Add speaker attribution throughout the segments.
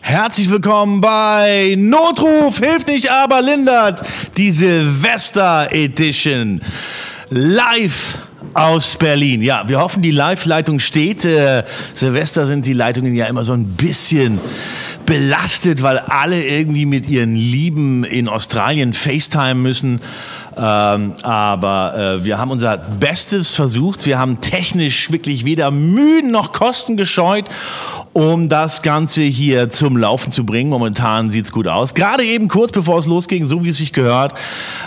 Speaker 1: Herzlich willkommen bei Notruf hilft nicht, aber lindert die Silvester Edition live aus Berlin. Ja, wir hoffen, die Live-Leitung steht. Äh, Silvester sind die Leitungen ja immer so ein bisschen belastet, weil alle irgendwie mit ihren Lieben in Australien FaceTime müssen. Ähm, aber äh, wir haben unser Bestes versucht. Wir haben technisch wirklich weder Mühen noch Kosten gescheut, um das Ganze hier zum Laufen zu bringen. Momentan sieht's gut aus. Gerade eben kurz bevor es losging, so wie es sich gehört,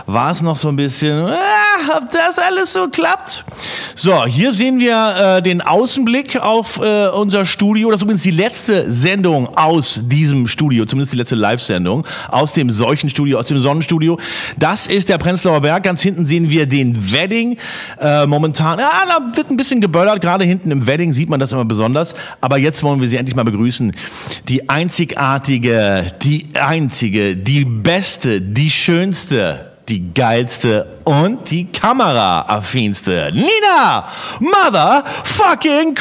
Speaker 1: war es noch so ein bisschen, ah, ob das alles so klappt. So, hier sehen wir äh, den Außenblick auf äh, unser Studio. Das ist übrigens die letzte Sendung aus diesem Studio, zumindest die letzte Live-Sendung aus dem Seuchenstudio, aus dem Sonnenstudio. Das ist der Prenzlauer Berg. Ganz hinten sehen wir den Wedding. Äh, momentan, ja, da wird ein bisschen geböllert. Gerade hinten im Wedding sieht man das immer besonders. Aber jetzt wollen wir Sie endlich mal begrüßen. Die einzigartige, die einzige, die beste, die schönste, die geilste und die kameraaffinste Nina Motherfucking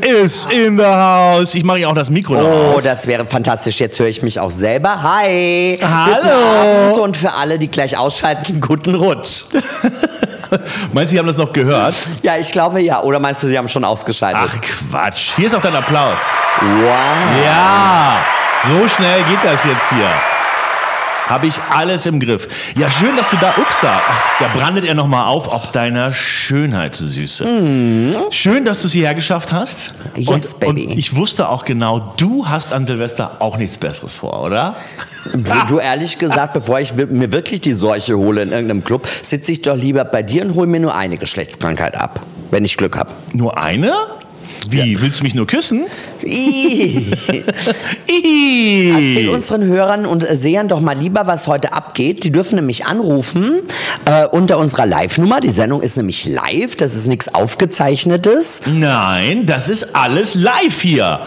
Speaker 1: Queer ist in the house. Ich mache ihr auch das Mikro noch
Speaker 2: Oh,
Speaker 1: aus.
Speaker 2: das wäre fantastisch. Jetzt höre ich mich auch selber. Hi.
Speaker 1: Hallo.
Speaker 2: Guten Abend und für alle, die gleich ausschalten, guten Rutsch.
Speaker 1: Meinst du, Sie haben das noch gehört?
Speaker 2: Ja, ich glaube ja. Oder meinst du, sie haben schon ausgeschaltet?
Speaker 1: Ach Quatsch. Hier ist auch dein Applaus.
Speaker 2: Wow.
Speaker 1: Ja, so schnell geht das jetzt hier. Habe ich alles im Griff. Ja, schön, dass du da, upsa, ach, da brandet er nochmal auf, ob deiner Schönheit, du Süße. Schön, dass du es hierher geschafft hast.
Speaker 2: Mhm. Yes,
Speaker 1: und,
Speaker 2: baby.
Speaker 1: Und ich wusste auch genau, du hast an Silvester auch nichts Besseres vor, oder? Ah.
Speaker 2: Du, ehrlich gesagt, bevor ich wi- mir wirklich die Seuche hole in irgendeinem Club, sitze ich doch lieber bei dir und hole mir nur eine Geschlechtskrankheit ab, wenn ich Glück habe.
Speaker 1: Nur eine? Wie, willst du mich nur küssen?
Speaker 2: Erzähl
Speaker 1: Erzähl
Speaker 2: unseren Hörern und Sehern doch mal lieber, was heute abgeht. Die dürfen nämlich anrufen äh, unter unserer Live-Nummer. Die Sendung ist nämlich live, das ist nichts Aufgezeichnetes.
Speaker 1: Nein, das ist alles live hier.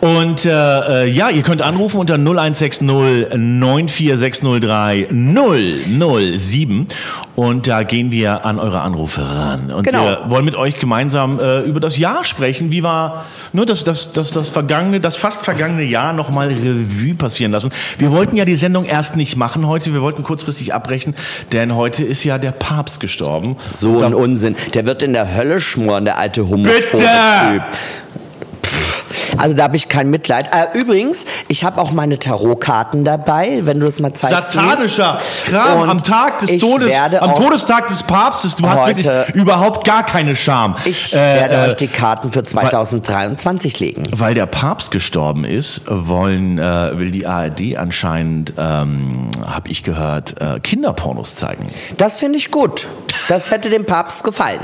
Speaker 1: Und äh, äh, ja, ihr könnt anrufen unter 0160 94603 007 und da gehen wir an eure Anrufe ran. Und
Speaker 2: Genau.
Speaker 1: wir wollen mit euch gemeinsam äh, über das Jahr sprechen. Wie war nur das, das, das, das vergangene, das fast vergangene Jahr nochmal Revue passieren lassen. Wir wollten ja die Sendung erst nicht machen heute. Wir wollten kurzfristig abbrechen, denn heute ist ja der Papst gestorben.
Speaker 2: So ein Unsinn. Der wird in der Hölle schmoren, der alte homophobe
Speaker 1: Bitte!
Speaker 2: Typ. Pff, Also da habe ich kein Mitleid. Äh, übrigens, ich habe auch meine Tarotkarten dabei, wenn du das mal zeigst.
Speaker 1: satanischer Kram
Speaker 2: Und
Speaker 1: am Tag des
Speaker 2: ich
Speaker 1: Todes,
Speaker 2: werde
Speaker 1: am
Speaker 2: auch-
Speaker 1: Todestag des Papstes. Du hast
Speaker 2: Heute-
Speaker 1: wirklich überhaupt gar keine Scham.
Speaker 2: Ich
Speaker 1: Äh,
Speaker 2: werde
Speaker 1: äh,
Speaker 2: euch die Karten für 2023 legen.
Speaker 1: weil der Papst gestorben ist, wollen, äh, will die ARD anscheinend, ähm, habe ich gehört, äh, Kinderpornos zeigen.
Speaker 2: Das finde ich gut. Das hätte dem Papst gefallen.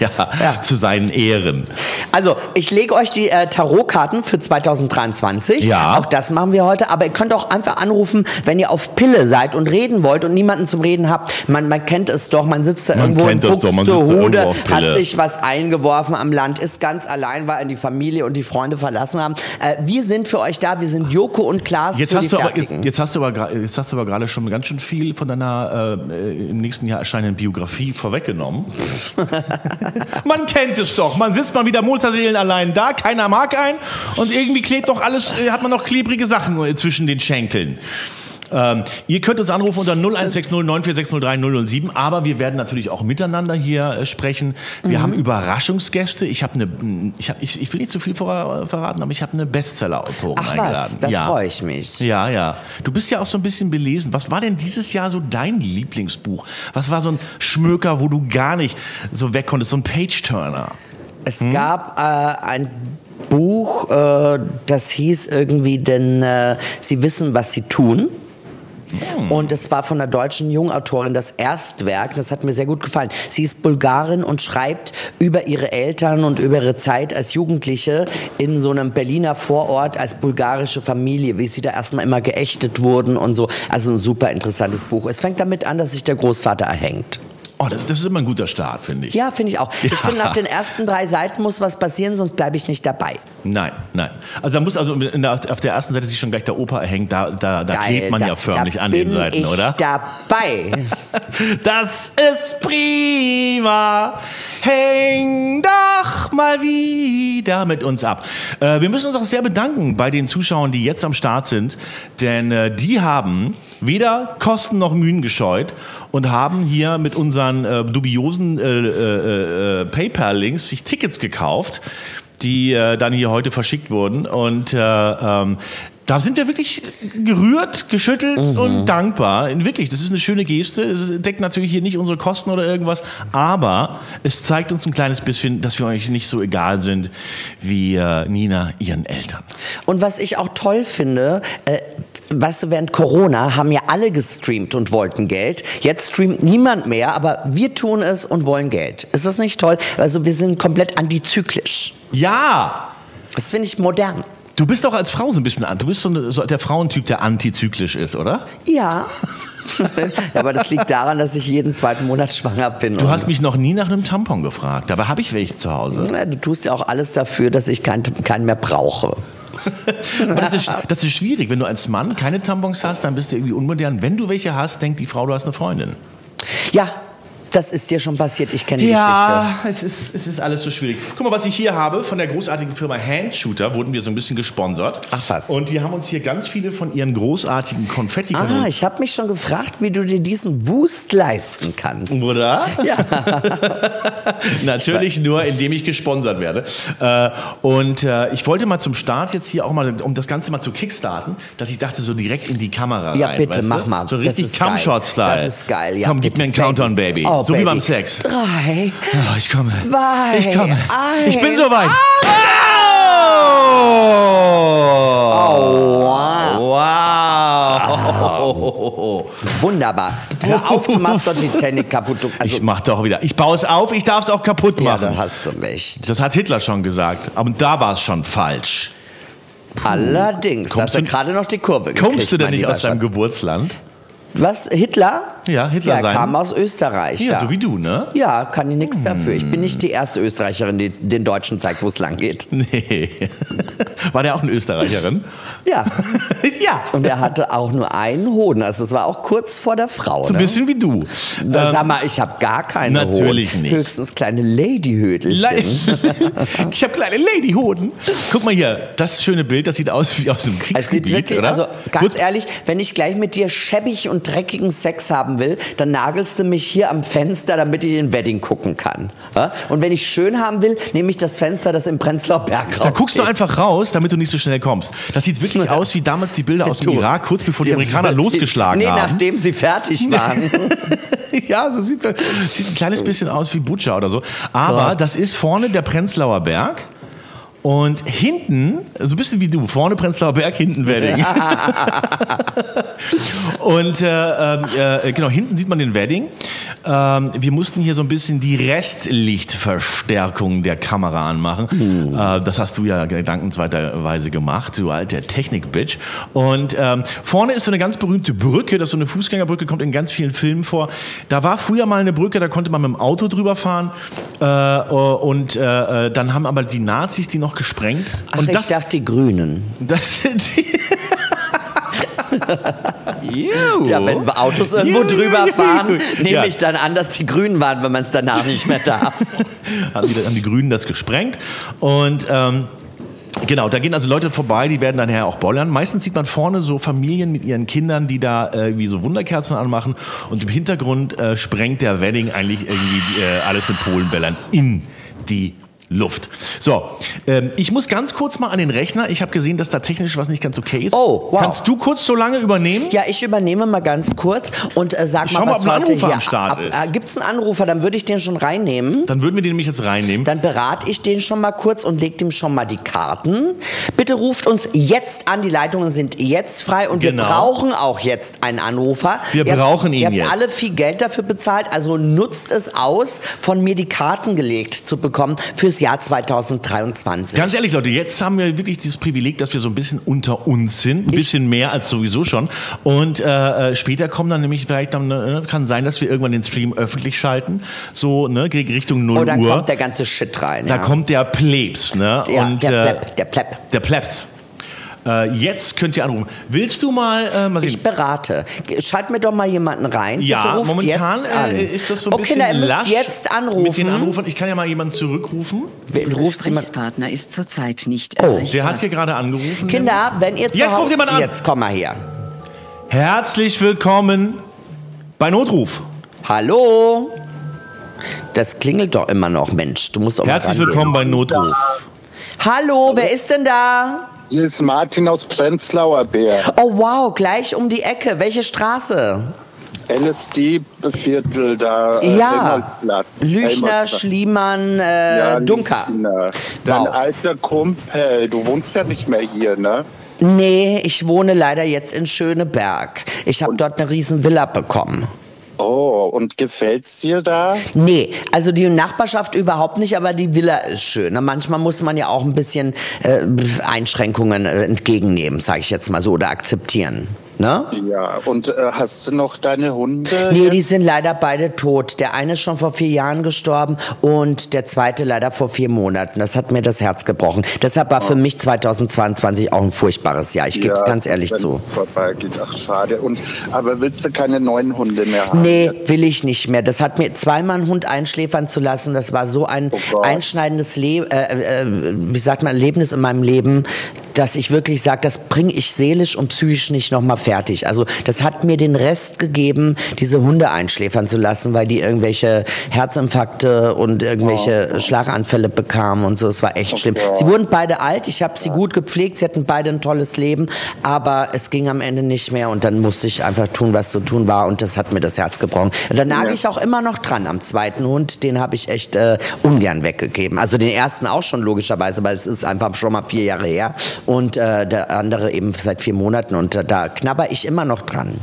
Speaker 1: Ja,
Speaker 2: Ja.
Speaker 1: zu seinen Ehren.
Speaker 2: Also, ich lege euch die äh, Tarotkarten für 2023.
Speaker 1: Ja.
Speaker 2: Auch das machen wir heute. Aber ihr könnt auch einfach anrufen, wenn ihr auf Pille seid und reden wollt und niemanden zum Reden habt. Man, man kennt es doch, man sitzt da
Speaker 1: Man
Speaker 2: irgendwo
Speaker 1: kennt
Speaker 2: in
Speaker 1: das doch, man sitzt da
Speaker 2: Buxtehude,
Speaker 1: irgendwo auf Pille.
Speaker 2: hat sich was eingeworfen am Land, ist ganz allein, weil ihn die Familie und die Freunde verlassen haben. Äh, wir sind für euch da, wir sind Joko und Klaas
Speaker 1: Jetzt
Speaker 2: für
Speaker 1: hast,
Speaker 2: die
Speaker 1: du aber, jetzt,
Speaker 2: Fertigen.
Speaker 1: jetzt hast du aber gra- jetzt hast du aber gerade schon ganz schön viel von deiner äh, äh, im nächsten Jahr erscheinenden Biografie vorweggenommen. man kennt es doch. Man sitzt mal wieder Mutterseelen allein da, keiner mag einen und irgendwie klebt doch alles, äh, hat man noch klebrige Sachen äh, zwischen den Schenkeln. Ähm, ihr könnt uns anrufen unter 0160 94603 007, aber wir werden natürlich auch miteinander hier äh, sprechen. Wir haben Überraschungsgäste. Ich habe eine, ich, hab, ich, ich will nicht zu viel vor, verraten, aber ich habe eine Bestseller-Autorin
Speaker 2: Ach
Speaker 1: eingeladen.
Speaker 2: was, da freue ich mich.
Speaker 1: Ja, ja. Du bist ja auch so ein bisschen belesen. Was war denn dieses Jahr so dein Lieblingsbuch? Was war so ein Schmöker, wo du gar nicht so weg konntest? So ein Page-Turner.
Speaker 2: Es gab äh, ein Buch, äh, das hieß irgendwie, denn äh, sie wissen, was sie tun. Und es war von einer deutschen Jungautorin das Erstwerk, das hat mir sehr gut gefallen. Sie ist Bulgarin und schreibt über ihre Eltern und über ihre Zeit als Jugendliche in so einem Berliner Vorort als bulgarische Familie, wie sie da erstmal immer geächtet wurden und so. Also ein super interessantes Buch. Es fängt damit an, dass sich der Großvater erhängt.
Speaker 1: Oh, das, das ist immer ein guter Start, finde ich.
Speaker 2: Ja, finde ich auch. Ich finde, nach den ersten drei Seiten muss was passieren, sonst bleibe ich nicht dabei.
Speaker 1: Nein, nein. Also da muss also in der, auf der ersten Seite sich schon gleich der Opa erhängt, da, da, da
Speaker 2: Geil,
Speaker 1: klebt man
Speaker 2: da-
Speaker 1: ja förmlich
Speaker 2: da
Speaker 1: an den
Speaker 2: bin
Speaker 1: Seiten,
Speaker 2: ich
Speaker 1: oder?
Speaker 2: dabei.
Speaker 1: Das ist prima. Häng doch mal wieder mit uns ab. Äh, wir müssen uns auch sehr bedanken bei den Zuschauern, die jetzt am Start sind, denn äh, die haben weder Kosten noch Mühen gescheut und haben hier mit unseren äh, dubiosen äh, äh, äh, PayPal-Links sich Tickets gekauft, die äh, dann hier heute verschickt wurden und äh, ähm, da sind wir wirklich gerührt, geschüttelt und dankbar. Wirklich, das ist eine schöne Geste. Es deckt natürlich hier nicht unsere Kosten oder irgendwas, aber es zeigt uns ein kleines bisschen, dass wir euch nicht so egal sind wie äh, Nina ihren Eltern.
Speaker 2: Und was ich auch toll finde, äh, weißt du, während Corona haben ja alle gestreamt und wollten Geld. Jetzt streamt niemand mehr, aber wir tun es und wollen Geld. Ist das nicht toll? Also wir sind komplett antizyklisch.
Speaker 1: Ja,
Speaker 2: Das finde ich modern.
Speaker 1: du bist auch als Frau so ein bisschen an. Du bist so, eine, so der Frauentyp, der antizyklisch ist, oder?
Speaker 2: Ja. aber das liegt daran, dass ich jeden zweiten Monat schwanger bin.
Speaker 1: Du hast mich noch nie nach einem Tampon gefragt. Dabei habe ich welche zu Hause.
Speaker 2: du tust ja auch alles dafür, dass ich keinen keinen mehr brauche.
Speaker 1: Aber das ist, das ist schwierig. Wenn du als Mann keine Tampons hast, dann bist du irgendwie unmodern. Wenn du welche hast, denkt die Frau, du hast eine Freundin.
Speaker 2: Ja, das ist dir schon passiert. Ich kenne die Geschichte.
Speaker 1: Ja, es ist, es ist alles so schwierig. Guck mal, was ich hier habe, von der großartigen Firma Handshooter wurden wir so ein bisschen gesponsert.
Speaker 2: Ach was.
Speaker 1: Und die haben uns hier ganz viele von ihren großartigen konfetti
Speaker 2: Ah, ich habe mich schon gefragt, wie du dir diesen Wust leisten kannst.
Speaker 1: oder?
Speaker 2: Ja.
Speaker 1: Natürlich nur, indem ich gesponsert werde. Äh, Und äh, ich wollte mal zum Start jetzt hier auch mal, um das Ganze mal zu kickstarten, dass ich dachte, so direkt in die Kamera
Speaker 2: Ja,
Speaker 1: rein.
Speaker 2: bitte,
Speaker 1: weißt du?
Speaker 2: mach mal.
Speaker 1: So
Speaker 2: Das
Speaker 1: richtig
Speaker 2: ist geil.
Speaker 1: Cumshot-Style.
Speaker 2: Das ist geil, ja,
Speaker 1: Komm, gib
Speaker 2: bitte,
Speaker 1: mir einen Countdown, Baby.
Speaker 2: Oh,
Speaker 1: so wie
Speaker 2: Baby.
Speaker 1: beim Sex.
Speaker 2: Drei.
Speaker 1: Oh, ich komme.
Speaker 2: Zwei,
Speaker 1: ich komme.
Speaker 2: eins,
Speaker 1: ich bin soweit.
Speaker 2: ah!
Speaker 1: Oh.
Speaker 2: Wow.
Speaker 1: Ah.
Speaker 2: Oh,
Speaker 1: Wow.
Speaker 2: Wunderbar. Hör auf, du machst doch die Titanic kaputt. Du- Also,
Speaker 1: Ich mach doch wieder. Ich baue es auf, ich darf es auch kaputt
Speaker 2: ja,
Speaker 1: machen.
Speaker 2: da hast du recht.
Speaker 1: das hat Hitler schon gesagt. Aber da war es schon falsch.
Speaker 2: Allerdings,
Speaker 1: Kommst
Speaker 2: hast du
Speaker 1: du-
Speaker 2: gerade noch die Kurve gekriegt,
Speaker 1: Kommst du denn
Speaker 2: mein
Speaker 1: nicht
Speaker 2: lieber
Speaker 1: aus deinem
Speaker 2: Schatz.
Speaker 1: Geburtsland?
Speaker 2: Was, Hitler?
Speaker 1: Ja, Hitler
Speaker 2: Ja,
Speaker 1: sein.
Speaker 2: kam aus Österreich.
Speaker 1: Ja, so wie du, ne? Hm.
Speaker 2: Ja, kann ich nichts dafür. Ich bin nicht die erste Österreicherin, die den Deutschen zeigt, wo es lang geht.
Speaker 1: Nee. War der auch eine Österreicherin?
Speaker 2: Ja.
Speaker 1: ja.
Speaker 2: Und er hatte auch nur einen Hoden. Also es war auch kurz vor der Frau.
Speaker 1: So ein
Speaker 2: ne?
Speaker 1: bisschen wie du. Ähm,
Speaker 2: Na, Sag mal, ich habe gar keine
Speaker 1: natürlich
Speaker 2: Hoden.
Speaker 1: nicht.
Speaker 2: Höchstens kleine Ladyhödelchen.
Speaker 1: Le ich habe kleine Ladyhoden. Guck mal hier, das schöne Bild, das sieht aus wie aus einem Kriegsgebiet,
Speaker 2: Es sieht wirklich,
Speaker 1: oder?
Speaker 2: also ganz
Speaker 1: Kurz-
Speaker 2: ehrlich, wenn ich gleich mit dir schäbig und dreckigen Sex haben will, dann nagelst du mich hier am Fenster, damit ich den Wedding gucken kann. Ja? Und wenn ich schön haben will, nehme ich das Fenster, das im Prenzlauer Berg
Speaker 1: da guckst du einfach raus, damit du nicht so schnell kommst. Das sieht wirklich aus wie damals die Bilder aus dem
Speaker 2: Du.
Speaker 1: Irak, kurz bevor die Amerikaner losgeschlagen
Speaker 2: nee,
Speaker 1: haben.
Speaker 2: nachdem sie fertig waren.
Speaker 1: ja, so sieht das sieht ein kleines bisschen aus wie Butcher oder so. Aber das ist vorne der Prenzlauer Berg. Und hinten, so ein bisschen wie du, vorne Prenzlauer Berg, hinten Wedding. und äh, ähm, äh, genau, hinten sieht man den Wedding. Ähm, wir mussten hier so ein bisschen die Restlichtverstärkung der Kamera anmachen.
Speaker 2: Oh.
Speaker 1: Äh, das hast du ja gedankenswerterweise gemacht, du alter Technik-Bitch. Und ähm, vorne ist so eine ganz berühmte Brücke, das ist so eine Fußgängerbrücke, kommt in ganz vielen Filmen vor. Da war früher mal eine Brücke, da konnte man mit dem Auto drüber fahren. Äh, und äh, äh, dann haben aber die Nazis die noch gesprengt.
Speaker 2: Ach,
Speaker 1: und
Speaker 2: ich dachte, die Grünen.
Speaker 1: das sind die. Oh.
Speaker 2: Ja, wenn Autos irgendwo
Speaker 1: Juhu,
Speaker 2: drüber
Speaker 1: juhu,
Speaker 2: fahren,
Speaker 1: juhu.
Speaker 2: nehme
Speaker 1: Ja.
Speaker 2: ich dann an, dass die Grünen waren, wenn man es danach nicht mehr darf.
Speaker 1: haben, die, haben die Grünen das gesprengt. Und ähm, genau, da gehen also Leute vorbei, die werden dann her auch bollern. Meistens sieht man vorne so Familien mit ihren Kindern, die da äh, irgendwie so Wunderkerzen anmachen. Und im Hintergrund äh, sprengt der Wedding eigentlich irgendwie äh, alles mit Polenbällern in die Luft. So, ähm, ich muss ganz kurz mal an den Rechner. Ich habe gesehen, dass da technisch was nicht ganz okay ist.
Speaker 2: Oh, wow.
Speaker 1: Kannst du kurz so lange übernehmen?
Speaker 2: Ja, ich übernehme mal ganz kurz und äh, sag
Speaker 1: schau
Speaker 2: mal,
Speaker 1: mal,
Speaker 2: was
Speaker 1: ob ein
Speaker 2: heute
Speaker 1: Anrufer
Speaker 2: hier
Speaker 1: am Start ist.
Speaker 2: Äh, Gibt es einen Anrufer, dann würde ich den schon reinnehmen.
Speaker 1: Dann würden wir den nämlich jetzt reinnehmen.
Speaker 2: Dann berate ich den schon mal kurz und leg dem schon mal die Karten. Bitte ruft uns jetzt an. Die Leitungen sind jetzt frei und
Speaker 1: Genau.
Speaker 2: wir brauchen auch jetzt einen Anrufer.
Speaker 1: Wir brauchen ihn
Speaker 2: ihr habt
Speaker 1: jetzt.
Speaker 2: alle viel Geld dafür bezahlt, also nutzt es aus, von mir die Karten gelegt zu bekommen fürs das Jahr 2023.
Speaker 1: Ganz ehrlich, Leute, jetzt haben wir wirklich dieses Privileg, dass wir so ein bisschen unter uns sind, ein bisschen mehr als sowieso schon. Und äh, äh, später kommen dann nämlich vielleicht, dann, äh, kann sein, dass wir irgendwann den Stream öffentlich schalten, so ne, gegen Richtung 0
Speaker 2: Und Oh, dann
Speaker 1: Uhr.
Speaker 2: kommt der ganze Shit rein.
Speaker 1: da
Speaker 2: ja.
Speaker 1: kommt der Plebs, ne?
Speaker 2: ja,
Speaker 1: Und,
Speaker 2: der
Speaker 1: äh,
Speaker 2: Pleb, der Pleb.
Speaker 1: Der Plebs. Äh, jetzt könnt ihr anrufen. Willst du mal, äh, mal sehen?
Speaker 2: Ich berate. Schalt mir doch mal jemanden rein.
Speaker 1: Ja,
Speaker 2: Bitte ruft
Speaker 1: momentan
Speaker 2: jetzt an.
Speaker 1: äh, ist das so ein
Speaker 2: okay,
Speaker 1: bisschen
Speaker 2: na, ihr müsst
Speaker 1: lasch
Speaker 2: jetzt
Speaker 1: mit den
Speaker 2: anrufen.
Speaker 1: Anrufern. Ich kann ja mal jemanden zurückrufen.
Speaker 2: Wen
Speaker 3: Ihr
Speaker 2: Ruft jemand.
Speaker 3: Gesprächspartner ist zurzeit nicht
Speaker 2: Oh.
Speaker 3: erreichbar.
Speaker 1: Der hat hier gerade angerufen.
Speaker 2: Mhm. Kinder, wenn ihr zu
Speaker 1: Jetzt ruft
Speaker 2: Hause-
Speaker 1: jemand an.
Speaker 2: Jetzt komm mal her.
Speaker 1: Herzlich willkommen bei Notruf.
Speaker 2: Hallo. Das klingelt doch immer noch, Mensch. Du musst doch mal
Speaker 1: Herzlich
Speaker 2: rangehen.
Speaker 1: willkommen bei Notruf.
Speaker 2: Hallo, wer ist denn da?
Speaker 4: Hier ist Martin aus Prenzlauer Bär.
Speaker 2: Oh wow, gleich um die Ecke. Welche Straße?
Speaker 4: LSD-Viertel da. äh,
Speaker 2: Ja.
Speaker 4: Helmholtzplatz.
Speaker 2: Lüchner,
Speaker 4: Helmholtzplatz.
Speaker 2: Schliemann, äh,
Speaker 4: Ja,
Speaker 2: Dunker.
Speaker 4: Lüchner. Dein
Speaker 2: Wow.
Speaker 4: alter Kumpel, du wohnst ja nicht mehr hier, ne?
Speaker 2: Nee, ich wohne leider jetzt in Schöneberg. Ich habe dort eine riesen Villa bekommen.
Speaker 4: Oh, und gefällt's dir da?
Speaker 2: Nee, also die Nachbarschaft überhaupt nicht, aber die Villa ist schön. Na, Manchmal muss man ja auch ein bisschen äh, Einschränkungen äh, entgegennehmen, sage ich jetzt mal so, oder akzeptieren. Ne?
Speaker 4: Ja, und äh, hast du noch deine Hunde?
Speaker 2: Nee, die sind leider beide tot. Der eine ist schon vor vier Jahren gestorben und der zweite leider vor vier Monaten. Das hat mir das Herz gebrochen. Deshalb war für mich 2022 auch ein furchtbares Jahr. Ich gebe es
Speaker 4: Ah. Ja,
Speaker 2: ganz ehrlich
Speaker 4: wenn
Speaker 2: zu.
Speaker 4: es Vorbeigeht. Ach, schade. Und, aber willst du keine neuen Hunde mehr haben?
Speaker 2: Nee, will ich nicht mehr. Das hat mir zweimal einen Hund einschläfern zu lassen. Das war so ein
Speaker 4: Oh Gott.
Speaker 2: einschneidendes Leben, äh, äh, wie sagt man, Erlebnis in meinem Leben, dass ich wirklich sage, das bringe ich seelisch und psychisch nicht nochmal fertig. Also das hat mir den Rest gegeben, diese Hunde einschläfern zu lassen, weil die irgendwelche Herzinfarkte und irgendwelche Schlaganfälle bekamen und so. Es war echt schlimm.
Speaker 4: Gott.
Speaker 2: Sie wurden beide alt. Ich habe sie gut gepflegt. Sie hatten beide ein tolles Leben. Aber es ging am Ende nicht mehr. Und dann musste ich einfach tun, was zu tun war. Und das hat mir das Herz gebrochen. Und da nage
Speaker 4: Ja.
Speaker 2: ich auch immer noch dran am zweiten Hund. Den habe ich echt äh, ungern weggegeben. Also den ersten auch schon logischerweise, weil es ist einfach schon mal vier Jahre her. Und äh, der andere eben seit vier Monaten. Und äh, da knabber ich immer noch dran.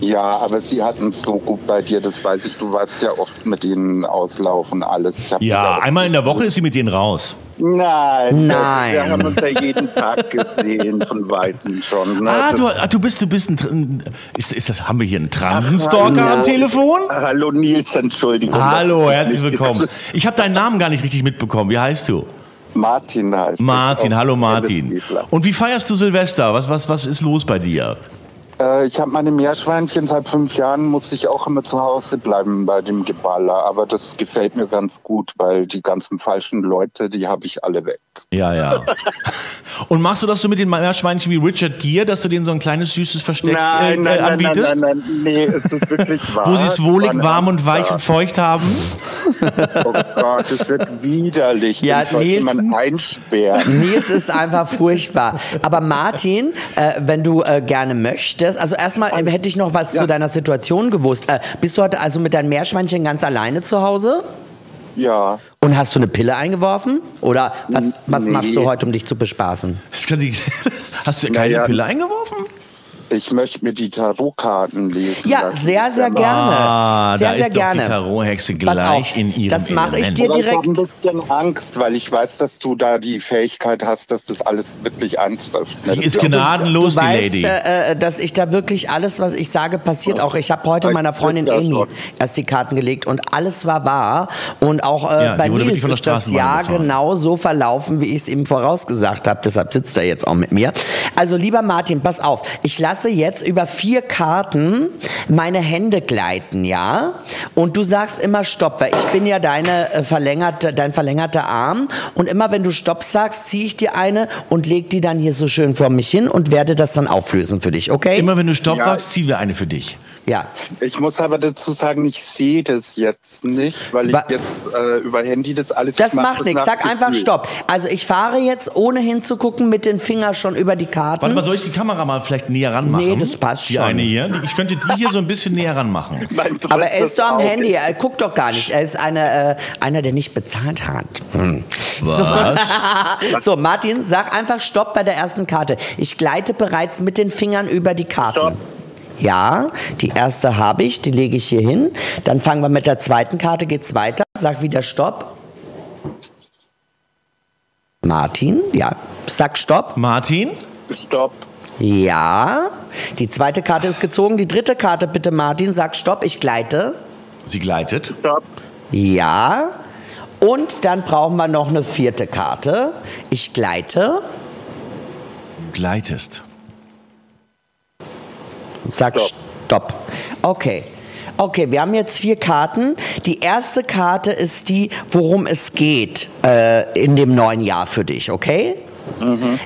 Speaker 4: Ja, aber sie hatten es so gut bei dir, das weiß ich. Du warst ja oft mit ihnen auslaufen, alles. Ich hab
Speaker 1: Ja,
Speaker 4: die da-
Speaker 1: einmal in der Woche ist sie mit denen raus.
Speaker 4: Nein,
Speaker 2: Nein.
Speaker 4: Also, Wir haben uns ja jeden Tag gesehen, von Weitem schon. Ne?
Speaker 1: Ah,
Speaker 4: Das-
Speaker 1: du, ah, du bist, du bist ein, Tr- ein ist, ist das, haben wir hier einen Transenstalker
Speaker 4: hallo.
Speaker 1: am Telefon?
Speaker 4: Hallo Nils, Entschuldigung.
Speaker 1: Hallo,
Speaker 4: Das ist
Speaker 1: herzlich
Speaker 4: nicht-
Speaker 1: willkommen. Ich habe deinen Namen gar nicht richtig mitbekommen. Wie heißt du?
Speaker 4: Martin heißt ich.
Speaker 1: Martin,
Speaker 4: Auch
Speaker 1: hallo Martin.
Speaker 4: Bundesliga.
Speaker 1: Und wie feierst du Silvester? Was, was, was ist los bei dir?
Speaker 4: Äh, ich habe meine Meerschweinchen seit fünf Jahren, musste ich auch immer zu Hause bleiben bei dem Geballer. Aber das gefällt mir ganz gut, weil die ganzen falschen Leute, die habe ich alle weg.
Speaker 1: Ja, ja. Und machst du das so mit den Meerschweinchen wie Richard Gere, dass du denen so ein kleines süßes Versteck äh, äh, anbietest?
Speaker 4: nein, nein, nee, es ist wirklich wahr.
Speaker 1: Wo sie es
Speaker 4: War
Speaker 1: wohlig,
Speaker 4: ein
Speaker 1: warm und weich
Speaker 4: Hamster.
Speaker 1: und feucht haben?
Speaker 4: Oh Gott, das wird widerlich.
Speaker 2: Ja,
Speaker 4: Den sollte
Speaker 2: Nils-
Speaker 4: man einsperren.
Speaker 2: Nils ist einfach furchtbar. Aber Martin, äh, wenn du äh, gerne möchtest, also erstmal äh, hätte ich noch was zu deiner Situation gewusst. Äh, bist du heute also mit deinem Meerschweinchen ganz alleine zu Hause?
Speaker 4: Ja.
Speaker 2: Und hast du eine Pille eingeworfen? Oder was, was
Speaker 4: Nee.
Speaker 2: machst du heute, um dich zu bespaßen?
Speaker 1: Das kann sie, hast du ja keine
Speaker 4: Naja.
Speaker 1: Pille eingeworfen?
Speaker 4: Ich möchte mir die Tarotkarten lesen.
Speaker 2: Ja,
Speaker 4: lassen.
Speaker 2: sehr, sehr
Speaker 4: Genau.
Speaker 2: gerne.
Speaker 1: Ah,
Speaker 2: sehr,
Speaker 1: da
Speaker 2: sehr
Speaker 1: ist
Speaker 2: gerne.
Speaker 1: doch die Tarothexe
Speaker 2: Pass
Speaker 1: gleich
Speaker 2: auf,
Speaker 1: in ihrem
Speaker 2: das mache ich
Speaker 1: Element.
Speaker 2: dir
Speaker 4: Aber ich habe ein
Speaker 2: direkt.
Speaker 4: bisschen Angst, weil ich weiß, dass du da die Fähigkeit hast, dass das alles wirklich eintrifft. Ne,
Speaker 1: Die
Speaker 4: das
Speaker 1: ist
Speaker 4: glaub ich.
Speaker 1: gnadenlos,
Speaker 2: du
Speaker 1: die
Speaker 2: weißt,
Speaker 1: Lady.
Speaker 2: Äh, äh, dass ich da wirklich alles, was ich sage, passiert auch. Ich habe heute
Speaker 4: Ich
Speaker 2: meiner Freundin
Speaker 4: weiß das
Speaker 2: Amy
Speaker 4: schon.
Speaker 2: erst die Karten gelegt und alles war wahr. Und auch äh,
Speaker 1: Ja, die
Speaker 2: bei
Speaker 1: wurde wirklich
Speaker 2: Nils
Speaker 1: von der
Speaker 2: ist das
Speaker 1: Straßenbahn
Speaker 2: Jahr
Speaker 1: gefahren.
Speaker 2: genau so verlaufen, wie ich es ihm vorausgesagt habe. Deshalb sitzt er jetzt auch mit mir. Also lieber Martin, pass auf. Ich lasse jetzt über vier Karten meine Hände gleiten, ja? Und du sagst immer Stopp, weil ich bin ja deine äh, verlängerte, dein verlängerter Arm. Und immer wenn du Stopp sagst, ziehe ich dir eine und leg die dann hier so schön vor mich hin und werde das dann auflösen für dich, okay?
Speaker 1: Immer wenn du Stopp
Speaker 4: Ja.
Speaker 1: sagst, ziehen wir eine für dich.
Speaker 2: Ja.
Speaker 4: Ich muss aber dazu sagen, ich sehe das jetzt nicht, weil ich
Speaker 2: Wa-
Speaker 4: jetzt äh, über Handy das alles. ich
Speaker 2: Das
Speaker 4: mach
Speaker 2: macht
Speaker 4: das
Speaker 2: nichts.
Speaker 4: nach
Speaker 2: Sag einfach
Speaker 4: Gefühl.
Speaker 2: Stopp. Also ich fahre jetzt, ohne hinzugucken, mit den Fingern schon über die Karten.
Speaker 1: Warte mal, soll ich die Kamera mal vielleicht näher ranmachen?
Speaker 2: Hm? Nee, das passt
Speaker 1: die
Speaker 2: schon.
Speaker 1: Eine hier. Die- Ich könnte die hier so ein bisschen näher ranmachen.
Speaker 4: Mein
Speaker 2: Aber er ist
Speaker 4: drittes
Speaker 2: doch am
Speaker 4: Auge.
Speaker 2: Handy, er guckt doch gar nicht. Er ist einer, äh, einer der nicht bezahlt hat. Hm. So. so, Martin, sag einfach Stopp bei der ersten Karte. Ich gleite bereits mit den Fingern über die Karten.
Speaker 4: Stopp.
Speaker 2: Ja, die erste habe ich, die lege ich hier hin. Dann fangen wir mit der zweiten Karte, geht's weiter. Sag wieder Stopp. Martin, ja. Sag Stopp.
Speaker 1: Martin?
Speaker 4: Stopp.
Speaker 2: Ja. Die zweite Karte ist gezogen. Die dritte Karte, bitte, Martin. Sag Stopp. Ich gleite.
Speaker 1: Sie gleitet.
Speaker 4: Stopp.
Speaker 2: Ja. Und dann brauchen wir noch eine vierte Karte. Ich gleite.
Speaker 1: Du gleitest.
Speaker 2: Sag
Speaker 4: Stopp.
Speaker 2: Stopp. Okay. Okay, wir haben jetzt vier Karten. Die erste Karte ist die, worum es geht äh, in dem neuen Jahr für dich, okay?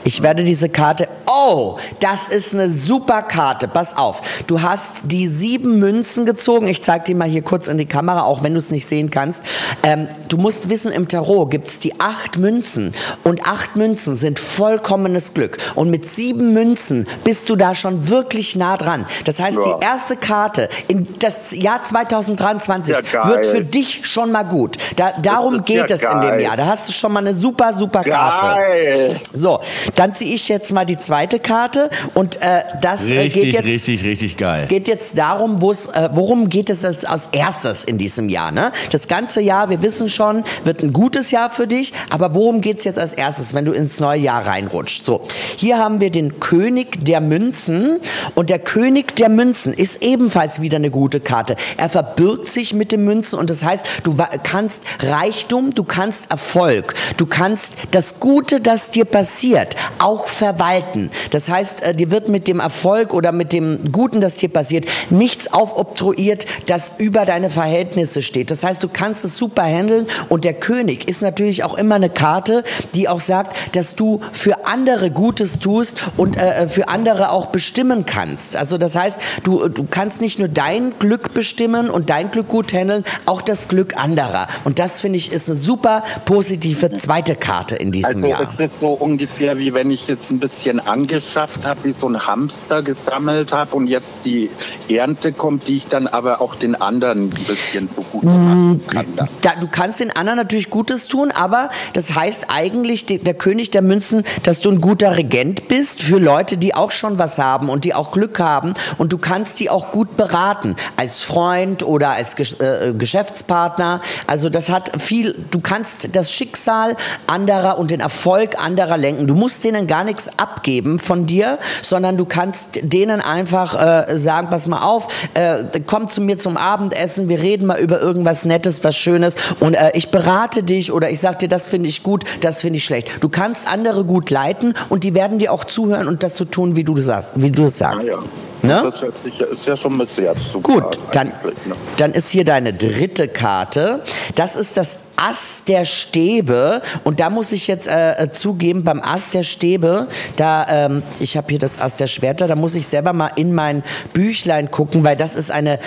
Speaker 2: Ich werde diese Karte. Oh, das ist eine super Karte. Pass auf. Du hast die sieben Münzen gezogen. Ich zeig die mal hier kurz in die Kamera, auch wenn du es nicht sehen kannst. Ähm, du musst wissen, im Tarot gibt's die acht Münzen. Und acht Münzen sind vollkommenes Glück. Und mit sieben Münzen bist du da schon wirklich nah dran. Das heißt,
Speaker 4: Ja.
Speaker 2: die erste Karte in das Jahr 2023
Speaker 4: Ja, geil.
Speaker 2: wird für dich schon mal gut. Da, darum
Speaker 4: ist ja
Speaker 2: geht es in dem
Speaker 4: geil.
Speaker 2: Jahr. Da hast du schon mal eine super, super Karte.
Speaker 4: Geil.
Speaker 2: So, dann ziehe ich jetzt mal die zweite Karte und äh, das äh,
Speaker 1: Richtig,
Speaker 2: geht jetzt.
Speaker 1: richtig, richtig geil.
Speaker 2: Geht jetzt darum, wo's, äh, worum geht es als, als erstes in diesem Jahr? Ne? Das ganze Jahr, wir wissen schon, wird ein gutes Jahr für dich, aber worum geht es jetzt als erstes, wenn du ins neue Jahr reinrutscht? So, hier haben wir den König der Münzen und der König der Münzen ist ebenfalls wieder eine gute Karte. Er verbirgt sich mit den Münzen und das heißt, du wa- kannst Reichtum, du kannst Erfolg, du kannst das Gute, das dir passiert, auch verwalten. Das heißt, äh, dir wird mit dem Erfolg oder mit dem Guten, das dir passiert, nichts aufobtruiert, das über deine Verhältnisse steht. Das heißt, du kannst es super handeln und der König ist natürlich auch immer eine Karte, die auch sagt, dass du für andere Gutes tust und äh, äh, für andere auch bestimmen kannst. Also das heißt, du, du kannst nicht nur dein Glück bestimmen und dein Glück gut handeln, auch das Glück anderer. Und das finde ich ist eine super positive zweite Karte in diesem
Speaker 4: Also
Speaker 2: Jahr.
Speaker 4: es ist so ungefähr wie wenn ich jetzt ein bisschen angeschafft habe, wie so ein Hamster gesammelt habe und jetzt die Ernte kommt, die ich dann aber auch den anderen ein bisschen zugute machen kann. dann.
Speaker 2: Mm, da, du kannst den anderen natürlich Gutes tun, aber das heißt eigentlich, die, der König der Münzen, dass du ein guter Regent bist für Leute, die auch schon was haben und die auch Glück haben und du kannst die auch gut beraten als Freund oder als Gesch äh, Geschäftspartner. Also das hat viel, du kannst das Schicksal anderer und den Erfolg anderer lenken. Du musst denen gar nichts abgeben von dir, sondern du kannst denen einfach äh, sagen, pass mal auf, äh, komm zu mir zum Abendessen, wir reden mal über irgendwas Nettes, was Schönes und äh, ich berate dich oder ich sag dir, das finde ich gut, das finde ich schlecht. Du kannst andere gut leiten und die werden dir auch zuhören und das so tun, wie du das sagst. Wie du das
Speaker 4: Ah,
Speaker 2: sagst.
Speaker 4: ja.
Speaker 2: Ne?
Speaker 4: Das hört sich, ja- ist ja schon ein bisschen jetzt zu
Speaker 2: Gut, dann,
Speaker 4: eigentlich, ne?
Speaker 2: dann ist hier deine dritte Karte. Das ist das Ass der Stäbe. Und da muss ich jetzt äh, äh, zugeben, beim Ass der Stäbe, da, ähm, ich habe hier das Ass der Schwerter, da muss ich selber mal in mein Büchlein gucken, weil das ist eine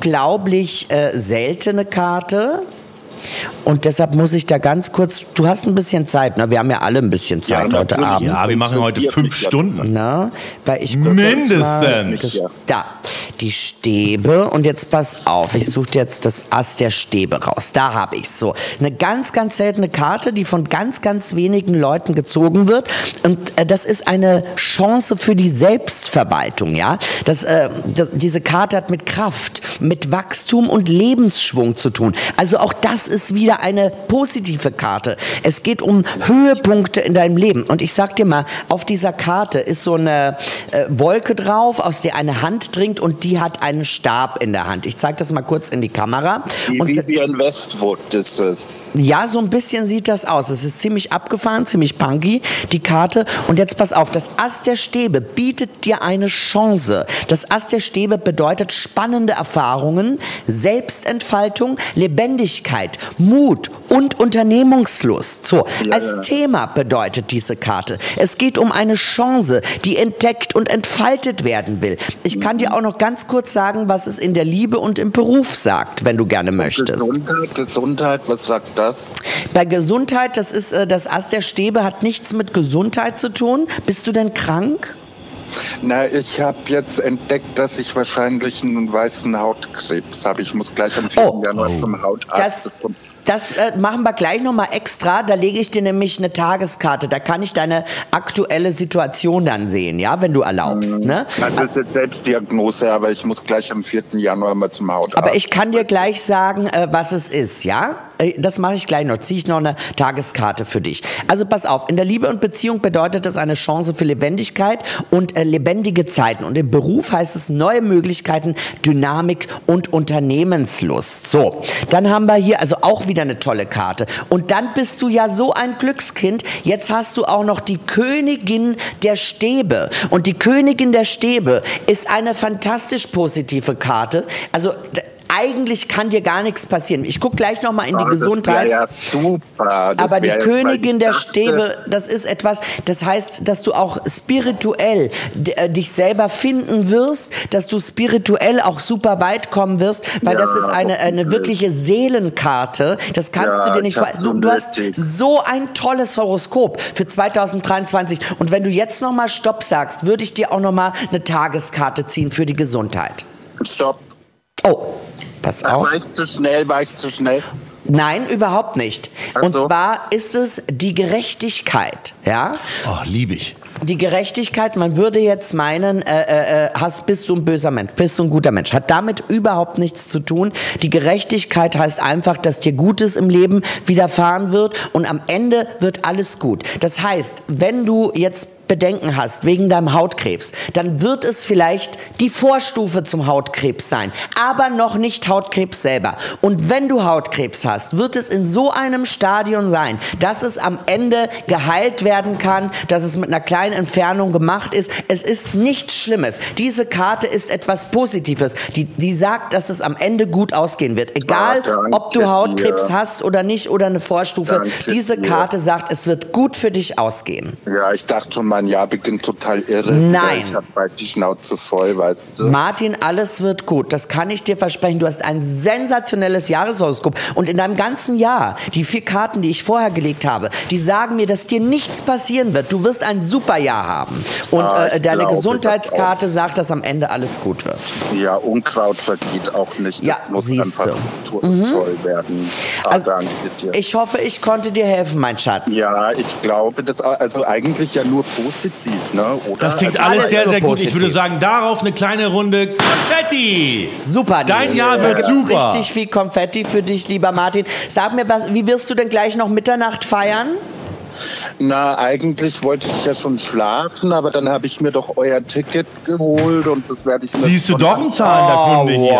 Speaker 2: unglaublich äh, seltene Karte. Und deshalb muss ich da ganz kurz, du hast ein bisschen Zeit, ne? wir haben ja alle ein bisschen
Speaker 4: Ja,
Speaker 2: Zeit heute
Speaker 4: natürlich.
Speaker 2: Abend.
Speaker 1: Ja, wir machen heute
Speaker 4: Interessiert
Speaker 1: fünf
Speaker 4: mich ja.
Speaker 1: Stunden.
Speaker 2: Na, weil ich
Speaker 1: Mindestens.
Speaker 2: Das, da, die Stäbe. Und jetzt pass auf, ich suche jetzt das Ass der Stäbe raus. Da habe ich so. Eine ganz, ganz seltene Karte, die von ganz, ganz wenigen Leuten gezogen wird. Und äh, das ist eine Chance für die Selbstverwaltung, ja. Das, äh, das, diese Karte hat mit Kraft, mit Wachstum und Lebensschwung zu tun. Also auch das ist wieder eine positive Karte. Es geht um Höhepunkte in deinem Leben. Und ich sag dir mal, auf dieser Karte ist so eine äh, Wolke drauf, aus der eine Hand dringt und die hat einen Stab in der Hand. Ich zeig das mal kurz in die Kamera.
Speaker 4: Die
Speaker 2: Und
Speaker 4: Vivian Westwood ist es.
Speaker 2: ja, so ein bisschen sieht das aus. Es ist ziemlich abgefahren, ziemlich punky, die Karte. Und jetzt pass auf, das Ass der Stäbe bietet dir eine Chance. Das Ass der Stäbe bedeutet spannende Erfahrungen, Selbstentfaltung, Lebendigkeit, Mut und Unternehmungslust. So, als Thema bedeutet diese Karte. Es geht um eine Chance, die entdeckt und entfaltet werden will. Ich kann dir auch noch ganz kurz sagen, was es in der Liebe und im Beruf sagt, wenn du gerne möchtest.
Speaker 4: Gesundheit, Gesundheit, was sagt das?
Speaker 2: Bei Gesundheit, das ist äh, das Ass der Stäbe, hat nichts mit Gesundheit zu tun. Bist du denn krank?
Speaker 4: Na, ich habe jetzt entdeckt, dass ich wahrscheinlich einen weißen Hautkrebs habe. Ich muss gleich am 4.
Speaker 2: Oh.
Speaker 4: Januar zum Hautarzt.
Speaker 2: Das, das äh, machen wir gleich nochmal extra. Da lege ich dir nämlich eine Tageskarte. Da kann ich deine aktuelle Situation dann sehen, ja, wenn du erlaubst. Ne?
Speaker 4: Also das ist jetzt Selbstdiagnose, aber ich muss gleich am 4. Januar mal zum Hautarzt.
Speaker 2: Aber ich kann dir gleich sagen, äh, was es ist, ja? Äh, Das mache ich gleich noch. Ziehe ich noch eine Tageskarte für dich. Also pass auf, in der Liebe und Beziehung bedeutet das eine Chance für Lebendigkeit und äh, lebendige Zeiten. Und im Beruf heißt es neue Möglichkeiten, Dynamik und Unternehmenslust. So, dann haben wir hier also auch wieder eine tolle Karte. Und dann bist du ja so ein Glückskind. Jetzt hast du auch noch die Königin der Stäbe. Und die Königin der Stäbe ist eine fantastisch positive Karte. Also d- eigentlich kann dir gar nichts passieren. Ich gucke gleich noch mal in
Speaker 4: Ah,
Speaker 2: die
Speaker 4: das wär
Speaker 2: Gesundheit.
Speaker 4: Ja super. Das
Speaker 2: Aber die
Speaker 4: wär jetzt
Speaker 2: Königin
Speaker 4: mal
Speaker 2: der
Speaker 4: erste-
Speaker 2: Stäbe, das ist etwas, das heißt, dass du auch spirituell d- äh, dich selber finden wirst, dass du spirituell auch super weit kommen wirst, weil
Speaker 4: Ja,
Speaker 2: das ist eine, eine
Speaker 4: hoffentlich.
Speaker 2: wirkliche Seelenkarte. Das kannst
Speaker 4: Ja,
Speaker 2: du dir nicht
Speaker 4: ich
Speaker 2: ver-
Speaker 4: hab's
Speaker 2: du,
Speaker 4: schon
Speaker 2: du hast
Speaker 4: nötig.
Speaker 2: so ein tolles Horoskop für 2023. Und wenn du jetzt nochmal Stopp sagst, würde ich dir auch nochmal eine Tageskarte ziehen für die Gesundheit.
Speaker 4: Stopp.
Speaker 2: Oh, pass
Speaker 4: Ach,
Speaker 2: auf.
Speaker 4: war ich zu schnell, war ich zu schnell.
Speaker 2: Nein, überhaupt nicht.
Speaker 4: Ach
Speaker 2: Und
Speaker 4: so.
Speaker 2: zwar ist es die Gerechtigkeit, ja?
Speaker 1: Oh, lieb ich.
Speaker 2: Die Gerechtigkeit, man würde jetzt meinen, äh, äh, äh, hast, bist du ein böser Mensch, bist du ein guter Mensch, hat damit überhaupt nichts zu tun. Die Gerechtigkeit heißt einfach, dass dir Gutes im Leben widerfahren wird und am Ende wird alles gut. Das heißt, wenn du jetzt Bedenken hast wegen deinem Hautkrebs, dann wird es vielleicht die Vorstufe zum Hautkrebs sein, aber noch nicht Hautkrebs selber. Und wenn du Hautkrebs hast, wird es in so einem Stadion sein, dass es am Ende geheilt werden kann, dass es mit einer kleinen Entfernung gemacht ist. Es ist nichts Schlimmes. Diese Karte ist etwas Positives. Die, die sagt, dass es am Ende gut ausgehen wird. Egal,
Speaker 4: Ah, danke
Speaker 2: ob du Hautkrebs
Speaker 4: dir.
Speaker 2: hast oder nicht oder eine Vorstufe,
Speaker 4: Danke
Speaker 2: diese
Speaker 4: dir.
Speaker 2: Karte sagt, es wird gut für dich ausgehen.
Speaker 4: Ja, ich dachte schon, mein Jahr beginnt total irre.
Speaker 2: Nein.
Speaker 4: Ich hab bald die Schnauze voll, weißt du.
Speaker 2: Martin, alles wird gut. Das kann ich dir versprechen. Du hast ein sensationelles Jahreshoroskop. Und in deinem ganzen Jahr, die vier Karten, die ich vorher gelegt habe, die sagen mir, dass dir nichts passieren wird. Du wirst ein super Jahr haben. Und
Speaker 4: Ah,
Speaker 2: äh,
Speaker 4: ich
Speaker 2: deine
Speaker 4: glaube
Speaker 2: Gesundheitskarte sagt, dass am Ende alles gut wird.
Speaker 4: Ja, Unkraut vergeht auch nicht.
Speaker 2: Ja,
Speaker 4: das muss
Speaker 2: siehste.
Speaker 4: einfach to- toll werden. Ah,
Speaker 2: Mhm. Also,
Speaker 4: danke dir.
Speaker 2: ich hoffe, ich konnte dir helfen, mein Schatz.
Speaker 4: ja, ich glaube, das also eigentlich ja nur positiv, ne? Oder?
Speaker 1: Das klingt
Speaker 4: also,
Speaker 2: alles
Speaker 1: alles sehr,
Speaker 2: nur
Speaker 1: sehr gut. Ich
Speaker 2: positiv.
Speaker 1: würde sagen, darauf eine kleine Runde Konfetti.
Speaker 2: Super.
Speaker 1: Dein
Speaker 2: Nils.
Speaker 1: Jahr
Speaker 2: Da
Speaker 1: wird
Speaker 2: gibt's
Speaker 1: super.
Speaker 2: Richtig viel Konfetti für dich, lieber Martin. Sag mir, was, wie wirst du denn gleich noch Mitternacht feiern?
Speaker 4: Na, eigentlich wollte ich ja schon schlafen, aber dann habe ich mir doch euer Ticket geholt und das werde ich mir
Speaker 1: Siehst du
Speaker 4: von-
Speaker 1: doch einen
Speaker 2: Oh,
Speaker 1: zahlender Kunde hier.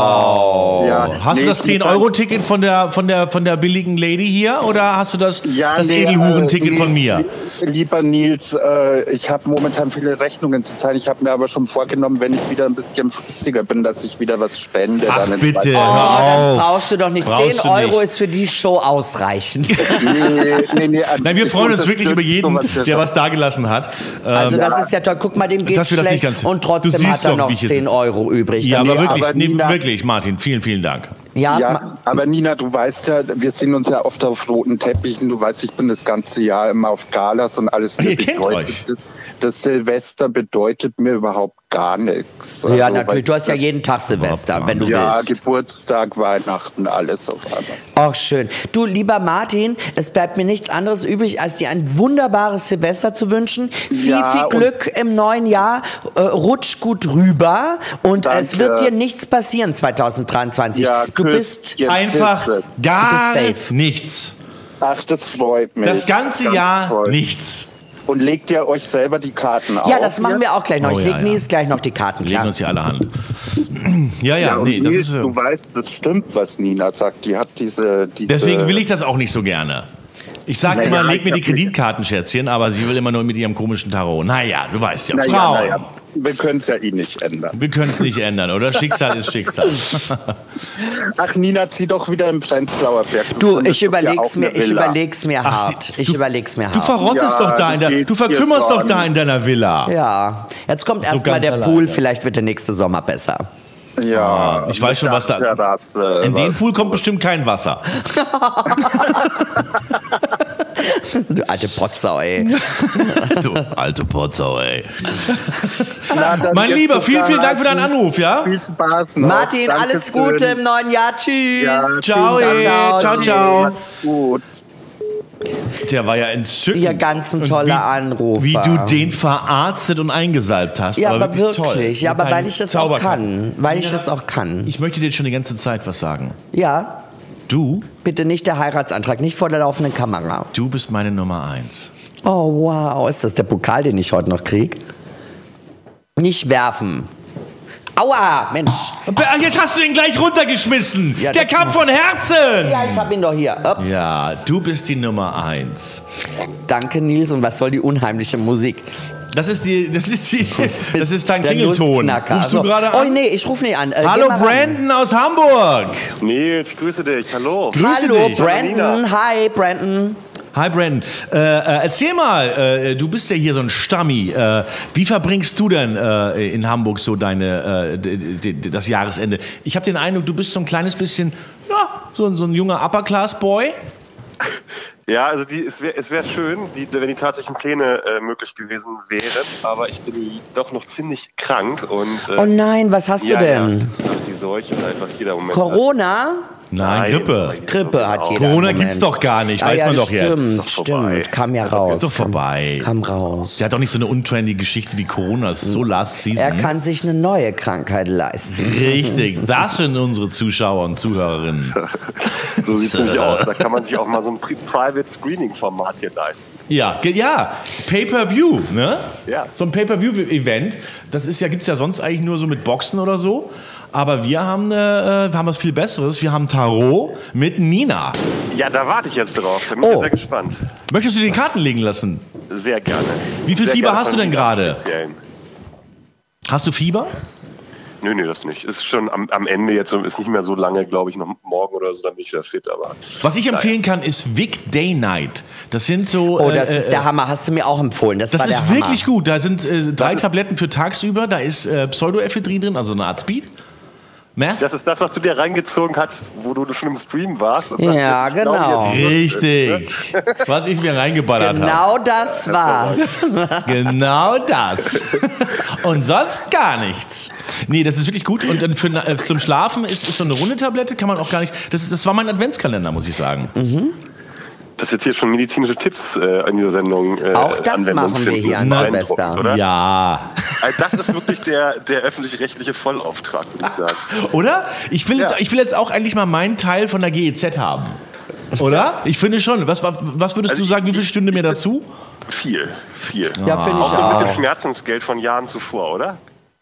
Speaker 1: Wow.
Speaker 4: Ja,
Speaker 1: Hast
Speaker 4: nee,
Speaker 1: du das
Speaker 4: ich muss
Speaker 1: 10-Euro-Ticket von der, von, der, von der billigen Lady hier oder hast du das,
Speaker 4: Ja,
Speaker 1: das
Speaker 4: nee,
Speaker 1: Edelhuren-Ticket
Speaker 4: äh,
Speaker 1: von mir?
Speaker 4: li- Lieber Nils, äh, ich habe momentan viele Rechnungen zu zahlen. Ich habe mir aber schon vorgenommen, wenn ich wieder ein bisschen flüssiger bin, dass ich wieder was spende.
Speaker 1: Ach
Speaker 4: dann in
Speaker 1: bitte,
Speaker 4: zwei-
Speaker 1: hör
Speaker 2: Oh, das
Speaker 1: auf.
Speaker 2: brauchst du doch nicht.
Speaker 1: Brauchst
Speaker 2: 10
Speaker 1: du
Speaker 2: Euro
Speaker 1: nicht. Ähm,
Speaker 2: ist für die Show ausreichend.
Speaker 4: Nee, nee, nee, also
Speaker 1: Nein, wir
Speaker 4: ich
Speaker 1: freuen uns wirklich über
Speaker 4: unterstütze
Speaker 1: jeden,
Speaker 4: sowas ja
Speaker 1: der was dagelassen hat.
Speaker 2: Also
Speaker 1: Ähm,
Speaker 2: das ist ja toll. Guck mal, dem geht's
Speaker 1: Dass wir das nicht
Speaker 2: schlecht
Speaker 1: ganz-
Speaker 2: und
Speaker 1: Du
Speaker 2: trotzdem
Speaker 1: siehst
Speaker 2: hat er
Speaker 1: doch,
Speaker 2: noch
Speaker 1: wie ich es-
Speaker 2: 10 Euro übrig.
Speaker 1: ja,
Speaker 2: Das
Speaker 1: aber
Speaker 2: ist-
Speaker 1: wirklich,
Speaker 4: aber
Speaker 1: nee,
Speaker 4: Nina-
Speaker 1: wirklich, Martin, vielen, vielen Dank.
Speaker 2: Ja,
Speaker 4: Ja,
Speaker 2: ma-
Speaker 4: aber Nina, du weißt ja, wir sehen uns ja oft auf roten Teppichen. Du weißt, ich bin das ganze Jahr immer auf Galas und alles.
Speaker 1: Ihr
Speaker 4: mir
Speaker 1: kennt
Speaker 4: bedeutet
Speaker 1: euch.
Speaker 4: Das, das Silvester bedeutet mir überhaupt gar nichts.
Speaker 2: ja
Speaker 4: Also,
Speaker 2: natürlich. Du
Speaker 4: weil-
Speaker 2: hast ja jeden Tag Silvester, wenn du
Speaker 4: ja,
Speaker 2: willst.
Speaker 4: Geburtstag, Weihnachten, alles auf einmal.
Speaker 2: Auch schön. Du, lieber Martin, es bleibt mir nichts anderes übrig, als dir ein wunderbares Silvester zu wünschen. Viel,
Speaker 4: Ja,
Speaker 2: viel
Speaker 4: und-
Speaker 2: Glück im neuen Jahr. Äh, rutsch gut rüber und
Speaker 4: Danke.
Speaker 2: es wird dir nichts passieren 2023.
Speaker 4: Ja,
Speaker 2: du
Speaker 4: küsst
Speaker 2: bist
Speaker 4: ihr
Speaker 1: Einfach
Speaker 4: Pisse.
Speaker 1: gar
Speaker 2: Du bist safe.
Speaker 1: nichts.
Speaker 4: Ach, das freut mich.
Speaker 1: Das ganze
Speaker 4: Ganz
Speaker 1: Jahr
Speaker 4: toll.
Speaker 1: nichts.
Speaker 4: Und legt ihr euch selber die Karten auf?
Speaker 2: Ja, das machen wir auch gleich noch.
Speaker 1: Oh,
Speaker 2: ich
Speaker 1: ja,
Speaker 2: leg
Speaker 1: ja.
Speaker 2: Nils gleich noch die Karten
Speaker 1: Legen
Speaker 2: klar.
Speaker 1: uns hier alle Hand. Ja, ja,
Speaker 4: Ja, und
Speaker 1: nee, das
Speaker 4: Nils,
Speaker 1: ist. äh,
Speaker 4: du weißt, das stimmt, was Nina sagt. Die hat diese. diese
Speaker 1: Deswegen will ich das auch nicht so gerne. Ich sage
Speaker 4: Äh. Naja,
Speaker 1: immer, leg mir die
Speaker 4: ich hab-
Speaker 1: Kreditkartenschätzchen, aber sie will immer nur mit ihrem komischen Tarot. Naja, du weißt ja,
Speaker 4: Naja,
Speaker 1: Frauen.
Speaker 4: naja, wir können es ja eh nicht ändern.
Speaker 1: Wir können es nicht ändern, oder? Schicksal ist Schicksal.
Speaker 4: Ach, Nina, zieh doch wieder im Prenzlauer Berg.
Speaker 2: Du,
Speaker 4: findest
Speaker 2: ich
Speaker 4: doch
Speaker 2: überleg's
Speaker 4: auch
Speaker 2: mir,
Speaker 4: eine
Speaker 2: ich
Speaker 4: Villa.
Speaker 2: überleg's mir hart. ich überleg's mir
Speaker 1: Du
Speaker 2: hart.
Speaker 1: verrottest
Speaker 4: Ja,
Speaker 1: doch da
Speaker 4: du
Speaker 1: in der, du
Speaker 4: geht's dir
Speaker 1: verkümmerst doch
Speaker 4: schon.
Speaker 1: da in deiner Villa.
Speaker 2: Ja, jetzt kommt erstmal
Speaker 1: ganz
Speaker 2: der
Speaker 1: allein,
Speaker 2: Pool,
Speaker 1: ja.
Speaker 2: vielleicht wird der nächste Sommer besser.
Speaker 4: Ja,
Speaker 1: Ah, Ich weiß schon, was da-
Speaker 4: Terrasse,
Speaker 1: In den
Speaker 4: was-
Speaker 1: Pool kommt bestimmt kein Wasser.
Speaker 2: Du alte Potsau, ey.
Speaker 1: Du alte Potsau, ey.
Speaker 4: Na, dann
Speaker 1: Mein
Speaker 4: jetzt
Speaker 1: Lieber,
Speaker 4: bis
Speaker 1: vielen, vielen Dank
Speaker 4: dahin.
Speaker 1: für deinen Anruf, ja?
Speaker 4: Viel Spaß noch.
Speaker 2: Martin, alles
Speaker 4: Dankeschön.
Speaker 2: Gute im neuen Jahr. Tschüss. eh.
Speaker 4: Ja, vielen
Speaker 1: Ciao,
Speaker 4: Dank.
Speaker 1: ciao, ciao, ciao.
Speaker 4: Macht's gut.
Speaker 1: Der war ja entzückend.
Speaker 2: Ihr ganzen
Speaker 1: Und
Speaker 2: toller
Speaker 1: wie,
Speaker 2: Anrufer.
Speaker 1: Wie du den verarztet und eingesalbt hast.
Speaker 2: Ja, aber wirklich.
Speaker 1: toll.
Speaker 2: Ja,
Speaker 1: Mit
Speaker 2: aber weil
Speaker 1: deinen
Speaker 2: ich das auch
Speaker 1: Zauberkräften.
Speaker 2: kann. Weil ich
Speaker 1: Ja.
Speaker 2: das auch kann.
Speaker 1: Ich möchte dir schon die ganze Zeit was sagen.
Speaker 2: Ja.
Speaker 1: Du,
Speaker 2: Bitte nicht der Heiratsantrag, nicht vor der laufenden Kamera.
Speaker 1: du bist meine Nummer eins.
Speaker 2: Oh, wow. Ist das der Pokal, den ich heute noch krieg? Nicht werfen. Aua, Mensch.
Speaker 1: Ah, Jetzt hast du den gleich runtergeschmissen.
Speaker 2: Ja,
Speaker 1: Der
Speaker 2: das
Speaker 1: kam von Herzen.
Speaker 2: Ja, ich hab ihn doch hier. Upp.
Speaker 1: Ja, du bist die Nummer eins.
Speaker 2: Danke, Nils. Und was soll die unheimliche Musik?
Speaker 1: Das ist die, das ist die, das ist dein
Speaker 2: Der
Speaker 1: Klingelton.
Speaker 2: Nussknacker.
Speaker 1: Rufst du
Speaker 2: Also-
Speaker 1: gerade
Speaker 2: Oh,
Speaker 1: an?
Speaker 2: nee, ich rufe nicht an. Äh,
Speaker 1: Hallo
Speaker 2: geh mal ran.
Speaker 1: Brandon aus Hamburg.
Speaker 3: Nils, grüße dich. Hallo.
Speaker 1: Grüße
Speaker 2: Hallo,
Speaker 1: dich.
Speaker 2: Brandon. Hi, Brandon.
Speaker 1: Hi Brandon. Äh, äh, erzähl mal, äh, du bist ja hier so ein Stammi. Äh, wie verbringst du denn äh, in Hamburg so deine, äh, d- d- d- das Jahresende? Ich habe den Eindruck, du bist so ein kleines bisschen, ja, so, ein- so ein junger Upper-Class-Boy.
Speaker 3: Ja, also die, es wäre es wär schön, die, wenn die tatsächlichen Pläne äh, möglich gewesen wären, aber ich bin doch noch ziemlich krank und. Äh,
Speaker 2: Oh nein, was hast
Speaker 3: ja,
Speaker 2: du denn?
Speaker 3: Ja, Ach, die Seuche halt, was jeder im Moment.
Speaker 2: Corona?
Speaker 1: Nein,
Speaker 3: Nein,
Speaker 1: Grippe.
Speaker 3: nein.
Speaker 2: Grippe hat jeder.
Speaker 1: Corona
Speaker 2: im Moment. Ah
Speaker 1: gibt's doch gar nicht, weiß man doch jetzt.
Speaker 2: stimmt,
Speaker 3: Ist doch vorbei.
Speaker 2: Stimmt, kam ja raus.
Speaker 1: Ist doch vorbei.
Speaker 2: Kam, kam raus.
Speaker 1: Der hat doch nicht so eine untrendy Geschichte wie Corona. Das ist so last season.
Speaker 2: Er kann sich eine neue Krankheit leisten.
Speaker 1: Richtig, das sind unsere Zuschauer und Zuhörerinnen. Äh,
Speaker 3: hat. So sieht es
Speaker 1: So.
Speaker 3: nämlich aus. Da kann man sich auch mal so ein Pri Private Screening-Format hier leisten.
Speaker 1: Ja, ge- ja, Pay-per-View, ne?
Speaker 3: Ja.
Speaker 1: So ein Pay-per-View-Event, das ist ja gibt's ja sonst eigentlich nur so mit Boxen oder so. Aber wir haben, äh, wir haben was viel Besseres. Wir haben Tarot mit Nina.
Speaker 3: Ja, da warte ich jetzt drauf. Da bin ich
Speaker 2: Oh.
Speaker 3: sehr gespannt.
Speaker 1: Möchtest du dir die Karten legen lassen?
Speaker 3: Sehr gerne.
Speaker 1: Wie viel
Speaker 3: sehr
Speaker 1: Fieber
Speaker 3: gerne
Speaker 1: hast
Speaker 3: von
Speaker 1: du denn
Speaker 3: ganz
Speaker 1: gerade?
Speaker 3: speziellen.
Speaker 1: Hast du Fieber?
Speaker 3: Nö, nö, das nicht. Ist schon am, am Ende jetzt, so- ist nicht mehr so lange, glaube ich, noch morgen oder so, dann bin ich wieder fit, aber.
Speaker 1: Was ich empfehlen kann, ist Vic Day Night. Das sind so.
Speaker 2: Oh,
Speaker 1: äh,
Speaker 2: das ist
Speaker 1: äh,
Speaker 2: der Hammer. Hast du mir auch empfohlen. Das,
Speaker 1: Das
Speaker 2: war der
Speaker 1: ist
Speaker 2: Hammer.
Speaker 1: wirklich gut. Da sind äh, drei
Speaker 3: ist-
Speaker 1: Tabletten für tagsüber. Da ist äh, Pseudoephedrin drin, also eine Art Speed. Meth?
Speaker 3: Das ist das, was du dir reingezogen hast, wo du schon im Stream warst. Und
Speaker 2: Ja,
Speaker 3: dachtest, ich glaub,
Speaker 2: genau.
Speaker 3: jetzt wird's
Speaker 1: Richtig. Was ich mir reingeballert habe.
Speaker 2: Genau das war's.
Speaker 1: Genau das. Und sonst gar nichts. Nee, das ist wirklich gut. Und dann für, äh, zum Schlafen ist, ist so eine runde Tablette, kann man auch gar nicht. Das, ist- das war mein Adventskalender, muss ich sagen.
Speaker 3: Mhm. Dass jetzt hier schon medizinische Tipps äh, in dieser Sendung. Äh,
Speaker 2: Auch das
Speaker 3: Anwendung
Speaker 2: machen wir
Speaker 3: finden,
Speaker 2: hier
Speaker 3: ist
Speaker 2: an
Speaker 3: beeindruckend,
Speaker 2: Silvester.
Speaker 3: Oder?
Speaker 1: Ja.
Speaker 3: Also das ist wirklich der, der öffentlich-rechtliche Vollauftrag, würde ich sagen.
Speaker 1: Oder? Ich will, jetzt,
Speaker 3: Ja.
Speaker 1: ich will jetzt auch endlich mal meinen Teil von der GEZ haben. Oder? Ich finde schon. Was, was- was würdest
Speaker 3: Also
Speaker 1: du
Speaker 3: ich-
Speaker 1: sagen, wie viele Stunden mir dazu?
Speaker 3: Viel, viel.
Speaker 2: Ja, finde ich
Speaker 3: Auch so ein bisschen
Speaker 2: auch.
Speaker 3: Schmerzensgeld von Jahren zuvor, oder?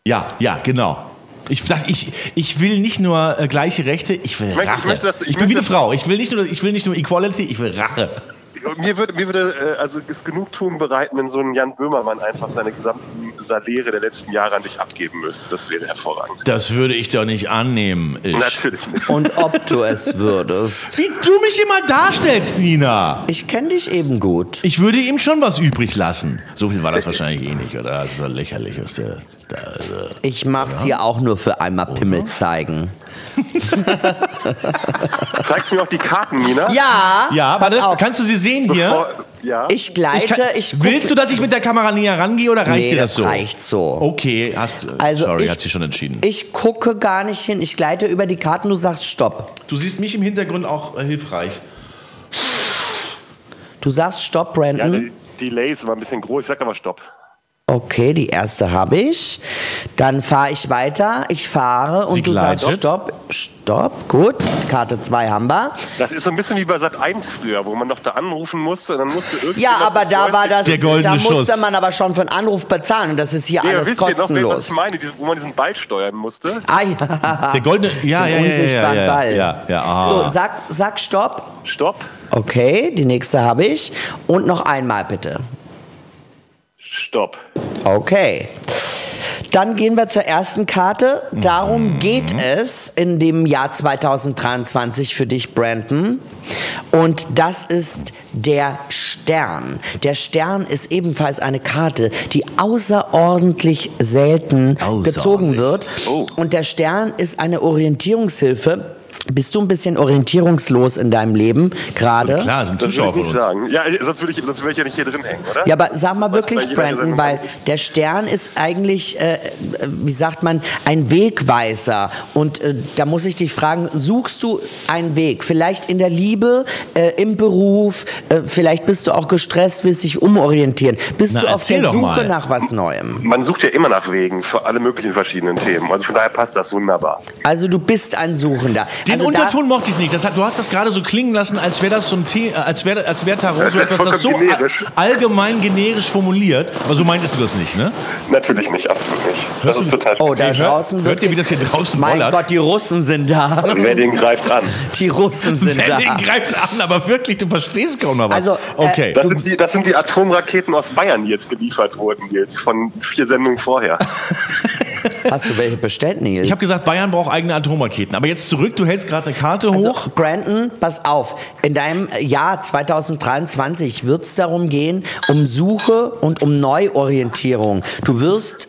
Speaker 1: Ja, ja, genau. Ich, sag, ich, ich will nicht nur äh, gleiche Rechte, ich will
Speaker 3: möchte- ich
Speaker 1: Rache. Ich,
Speaker 3: möchte das- ich
Speaker 1: bin wie
Speaker 3: möchte
Speaker 1: eine
Speaker 3: das-
Speaker 1: Frau. Ich will, nicht nur, ich will nicht nur Equality, ich will Rache.
Speaker 3: Mir würde, mir würde äh, also es Genugtuung bereiten, wenn so ein Jan Böhmermann einfach seine gesamten Saläre der letzten Jahre an dich abgeben müsste. Das wäre hervorragend.
Speaker 1: Das würde ich doch nicht annehmen. Ich.
Speaker 3: Natürlich nicht.
Speaker 2: Und ob du es würdest.
Speaker 1: Wie du mich immer darstellst, Nina.
Speaker 2: Ich kenne dich eben gut.
Speaker 1: Ich würde ihm schon was übrig lassen. So viel war das wahrscheinlich eh nicht, oder? Das ist doch lächerlich. Was der, da, also.
Speaker 2: Ich mach's hier auch nur für einmal Pimmel zeigen.
Speaker 3: Zeigst du mir auch die Karten, Nina?
Speaker 2: Ja,
Speaker 1: Ja,
Speaker 2: pass
Speaker 1: warte,
Speaker 2: auf.
Speaker 1: kannst du sie sehen hier?
Speaker 3: Bevor- ja.
Speaker 2: Ich
Speaker 1: Ich
Speaker 2: gleite,
Speaker 1: kann,
Speaker 2: ich, guck-
Speaker 1: willst du, dass ich mit der Kamera näher rangehe oder reicht
Speaker 2: Nee,
Speaker 1: dir das, so?
Speaker 2: das reicht so.
Speaker 1: Okay, hast,
Speaker 2: Also
Speaker 1: sorry,
Speaker 2: ich-
Speaker 1: hat sie schon entschieden.
Speaker 2: Ich gucke gar nicht hin. Ich gleite über die Karten, du sagst Stopp.
Speaker 1: du siehst mich im Hintergrund auch äh, hilfreich.
Speaker 2: Du sagst Stopp,
Speaker 3: ja,
Speaker 2: Brandon.
Speaker 3: die Delays war ein bisschen groß. Ich sag aber Stopp.
Speaker 2: Okay, die erste habe ich. Dann fahre ich weiter. Ich fahre und
Speaker 1: Sie
Speaker 2: du sagst
Speaker 1: gleitet.
Speaker 2: Stopp, Stopp. Gut, Karte 2 haben wir.
Speaker 3: Das ist so ein bisschen wie bei Sat 1 früher, wo man noch da anrufen musste und dann musste irgendwie.
Speaker 2: Ja, aber da war das,
Speaker 1: Der goldene
Speaker 2: da musste
Speaker 1: Schuss.
Speaker 2: man aber schon für einen Anruf bezahlen und das ist hier
Speaker 3: Ja,
Speaker 2: alles
Speaker 3: wisst ihr noch, wer- was
Speaker 2: kostenlos.
Speaker 3: ich meine, diese- wo man diesen Ball steuern musste?
Speaker 2: Ah, ja.
Speaker 1: Der goldene, ja, ja,
Speaker 2: Den
Speaker 1: ja, ja,
Speaker 2: unsichtbaren
Speaker 1: ja,
Speaker 2: Ball.
Speaker 1: ja, ja, ah.
Speaker 2: So, sag, sag Stopp.
Speaker 3: Stopp,
Speaker 2: Okay, die nächste habe ich. Und noch einmal bitte.
Speaker 3: Stopp.
Speaker 2: Okay. Dann gehen wir zur ersten Karte. Darum
Speaker 1: Mhm.
Speaker 2: geht es in dem Jahr 2023 für dich, Brandon. Und das ist der Stern. Der Stern ist ebenfalls eine Karte, die außerordentlich selten
Speaker 1: Außerordentlich.
Speaker 2: gezogen wird.
Speaker 3: Oh.
Speaker 2: Und der Stern ist eine Orientierungshilfe. Bist du ein bisschen orientierungslos in deinem Leben gerade?
Speaker 1: Klar, sind
Speaker 3: Das würde
Speaker 1: Zuschauer
Speaker 3: ich
Speaker 1: von
Speaker 3: nicht
Speaker 1: uns.
Speaker 3: sagen. Ja, sonst würde ich, sonst würde ich ja nicht hier drin hängen, oder?
Speaker 2: Ja, aber sag mal
Speaker 3: Weil- weil
Speaker 2: wirklich,
Speaker 3: jeder seine
Speaker 2: Brandon,
Speaker 3: Meinung
Speaker 2: weil
Speaker 3: hat.
Speaker 2: der Stern ist eigentlich, äh, äh, wie sagt man, ein Wegweiser. Und äh, da muss ich dich fragen, suchst du einen Weg? Vielleicht in der Liebe, äh, im Beruf, äh, vielleicht bist du auch gestresst, willst dich umorientieren. Bist
Speaker 1: Na,
Speaker 2: du auf
Speaker 1: erzähl
Speaker 2: der
Speaker 1: doch
Speaker 2: Suche
Speaker 1: mal.
Speaker 2: nach was Neuem?
Speaker 3: Man sucht ja immer nach Wegen für alle möglichen verschiedenen Themen. Also von daher passt das wunderbar.
Speaker 2: Also du bist ein Suchender.
Speaker 1: den
Speaker 2: Also da-
Speaker 1: Unterton mochte ich nicht. Das hat, du hast das gerade so klingen lassen, als wäre das so ein The äh, als wäre als wär Tarot
Speaker 3: Das
Speaker 1: so
Speaker 3: ist
Speaker 1: etwas, das so
Speaker 3: vollkommen generisch.
Speaker 1: all- allgemein generisch formuliert. Aber so meintest du das nicht, ne?
Speaker 3: Natürlich nicht, absolut nicht. Das
Speaker 1: Hörst
Speaker 3: ist
Speaker 1: du-
Speaker 3: total
Speaker 2: Oh, da
Speaker 1: Ihr hört-
Speaker 2: draußen
Speaker 1: hört ihr, wie das hier draußen
Speaker 2: Mein
Speaker 1: bollert?
Speaker 2: Gott, die Russen sind da.
Speaker 3: Wer den greift an?
Speaker 2: Die Russen sind da. Äh,
Speaker 1: Henning greift an, Oh aber wirklich, du verstehst kaum noch was.
Speaker 2: Also, äh,
Speaker 1: okay.
Speaker 3: Das sind, die, das sind die Atomraketen aus Bayern, die jetzt geliefert wurden, jetzt von vier Sendungen vorher.
Speaker 2: Hast du welche bestellt, Nils?
Speaker 1: ich habe gesagt, Bayern braucht eigene Atomraketen. Aber jetzt zurück, du hältst gerade eine Karte
Speaker 2: Also,
Speaker 1: hoch.
Speaker 2: Brandon, pass auf. In deinem Jahr 2023 wird es darum gehen, um Suche und um Neuorientierung. Du wirst,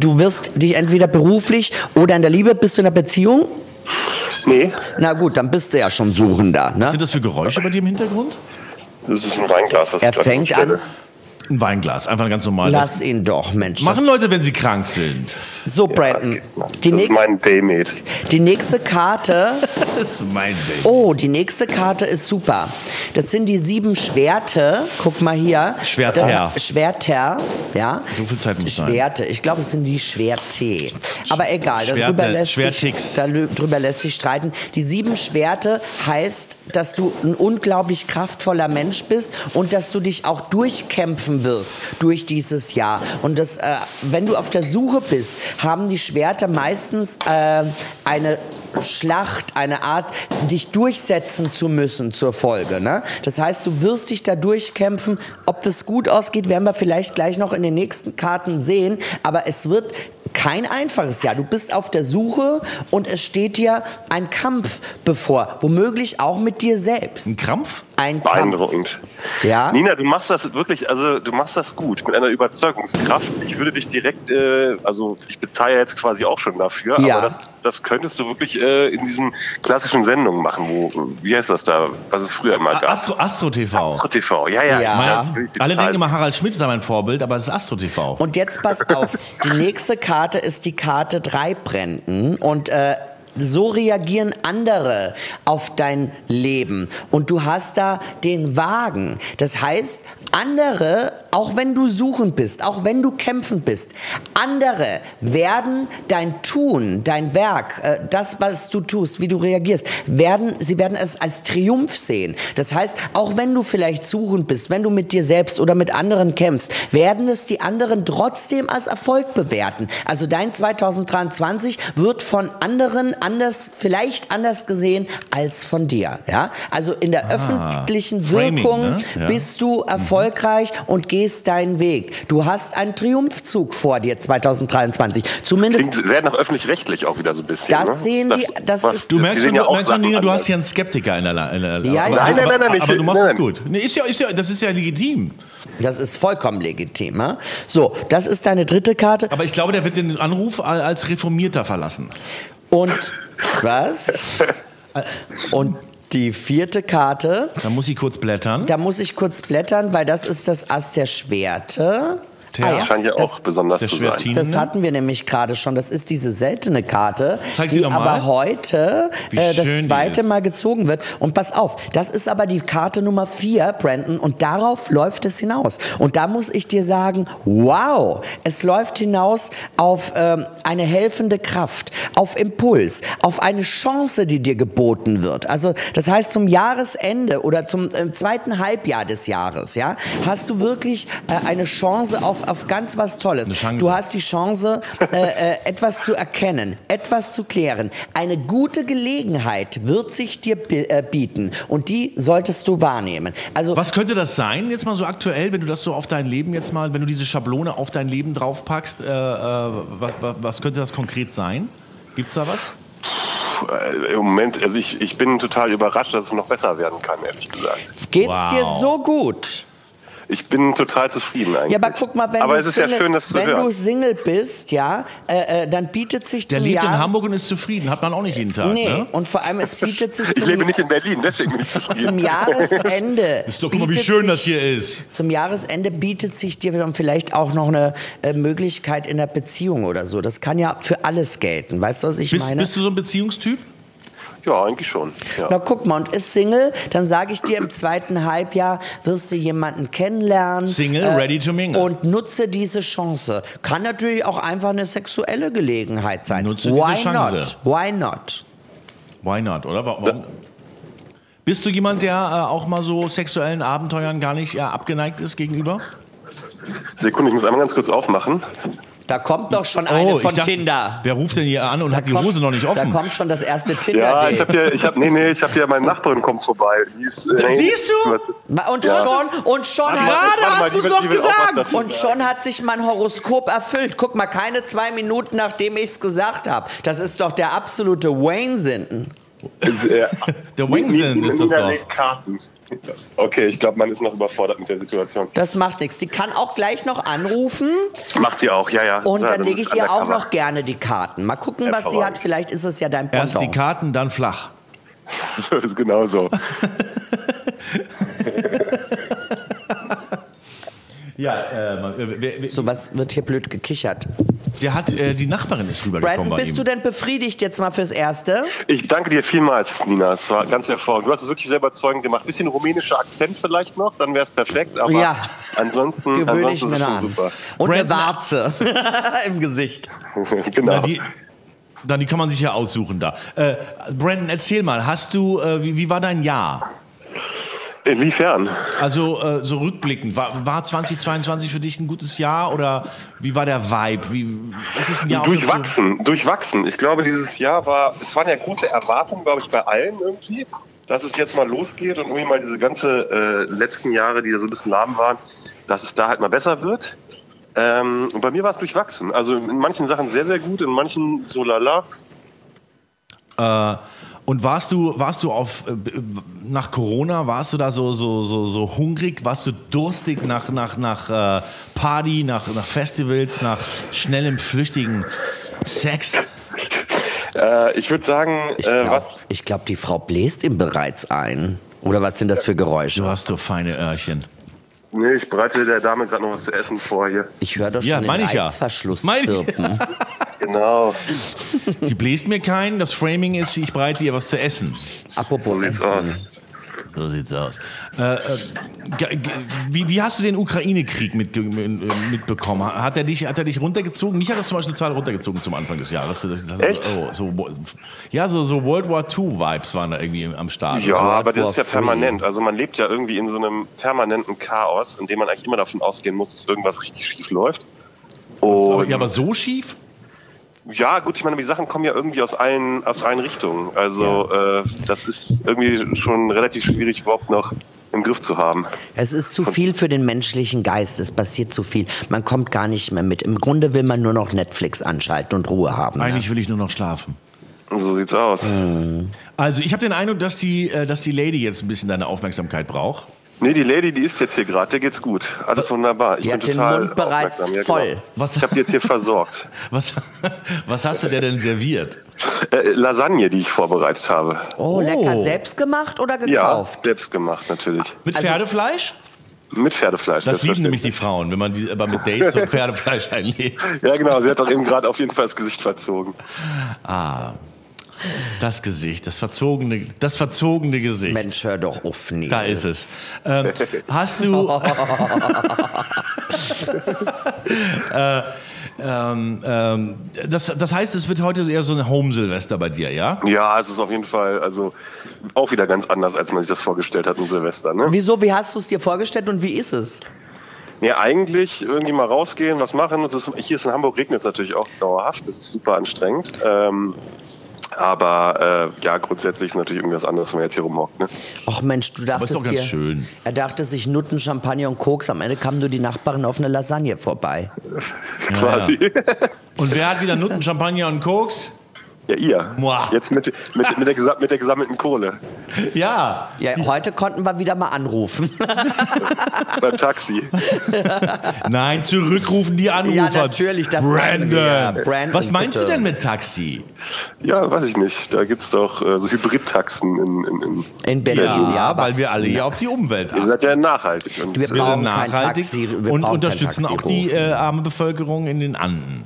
Speaker 2: du wirst dich entweder beruflich oder in der Liebe, bist du in einer Beziehung?
Speaker 3: Nee,
Speaker 2: Na gut, dann bist du ja schon Suchender. Ne?
Speaker 1: Sind das für Geräusche bei dir im Hintergrund?
Speaker 3: das ist ein Weinglas. Das
Speaker 2: Er
Speaker 3: ich auf
Speaker 2: fängt
Speaker 3: die Stelle-
Speaker 2: an.
Speaker 1: Ein Weinglas, einfach ein ganz normales.
Speaker 2: Lass ihn doch, Mensch.
Speaker 1: Machen Leute, wenn sie krank sind.
Speaker 2: Das, so,
Speaker 3: Ja, das,
Speaker 2: Brandon.
Speaker 3: geht, das,
Speaker 2: die,
Speaker 3: das ist
Speaker 2: nächst,
Speaker 3: mein Daymate.
Speaker 2: die nächste Karte
Speaker 1: Das ist mein Ding.
Speaker 2: Oh, die nächste Karte ist super. Das sind die sieben Schwerte. Guck mal hier.
Speaker 1: Schwerter.
Speaker 2: Das, Schwerter, ja.
Speaker 1: So viel Zeit muss sein.
Speaker 2: Schwerte. Ich glaube, es sind die Schwerte. Aber egal,
Speaker 1: Schwerte,
Speaker 2: darüber lässt,
Speaker 1: Schwertix.
Speaker 2: sich, darüber lässt sich streiten. Die sieben Schwerte heißt, dass du ein unglaublich kraftvoller Mensch bist und dass du dich auch durchkämpfen wirst durch dieses Jahr. Und das, äh, wenn du auf der Suche bist, haben die Schwerter meistens äh, eine Schlacht, eine Art, dich durchsetzen zu müssen zur Folge. Ne? Das heißt, du wirst dich da durchkämpfen. Ob das gut ausgeht, werden wir vielleicht gleich noch in den nächsten Karten sehen. Aber es wird kein einfaches Jahr. Du bist auf der Suche und es steht dir ein Kampf bevor. Womöglich auch mit dir
Speaker 1: Ein
Speaker 2: selbst.
Speaker 1: Krampf?
Speaker 2: Ein Kampf.
Speaker 3: Beeindruckend.
Speaker 2: Ja?
Speaker 3: Nina, du machst das wirklich, also du machst das gut mit einer Überzeugungskraft. Ich würde dich direkt, äh, also ich bezahle jetzt quasi auch schon dafür,
Speaker 2: Ja.
Speaker 3: aber das, das könntest du wirklich äh, in diesen klassischen Sendungen machen, wo, wie heißt das da, was es früher immer gab?
Speaker 1: Astro, Astro TV.
Speaker 3: Astro TV, ja, ja.
Speaker 2: Ja.
Speaker 3: ich
Speaker 1: Meine,
Speaker 3: weiß, ich will sie
Speaker 1: Alle
Speaker 3: bezahlen.
Speaker 1: denken immer, Harald Schmidt sei mein Vorbild, aber es ist Astro TV.
Speaker 2: Und jetzt pass auf, die nächste Karte ist die Karte drei Bränden und äh, so reagieren andere auf dein Leben und du hast da den Wagen. Das heißt, andere, auch wenn du suchend bist, auch wenn du kämpfend bist, andere werden dein Tun, dein Werk, äh, das, was du tust, wie du reagierst, werden, sie werden es als Triumph sehen. Das heißt, auch wenn du vielleicht suchend bist, wenn du mit dir selbst oder mit anderen kämpfst, werden es die anderen trotzdem als Erfolg bewerten. Also dein 2023 wird von anderen anders, vielleicht anders gesehen als von dir. Ja? Also in der öffentlichen
Speaker 1: Ah, Framing,
Speaker 2: Wirkung
Speaker 1: ne? Ja.
Speaker 2: bist du erfolgreich und gehst deinen Weg. Du hast einen Triumphzug vor dir 2023. Zumindest
Speaker 3: Klingt sehr nach öffentlich-rechtlich auch wieder so ein bisschen.
Speaker 2: Das
Speaker 3: ne?
Speaker 2: sehen die- das ist-
Speaker 1: Du
Speaker 3: die
Speaker 1: merkst
Speaker 3: sehen
Speaker 1: schon,
Speaker 3: ja
Speaker 1: du,
Speaker 3: auch
Speaker 1: merkst schon
Speaker 3: Sachen
Speaker 1: Nina, du
Speaker 3: anders.
Speaker 1: hast hier einen Skeptiker in der La- in der La-
Speaker 2: Ja, ja.
Speaker 1: aber,
Speaker 2: Nein, nein,
Speaker 1: aber-
Speaker 3: nein, nein, ich-
Speaker 1: aber du machst
Speaker 3: nein,
Speaker 1: es
Speaker 3: nein.
Speaker 1: gut. Nee, ist ja, ist ja, das ist ja legitim.
Speaker 2: Das ist vollkommen legitim. Ja? So, das ist deine dritte Karte.
Speaker 1: Aber ich glaube, der wird den Anruf al- als Reformierter verlassen.
Speaker 2: Und was? Und die vierte Karte.
Speaker 1: Da muss ich kurz blättern.
Speaker 2: Da muss ich kurz blättern, weil das ist das Ass der Schwerte.
Speaker 1: Tja.
Speaker 3: Scheint ja auch
Speaker 2: das,
Speaker 3: besonders
Speaker 1: der ne?
Speaker 3: zu
Speaker 1: Schwertin.
Speaker 3: sein.
Speaker 2: Ah, das hatten wir nämlich gerade schon. Das ist diese seltene Karte,
Speaker 1: Zeig sie
Speaker 2: die
Speaker 1: doch mal.
Speaker 2: aber heute
Speaker 1: Wie
Speaker 2: äh,
Speaker 1: schön die
Speaker 2: das zweite
Speaker 1: ist.
Speaker 2: Mal gezogen wird. Und pass auf, das ist aber die Karte Nummer vier, Brandon, und darauf läuft es hinaus. Und da muss ich dir sagen, wow, es läuft hinaus auf ähm, eine helfende Kraft, auf Impuls, auf eine Chance, die dir geboten wird. Also das heißt, zum Jahresende oder zum äh, zweiten Halbjahr des Jahres, ja, hast du wirklich äh, eine Chance auf, auf ganz was Tolles.
Speaker 1: Eine Chance.
Speaker 2: Du hast die Chance, äh, äh, etwas zu erkennen, etwas zu klären. Eine gute Gelegenheit wird sich dir bi- äh, bieten und die solltest du wahrnehmen. Also
Speaker 1: Was könnte das sein, jetzt mal so aktuell, wenn du das so auf dein Leben jetzt mal, wenn du diese Schablone auf dein Leben draufpackst, äh, äh, was, was, was könnte das konkret sein? Gibt's da was?
Speaker 3: Äh, Im Moment, also ich, ich bin total überrascht, dass es noch besser werden kann, ehrlich gesagt.
Speaker 2: geht's
Speaker 1: Wow.
Speaker 2: dir so gut?
Speaker 3: Ich bin total zufrieden eigentlich.
Speaker 2: Ja, aber guck mal, wenn
Speaker 3: Aber
Speaker 2: du
Speaker 3: es ist
Speaker 2: Single,
Speaker 3: ja schön, das zu
Speaker 2: wenn du
Speaker 3: hören.
Speaker 2: Single bist, ja, äh, äh, dann bietet sich
Speaker 1: Der
Speaker 2: zum
Speaker 1: lebt
Speaker 2: Jahr
Speaker 1: in Hamburg und ist zufrieden, hat man auch nicht jeden Tag.
Speaker 2: Nee,
Speaker 1: Ne?
Speaker 2: und vor allem es bietet sich
Speaker 3: Ich
Speaker 2: zum,
Speaker 3: lebe nicht in Berlin, deswegen bin ich
Speaker 2: zum
Speaker 3: zufrieden.
Speaker 2: Jahresende.
Speaker 1: Ist doch, guck mal, wie
Speaker 2: bietet
Speaker 1: schön
Speaker 2: sich-
Speaker 1: das hier ist.
Speaker 2: Zum Jahresende bietet sich dir dann vielleicht auch noch eine äh, Möglichkeit in der Beziehung oder so. Das kann ja für alles gelten. Weißt du, was ich
Speaker 1: Bist,
Speaker 2: meine?
Speaker 1: bist du so ein Beziehungstyp?
Speaker 3: Ja, eigentlich schon. Ja.
Speaker 2: Na guck mal, und ist Single, dann sage ich dir, im zweiten Halbjahr wirst du jemanden kennenlernen.
Speaker 1: Single, ready to mingle.
Speaker 2: Äh, Und nutze diese Chance. Kann natürlich auch einfach eine sexuelle Gelegenheit sein.
Speaker 1: Nutze
Speaker 2: Why
Speaker 1: diese Chance.
Speaker 2: not? Why not?
Speaker 1: Why not, oder? Wa- Warum? Bist du jemand, der äh, auch mal so sexuellen Abenteuern gar nicht äh, abgeneigt ist gegenüber?
Speaker 3: Sekunde, ich muss einmal ganz kurz aufmachen.
Speaker 2: Da kommt doch schon eine
Speaker 1: Oh, ich
Speaker 2: von
Speaker 1: dachte,
Speaker 2: Tinder.
Speaker 1: Wer ruft denn hier an und hat die
Speaker 2: Kommt-
Speaker 1: Hose noch nicht offen?
Speaker 2: Da kommt schon das erste
Speaker 3: Ja,
Speaker 2: Tinder-Date.
Speaker 3: ich habe hier, ich habe, nee, nee, ich habe hier, meine Nachbarin kommt vorbei. Die ist, äh,
Speaker 1: Siehst du?
Speaker 2: Ma- Und
Speaker 3: Ja.
Speaker 2: schon, und schon,
Speaker 3: Warte,
Speaker 2: hat,
Speaker 3: warte, warte mal,
Speaker 1: hast
Speaker 3: die
Speaker 1: du's
Speaker 3: will-
Speaker 1: noch
Speaker 3: die will auch was
Speaker 1: gesagt.
Speaker 3: dazu
Speaker 2: und
Speaker 3: sagen.
Speaker 2: schon hat sich mein Horoskop erfüllt. Guck mal, keine zwei Minuten, nachdem ich's gesagt habe. Das ist doch der absolute Wayne-Sinden.
Speaker 3: Äh,
Speaker 1: Der Wingsin
Speaker 3: Nina
Speaker 1: ist das doch.
Speaker 3: legt Karten. Okay, ich glaube, man ist noch überfordert mit der Situation.
Speaker 2: Das macht nichts. Die kann auch gleich noch anrufen
Speaker 3: Macht sie auch, ja, ja.
Speaker 2: und
Speaker 3: ja,
Speaker 2: dann
Speaker 3: du
Speaker 2: lege ich
Speaker 3: bist
Speaker 2: ihr auch
Speaker 3: undercover.
Speaker 2: noch gerne die Karten. Mal gucken, was sie hat.
Speaker 3: Hervorragend.
Speaker 2: Vielleicht ist es ja dein
Speaker 1: Erst die
Speaker 2: Pendant.
Speaker 1: Karten, dann flach.
Speaker 3: Das ist genau so.
Speaker 1: Ja, äh, man- äh, wer, wer,
Speaker 2: So was wird hier blöd gekichert.
Speaker 1: der hat, äh, die Nachbarin ist rübergekommen
Speaker 2: Brandon,
Speaker 1: bei
Speaker 2: bist du
Speaker 1: ihm.
Speaker 2: denn befriedigt jetzt mal fürs Erste?
Speaker 3: Ich danke dir vielmals, Nina. Es war ganz hervorragend. Du hast es wirklich sehr überzeugend gemacht. Bisschen rumänischer Akzent vielleicht noch, dann wäre es perfekt. Aber
Speaker 2: Ja.
Speaker 3: ansonsten,
Speaker 2: Gewöhne ich
Speaker 3: ansonsten
Speaker 2: mir
Speaker 3: ist es
Speaker 2: da
Speaker 3: schon
Speaker 2: an.
Speaker 3: super.
Speaker 2: Und eine
Speaker 1: Brandon-
Speaker 2: Warze im Gesicht.
Speaker 3: genau.
Speaker 1: Na, die, dann die kann man sich ja aussuchen da. Äh, Brandon, erzähl mal, hast du, äh, wie, wie war dein Jahr?
Speaker 3: Inwiefern?
Speaker 1: Also äh, so rückblickend, war, war 2022 für dich ein gutes Jahr oder wie war der Vibe? Wie, ist es ein Jahr auch so-
Speaker 3: Durchwachsen, durchwachsen. Ich glaube, dieses Jahr war, es waren ja große Erwartungen, glaube ich, bei allen irgendwie, dass es jetzt mal losgeht und irgendwie mal diese ganze äh, letzten Jahre, die ja so ein bisschen lahm waren, dass es da halt mal besser wird. Ähm, und bei mir war es durchwachsen. Also in manchen Sachen sehr, sehr gut, in manchen so lala.
Speaker 1: Äh, und warst du, warst du auf, äh, b- nach Corona, warst du da so, so, so, so hungrig, warst du durstig nach, nach, nach äh, Party, nach, nach Festivals, nach schnellem, flüchtigen Sex?
Speaker 3: Äh, ich würde sagen,
Speaker 2: Ich
Speaker 3: äh,
Speaker 2: glaube,
Speaker 3: was
Speaker 2: glaub, die Frau bläst ihm bereits ein. Oder was sind das für
Speaker 1: Du
Speaker 2: Geräusche?
Speaker 1: hast so feine Öhrchen.
Speaker 3: Nee, ich bereite der Dame gerade noch was zu essen vor hier.
Speaker 2: Ich höre doch schon
Speaker 1: Ja,
Speaker 2: den
Speaker 1: mein ich ja.
Speaker 2: Reißverschluss
Speaker 1: Mein ich.
Speaker 2: zirpen.
Speaker 3: Genau.
Speaker 1: Die bläst mir keinen, das Framing ist, ich bereite ihr was zu essen.
Speaker 2: Apropos
Speaker 3: sieht's aus.
Speaker 2: Essen.
Speaker 1: So sieht's aus. Äh, äh, ge- ge- wie, wie hast du den Ukraine-Krieg mitge- äh, mitbekommen? Hat er, dich, hat er dich runtergezogen? Mich hat das zum Beispiel total runtergezogen zum Anfang des Jahres. Das, das,
Speaker 3: Echt?
Speaker 1: Oh, so, ja, so, so World War II-Vibes waren da irgendwie am Start.
Speaker 3: Ja, aber
Speaker 2: war
Speaker 3: das ist ja
Speaker 2: free.
Speaker 3: permanent. Also man lebt ja irgendwie in so einem permanenten Chaos, in dem man eigentlich immer davon ausgehen muss, dass irgendwas richtig schief läuft.
Speaker 1: aber,
Speaker 3: Und
Speaker 1: ja, aber so schief?
Speaker 3: ja, gut, ich meine, die Sachen kommen ja irgendwie aus allen, aus allen Richtungen. Also äh, das ist irgendwie schon relativ schwierig, überhaupt noch im Griff zu haben.
Speaker 2: Es ist zu viel für den menschlichen Geist. Es passiert zu viel. Man kommt gar nicht mehr mit. Im Grunde will man nur noch Netflix anschalten und Ruhe haben. ne?
Speaker 1: Eigentlich will ich nur noch schlafen.
Speaker 3: So sieht's aus.
Speaker 2: Hm.
Speaker 1: Also, ich habe den Eindruck, dass die, äh, dass die Lady jetzt ein bisschen deine Aufmerksamkeit braucht.
Speaker 3: Nee, die Lady, die ist jetzt hier gerade, der geht's gut. Alles wunderbar. Ich
Speaker 2: Die
Speaker 3: bin
Speaker 2: hat den
Speaker 3: total
Speaker 2: Mund bereits
Speaker 3: aufmerksam. Ja,
Speaker 2: voll.
Speaker 3: Genau.
Speaker 1: Was-
Speaker 3: Ich habe die jetzt hier versorgt.
Speaker 1: Was, was hast du der denn serviert?
Speaker 3: Äh, Lasagne, die ich vorbereitet habe.
Speaker 2: Oh, lecker.
Speaker 1: Oh.
Speaker 2: Selbst gemacht oder
Speaker 3: Ja,
Speaker 2: gekauft?
Speaker 3: selbst gemacht natürlich.
Speaker 1: Mit
Speaker 2: Also-
Speaker 1: Pferdefleisch?
Speaker 3: Mit Pferdefleisch.
Speaker 1: Das lieben nämlich
Speaker 3: selbstverständlich.
Speaker 1: die Frauen, wenn man die aber mit Date so Pferdefleisch einlädt.
Speaker 3: Ja, genau. Sie hat doch eben gerade auf jeden Fall das Gesicht verzogen.
Speaker 1: Ah, das Gesicht, das verzogene, das verzogene Gesicht.
Speaker 2: Mensch, hör doch auf, Nils.
Speaker 1: Da ist es. Ähm, hast du. äh, ähm, ähm, das, das heißt, es wird heute eher so ein Home-Silvester bei dir, ja?
Speaker 3: Ja, es ist auf jeden Fall also auch wieder ganz anders, als man sich das vorgestellt hat in Silvester. Ne?
Speaker 2: Wieso, wie hast du es dir vorgestellt und wie ist es?
Speaker 3: Ja, eigentlich irgendwie mal rausgehen, was machen. Und das ist, hier ist in Hamburg regnet es natürlich auch dauerhaft. Das ist super anstrengend. Ähm, aber äh, ja, grundsätzlich ist natürlich irgendwas anderes, wenn man jetzt hier rumhockt. Ne?
Speaker 2: Ach Mensch, du
Speaker 1: Aber ist
Speaker 2: dachtest
Speaker 1: doch ganz
Speaker 2: dir,
Speaker 1: schön.
Speaker 2: er dachte sich Nutten, Champagner und Koks. Am Ende kam nur die Nachbarin auf eine Lasagne vorbei.
Speaker 3: Quasi. Ja,
Speaker 1: Und wer hat wieder Nutten, Champagner und Koks?
Speaker 3: ihr.
Speaker 1: Mua.
Speaker 3: Jetzt mit, mit, mit, der, gesa- mit der gesammelten Kohle
Speaker 1: Ja.
Speaker 2: Ja, heute konnten wir wieder mal anrufen.
Speaker 3: beim Taxi.
Speaker 1: Nein, zurückrufen die Anrufer.
Speaker 2: Ja, natürlich, das machen
Speaker 1: Brandon.
Speaker 2: wir. Brandon,
Speaker 1: Was meinst
Speaker 2: bitte.
Speaker 1: du denn mit Taxi?
Speaker 3: Ja, weiß ich nicht. Da gibt's doch äh, so Hybridtaxen in, in, in.
Speaker 2: In Berlin, ja. aber
Speaker 1: weil wir alle hier auf die Umwelt achten.
Speaker 3: Ihr seid ja nachhaltig. Und, äh,
Speaker 2: Wir
Speaker 1: Wir sind
Speaker 2: brauchen kein
Speaker 1: nachhaltig
Speaker 2: Taxi- wir brauchen
Speaker 1: und
Speaker 2: kein
Speaker 1: unterstützen auch die äh, arme Bevölkerung in den Anden.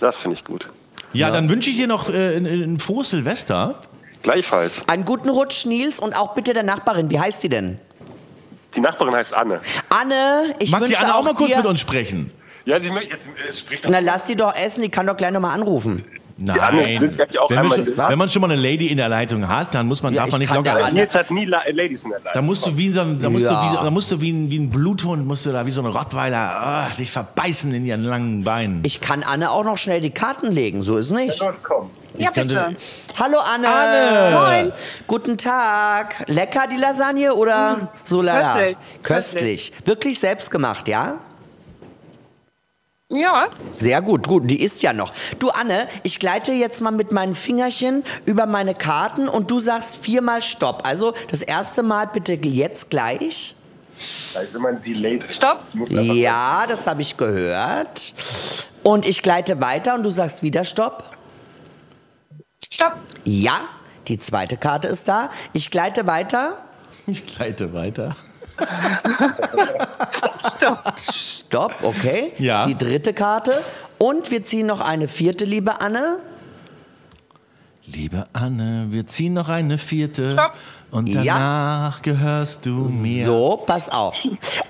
Speaker 3: das finde ich gut.
Speaker 1: Ja, dann wünsche ich dir noch äh, ein, ein frohes Silvester.
Speaker 3: Gleichfalls.
Speaker 2: Einen guten Rutsch, Nils, und auch bitte der Nachbarin. Wie heißt sie denn?
Speaker 3: Die Nachbarin heißt Anne.
Speaker 2: Anne, ich
Speaker 1: Mag die
Speaker 2: wünsche
Speaker 1: Anna auch mal kurz
Speaker 2: dir,
Speaker 1: mit uns sprechen?
Speaker 3: Ja, sie möchte jetzt äh, spricht doch.
Speaker 2: Na, lass die doch essen, die kann doch gleich nochmal anrufen.
Speaker 3: anderen
Speaker 1: Nein.
Speaker 3: sind- ihr habt ja auch
Speaker 1: Wenn, wir
Speaker 3: einmal
Speaker 1: schon,
Speaker 3: Was?
Speaker 1: wenn man schon mal eine Lady in der Leitung hat, dann muss man,
Speaker 2: Ja,
Speaker 1: darf man
Speaker 2: ich
Speaker 1: nicht
Speaker 2: kann
Speaker 1: locker
Speaker 2: ja
Speaker 3: Aber
Speaker 1: lassen.
Speaker 3: Nils hat nie La äh, Ladies in der Leitung.
Speaker 1: Da musst du wie, ein- da musst du
Speaker 2: Ja.
Speaker 1: wie, da musst du wie, ein, wie ein Bluthund, musst du da wie so ein Rottweiler ah, dich verbeißen in ihren langen Beinen.
Speaker 2: Ich kann Anne auch noch schnell die Karten legen, so ist nicht.
Speaker 3: Los, komm.
Speaker 5: Ja, bitte.
Speaker 1: könnte-
Speaker 2: Hallo Anne.
Speaker 1: Anne.
Speaker 5: Moin.
Speaker 2: Guten Tag. Lecker die Lasagne oder so lala?
Speaker 5: Hm, köstlich,
Speaker 2: Köstlich. Wirklich selbst gemacht, ja?
Speaker 5: Ja,
Speaker 2: Sehr gut, gut, die ist ja noch. Du Anne, ich gleite jetzt mal mit meinen Fingerchen über meine Karten und du sagst viermal Stopp. Also das erste Mal bitte jetzt gleich.
Speaker 3: Da
Speaker 4: Also
Speaker 3: ist immer ein Delay drin.
Speaker 5: Stopp.
Speaker 3: Ich muss einfach-
Speaker 2: Ja, das habe ich gehört. Und ich gleite weiter und du sagst wieder Stopp.
Speaker 5: stopp.
Speaker 2: Ja, die zweite Karte ist da. Ich gleite weiter.
Speaker 1: Ich gleite weiter.
Speaker 2: Stopp, okay.
Speaker 1: Ja.
Speaker 2: Die dritte Karte. Und wir ziehen noch eine vierte, liebe Anne.
Speaker 1: Liebe Anne, wir ziehen noch eine vierte.
Speaker 5: Stopp.
Speaker 1: Und
Speaker 2: Ja.
Speaker 1: danach gehörst du mir.
Speaker 2: So, pass auf.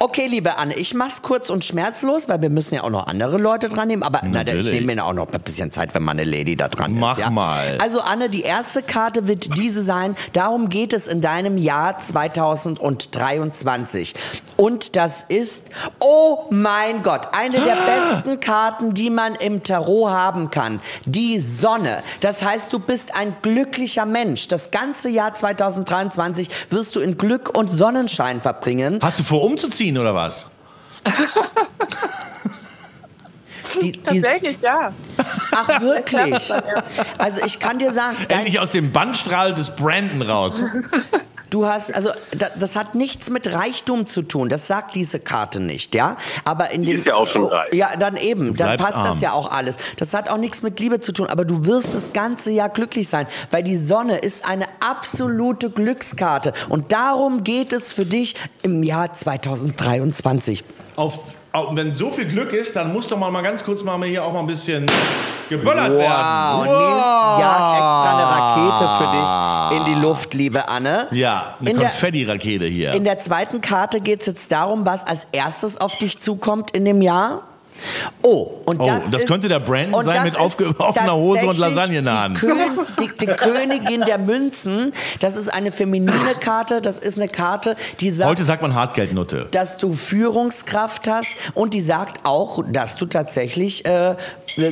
Speaker 2: Okay, liebe Anne, ich mach's kurz und schmerzlos, weil wir müssen ja auch noch andere Leute dran nehmen. Aber na,
Speaker 1: Natürlich.
Speaker 2: ich nehme mir auch noch ein bisschen Zeit, wenn meine Lady da dran
Speaker 1: Mach
Speaker 2: ist. Ja?
Speaker 1: mal.
Speaker 2: Also Anne, die erste Karte wird diese sein. Darum geht es in deinem Jahr 2023. Und das ist, oh mein Gott, eine der besten Karten, die man im Tarot haben kann. Die Sonne. Das heißt, du bist ein glücklicher Mensch. Das ganze Jahr 2023 wirst du in Glück und Sonnenschein verbringen.
Speaker 1: Hast du vor, umzuziehen oder was?
Speaker 2: Die, die,
Speaker 5: Tatsächlich, ja.
Speaker 2: ach wirklich? Also ich kann dir sagen, dein,
Speaker 1: Endlich aus dem Bandstrahl des Brandon raus.
Speaker 2: Du hast, also da, das hat nichts mit Reichtum zu tun. Das sagt diese Karte nicht, ja. Aber in dem Oh,
Speaker 3: ist ja auch schon reich.
Speaker 2: Ja, dann eben, dann
Speaker 1: bleibst
Speaker 2: passt
Speaker 1: arm.
Speaker 2: das ja auch alles. Das hat auch nichts mit Liebe zu tun. Aber du wirst das ganze Jahr glücklich sein, weil die Sonne ist eine absolute Glückskarte und darum geht es für dich im Jahr 2023.
Speaker 1: Auf, auf, wenn so viel Glück ist, dann muss doch mal, mal ganz kurz mal hier auch mal ein bisschen geböllert
Speaker 2: Wow,
Speaker 1: werden.
Speaker 2: Nils jagt extra eine Rakete für dich in die Luft, liebe Anne.
Speaker 1: Ja, eine
Speaker 2: In der-
Speaker 1: Konfetti-Rakete hier.
Speaker 2: In der zweiten Karte geht es jetzt darum, was als erstes auf dich zukommt in dem Jahr. Oh, und
Speaker 1: Oh,
Speaker 2: das,
Speaker 1: und das
Speaker 2: ist,
Speaker 1: könnte der Brandon
Speaker 2: und
Speaker 1: sein
Speaker 2: das
Speaker 1: mit
Speaker 2: ist
Speaker 1: aufge- offener Hose und
Speaker 2: tatsächlich
Speaker 1: Lasagne in der Hand.
Speaker 2: Die, Kön die, die Königin der Münzen, das ist eine feminine Karte, das ist eine Karte, die sagt,
Speaker 1: Heute sagt man Hartgeldnutte.
Speaker 2: dass du Führungskraft hast und die sagt auch, dass du tatsächlich äh,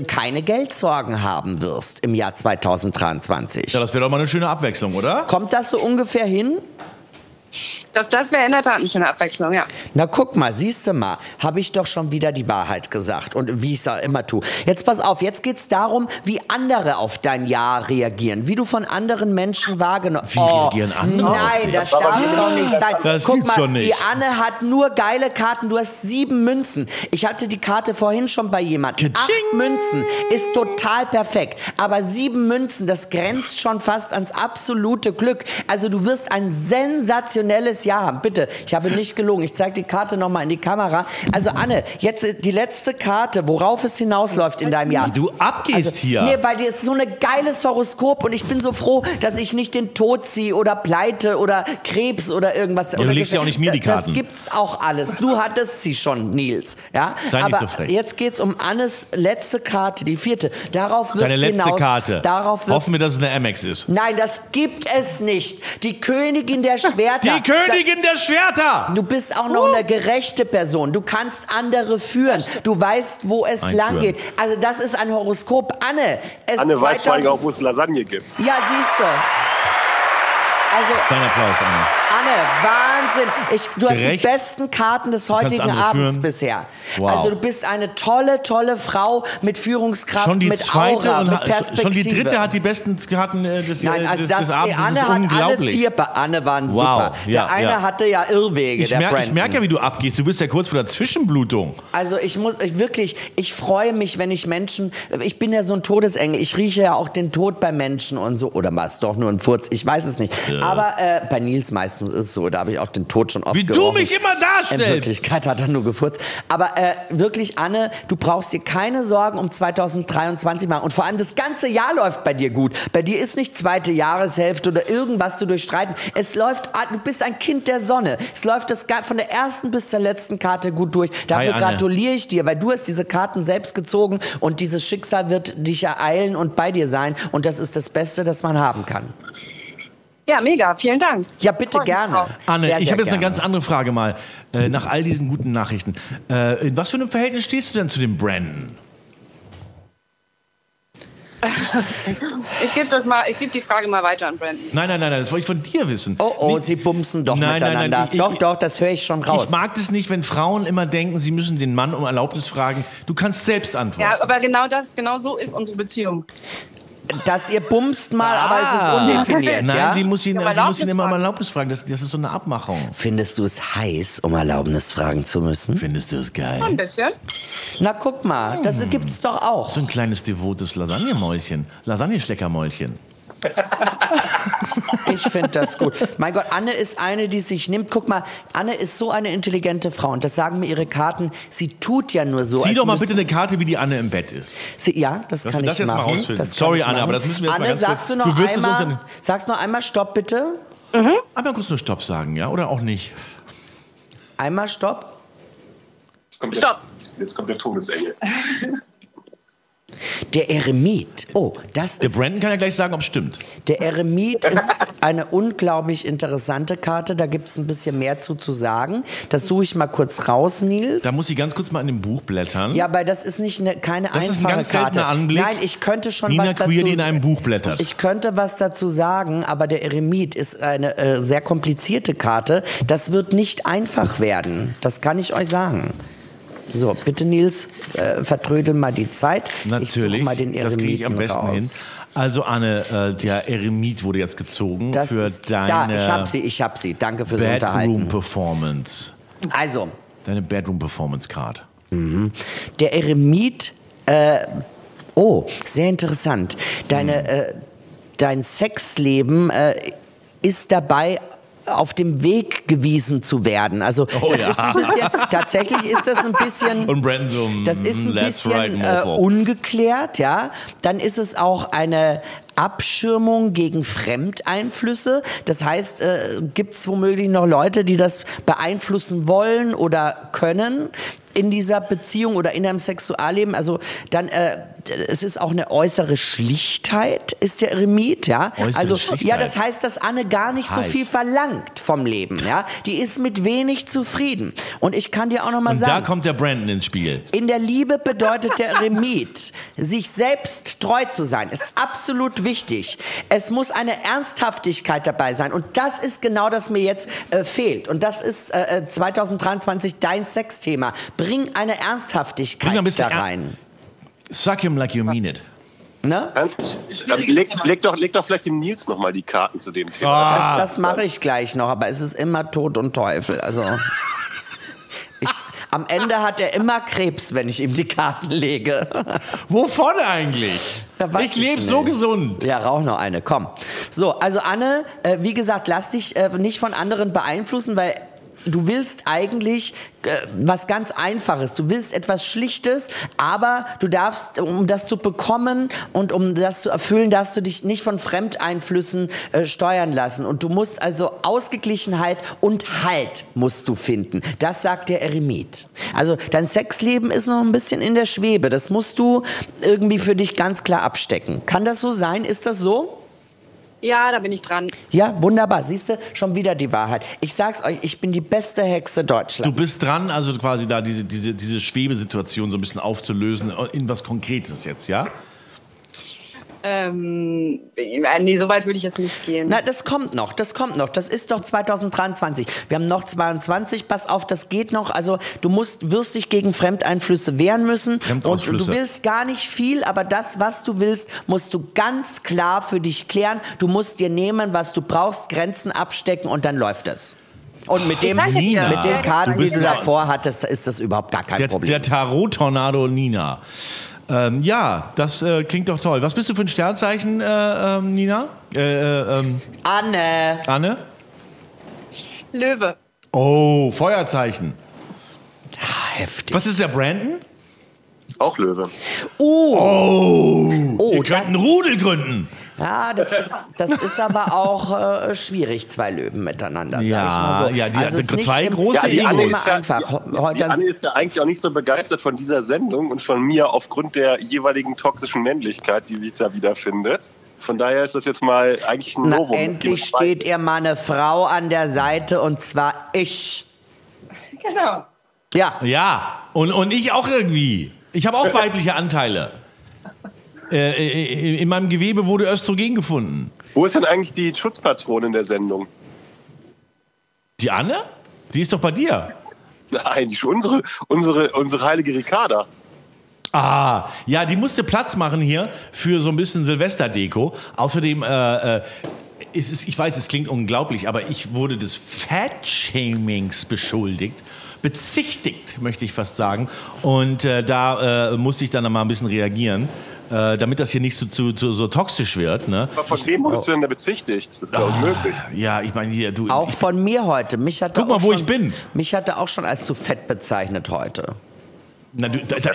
Speaker 2: keine Geldsorgen haben wirst im Jahr 2023.
Speaker 1: Ja, das wäre doch mal eine schöne Abwechslung, oder?
Speaker 2: Kommt das so ungefähr hin?
Speaker 5: Das, das wäre in der Tat eine schöne Abwechslung, ja.
Speaker 2: Na guck mal, siehst du mal, habe ich doch schon wieder die Wahrheit gesagt und wie ich es immer tue. Jetzt pass auf, jetzt geht's darum, wie andere auf dein Jahr reagieren, wie du von anderen Menschen wahrgenommen
Speaker 1: Wie reagieren andere auf
Speaker 2: Nein,
Speaker 1: dich?
Speaker 2: das darf doch nicht sein.
Speaker 1: Das
Speaker 2: guck
Speaker 1: gibt's
Speaker 2: mal,
Speaker 1: doch nicht.
Speaker 2: die Anne hat nur geile Karten. Du hast sieben Münzen. Ich hatte die Karte vorhin schon bei jemandem.
Speaker 1: Ka-ching!
Speaker 2: Acht Münzen ist total perfekt. Aber sieben Münzen, das grenzt schon fast ans absolute Glück. Also du wirst ein sensationelles Jahr haben. Bitte, ich habe nicht gelogen. Ich zeige die Karte nochmal in die Kamera. Also Anne, jetzt äh, die letzte Karte, worauf es hinausläuft in deinem Jahr. Also,
Speaker 1: Du abgehst hier.
Speaker 2: Nee, weil dir ist so ein geiles Horoskop und ich bin so froh, dass ich nicht den Tod ziehe oder Pleite oder Krebs oder irgendwas.
Speaker 1: du
Speaker 2: oder
Speaker 1: legst ja auch nicht mir die
Speaker 2: Da-
Speaker 1: Karten.
Speaker 2: Das gibt's auch alles. Du hattest sie schon, Nils. Ja?
Speaker 1: Sei nicht
Speaker 2: Aber
Speaker 1: so frech.
Speaker 2: jetzt geht's um Annes letzte Karte, die vierte. Darauf wird's
Speaker 1: Deine letzte
Speaker 2: hinaus.
Speaker 1: Karte.
Speaker 2: Darauf wird's
Speaker 1: Hoffen wir, dass es eine Amex ist.
Speaker 2: Nein, das gibt es nicht. Die Königin der Schwerter.
Speaker 1: Die Königin der Schwerter!
Speaker 2: Du bist auch noch eine gerechte Person. Du kannst andere führen. Du weißt, wo es
Speaker 1: Einführen.
Speaker 2: lang geht. Also das ist ein Horoskop. Anne, es
Speaker 3: Anne weiß vor allem
Speaker 2: 2000
Speaker 3: auch, wo es Lasagne gibt.
Speaker 2: ja, siehst du. Also,
Speaker 1: Dein Applaus, Anne.
Speaker 2: Anne, Wahnsinn. Ich, du hast
Speaker 1: Gerecht.
Speaker 2: die besten Karten des heutigen
Speaker 1: andere
Speaker 2: Abends
Speaker 1: führen.
Speaker 2: bisher.
Speaker 1: Wow.
Speaker 2: Also, du bist eine tolle, tolle Frau mit Führungskraft,
Speaker 1: Schon die
Speaker 2: mit
Speaker 1: zweite
Speaker 2: Aura,
Speaker 1: und
Speaker 2: mit
Speaker 1: ha-
Speaker 2: Perspektive.
Speaker 1: schon die dritte hat die besten Karten äh, des, äh,
Speaker 2: Nein, also
Speaker 1: des,
Speaker 2: das,
Speaker 1: des Abends.
Speaker 2: Anne
Speaker 1: das ist
Speaker 2: hat alle
Speaker 1: unglaublich.
Speaker 2: vier, Ba- Anne waren
Speaker 1: Wow,
Speaker 2: super. Der
Speaker 1: ja,
Speaker 2: eine
Speaker 1: ja.
Speaker 2: hatte ja Irrwege,
Speaker 1: ich
Speaker 2: der
Speaker 1: merke
Speaker 2: Brandon.
Speaker 1: ich merk ja, wie du abgehst. Du bist ja kurz vor der Zwischenblutung.
Speaker 2: Also ich muss, ich wirklich, ich freue mich, wenn ich Menschen, ich bin ja so ein Todesengel, ich rieche ja auch den Tod bei Menschen und so, oder war es doch nur ein Furz, ich weiß es nicht. Aber äh, bei Nils meistens ist es so. Da habe ich auch den Tod schon oft
Speaker 1: Wie du
Speaker 2: gerochen. Äh,
Speaker 1: mich immer
Speaker 2: In
Speaker 1: darstellst.
Speaker 2: Wirklichkeit hat er nur gefurzt. Aber äh, wirklich, Anne, du brauchst dir keine Sorgen um 2023 machen. Und vor allem das ganze Jahr läuft bei dir gut. Bei dir ist nicht zweite Jahreshälfte oder irgendwas zu durchstreiten. Es läuft, ah, du bist ein Kind der Sonne. Es läuft das ga- von der ersten bis zur letzten Karte gut durch.
Speaker 1: Hi,
Speaker 2: Dafür
Speaker 1: Anne.
Speaker 2: gratuliere ich dir, weil du hast diese Karten selbst gezogen und dieses Schicksal wird dich ereilen und bei dir sein. Und das ist das Beste, das man haben kann.
Speaker 5: Ja, mega. Vielen Dank.
Speaker 2: Ja, bitte
Speaker 5: Freu mich
Speaker 2: gerne.
Speaker 5: drauf.
Speaker 1: Anne,
Speaker 2: Sehr,
Speaker 1: ich
Speaker 2: sehr
Speaker 1: habe jetzt eine
Speaker 2: gerne.
Speaker 1: ganz andere Frage mal. Äh, nach all diesen guten Nachrichten. Äh, in was für einem Verhältnis stehst du denn zu dem Brandon?
Speaker 5: Ich gebe das mal, ich gebe die Frage mal weiter an Brandon.
Speaker 1: Nein, nein, nein, nein, das wollte ich von dir wissen.
Speaker 2: Oh, oh,
Speaker 1: Nicht-
Speaker 2: sie bumsen doch
Speaker 1: Nein, nein,
Speaker 2: miteinander.
Speaker 1: nein, ich-
Speaker 2: doch,
Speaker 1: ich-
Speaker 2: doch, das höre ich schon raus.
Speaker 1: Ich mag das nicht, wenn Frauen immer denken, sie müssen den Mann um Erlaubnis fragen. Du kannst selbst antworten.
Speaker 5: Ja, aber genau das, genau so ist unsere Beziehung.
Speaker 2: dass ihr bumst mal, aber es ist undefiniert,
Speaker 1: Ah. Nein,
Speaker 2: ja?
Speaker 1: sie muss ihn,
Speaker 5: Um
Speaker 1: sie muss ihn
Speaker 5: Erlaubnis
Speaker 1: immer um
Speaker 5: fragen.
Speaker 1: Erlaubnis fragen. Das, das ist so eine Abmachung.
Speaker 2: Findest du es heiß, um Erlaubnis fragen zu müssen?
Speaker 1: Findest du das
Speaker 5: Ein
Speaker 1: geil? Hm.
Speaker 5: bisschen.
Speaker 2: Na guck mal, das gibt's doch auch.
Speaker 1: So ein kleines devotes Lasagnemäulchen. Lasagneschleckermäulchen.
Speaker 2: Ich finde das gut. Mein Gott, Anne ist eine, die sich nimmt. Guck mal, Anne ist so eine intelligente Frau und das sagen mir ihre Karten. Sie tut ja nur so.
Speaker 1: Zieh
Speaker 2: als
Speaker 1: doch mal
Speaker 2: müsste-
Speaker 1: bitte eine Karte, wie die Anne im Bett ist.
Speaker 2: Sie, ja, das
Speaker 1: Dass
Speaker 2: kann
Speaker 1: wir
Speaker 2: ich
Speaker 1: das jetzt mal
Speaker 2: machen.
Speaker 1: rausfinden.
Speaker 2: Das kann
Speaker 1: Sorry,
Speaker 2: ich
Speaker 1: Anne,
Speaker 2: machen.
Speaker 1: aber das müssen wir jetzt mal
Speaker 2: Anne,
Speaker 1: ganz kurz-
Speaker 2: sagst du noch
Speaker 1: Du wirst es uns
Speaker 2: einmal,
Speaker 1: ja nicht-
Speaker 2: sagst noch einmal Stopp bitte.
Speaker 1: Einmal kurz nur Stopp sagen, ja? Oder auch nicht?
Speaker 2: Einmal Stopp.
Speaker 3: Jetzt kommt
Speaker 5: Stopp.
Speaker 3: Der, jetzt kommt der Todesengel.
Speaker 2: Der Eremit. Oh, das
Speaker 1: Der
Speaker 2: ist
Speaker 1: Brandon kann ja gleich sagen, ob es stimmt.
Speaker 2: Der Eremit ist eine unglaublich interessante Karte. Da gibt es ein bisschen mehr zu zu sagen. Das suche ich mal kurz raus, Nils.
Speaker 1: Da muss ich ganz kurz mal in dem Buch blättern.
Speaker 2: ja, aber das ist nicht eine, keine
Speaker 1: Das ist ein
Speaker 2: einfache
Speaker 1: ganz seltener
Speaker 2: Karte.
Speaker 1: Anblick.
Speaker 2: Nein, ich könnte schon
Speaker 1: Nina
Speaker 2: was dazu
Speaker 1: Queer, die in einem Buch blättert.
Speaker 2: Ich könnte was dazu sagen, aber der Eremit ist eine äh, sehr komplizierte Karte. Das wird nicht einfach werden. Das kann ich euch sagen. So, bitte Nils, äh, vertrödel mal die Zeit. Ich
Speaker 1: Natürlich.
Speaker 2: suche mal den Eremiten
Speaker 1: das kriege ich am besten
Speaker 2: raus.
Speaker 1: hin. Also Anne, äh, der Eremit wurde jetzt gezogen
Speaker 2: Das
Speaker 1: für
Speaker 2: ist, da,
Speaker 1: deine
Speaker 2: ich hab sie, ich hab sie. Danke fürs
Speaker 1: Bedroom
Speaker 2: Unterhalten.
Speaker 1: Performance.
Speaker 2: Also, Mhm.
Speaker 1: Deine Bedroom Performance Card.
Speaker 2: der Eremit, äh, oh, sehr interessant. Deine,
Speaker 1: Mhm.
Speaker 2: äh, dein Sexleben äh, ist dabei auf dem Weg gewiesen zu werden. Also
Speaker 1: Oh
Speaker 2: das
Speaker 1: ja.
Speaker 2: ist ein bisschen, tatsächlich ist das ein bisschen
Speaker 1: Und Brandon so, mm,
Speaker 2: das ist ein
Speaker 1: that's
Speaker 2: bisschen
Speaker 1: right,
Speaker 2: äh,
Speaker 1: Mofo.
Speaker 2: ungeklärt, ja. Dann ist es auch eine Abschirmung gegen Fremdeinflüsse. Das heißt, äh, gibt es womöglich noch Leute, die das beeinflussen wollen oder können in dieser Beziehung oder in einem Sexualleben. Also dann, äh, es ist auch eine äußere Schlichtheit, ist der Remit, ja.
Speaker 1: Äußere
Speaker 2: also ja,
Speaker 1: Schlichtheit.
Speaker 2: das heißt, dass Anne gar nicht so
Speaker 1: Heiß.
Speaker 2: viel verlangt vom Leben, ja. Die ist mit wenig zufrieden. Und ich kann dir auch noch mal
Speaker 1: Und da
Speaker 2: sagen.
Speaker 1: kommt der Brandon ins Spiel.
Speaker 2: In der Liebe bedeutet der Remit, sich selbst treu zu sein, ist absolut wichtig. Es muss eine Ernsthaftigkeit dabei sein. Und das ist genau das mir jetzt äh, fehlt. Und das ist äh, äh, 2023 dein Sexthema. Bring eine Ernsthaftigkeit
Speaker 1: Bring ein bisschen
Speaker 2: da
Speaker 1: Er-
Speaker 2: rein.
Speaker 1: Suck him like you mean it.
Speaker 2: Ne?
Speaker 3: Ernst? Ähm, leg, leg, doch, leg doch vielleicht dem Nils nochmal die Karten zu dem Thema.
Speaker 1: Ah,
Speaker 2: Das, das mache ich gleich noch, aber es ist immer Tod und Teufel. Also. Ich, am Ende hat er immer Krebs, wenn ich ihm die Karten lege.
Speaker 1: wovon eigentlich?
Speaker 2: Da weiß
Speaker 1: ich lebe
Speaker 2: nicht.
Speaker 1: so gesund.
Speaker 2: Ja, rauch noch eine, komm. So, also Anne, äh, wie gesagt, lass dich äh, nicht von anderen beeinflussen, weil du willst eigentlich äh, was ganz Einfaches. Du willst etwas Schlichtes, aber du darfst, um das zu bekommen und um das zu erfüllen, darfst du dich nicht von Fremdeinflüssen äh, steuern lassen. Und du musst also Ausgeglichenheit und Halt musst du finden. Das sagt der Eremit. Also dein Sexleben ist noch ein bisschen in der Schwebe. Das musst du irgendwie für dich ganz klar abstecken. Kann das so sein? Ist das so?
Speaker 5: Ja, da bin ich dran.
Speaker 2: Ja, wunderbar. Siehst du, schon wieder die Wahrheit. Ich sag's euch, ich bin die beste Hexe
Speaker 1: Du
Speaker 2: Deutschlands.
Speaker 1: bist dran, also quasi da diese, diese, diese Schwebesituation so ein bisschen aufzulösen äh, in was Konkretes jetzt, ja?
Speaker 5: Ähm, äh, nee, so weit würde ich jetzt nicht gehen.
Speaker 2: Na, das kommt noch, das kommt noch. Das ist doch 2023. Wir haben noch 22. Pass auf, das geht noch. Also du musst, wirst dich gegen Fremdeinflüsse wehren müssen. Und
Speaker 1: Fremdausflüsse.
Speaker 2: du willst gar nicht viel, aber das, was du willst, musst du ganz klar für dich klären. Du musst dir nehmen, was du brauchst, Grenzen abstecken und dann läuft es. Und mit dem,
Speaker 5: danke dir.
Speaker 1: Nina,
Speaker 2: mit den
Speaker 1: du
Speaker 2: Karten, die
Speaker 1: bist
Speaker 2: du
Speaker 1: dran.
Speaker 2: davor hattest, ist das überhaupt gar kein
Speaker 1: Der,
Speaker 2: Problem.
Speaker 1: der Tarot-Tornado Nina. Ähm, ja, das äh, klingt doch toll. Was bist du für ein Sternzeichen, äh, ähm, Nina? Äh, äh, ähm,
Speaker 2: Anne,
Speaker 1: Anne?
Speaker 5: Löwe.
Speaker 1: Oh, Feuerzeichen.
Speaker 2: Ah, Heftig.
Speaker 1: Was ist der Brandon?
Speaker 3: Auch Löwe.
Speaker 2: Oh,
Speaker 1: Oh, ihr könnt
Speaker 2: das-
Speaker 1: einen Rudel gründen.
Speaker 2: ja, das ist, das ist aber auch äh, schwierig, zwei Löwen miteinander. sag ich mal so.
Speaker 1: Ja, ja, die-
Speaker 2: also es ist nicht
Speaker 1: zwei
Speaker 2: im-
Speaker 1: große
Speaker 2: ja, die
Speaker 1: Egos.
Speaker 2: Anne
Speaker 1: Anne
Speaker 2: ist immer einfach.
Speaker 3: die,
Speaker 2: Heute
Speaker 3: die
Speaker 2: ans-
Speaker 3: Anne ist ja eigentlich auch nicht so begeistert von dieser Sendung und von mir aufgrund der jeweiligen toxischen Männlichkeit, die sich da wiederfindet. Von daher ist das jetzt mal eigentlich ein
Speaker 2: na,
Speaker 3: Novum.
Speaker 2: endlich
Speaker 3: Die beiden-
Speaker 2: steht ihr mal eine Frau an der Seite und zwar ich.
Speaker 5: Genau.
Speaker 2: Ja,
Speaker 1: Ja, und, und ich auch irgendwie. Ich
Speaker 3: Äh,
Speaker 1: habe auch weibliche Anteile. Äh, äh, in meinem Gewebe wurde Östrogen gefunden.
Speaker 3: Wo ist denn eigentlich die Schutzpatronin der Sendung?
Speaker 1: Die Anne? Die ist doch bei dir.
Speaker 3: Nein, die, unsere, unsere, unsere heilige Ricarda.
Speaker 1: Ah, ja, die musste Platz machen hier für so ein bisschen Silvesterdeko. Außerdem, äh, äh, es ist, ich weiß, es klingt unglaublich, aber ich wurde des Fat-Shamings beschuldigt, bezichtigt, möchte ich fast sagen. Und äh, da äh, musste ich dann mal ein bisschen reagieren, äh, damit das hier nicht so, zu, zu, so toxisch wird. Ne?
Speaker 3: Aber von wem
Speaker 2: oh.
Speaker 3: wurdest du denn da bezichtigt? Das ist
Speaker 1: Ah.
Speaker 3: ja unmöglich.
Speaker 1: Ja, ich meine hier, du.
Speaker 2: auch von mir heute. Mich hat
Speaker 1: Guck mal, wo ich bin.
Speaker 2: Mich hat er auch schon als zu fett bezeichnet heute.
Speaker 1: na, du da, da,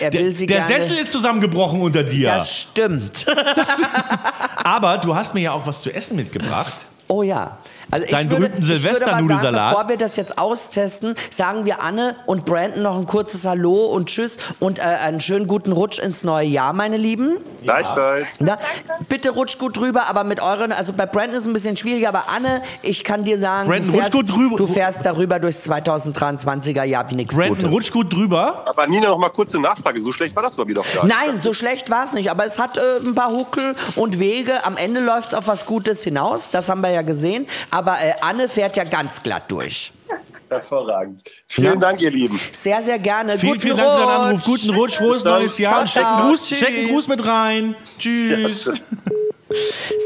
Speaker 2: er will
Speaker 1: der,
Speaker 2: sie
Speaker 1: der
Speaker 2: gerne-
Speaker 1: Sessel ist zusammengebrochen unter dir.
Speaker 2: Das stimmt.
Speaker 1: aber du hast mir ja auch was zu essen mitgebracht.
Speaker 2: Oh ja. Also
Speaker 1: Deinen berühmten
Speaker 2: ich mal
Speaker 1: Silvesternudelsalat.
Speaker 2: sagen, Bevor wir das jetzt austesten, sagen wir Anne und Brandon noch ein kurzes Hallo und Tschüss und äh, einen schönen guten Rutsch ins neue Jahr, meine Lieben.
Speaker 3: Gleichfalls.
Speaker 2: Na, bitte rutscht gut drüber, aber mit euren, also bei Brandon ist es ein bisschen schwieriger, aber Anne, ich kann dir sagen,
Speaker 1: Brandon,
Speaker 2: du, fährst,
Speaker 1: rutsch gut drüber-
Speaker 2: du fährst darüber durchs 2023er Jahr wie nichts
Speaker 1: Brandon,
Speaker 2: Gutes.
Speaker 1: rutsch gut drüber.
Speaker 3: Aber Nina, noch mal kurze Nachfrage. So schlecht war das mal wieder gar nicht.
Speaker 2: Nein, so schlecht war es nicht, aber es hat äh, ein paar Huckel und Wege. Am Ende läuft es auf was Gutes hinaus, das haben wir ja gesehen. Aber äh, Anne fährt ja ganz glatt durch.
Speaker 3: Hervorragend. Vielen Dank, ihr Lieben.
Speaker 2: Sehr, sehr gerne.
Speaker 1: Vielen,
Speaker 2: Guten
Speaker 1: vielen Dank für deinen Anruf.
Speaker 2: Rutsch.
Speaker 1: Guten Rutsch, frohes
Speaker 3: Ciao,
Speaker 1: neues Jahr. Und steck einen
Speaker 2: ciao.
Speaker 1: Gruß, steck einen Gruß mit rein. Tschüss.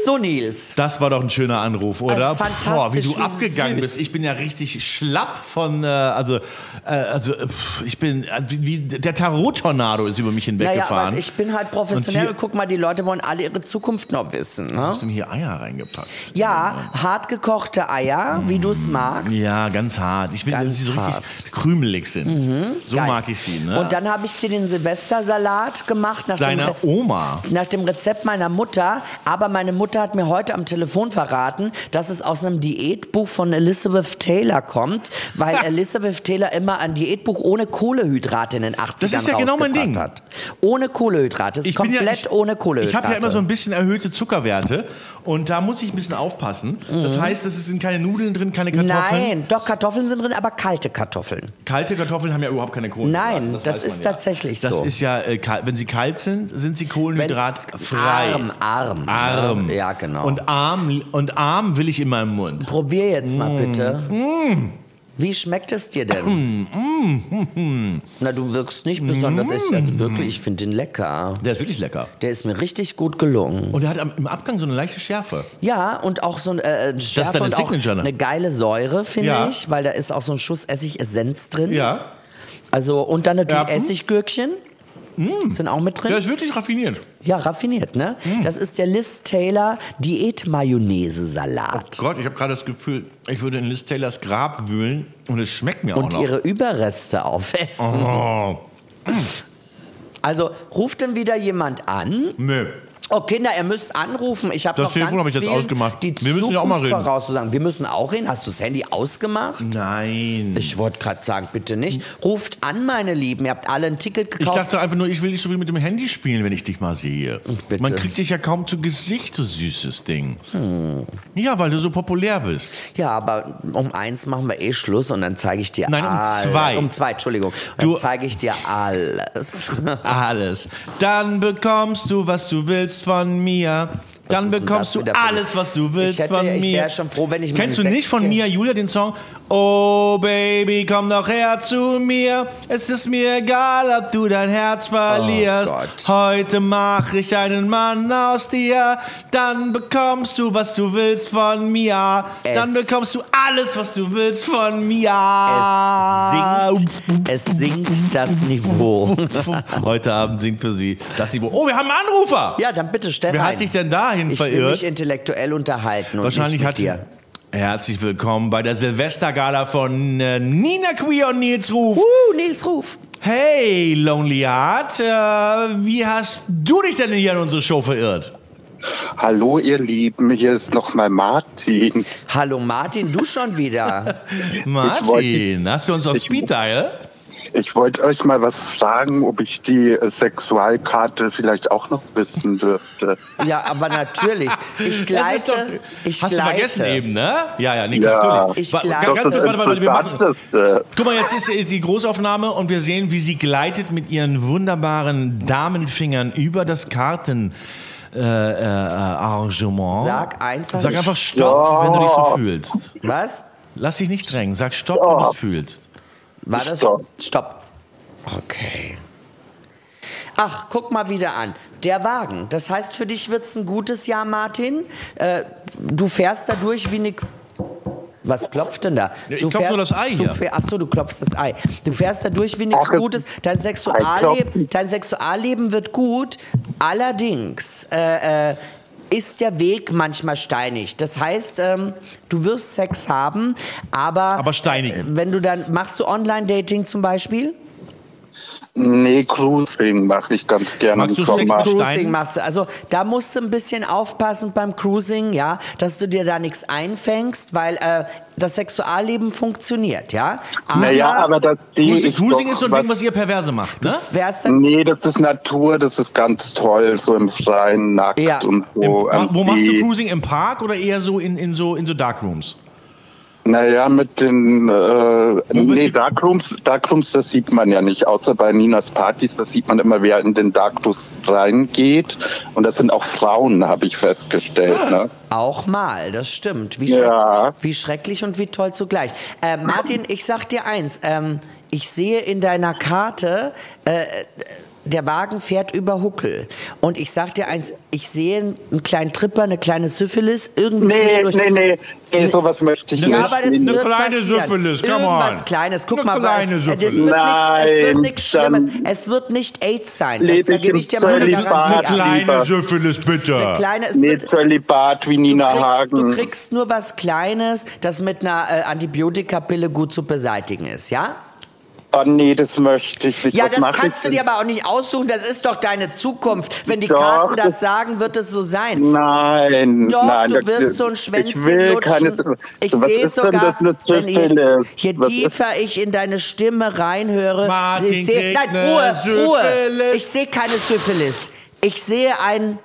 Speaker 2: So, Nils.
Speaker 1: Das war doch ein schöner Anruf, oder?
Speaker 2: Das ist
Speaker 1: Boah, wie
Speaker 2: fantastisch,
Speaker 1: du
Speaker 2: wie
Speaker 1: abgegangen
Speaker 2: süß.
Speaker 1: bist. Ich bin ja richtig schlapp von, äh, also, äh, also pff, ich bin, äh, wie, der Tarot-Tornado ist über mich
Speaker 2: Naja,
Speaker 1: hinweggefahren.
Speaker 2: aber ich bin halt professionell.
Speaker 1: Und
Speaker 2: Und
Speaker 1: hier-
Speaker 2: guck mal, die Leute wollen alle ihre Zukunft noch wissen. Ne?
Speaker 1: hast du mir hier Eier reingepackt?
Speaker 2: Ja, hart gekochte Eier, wie du es
Speaker 1: Mhm.
Speaker 2: magst.
Speaker 1: Ja, ganz hart. Ich will,
Speaker 2: Ganz
Speaker 1: dass sie so richtig
Speaker 2: hart. Mhm.
Speaker 1: krümelig sind. So
Speaker 2: Geil.
Speaker 1: mag ich sie, ne?
Speaker 2: Und dann habe ich dir den Silvestersalat gemacht nach dem
Speaker 1: Deiner
Speaker 2: Re-
Speaker 1: Oma.
Speaker 2: nach dem Rezept meiner Mutter, aber meine Mutter hat mir heute am Telefon verraten, dass es aus einem Diätbuch von Elizabeth Taylor kommt, weil Elizabeth Taylor immer ein Diätbuch ohne Kohlehydrate in den 80ern
Speaker 1: Das ist ja genau mein
Speaker 2: rausgebracht
Speaker 1: Ding.
Speaker 2: Hat. Ohne Kohlehydrate, es ist komplett
Speaker 1: ich-
Speaker 2: ohne Kohlehydrate.
Speaker 1: Ich habe ja immer so ein bisschen erhöhte Zuckerwerte und da muss ich ein bisschen aufpassen. Das heißt, es sind keine Nudeln drin, keine Kartoffeln.
Speaker 2: Mhm. Nein, doch Kartoffeln sind drin, aber kalte Kartoffeln.
Speaker 1: Kalte Kartoffeln haben ja überhaupt keine Kohlenhydrate.
Speaker 2: Nein, das,
Speaker 1: weiß man
Speaker 2: ist
Speaker 1: ja.
Speaker 2: tatsächlich
Speaker 1: Das
Speaker 2: so.
Speaker 1: ist ja, äh, kal- wenn sie kalt sind, sind sie kohlenhydratfrei.
Speaker 2: arm, arm,
Speaker 1: Arm.
Speaker 2: Ja, genau.
Speaker 1: Und arm, und arm will ich in meinem Mund.
Speaker 2: Probier jetzt
Speaker 1: Mm.
Speaker 2: mal bitte. Wie schmeckt es dir denn?
Speaker 1: Mm, Hm.
Speaker 2: Na, du wirkst nicht besonders. Ich, also wirklich, ich finde den lecker.
Speaker 1: Der ist wirklich lecker.
Speaker 2: Der ist mir richtig gut gelungen.
Speaker 1: Und er hat am, im Abgang so eine leichte Schärfe.
Speaker 2: Ja, und auch so ein äh, Schärfe
Speaker 1: deine
Speaker 2: und auch
Speaker 1: Signature, ne?
Speaker 2: eine geile Säure, finde
Speaker 1: Ja.
Speaker 2: ich, weil da ist auch so ein Schuss Essigessenz drin.
Speaker 1: Ja.
Speaker 2: Also, und dann natürlich
Speaker 1: Erbsen.
Speaker 2: Essiggürkchen. Sind auch mit drin?
Speaker 1: Mm. Der
Speaker 2: Ja,
Speaker 1: ist wirklich raffiniert. Mm.
Speaker 2: raffiniert, ne? Das ist der Liz Taylor Diät-Mayonnaise-Salat.
Speaker 1: Gott, ich habe gerade das Gefühl, ich würde in Liz Taylors Grab wühlen und es schmeckt mir auch
Speaker 2: und
Speaker 1: noch.
Speaker 2: ihre Überreste aufessen.
Speaker 1: oh,
Speaker 2: Also ruft denn wieder jemand an?
Speaker 1: nö.
Speaker 2: Oh Kinder, ihr müsst anrufen. Ich habe
Speaker 1: Das
Speaker 2: noch ganz
Speaker 1: Telefon habe ich jetzt
Speaker 2: vielen
Speaker 1: ausgemacht.
Speaker 2: Die
Speaker 1: Wir müssen ja auch mal
Speaker 2: Zukunft
Speaker 1: reden.
Speaker 2: vorauszusagen. Wir müssen auch reden. Hast du das Handy ausgemacht?
Speaker 1: Nein.
Speaker 2: Ich wollte gerade sagen, bitte nicht. Ruft an, meine Lieben. Ihr habt alle ein Ticket
Speaker 1: Ich
Speaker 2: gekauft.
Speaker 1: dachte einfach nur, ich will nicht so viel mit dem Handy spielen, wenn ich dich mal sehe.
Speaker 2: Bitte.
Speaker 1: Man kriegt dich ja kaum zu Gesicht, du süßes Ding. Ja, weil du so populär bist.
Speaker 2: Hm. ja, aber um eins machen wir eh Schluss und dann zeige ich dir
Speaker 1: Nein, um
Speaker 2: alles.
Speaker 1: zwei.
Speaker 2: Um zwei, Entschuldigung.
Speaker 1: Du-
Speaker 2: Dann zeige ich dir alles.
Speaker 1: Alles. Dann bekommst du, was du willst von mir. Dann
Speaker 2: ist denn
Speaker 1: bekommst
Speaker 2: das
Speaker 1: du
Speaker 2: wieder für-
Speaker 1: alles, was du willst
Speaker 2: hätte-
Speaker 1: von mir.
Speaker 2: ich wär schon froh, wenn ich
Speaker 1: Kennst du
Speaker 2: meine
Speaker 1: nicht von Mia
Speaker 2: Säckchen-
Speaker 1: Julia den Song? Oh Baby, komm doch her zu mir. Es ist mir egal, ob du dein Herz verlierst.
Speaker 2: Oh Gott.
Speaker 1: Heute mach ich einen Mann aus dir. Dann bekommst du, was du willst von mir. Dann
Speaker 2: Es-
Speaker 1: bekommst du alles, was du willst von mir. Ah.
Speaker 2: Es sinkt, es sinkt das Niveau.
Speaker 1: Heute Abend singt für Sie das Niveau. Oh, wir haben einen Anrufer!
Speaker 2: Ja, dann bitte stell
Speaker 1: Wer
Speaker 2: rein.
Speaker 1: hat sich denn dahin
Speaker 2: ich will
Speaker 1: verirrt?
Speaker 2: mich intellektuell unterhalten und
Speaker 1: Wahrscheinlich
Speaker 2: nicht mit
Speaker 1: hat
Speaker 2: dir.
Speaker 1: Herzlich willkommen bei der Silvestergala von äh, Nina Queer und Nils Ruf.
Speaker 2: Uh, Nils Ruf.
Speaker 1: Hey, Lonely Heart, äh, wie hast du dich denn hier in unsere Show verirrt?
Speaker 4: Hallo, ihr Lieben, hier ist nochmal Martin.
Speaker 2: Hallo Martin, du schon wieder.
Speaker 1: Martin, hast du uns auf Speed Dial?
Speaker 4: Ich wollte euch mal was fragen, ob ich die äh, Sexualkarte vielleicht auch noch wissen dürfte.
Speaker 2: Ja, aber natürlich. Ich
Speaker 1: Das ist
Speaker 2: gleite.
Speaker 1: doch-
Speaker 2: ich
Speaker 1: hast du
Speaker 2: gleite.
Speaker 1: vergessen eben, ne? Ja, ja, nee,
Speaker 4: Ja.
Speaker 1: natürlich.
Speaker 2: Ich
Speaker 1: Wa-
Speaker 2: gleite.
Speaker 1: ganz kurz,
Speaker 4: Das
Speaker 1: warte, warte, wir machen,
Speaker 4: Interessanteste.
Speaker 1: Guck mal, jetzt ist äh, die Großaufnahme und wir sehen, wie sie gleitet mit ihren wunderbaren Damenfingern über das Karten. Äh, äh, äh, Arrangement.
Speaker 2: Sag einfach
Speaker 1: Sag einfach Stopp, wenn du dich so
Speaker 4: Stopp.
Speaker 1: fühlst.
Speaker 2: Was?
Speaker 1: Lass dich nicht drängen. Sag Stopp, wenn du
Speaker 4: Stopp.
Speaker 1: es fühlst.
Speaker 2: War das?
Speaker 4: Stopp.
Speaker 2: Stopp. Okay. Ach, guck mal wieder an. Der Wagen. Das heißt, für dich wird's ein gutes Jahr, Martin. Äh, du fährst da durch wie nix. Was klopft denn da?
Speaker 1: Ja, ich
Speaker 2: Du
Speaker 1: klopf nur
Speaker 2: fährst-
Speaker 1: das Ei
Speaker 2: Du
Speaker 1: hier.
Speaker 2: fähr, ach so, du klopfst das Ei. Du fährst da durch wie nichts
Speaker 4: Ach, das-
Speaker 2: Gutes. Dein Sexualleben,
Speaker 4: klopfen.
Speaker 2: dein Sexualleben wird gut. Allerdings äh, äh, ist der Weg manchmal steinig. Das heißt, ähm, du wirst Sex haben, aber äh,
Speaker 1: Aber steinigen.
Speaker 2: wenn du dann, machst du Online-Dating zum Beispiel?
Speaker 4: Nee, Cruising mache ich ganz gerne.
Speaker 1: Magst du
Speaker 4: Komm
Speaker 1: Sex
Speaker 4: mal.
Speaker 1: mit Cruising?
Speaker 2: Cruising machst du. Also da musst du ein bisschen aufpassen beim Cruising, ja, dass du dir da nichts einfängst, weil äh, das Sexualleben funktioniert, ja. Aber
Speaker 4: Naja, aber das Ding
Speaker 1: Cruising,
Speaker 4: ist
Speaker 1: Cruising
Speaker 4: doch
Speaker 1: ist so ein
Speaker 4: was-
Speaker 1: Ding, was ihr Perverse macht, ne?
Speaker 2: wär's dann,
Speaker 4: Nee, das ist Natur, das ist ganz toll, so im Freien, nackt
Speaker 2: Ja.
Speaker 4: und
Speaker 1: Im,
Speaker 4: so. Ähm,
Speaker 1: ma- wo
Speaker 4: am
Speaker 1: machst du
Speaker 4: See.
Speaker 1: Cruising? Im Park oder eher so in, in so in so Darkrooms?
Speaker 4: Naja, mit den, äh, nee,
Speaker 1: die-
Speaker 4: Darkrooms, Darkrooms, das sieht man ja nicht, außer bei Ninas Partys, das sieht man immer, wer in den Darkrooms reingeht. Und das sind auch Frauen, habe ich festgestellt,
Speaker 1: Ah. Hm,
Speaker 4: ne?
Speaker 2: auch mal, das stimmt. Wie,
Speaker 4: Ja.
Speaker 2: schreck, wie schrecklich und wie toll zugleich. Äh, Martin, ich sag dir eins, ähm, ich sehe in deiner Karte, äh, der Wagen fährt über Huckel. Und ich sag dir eins, ich sehe einen kleinen Tripper, eine kleine Syphilis, irgendwie
Speaker 4: Nee,
Speaker 2: zwischendurch.
Speaker 4: nee, nee, nee, sowas möchte ich
Speaker 2: Ja,
Speaker 4: nicht.
Speaker 2: aber das
Speaker 4: Nee,
Speaker 2: wird
Speaker 1: kleine
Speaker 2: passieren.
Speaker 1: Syphilis, come
Speaker 2: Irgendwas
Speaker 1: on.
Speaker 2: Kleines, guck
Speaker 1: Eine
Speaker 2: mal.
Speaker 1: kleine
Speaker 2: weil, äh, das
Speaker 1: Syphilis.
Speaker 2: wird nix- Es wird
Speaker 4: Nein,
Speaker 2: nichts Schlimmes.
Speaker 4: dann
Speaker 2: Es wird nicht AIDS sein.
Speaker 4: lebe
Speaker 2: Das, da
Speaker 4: ich
Speaker 2: gebe
Speaker 4: im
Speaker 2: ich dir mal eine
Speaker 4: Zölibat.
Speaker 2: Garantie
Speaker 4: Eine
Speaker 2: ab.
Speaker 4: kleine Lieber.
Speaker 1: Syphilis,
Speaker 2: Eine
Speaker 1: bitte.
Speaker 2: kleine, es
Speaker 4: nee,
Speaker 2: wird,
Speaker 4: Zölibat wie Nina
Speaker 2: kriegst, du
Speaker 4: Hagen.
Speaker 2: kriegst nur was Kleines, das mit einer äh, Antibiotikapille gut zu beseitigen ist, ja?
Speaker 4: Oh, nee, das möchte ich nicht.
Speaker 2: Ja,
Speaker 4: Was
Speaker 2: das
Speaker 4: mach ich
Speaker 2: kannst du
Speaker 4: denn?
Speaker 2: dir aber auch nicht aussuchen. Das ist doch deine Zukunft. Wenn die
Speaker 4: Doch,
Speaker 2: Karten das
Speaker 4: das-
Speaker 2: sagen, wird es so sein.
Speaker 4: Nein,
Speaker 2: Doch,
Speaker 4: nein,
Speaker 2: du
Speaker 4: das-
Speaker 2: wirst so ein
Speaker 4: Ich
Speaker 2: Schwänzchen
Speaker 4: will
Speaker 2: lutschen.
Speaker 4: keine.
Speaker 2: ich
Speaker 4: was
Speaker 2: sehe
Speaker 4: ist denn
Speaker 2: sogar,
Speaker 4: das eine
Speaker 2: wenn je,
Speaker 4: Syphilis?
Speaker 2: je
Speaker 4: Was ist
Speaker 2: tiefer ich in deine Stimme reinhöre,
Speaker 1: Martin
Speaker 2: ich sehe,
Speaker 1: kriegt
Speaker 2: nein,
Speaker 1: eine
Speaker 2: Ruhe, Ruhe.
Speaker 1: Syphilis.
Speaker 2: Ich sehe keine Syphilis. Ich sehe einen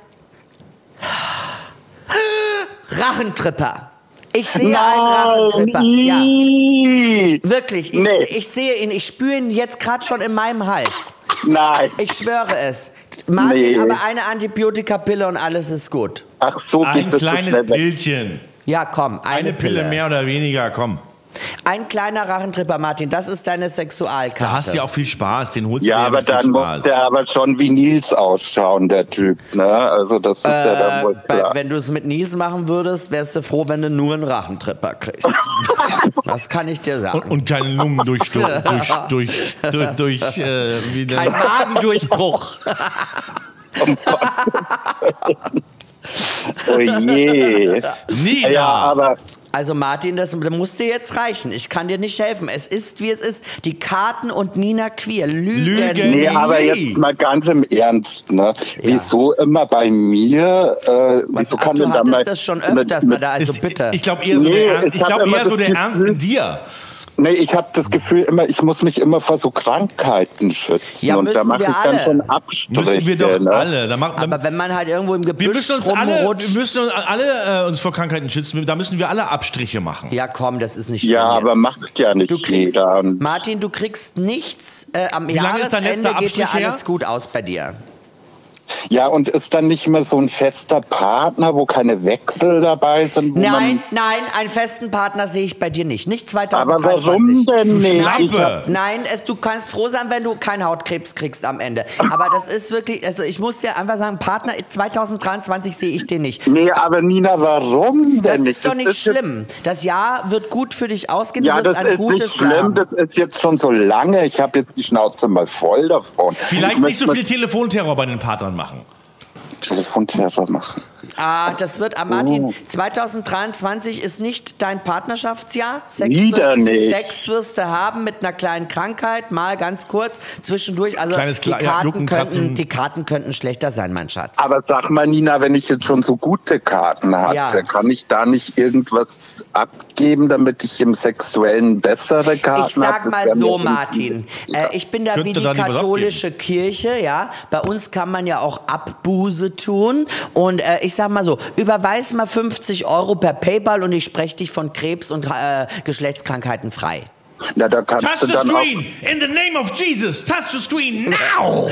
Speaker 2: Rachentripper. Ich sehe einen Rachentripper. Ja,
Speaker 4: Ih,
Speaker 2: wirklich. Ich,
Speaker 4: Nee.
Speaker 2: se- ich sehe ihn. Ich spüre ihn jetzt gerade schon in meinem Hals.
Speaker 4: Nein.
Speaker 2: Ich schwöre es. Martin,
Speaker 4: Nee.
Speaker 2: aber eine Antibiotikapille und alles ist gut.
Speaker 4: Ach so,
Speaker 1: Ein
Speaker 4: geht das so
Speaker 1: kleines
Speaker 4: schnell weg.
Speaker 1: Bildchen.
Speaker 2: Ja, komm, eine,
Speaker 1: Eine Pille mehr oder weniger, komm.
Speaker 2: Ein kleiner Rachentripper, Martin, das ist deine Sexualkarte.
Speaker 1: Da hast du ja auch viel Spaß, den holst
Speaker 4: Ja,
Speaker 1: du dir
Speaker 4: aber
Speaker 1: mit viel
Speaker 4: dann muss
Speaker 1: Spaß.
Speaker 4: der aber schon wie Nils ausschauen, der Typ. Ne? Also das ist ja dann
Speaker 2: äh,
Speaker 4: wohl
Speaker 2: bei,
Speaker 4: klar.
Speaker 2: wenn du es mit Nils machen würdest, wärst du froh, wenn du nur einen Rachentripper kriegst. das kann ich dir sagen.
Speaker 1: und, und keine Lungen durch, durch, durch, durch, durch, durch äh, wie denn-
Speaker 2: Ein Magendurchbruch.
Speaker 4: Oh je.
Speaker 1: Nina.
Speaker 4: Ja, aber
Speaker 2: Also Martin, das muss dir jetzt reichen. Ich kann dir nicht helfen. Es ist, wie es ist. Die Karten und Nina Queer lügen.
Speaker 1: Lügen.
Speaker 4: nee, aber
Speaker 1: Nee.
Speaker 4: jetzt mal ganz im Ernst, ne? Wieso immer bei mir? Äh,
Speaker 2: Was,
Speaker 4: wieso
Speaker 2: ach,
Speaker 4: kann
Speaker 2: du
Speaker 4: denn da
Speaker 2: hattest
Speaker 4: mal
Speaker 2: das schon
Speaker 4: mit-
Speaker 2: öfters, na
Speaker 4: mit-
Speaker 2: da, also
Speaker 1: Ist-
Speaker 2: bitte.
Speaker 1: Ich glaube eher so,
Speaker 4: Nee,
Speaker 1: der, Ernst,
Speaker 4: ich
Speaker 1: ich
Speaker 4: hab
Speaker 1: glaub
Speaker 4: immer
Speaker 1: eher so
Speaker 4: das
Speaker 1: der Ernst
Speaker 4: Gefühl-
Speaker 1: in dir.
Speaker 4: Nee, ich habe das Gefühl immer, ich muss mich immer vor so Krankheiten schützen.
Speaker 2: Ja,
Speaker 4: und da
Speaker 2: müssen
Speaker 4: mache
Speaker 2: wir
Speaker 4: ich dann
Speaker 2: alle.
Speaker 4: schon Abstriche.
Speaker 1: Müssen wir doch
Speaker 4: ne?
Speaker 1: alle. Da mach,
Speaker 2: aber
Speaker 1: da,
Speaker 2: wenn man halt irgendwo im
Speaker 1: wir
Speaker 2: Gebüsch
Speaker 1: müssen uns alle, wir
Speaker 2: rumrutscht.
Speaker 1: müssen uns alle äh, uns vor Krankheiten schützen. Da müssen wir alle Abstriche machen.
Speaker 2: Ja, komm, das ist nicht schlimm.
Speaker 4: Ja,
Speaker 2: jetzt.
Speaker 4: aber macht ja nicht
Speaker 2: Du kriegst,
Speaker 4: jeder.
Speaker 2: Martin, du kriegst nichts. Äh, am
Speaker 1: lange ist dein
Speaker 2: Jahresende
Speaker 1: letzter
Speaker 2: geht ja
Speaker 1: Abstrich her?
Speaker 2: alles gut aus bei dir.
Speaker 4: Ja, und ist dann nicht mehr so ein fester Partner, wo keine Wechsel dabei sind? Wo
Speaker 2: Nein,
Speaker 4: Man,
Speaker 2: nein, einen festen Partner sehe ich bei dir nicht. Nicht
Speaker 4: aber warum
Speaker 2: 2023.
Speaker 4: denn nicht? Ich
Speaker 1: Schlampe.
Speaker 2: Nein, es, du kannst froh sein, wenn du keinen Hautkrebs kriegst am Ende. Aber das ist wirklich, also ich muss dir einfach sagen, Partner 2023 sehe ich den nicht.
Speaker 4: nee, aber Nina, warum denn
Speaker 2: Das
Speaker 4: nicht?
Speaker 2: ist doch nicht schlimm. Das Jahr wird gut für dich ausgehen.
Speaker 4: Ja,
Speaker 2: du
Speaker 4: das
Speaker 2: wirst Genau, ein
Speaker 4: ist nicht
Speaker 2: gutes Jahr.
Speaker 4: schlimm,
Speaker 2: haben.
Speaker 4: das ist jetzt schon so lange. Ich habe jetzt die Schnauze mal voll davon.
Speaker 1: Vielleicht
Speaker 4: Ich
Speaker 1: nicht so
Speaker 4: möchte
Speaker 1: viel Telefonterror bei den Partnern machen.
Speaker 4: mal Telefonterror machen.
Speaker 2: Ah, das wird, ah,
Speaker 4: Oh.
Speaker 2: Martin, 2023 ist nicht dein Partnerschaftsjahr. Sex,
Speaker 4: Wieder nicht.
Speaker 2: Sex wirst du haben mit einer kleinen Krankheit, mal ganz kurz, zwischendurch. Also
Speaker 1: Kleines
Speaker 2: die,
Speaker 1: Kle- ja,
Speaker 2: Karten
Speaker 1: Jucken,
Speaker 2: könnten,
Speaker 1: Kratzen.
Speaker 2: die Karten könnten schlechter sein, mein Schatz.
Speaker 4: Aber sag mal, Nina, wenn ich jetzt schon so gute Karten hatte,
Speaker 2: Ja.
Speaker 4: kann ich da nicht irgendwas abgeben, damit ich im Sexuellen bessere Karten habe?
Speaker 2: Ich sag
Speaker 4: Das
Speaker 2: mal
Speaker 4: wär
Speaker 2: so,
Speaker 4: mir-
Speaker 2: Martin. Äh, ich bin da
Speaker 1: Könnte
Speaker 2: wie die
Speaker 1: da lieber was
Speaker 2: katholische Kirche, ja. Bei uns kann man ja auch Abbuße tun. Und äh, ich sag mal so, überweis mal 50 Euro per PayPal und ich spreche dich von Krebs und äh, Geschlechtskrankheiten frei.
Speaker 4: Na, da kannst
Speaker 1: Touch
Speaker 4: du
Speaker 1: the
Speaker 4: dann
Speaker 1: screen! In the name of Jesus! Touch the screen now!
Speaker 4: Auch,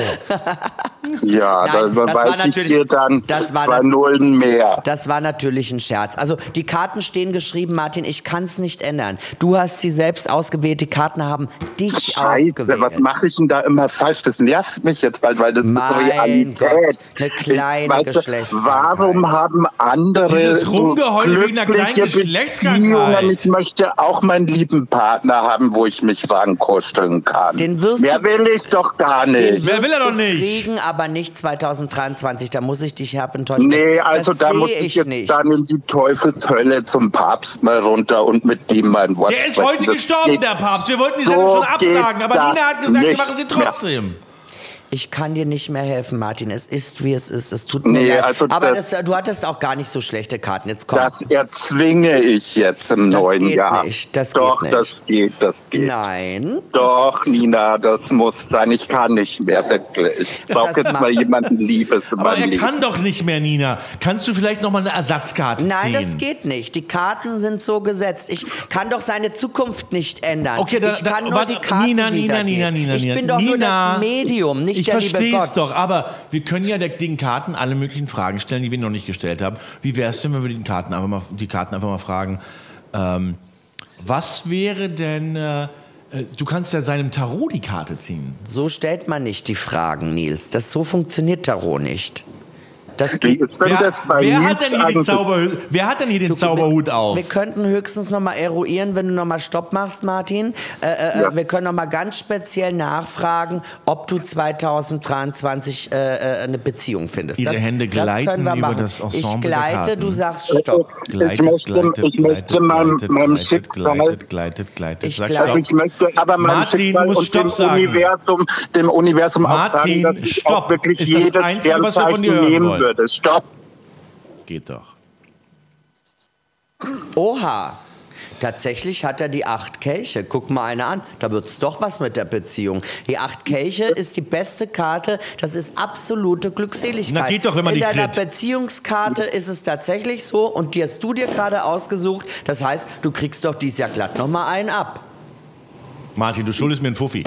Speaker 4: ja,
Speaker 2: Nein,
Speaker 4: da
Speaker 2: das war
Speaker 4: überweise ich
Speaker 2: natürlich-
Speaker 4: dir dann
Speaker 2: das war
Speaker 4: zwei
Speaker 2: dann-
Speaker 4: Nullen mehr.
Speaker 2: Das war natürlich ein Scherz. Also die Karten stehen geschrieben, Martin, ich kann es nicht ändern. Du hast sie selbst ausgewählt, die Karten haben dich ausgewählt.
Speaker 4: Scheiße, was mache ich denn da immer falsch? Das nervt mich jetzt bald, weil das
Speaker 2: Mein
Speaker 4: ist
Speaker 2: Gott,
Speaker 4: Realität.
Speaker 2: eine kleine
Speaker 4: Ich- weißt du,
Speaker 2: Geschlechtskrankheit.
Speaker 4: Warum haben andere
Speaker 1: Dieses
Speaker 4: so
Speaker 1: Rumgeheule wegen einer kleinen
Speaker 4: glückliche
Speaker 1: Geschlechtskrankheit.
Speaker 4: Beziehungen? Ich möchte auch meinen lieben Partner haben, wo ich mich rankuscheln kann.
Speaker 2: Den wirst
Speaker 4: Mehr
Speaker 2: du-
Speaker 4: will ich doch gar nicht.
Speaker 1: Wer will er
Speaker 2: wirst
Speaker 1: doch
Speaker 2: du
Speaker 1: nicht?
Speaker 2: Kriegen, aber nicht 2023. Da muss ich dich herb enttäuschen.
Speaker 4: Nee,
Speaker 2: Das-
Speaker 4: also
Speaker 2: das
Speaker 4: da
Speaker 2: sehe
Speaker 4: muss ich jetzt
Speaker 2: nicht.
Speaker 4: dann in die Teufelshölle zum Papst mal runter und mit dem mein Wort
Speaker 1: Der ist
Speaker 4: sprechen.
Speaker 1: heute
Speaker 4: Das
Speaker 1: gestorben,
Speaker 4: geht-
Speaker 1: der Papst. Wir wollten die
Speaker 4: so
Speaker 1: Sendung schon absagen,
Speaker 4: geht
Speaker 1: aber
Speaker 4: das
Speaker 1: Nina hat gesagt, wir
Speaker 4: nicht
Speaker 1: machen sie
Speaker 4: mehr.
Speaker 1: trotzdem.
Speaker 2: Ich kann dir nicht mehr helfen, Martin. Es ist, wie es ist. Es tut mir
Speaker 4: Nee,
Speaker 2: leid.
Speaker 4: also
Speaker 2: aber das,
Speaker 4: das-
Speaker 2: du hattest auch gar nicht so schlechte Karten. Jetzt komm.
Speaker 4: Das erzwinge ich jetzt im
Speaker 2: Das
Speaker 4: neuen
Speaker 2: geht
Speaker 4: Jahr.
Speaker 2: nicht, das
Speaker 4: doch,
Speaker 2: geht
Speaker 4: das geht, das geht.
Speaker 2: Nein.
Speaker 4: Doch, Nina, das muss sein. Ich kann nicht mehr, wirklich. Ich
Speaker 2: Das
Speaker 4: brauche jetzt
Speaker 2: macht-
Speaker 4: mal jemanden Liebes in
Speaker 1: Aber
Speaker 4: meinem
Speaker 1: er
Speaker 4: Leben.
Speaker 1: kann doch nicht mehr, Nina. Kannst du vielleicht nochmal eine Ersatzkarte
Speaker 2: Nein,
Speaker 1: ziehen?
Speaker 2: das geht nicht. Die Karten sind so gesetzt. Ich kann doch seine Zukunft nicht ändern.
Speaker 1: Okay, da-
Speaker 2: ich
Speaker 1: da-
Speaker 2: kann nur
Speaker 1: warte,
Speaker 2: die Karten
Speaker 1: Nina, Nina,
Speaker 2: wiedergeben.
Speaker 1: Nina, Nina,
Speaker 2: Ich
Speaker 1: Nina.
Speaker 2: bin doch nur
Speaker 1: Nina,
Speaker 2: das Medium, nicht
Speaker 1: ich
Speaker 2: der liebe
Speaker 1: verstehe es
Speaker 2: Gott.
Speaker 1: doch, aber wir können ja der, den Karten alle möglichen Fragen stellen, die wir noch nicht gestellt haben. Wie wäre es denn, wenn wir den Karten einfach mal, die Karten einfach mal fragen, ähm, was wäre denn, äh, äh, du kannst ja seinem Tarot die Karte ziehen.
Speaker 2: So stellt man nicht die Fragen, Nils. Das so funktioniert Tarot nicht. Das
Speaker 4: Wie
Speaker 2: geht
Speaker 4: ist denn
Speaker 1: Wer,
Speaker 4: das bei also
Speaker 1: wer,
Speaker 4: Nils
Speaker 1: hat, denn hier den
Speaker 4: eigentlich?
Speaker 1: Zauber, wer hat denn hier den Zauberhut auf?
Speaker 2: Wir könnten höchstens nochmal eruieren, wenn du nochmal Stopp machst, Martin. Äh, äh, äh,
Speaker 4: Ja.
Speaker 2: Wir können nochmal ganz speziell nachfragen, ob du 2023 äh, äh, eine Beziehung findest.
Speaker 1: Ihre Hände gleiten
Speaker 2: können wir
Speaker 1: über
Speaker 2: machen.
Speaker 1: das Ensemble
Speaker 2: Ich
Speaker 1: der
Speaker 2: gleite,
Speaker 1: Karten.
Speaker 2: du sagst Stopp.
Speaker 4: ich möchte, ich möchte meinem, meinem Schicksal,
Speaker 1: gleitet, gleitet.
Speaker 2: Ich
Speaker 1: Sag
Speaker 2: glaube-
Speaker 4: also ich möchte aber meinem
Speaker 1: Martin,
Speaker 4: Schicksal
Speaker 1: du musst
Speaker 4: und
Speaker 1: Stopp
Speaker 4: dem
Speaker 1: sagen.
Speaker 4: Universum, dem Universum auch
Speaker 1: Martin,
Speaker 4: sagen, dass ich
Speaker 1: Stopp.
Speaker 4: auch wirklich
Speaker 1: Ist das
Speaker 4: jedes
Speaker 1: Einzige, was wir von
Speaker 4: Sternzeichen
Speaker 1: dir hören
Speaker 4: nehmen
Speaker 1: wollen.
Speaker 4: würde. Stopp.
Speaker 1: Geht doch.
Speaker 2: Oha. Tatsächlich hat er die acht Kelche. Guck mal eine an. Da wird's doch was mit der Beziehung. Die acht Kelche ist die beste Karte. Das ist absolute Glückseligkeit.
Speaker 1: Na, geht doch, wenn man
Speaker 2: In
Speaker 1: die
Speaker 2: deiner
Speaker 1: tritt.
Speaker 2: Beziehungskarte ist es tatsächlich so. Und die hast du dir gerade ausgesucht. Das heißt, du kriegst doch dieses Jahr glatt nochmal einen ab.
Speaker 1: Martin, du schuldest mir einen Fuffi.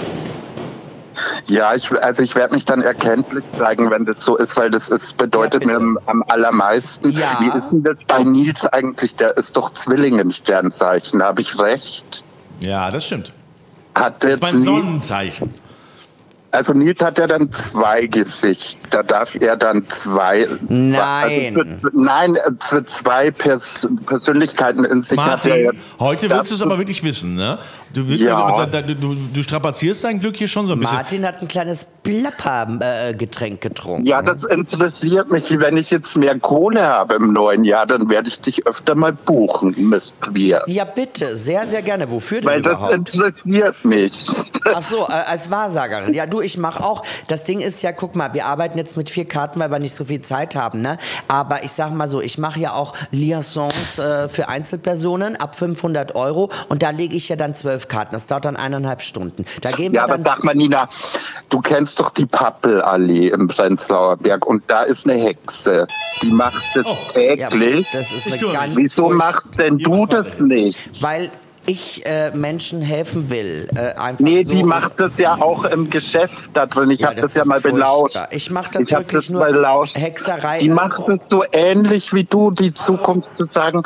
Speaker 4: Ja, ich, also ich werde mich dann erkenntlich zeigen, wenn das so ist, weil das ist, bedeutet
Speaker 2: Ja,
Speaker 4: mir
Speaker 2: bitte.
Speaker 4: am, am allermeisten.
Speaker 2: Ja.
Speaker 4: Wie ist denn das bei Nils eigentlich? Der ist doch Zwilling im Sternzeichen, habe ich recht?
Speaker 1: Ja, das stimmt.
Speaker 4: Hat
Speaker 1: Das ist
Speaker 4: jetzt
Speaker 1: mein
Speaker 4: Nils,
Speaker 1: Sonnenzeichen.
Speaker 4: also Nils hat ja dann zwei Gesichter, da darf er dann zwei...
Speaker 2: Nein.
Speaker 4: Also für, nein, äh, für zwei Pers Persönlichkeiten in sich hat er ja...
Speaker 1: Martin, heute willst du es
Speaker 4: das-
Speaker 1: aber wirklich wissen, ne? Du, willst
Speaker 4: Ja.
Speaker 1: ja. du, du, du strapazierst dein Glück hier schon so ein bisschen.
Speaker 2: Martin hat ein kleines Blapper-Getränk getrunken.
Speaker 4: Ja, das interessiert mich. Wenn ich jetzt mehr Kohle habe im neuen Jahr, dann werde ich dich öfter mal buchen, Mistbier.
Speaker 2: Ja, bitte. Sehr, sehr gerne. Wofür denn
Speaker 4: Weil das
Speaker 2: überhaupt?
Speaker 4: interessiert mich.
Speaker 2: Ach so, äh, als Wahrsagerin. Ja, du, ich mache auch. Das Ding ist ja, guck mal, wir arbeiten jetzt mit vier Karten, weil wir nicht so viel Zeit haben, ne? Aber ich sag mal so, ich mache ja auch Liaisons äh, für Einzelpersonen ab 500 Euro und da lege ich ja dann zwölf Karten. Das dauert dann eineinhalb Stunden. Da gehen
Speaker 4: Ja,
Speaker 2: wir
Speaker 4: aber
Speaker 2: dann.
Speaker 4: sag mal, Nina, du kennst doch die Pappelallee im Prenzlauer Berg und da ist eine Hexe. Die macht das
Speaker 1: Oh.
Speaker 2: ja,
Speaker 4: täglich.
Speaker 2: das ist
Speaker 1: Ich
Speaker 2: eine
Speaker 1: höre
Speaker 2: ganz.
Speaker 4: Wieso
Speaker 2: furcht-
Speaker 4: machst denn du das nicht?
Speaker 2: Weil ich äh, Menschen helfen will. Äh, einfach
Speaker 4: Nee,
Speaker 2: so
Speaker 4: die
Speaker 2: und-
Speaker 4: macht das ja auch im Geschäft da drin. Ich
Speaker 2: Ja,
Speaker 4: hab habe das, ja
Speaker 2: ist
Speaker 4: mal belauscht.
Speaker 2: furchtbar. Ich mache das
Speaker 4: ich habe
Speaker 2: wirklich
Speaker 4: das
Speaker 2: nur
Speaker 4: belauscht.
Speaker 2: Hexerei.
Speaker 4: Die macht es so ähnlich wie du, die Zukunft zu sagen.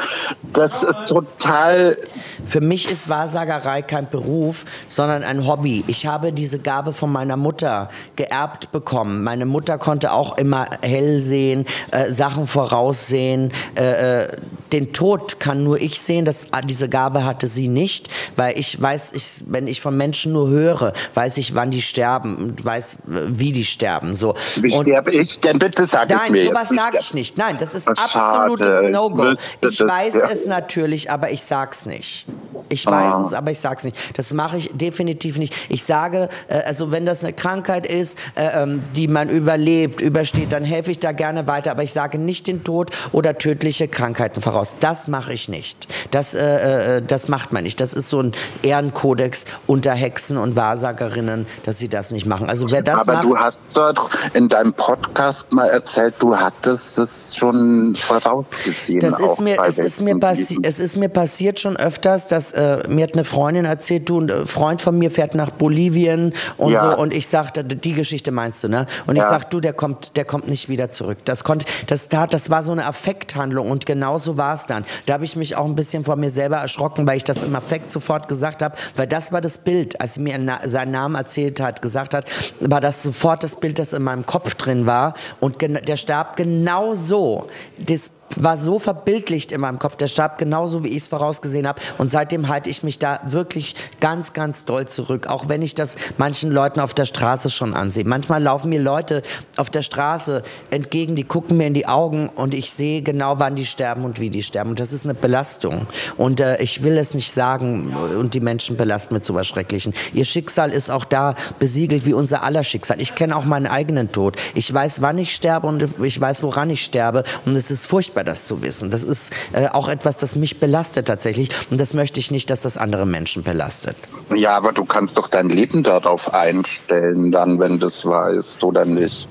Speaker 4: Das ist total
Speaker 2: Für mich ist Wahrsagerei kein Beruf, sondern ein Hobby. Ich habe diese Gabe von meiner Mutter geerbt bekommen. Meine Mutter konnte auch immer hell sehen, äh, Sachen voraussehen. Äh, äh, den Tod kann nur ich sehen. Das, ah, diese Gabe hatte sie nicht, weil ich weiß, ich, wenn ich von Menschen nur höre, weiß ich, wann die sterben und weiß, äh, wie die sterben. So.
Speaker 4: Wie
Speaker 2: und
Speaker 4: sterbe ich denn? Bitte sag es
Speaker 2: Nein,
Speaker 4: mir.
Speaker 2: sowas
Speaker 4: jetzt.
Speaker 2: sage ich nicht. Nein, das ist
Speaker 4: Ach,
Speaker 2: absolutes
Speaker 4: schade. Ich
Speaker 2: No-Go.
Speaker 4: wüsste
Speaker 2: Ich
Speaker 4: das,
Speaker 2: weiß
Speaker 4: ja.
Speaker 2: es natürlich, aber ich sag's nicht. Ich weiß
Speaker 4: Ah.
Speaker 2: es, aber ich sag's nicht. Das mache ich definitiv nicht. Ich sage, äh, also wenn das eine Krankheit ist, äh, ähm, die man überlebt, übersteht, dann helfe ich da gerne weiter. Aber ich sage nicht den Tod oder tödliche Krankheiten voraus. Das mache ich nicht. Das, äh, äh, das macht man nicht. Das ist so ein Ehrenkodex unter Hexen und Wahrsagerinnen, dass sie das nicht machen. Also wer das
Speaker 4: Aber
Speaker 2: macht,
Speaker 4: du hast doch in deinem Podcast mal erzählt, du hattest es schon vorausgesehen.
Speaker 2: Das
Speaker 4: auch
Speaker 2: ist mir,
Speaker 4: bei
Speaker 2: es ist mir,
Speaker 4: welchen
Speaker 2: passi
Speaker 4: Lieben.
Speaker 2: es ist mir passiert schon öfters, dass äh, mir hat eine Freundin erzählt, du, ein äh, Freund von mir fährt nach Bolivien und
Speaker 4: Ja.
Speaker 2: so und ich sagte, die Geschichte meinst du, ne? Und ich
Speaker 4: Ja.
Speaker 2: sagte, du, der kommt, der kommt nicht wieder zurück. Das konnte, das tat, das war so eine Affekthandlung und genau so war es dann. Da habe ich mich auch ein bisschen vor mir selber erschrocken, weil ich das im Affekt sofort gesagt habe, weil das war das Bild, als sie mir na seinen Namen erzählt hat, gesagt hat, war das sofort das Bild, das in meinem Kopf drin war und gen- der starb genau so. Das war so verbildlicht in meinem Kopf. Der starb genauso, wie ich es vorausgesehen habe. Und seitdem halte ich mich da wirklich ganz, ganz doll zurück. Auch wenn ich das manchen Leuten auf der Straße schon ansehe. Manchmal laufen mir Leute auf der Straße entgegen, die gucken mir in die Augen und ich sehe genau, wann die sterben und wie die sterben. Und das ist eine Belastung. Und äh, ich will es nicht sagen äh, und die Menschen belasten mit sowas Schrecklichen. Ihr Schicksal ist auch da besiegelt wie unser aller Schicksal. Ich kenne auch meinen eigenen Tod. Ich weiß, wann ich sterbe und ich weiß, woran ich sterbe. Und es ist furchtbar, das zu wissen. Das ist äh, auch etwas, das mich belastet tatsächlich. Und das möchte ich nicht, dass das andere Menschen belastet.
Speaker 4: Ja, aber du kannst doch dein Leben darauf einstellen, dann, wenn du es weißt, oder nicht?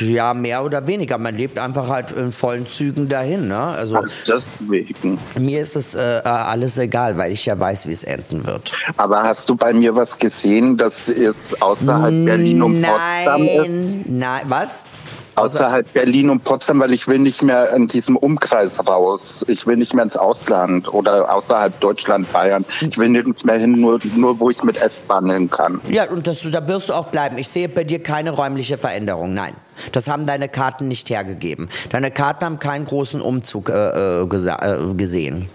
Speaker 2: Ja, mehr oder weniger. Man lebt einfach halt in vollen Zügen dahin. Ne? Also
Speaker 4: Ach, deswegen.
Speaker 2: mir ist es äh, äh, alles egal, weil ich ja weiß, wie es enden wird.
Speaker 4: Aber hast du bei mir was gesehen, das ist außerhalb Berlin und Potsdam ist?
Speaker 2: Nein, nein, was?
Speaker 4: Außerhalb Berlin und Potsdam, weil ich will nicht mehr in diesem Umkreis raus. Ich will nicht mehr ins Ausland oder außerhalb Deutschland, Bayern. Ich will nirgends mehr hin, nur, nur wo ich mit S-Bahn hin kann.
Speaker 2: Ja, und das, da wirst du auch bleiben. Ich sehe bei dir keine räumliche Veränderung. Nein. Das haben deine Karten nicht hergegeben. Deine Karten haben keinen großen Umzug äh, äh, gesa- äh, gesehen.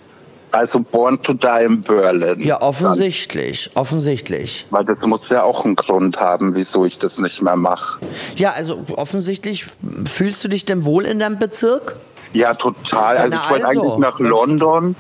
Speaker 4: Also Born to Die in Berlin.
Speaker 2: Ja, offensichtlich. Offensichtlich.
Speaker 4: Weil das muss ja auch einen Grund haben, wieso ich das nicht mehr mache.
Speaker 2: Ja, also offensichtlich fühlst du dich denn wohl in deinem Bezirk?
Speaker 4: Ja, total.
Speaker 2: Ja,
Speaker 4: Also
Speaker 2: na
Speaker 4: ich wollte
Speaker 2: also.
Speaker 4: eigentlich nach London,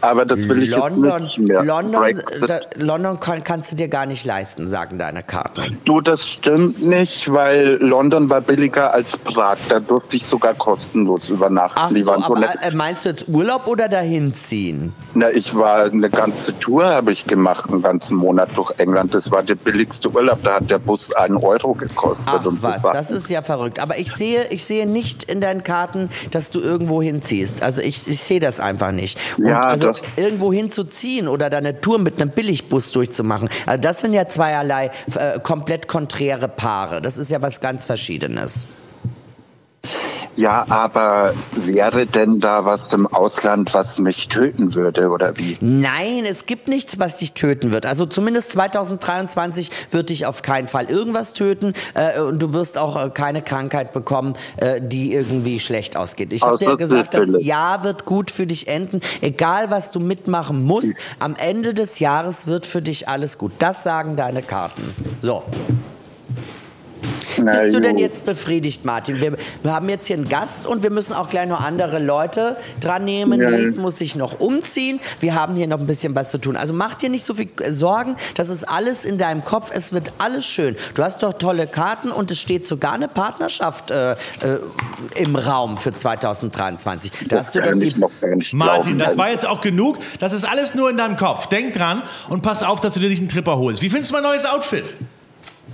Speaker 4: aber das will ich jetzt
Speaker 2: London,
Speaker 4: nicht mehr.
Speaker 2: London,
Speaker 4: Brexit.
Speaker 2: da, London kann, kannst du dir gar nicht leisten, sagen deine Karten.
Speaker 4: Du, das stimmt nicht, weil London war billiger als Prag. Da durfte ich sogar kostenlos übernachten.
Speaker 2: Ach
Speaker 4: Die
Speaker 2: so,
Speaker 4: waren so
Speaker 2: aber
Speaker 4: nett.
Speaker 2: äh, meinst du jetzt Urlaub oder dahin ziehen?
Speaker 4: Na, ich war eine ganze Tour habe ich gemacht, einen ganzen Monat durch England. Das war der billigste Urlaub. Da hat der Bus einen Euro gekostet
Speaker 2: Ach
Speaker 4: und so
Speaker 2: was,
Speaker 4: Sachen.
Speaker 2: das ist ja verrückt. Aber ich sehe, ich sehe nicht in deinen Karten, dass du irgendwo hinziehst. Also ich, ich sehe das einfach nicht. Und
Speaker 4: Ja,
Speaker 2: also
Speaker 4: das-
Speaker 2: irgendwo hinzuziehen oder deine Tour mit einem Billigbus durchzumachen, also das sind ja zweierlei äh, komplett konträre Paare. Das ist ja was ganz Verschiedenes.
Speaker 4: Ja, aber wäre denn da was im Ausland, was mich töten würde oder wie?
Speaker 2: Nein, es gibt nichts, was dich töten wird. Also zumindest 2023 wird dich auf keinen Fall irgendwas töten äh, und du wirst auch äh, keine Krankheit bekommen, äh, die irgendwie schlecht ausgeht. Ich habe
Speaker 4: Außer
Speaker 2: dir gesagt, das
Speaker 4: Syphilis.
Speaker 2: Jahr wird gut für dich enden, egal was du mitmachen
Speaker 4: Hm.
Speaker 2: musst. Am Ende des Jahres wird für dich alles gut. Das sagen deine Karten. So.
Speaker 4: Na,
Speaker 2: Bist du denn
Speaker 4: jo.
Speaker 2: jetzt befriedigt, Martin? Wir, wir haben jetzt hier einen Gast und wir müssen auch gleich noch andere Leute dran nehmen.
Speaker 4: Ja.
Speaker 2: Nils muss sich noch umziehen. Wir haben hier noch ein bisschen was zu tun. Also mach dir nicht so viel äh, Sorgen. Das ist alles in deinem Kopf. Es wird alles schön. Du hast doch tolle Karten und es steht sogar eine Partnerschaft äh, äh, im Raum für 2023. Da hast du doch
Speaker 4: kann
Speaker 2: die
Speaker 4: ich noch gar nicht
Speaker 1: Martin,
Speaker 4: glauben.
Speaker 1: das war jetzt auch genug. Das ist alles nur in deinem Kopf. Denk dran und pass auf, dass du dir nicht einen Tripper holst. Wie findest du mein neues Outfit?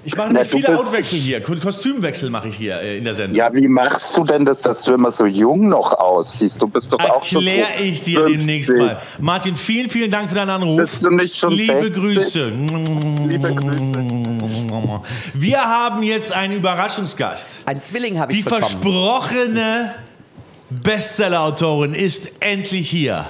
Speaker 1: Ich mache
Speaker 4: Na,
Speaker 1: nämlich
Speaker 4: du
Speaker 1: viele
Speaker 4: bist-
Speaker 1: Outwechsel hier. Ko- Kostümwechsel mache ich hier äh, in der Sendung.
Speaker 4: Ja, wie machst du denn das, dass du immer so jung noch aussiehst? Du bist doch auch schon.
Speaker 1: Erkläre ich dir
Speaker 4: 50.
Speaker 1: demnächst mal. Martin, vielen, vielen Dank für deinen Anruf.
Speaker 4: Bist du nicht schon
Speaker 1: Liebe
Speaker 4: 60?
Speaker 1: Grüße.
Speaker 4: Liebe Grüße.
Speaker 1: Wir haben jetzt einen Überraschungsgast.
Speaker 2: ein Zwilling habe ich
Speaker 1: Die
Speaker 2: bekommen.
Speaker 1: versprochene Bestsellerautorin ist endlich hier.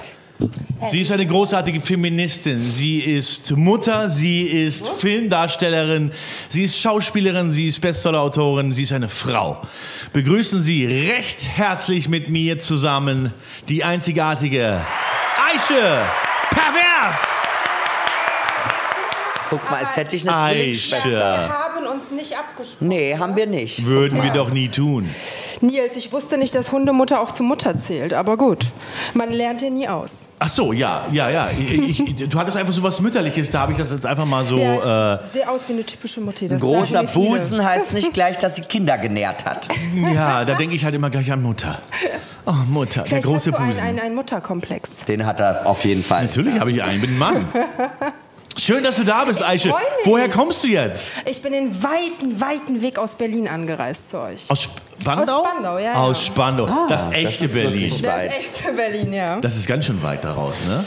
Speaker 1: Sie ist eine großartige Feministin, sie ist Mutter, sie ist Filmdarstellerin, sie ist Schauspielerin, sie ist Bestsellerautorin, sie ist eine Frau. Begrüßen Sie recht herzlich mit mir zusammen die einzigartige Aische Pervers!
Speaker 2: Guck mal, es hätte ich eine Zwillingsschwester.
Speaker 1: Aisha.
Speaker 6: Wir haben uns nicht abgesprochen.
Speaker 2: Nee, haben wir nicht.
Speaker 1: Würden wir doch nie tun.
Speaker 6: Nils, ich wusste nicht, dass Hundemutter auch zu Mutter zählt, aber gut. Man lernt ja nie aus.
Speaker 1: Ach so, ja, ja, ja. Ich, ich, du hattest einfach so was Mütterliches, da habe ich das jetzt einfach mal so. äh,
Speaker 6: ja,
Speaker 1: Ja,
Speaker 6: ich sehe aus wie eine typische Mutti. Das
Speaker 2: Großer
Speaker 6: sagen mir viele.
Speaker 2: Busen heißt nicht gleich, dass sie Kinder genährt hat.
Speaker 1: äh, ja da denke ich halt immer gleich an Mutter. Oh, Mutter, der
Speaker 6: Vielleicht
Speaker 1: große
Speaker 6: hast du
Speaker 1: Busen.
Speaker 6: Einen, einen, einen Mutterkomplex.
Speaker 2: Den hat er auf jeden Fall.
Speaker 1: Natürlich habe ich einen, bin ein Mann. Schön, dass du da bist, Eiche.
Speaker 6: freu mich.
Speaker 1: Woher kommst du jetzt?
Speaker 6: Ich bin den weiten, weiten Weg aus Berlin angereist zu euch.
Speaker 1: Aus Spandau?
Speaker 6: Aus Spandau, ja, ja.
Speaker 1: Aus Spandau, das echte
Speaker 2: ist
Speaker 1: Berlin.
Speaker 2: wirklich-
Speaker 6: das
Speaker 2: weit.
Speaker 6: ist echt Berlin, ja.
Speaker 1: Das ist ganz schön weit da raus, ne?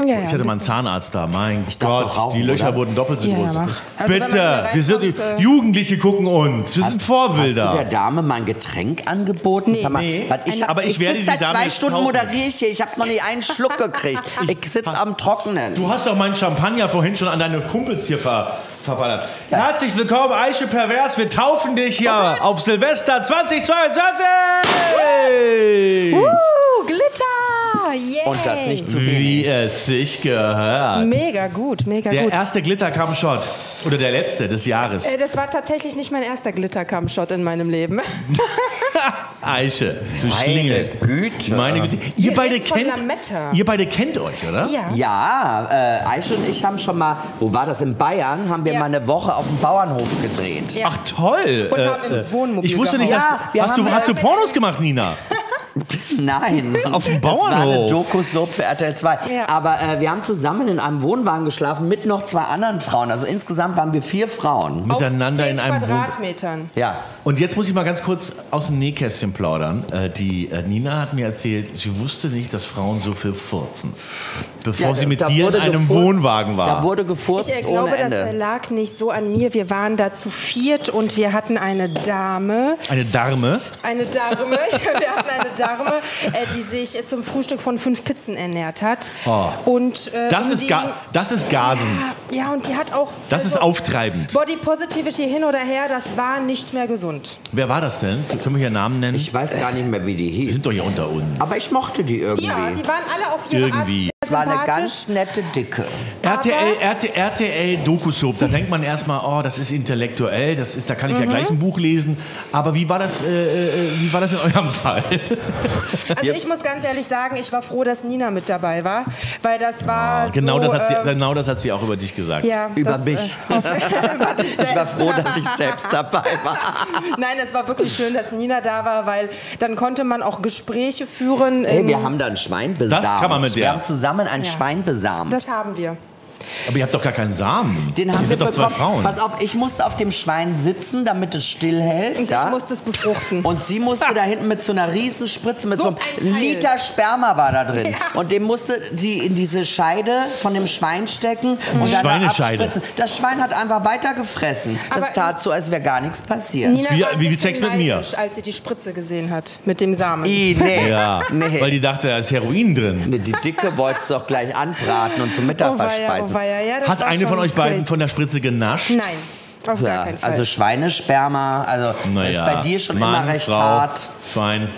Speaker 6: ja, ja
Speaker 1: Ich hatte
Speaker 6: ein
Speaker 1: mal einen
Speaker 6: bisschen.
Speaker 1: Zahnarzt da, mein
Speaker 2: darf
Speaker 1: Gott,
Speaker 2: doch rauchen,
Speaker 1: die Löcher
Speaker 2: oder?
Speaker 1: wurden doppelt so
Speaker 6: Ja,
Speaker 1: groß.
Speaker 6: ja, mach. Also, wenn man hier
Speaker 1: Bitte, wir sind,
Speaker 6: reinkommt, äh,
Speaker 1: Jugendliche gucken uns, wir sind Vorbilder.
Speaker 2: Hast du der Dame mal ein Getränk angeboten? Sag mal,
Speaker 1: Nee.
Speaker 2: was ich hab,
Speaker 1: Aber ich werde
Speaker 2: sitz
Speaker 1: die
Speaker 2: seit
Speaker 1: Dame
Speaker 2: zwei
Speaker 1: nicht
Speaker 2: Stunden
Speaker 1: kaufen.
Speaker 2: moderiere ich hier. Ich habe noch nicht einen Schluck gekriegt. Ich sitze am Trockenen.
Speaker 1: Du hast doch meinen Champagner vorhin schon an deine Kumpels hier ver verballert. Herzlich willkommen, Eiche Pervers. Wir taufen dich hier auf Silvester 2022.
Speaker 6: Uh, Glitter! Yay!
Speaker 2: Und das nicht zu
Speaker 1: Wie
Speaker 2: wenig.
Speaker 1: es sich gehört.
Speaker 6: Mega gut, mega
Speaker 1: Der
Speaker 6: gut.
Speaker 1: erste Glitterkampfshot. Oder der letzte des Jahres.
Speaker 6: Äh, Das war tatsächlich nicht mein erster Glitterkamm-Shot in meinem Leben.
Speaker 1: Eiche, du
Speaker 2: Meine
Speaker 1: Schlingel.
Speaker 2: Güte.
Speaker 1: Meine Güte. Ihr
Speaker 6: Wir
Speaker 1: beide,
Speaker 6: reden von
Speaker 1: kennt,
Speaker 6: Lametta.
Speaker 1: ihr beide kennt euch, oder?
Speaker 6: ja.
Speaker 2: Ja, äh, Aisha und ich haben schon mal, wo war das? In Bayern haben wir
Speaker 6: Ja.
Speaker 2: mal eine Woche auf dem Bauernhof gedreht.
Speaker 6: Ja.
Speaker 1: Ach toll. Äh,
Speaker 6: Und haben im Wohnmobil
Speaker 1: ich wusste nicht, dass,
Speaker 2: gehauen. Ja, wir
Speaker 1: hast,
Speaker 2: haben
Speaker 1: du,
Speaker 2: ja-
Speaker 1: hast du Pornos gemacht, Nina?
Speaker 2: Nein.
Speaker 1: Auf dem
Speaker 2: Das war eine
Speaker 1: Bauernhof.
Speaker 2: Doku-Soap für RTL 2.
Speaker 6: Ja.
Speaker 2: Aber äh, wir haben zusammen in einem Wohnwagen geschlafen mit noch zwei anderen Frauen. Also insgesamt waren wir vier Frauen.
Speaker 1: Miteinander
Speaker 6: Auf
Speaker 1: in
Speaker 6: zehn
Speaker 1: einem Wohnwagen.
Speaker 6: Quadratmetern.
Speaker 2: Ja.
Speaker 1: Und jetzt muss ich mal ganz kurz aus dem Nähkästchen plaudern. Äh, die äh, Nina hat mir erzählt, sie wusste nicht, dass Frauen so viel furzen, bevor
Speaker 2: ja,
Speaker 1: sie mit
Speaker 2: da
Speaker 1: dir in
Speaker 2: wurde
Speaker 1: einem
Speaker 2: gefurzt.
Speaker 1: Wohnwagen war.
Speaker 2: Da wurde gefurzt
Speaker 6: Ich äh,
Speaker 2: ohne
Speaker 6: glaube, das äh,
Speaker 2: Ende.
Speaker 6: lag nicht so an mir. Wir waren da zu viert und wir hatten eine Dame,
Speaker 1: eine Dame.
Speaker 6: eine Dame, wir hatten eine Dame, äh, die sich äh, zum Frühstück von fünf Pizzen ernährt hat.
Speaker 1: Oh.
Speaker 6: Und äh,
Speaker 1: Das
Speaker 6: um
Speaker 1: ist,
Speaker 6: die- Also-
Speaker 1: ga das ist gasend.
Speaker 6: Ja, und die hat auch.
Speaker 1: Das ist auftreibend.
Speaker 6: Body Positivity hin oder her, das war nicht mehr gesund.
Speaker 1: Wer war das denn? Können wir hier Namen nennen?
Speaker 2: Ich weiß gar nicht mehr, wie die
Speaker 1: wir
Speaker 2: hieß.
Speaker 1: sind doch hier unter uns.
Speaker 2: Aber ich mochte die irgendwie.
Speaker 6: Ja, die waren alle auf ihre
Speaker 1: Irgendwie.
Speaker 6: Art
Speaker 2: es
Speaker 6: sehr
Speaker 2: war eine
Speaker 6: sympathisch.
Speaker 2: ganz nette Dicke.
Speaker 1: RTL, RTL, RTL Dokusop, da denkt man erstmal, oh, das ist intellektuell, das ist, da kann ich
Speaker 6: Mhm.
Speaker 1: ja gleich ein Buch lesen. Aber wie war das, äh, äh, wie war das in eurem Fall?
Speaker 6: Also ich muss ganz ehrlich sagen, ich war froh, dass Nina mit dabei war, weil das war so,
Speaker 1: genau, das hat sie,
Speaker 6: ähm,
Speaker 1: genau das hat sie auch über dich gesagt.
Speaker 6: ja,
Speaker 2: Über
Speaker 6: das,
Speaker 2: mich.
Speaker 6: Äh, über dich
Speaker 2: Ich war
Speaker 6: selbst.
Speaker 2: froh, dass ich selbst dabei war.
Speaker 6: Nein, es war wirklich schön, dass Nina da war, weil dann konnte man auch Gespräche führen.
Speaker 2: Hey,
Speaker 6: ähm,
Speaker 2: wir haben da ein Schwein besamt.
Speaker 1: kann man mit
Speaker 2: wir
Speaker 1: der.
Speaker 2: haben zusammen ein Schwein besamt.
Speaker 6: das haben wir.
Speaker 1: Aber ihr habt doch gar keinen Samen.
Speaker 2: Den haben
Speaker 1: ihr
Speaker 2: wir
Speaker 1: seid doch zwei
Speaker 2: bekommen.
Speaker 1: Frauen.
Speaker 2: Pass auf, ich musste auf dem Schwein sitzen, damit es stillhält.
Speaker 6: Und
Speaker 2: ja?
Speaker 6: ich musste es befruchten.
Speaker 2: Und sie musste da hinten mit so einer riesen Spritze, mit so,
Speaker 6: So
Speaker 2: einem
Speaker 6: ein Teil.
Speaker 2: Liter Sperma war da drin. Und den musste die in diese Scheide von dem Schwein stecken und dann da
Speaker 1: Mhm. Schweinescheide.
Speaker 2: abspritzen. Das Schwein hat einfach weitergefressen. Das
Speaker 6: Aber-
Speaker 2: tat so, als wäre gar nichts passiert.
Speaker 6: Nina
Speaker 1: wie-
Speaker 6: war ein
Speaker 1: wie
Speaker 6: bisschen
Speaker 1: Sex mit mir.
Speaker 6: neidisch, Als sie die Spritze gesehen hat mit dem Samen.
Speaker 2: I, nee.
Speaker 1: ja,
Speaker 2: Nee.
Speaker 1: weil die dachte, da ist Heroin drin.
Speaker 2: Nee, die Dicke wollte es doch gleich anbraten und zum Mittag
Speaker 6: Oh weia, oh
Speaker 2: verspeisen.
Speaker 6: weia, ja, das
Speaker 1: Hat
Speaker 6: war
Speaker 1: eine von
Speaker 6: schon
Speaker 1: euch beiden
Speaker 6: crazy.
Speaker 1: von der Spritze genascht?
Speaker 6: Nein, auf
Speaker 2: Ja,
Speaker 6: gar keinen Fall.
Speaker 2: also Schweinesperma, also
Speaker 1: Naja,
Speaker 2: ist bei dir schon
Speaker 1: Mann,
Speaker 2: immer recht
Speaker 1: Frau,
Speaker 2: hart.
Speaker 1: Schwein.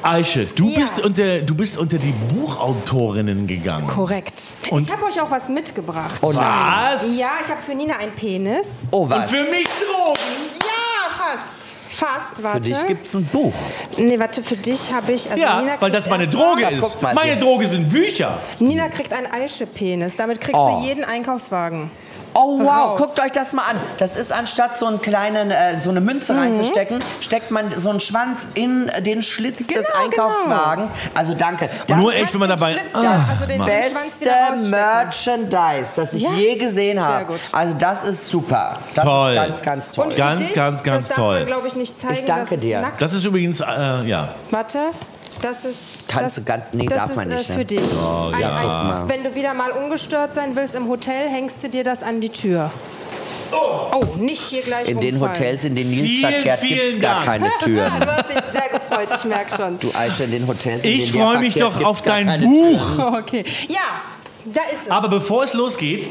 Speaker 1: Eiche, du,
Speaker 6: Ja.
Speaker 1: bist unter, du bist unter die Buchautorinnen gegangen.
Speaker 6: Korrekt.
Speaker 1: Und-
Speaker 6: ich habe euch auch was mitgebracht.
Speaker 1: Was?
Speaker 6: Ja, ich habe für Nina einen Penis.
Speaker 2: Oh was,
Speaker 1: Für mich Drogen.
Speaker 6: Ja, fast. Fast,
Speaker 2: für
Speaker 6: warte.
Speaker 2: dich gibt's ein Buch.
Speaker 6: nee, warte, für dich habe ich. Also Nina
Speaker 1: Ja, weil
Speaker 6: kriegt
Speaker 1: das meine
Speaker 6: erst-
Speaker 1: Droge
Speaker 2: Na,
Speaker 1: ist.
Speaker 2: guck mal
Speaker 1: meine
Speaker 2: hier.
Speaker 1: Droge sind Bücher.
Speaker 6: Nina kriegt einen Eischepenis. Damit kriegst
Speaker 2: Oh.
Speaker 6: du jeden Einkaufswagen.
Speaker 2: Oh wow,
Speaker 6: Raus.
Speaker 2: guckt euch das mal an. Das ist anstatt so einen kleinen äh, so eine Münze
Speaker 6: Mhm.
Speaker 2: reinzustecken, steckt man so einen Schwanz in äh, den Schlitz des
Speaker 6: Genau,
Speaker 2: Einkaufswagens. Also danke. Das
Speaker 1: Nur
Speaker 2: ist
Speaker 1: echt, wenn man
Speaker 6: den
Speaker 1: dabei.
Speaker 6: Schlitz da,
Speaker 1: Ah,
Speaker 6: also den
Speaker 1: Mann.
Speaker 6: Bett. Schwanz wieder
Speaker 2: beste
Speaker 6: rausstecken.
Speaker 2: Merchandise, das ich
Speaker 6: Ja,
Speaker 2: je gesehen
Speaker 6: sehr
Speaker 2: habe.
Speaker 6: gut.
Speaker 2: Also das ist super. Das
Speaker 1: Toll.
Speaker 2: ist ganz ganz toll.
Speaker 6: für
Speaker 1: Ganz, ganz, ganz
Speaker 6: das
Speaker 1: toll.
Speaker 6: Das darf man, glaube ich, nicht zeigen.
Speaker 2: Ich danke
Speaker 6: das ist
Speaker 2: dir.
Speaker 6: Nackt.
Speaker 1: das ist übrigens, äh, ja.
Speaker 6: Warte. Das ist.
Speaker 2: Kannst
Speaker 6: das,
Speaker 2: du ganz- nee,
Speaker 6: das
Speaker 2: darf
Speaker 6: ist,
Speaker 2: man nicht,
Speaker 6: Äh,
Speaker 2: ne?
Speaker 6: für dich. ein,
Speaker 1: Oh, ja.
Speaker 6: ein, wenn du wieder mal ungestört sein willst im Hotel, hängst du dir das an die Tür. Oh, nicht hier gleich
Speaker 2: in den
Speaker 6: rumfallen.
Speaker 2: Hotels, in den Nils
Speaker 1: Vielen,
Speaker 2: verkehrt, gibt
Speaker 1: vielen
Speaker 2: es gar
Speaker 1: Dank.
Speaker 2: keine Türen.
Speaker 6: Du hast dich sehr gefreut, ich merke schon.
Speaker 2: Du Alter, in den Hotels. in
Speaker 1: Ich
Speaker 2: denen wir
Speaker 1: freue mich
Speaker 2: verkehrt,
Speaker 1: doch
Speaker 2: gibt's
Speaker 1: auf
Speaker 2: gar
Speaker 1: dein
Speaker 2: keine
Speaker 1: Buch.
Speaker 2: Türen.
Speaker 6: Okay. Ja, Oh, da ist es.
Speaker 1: Aber bevor es losgeht,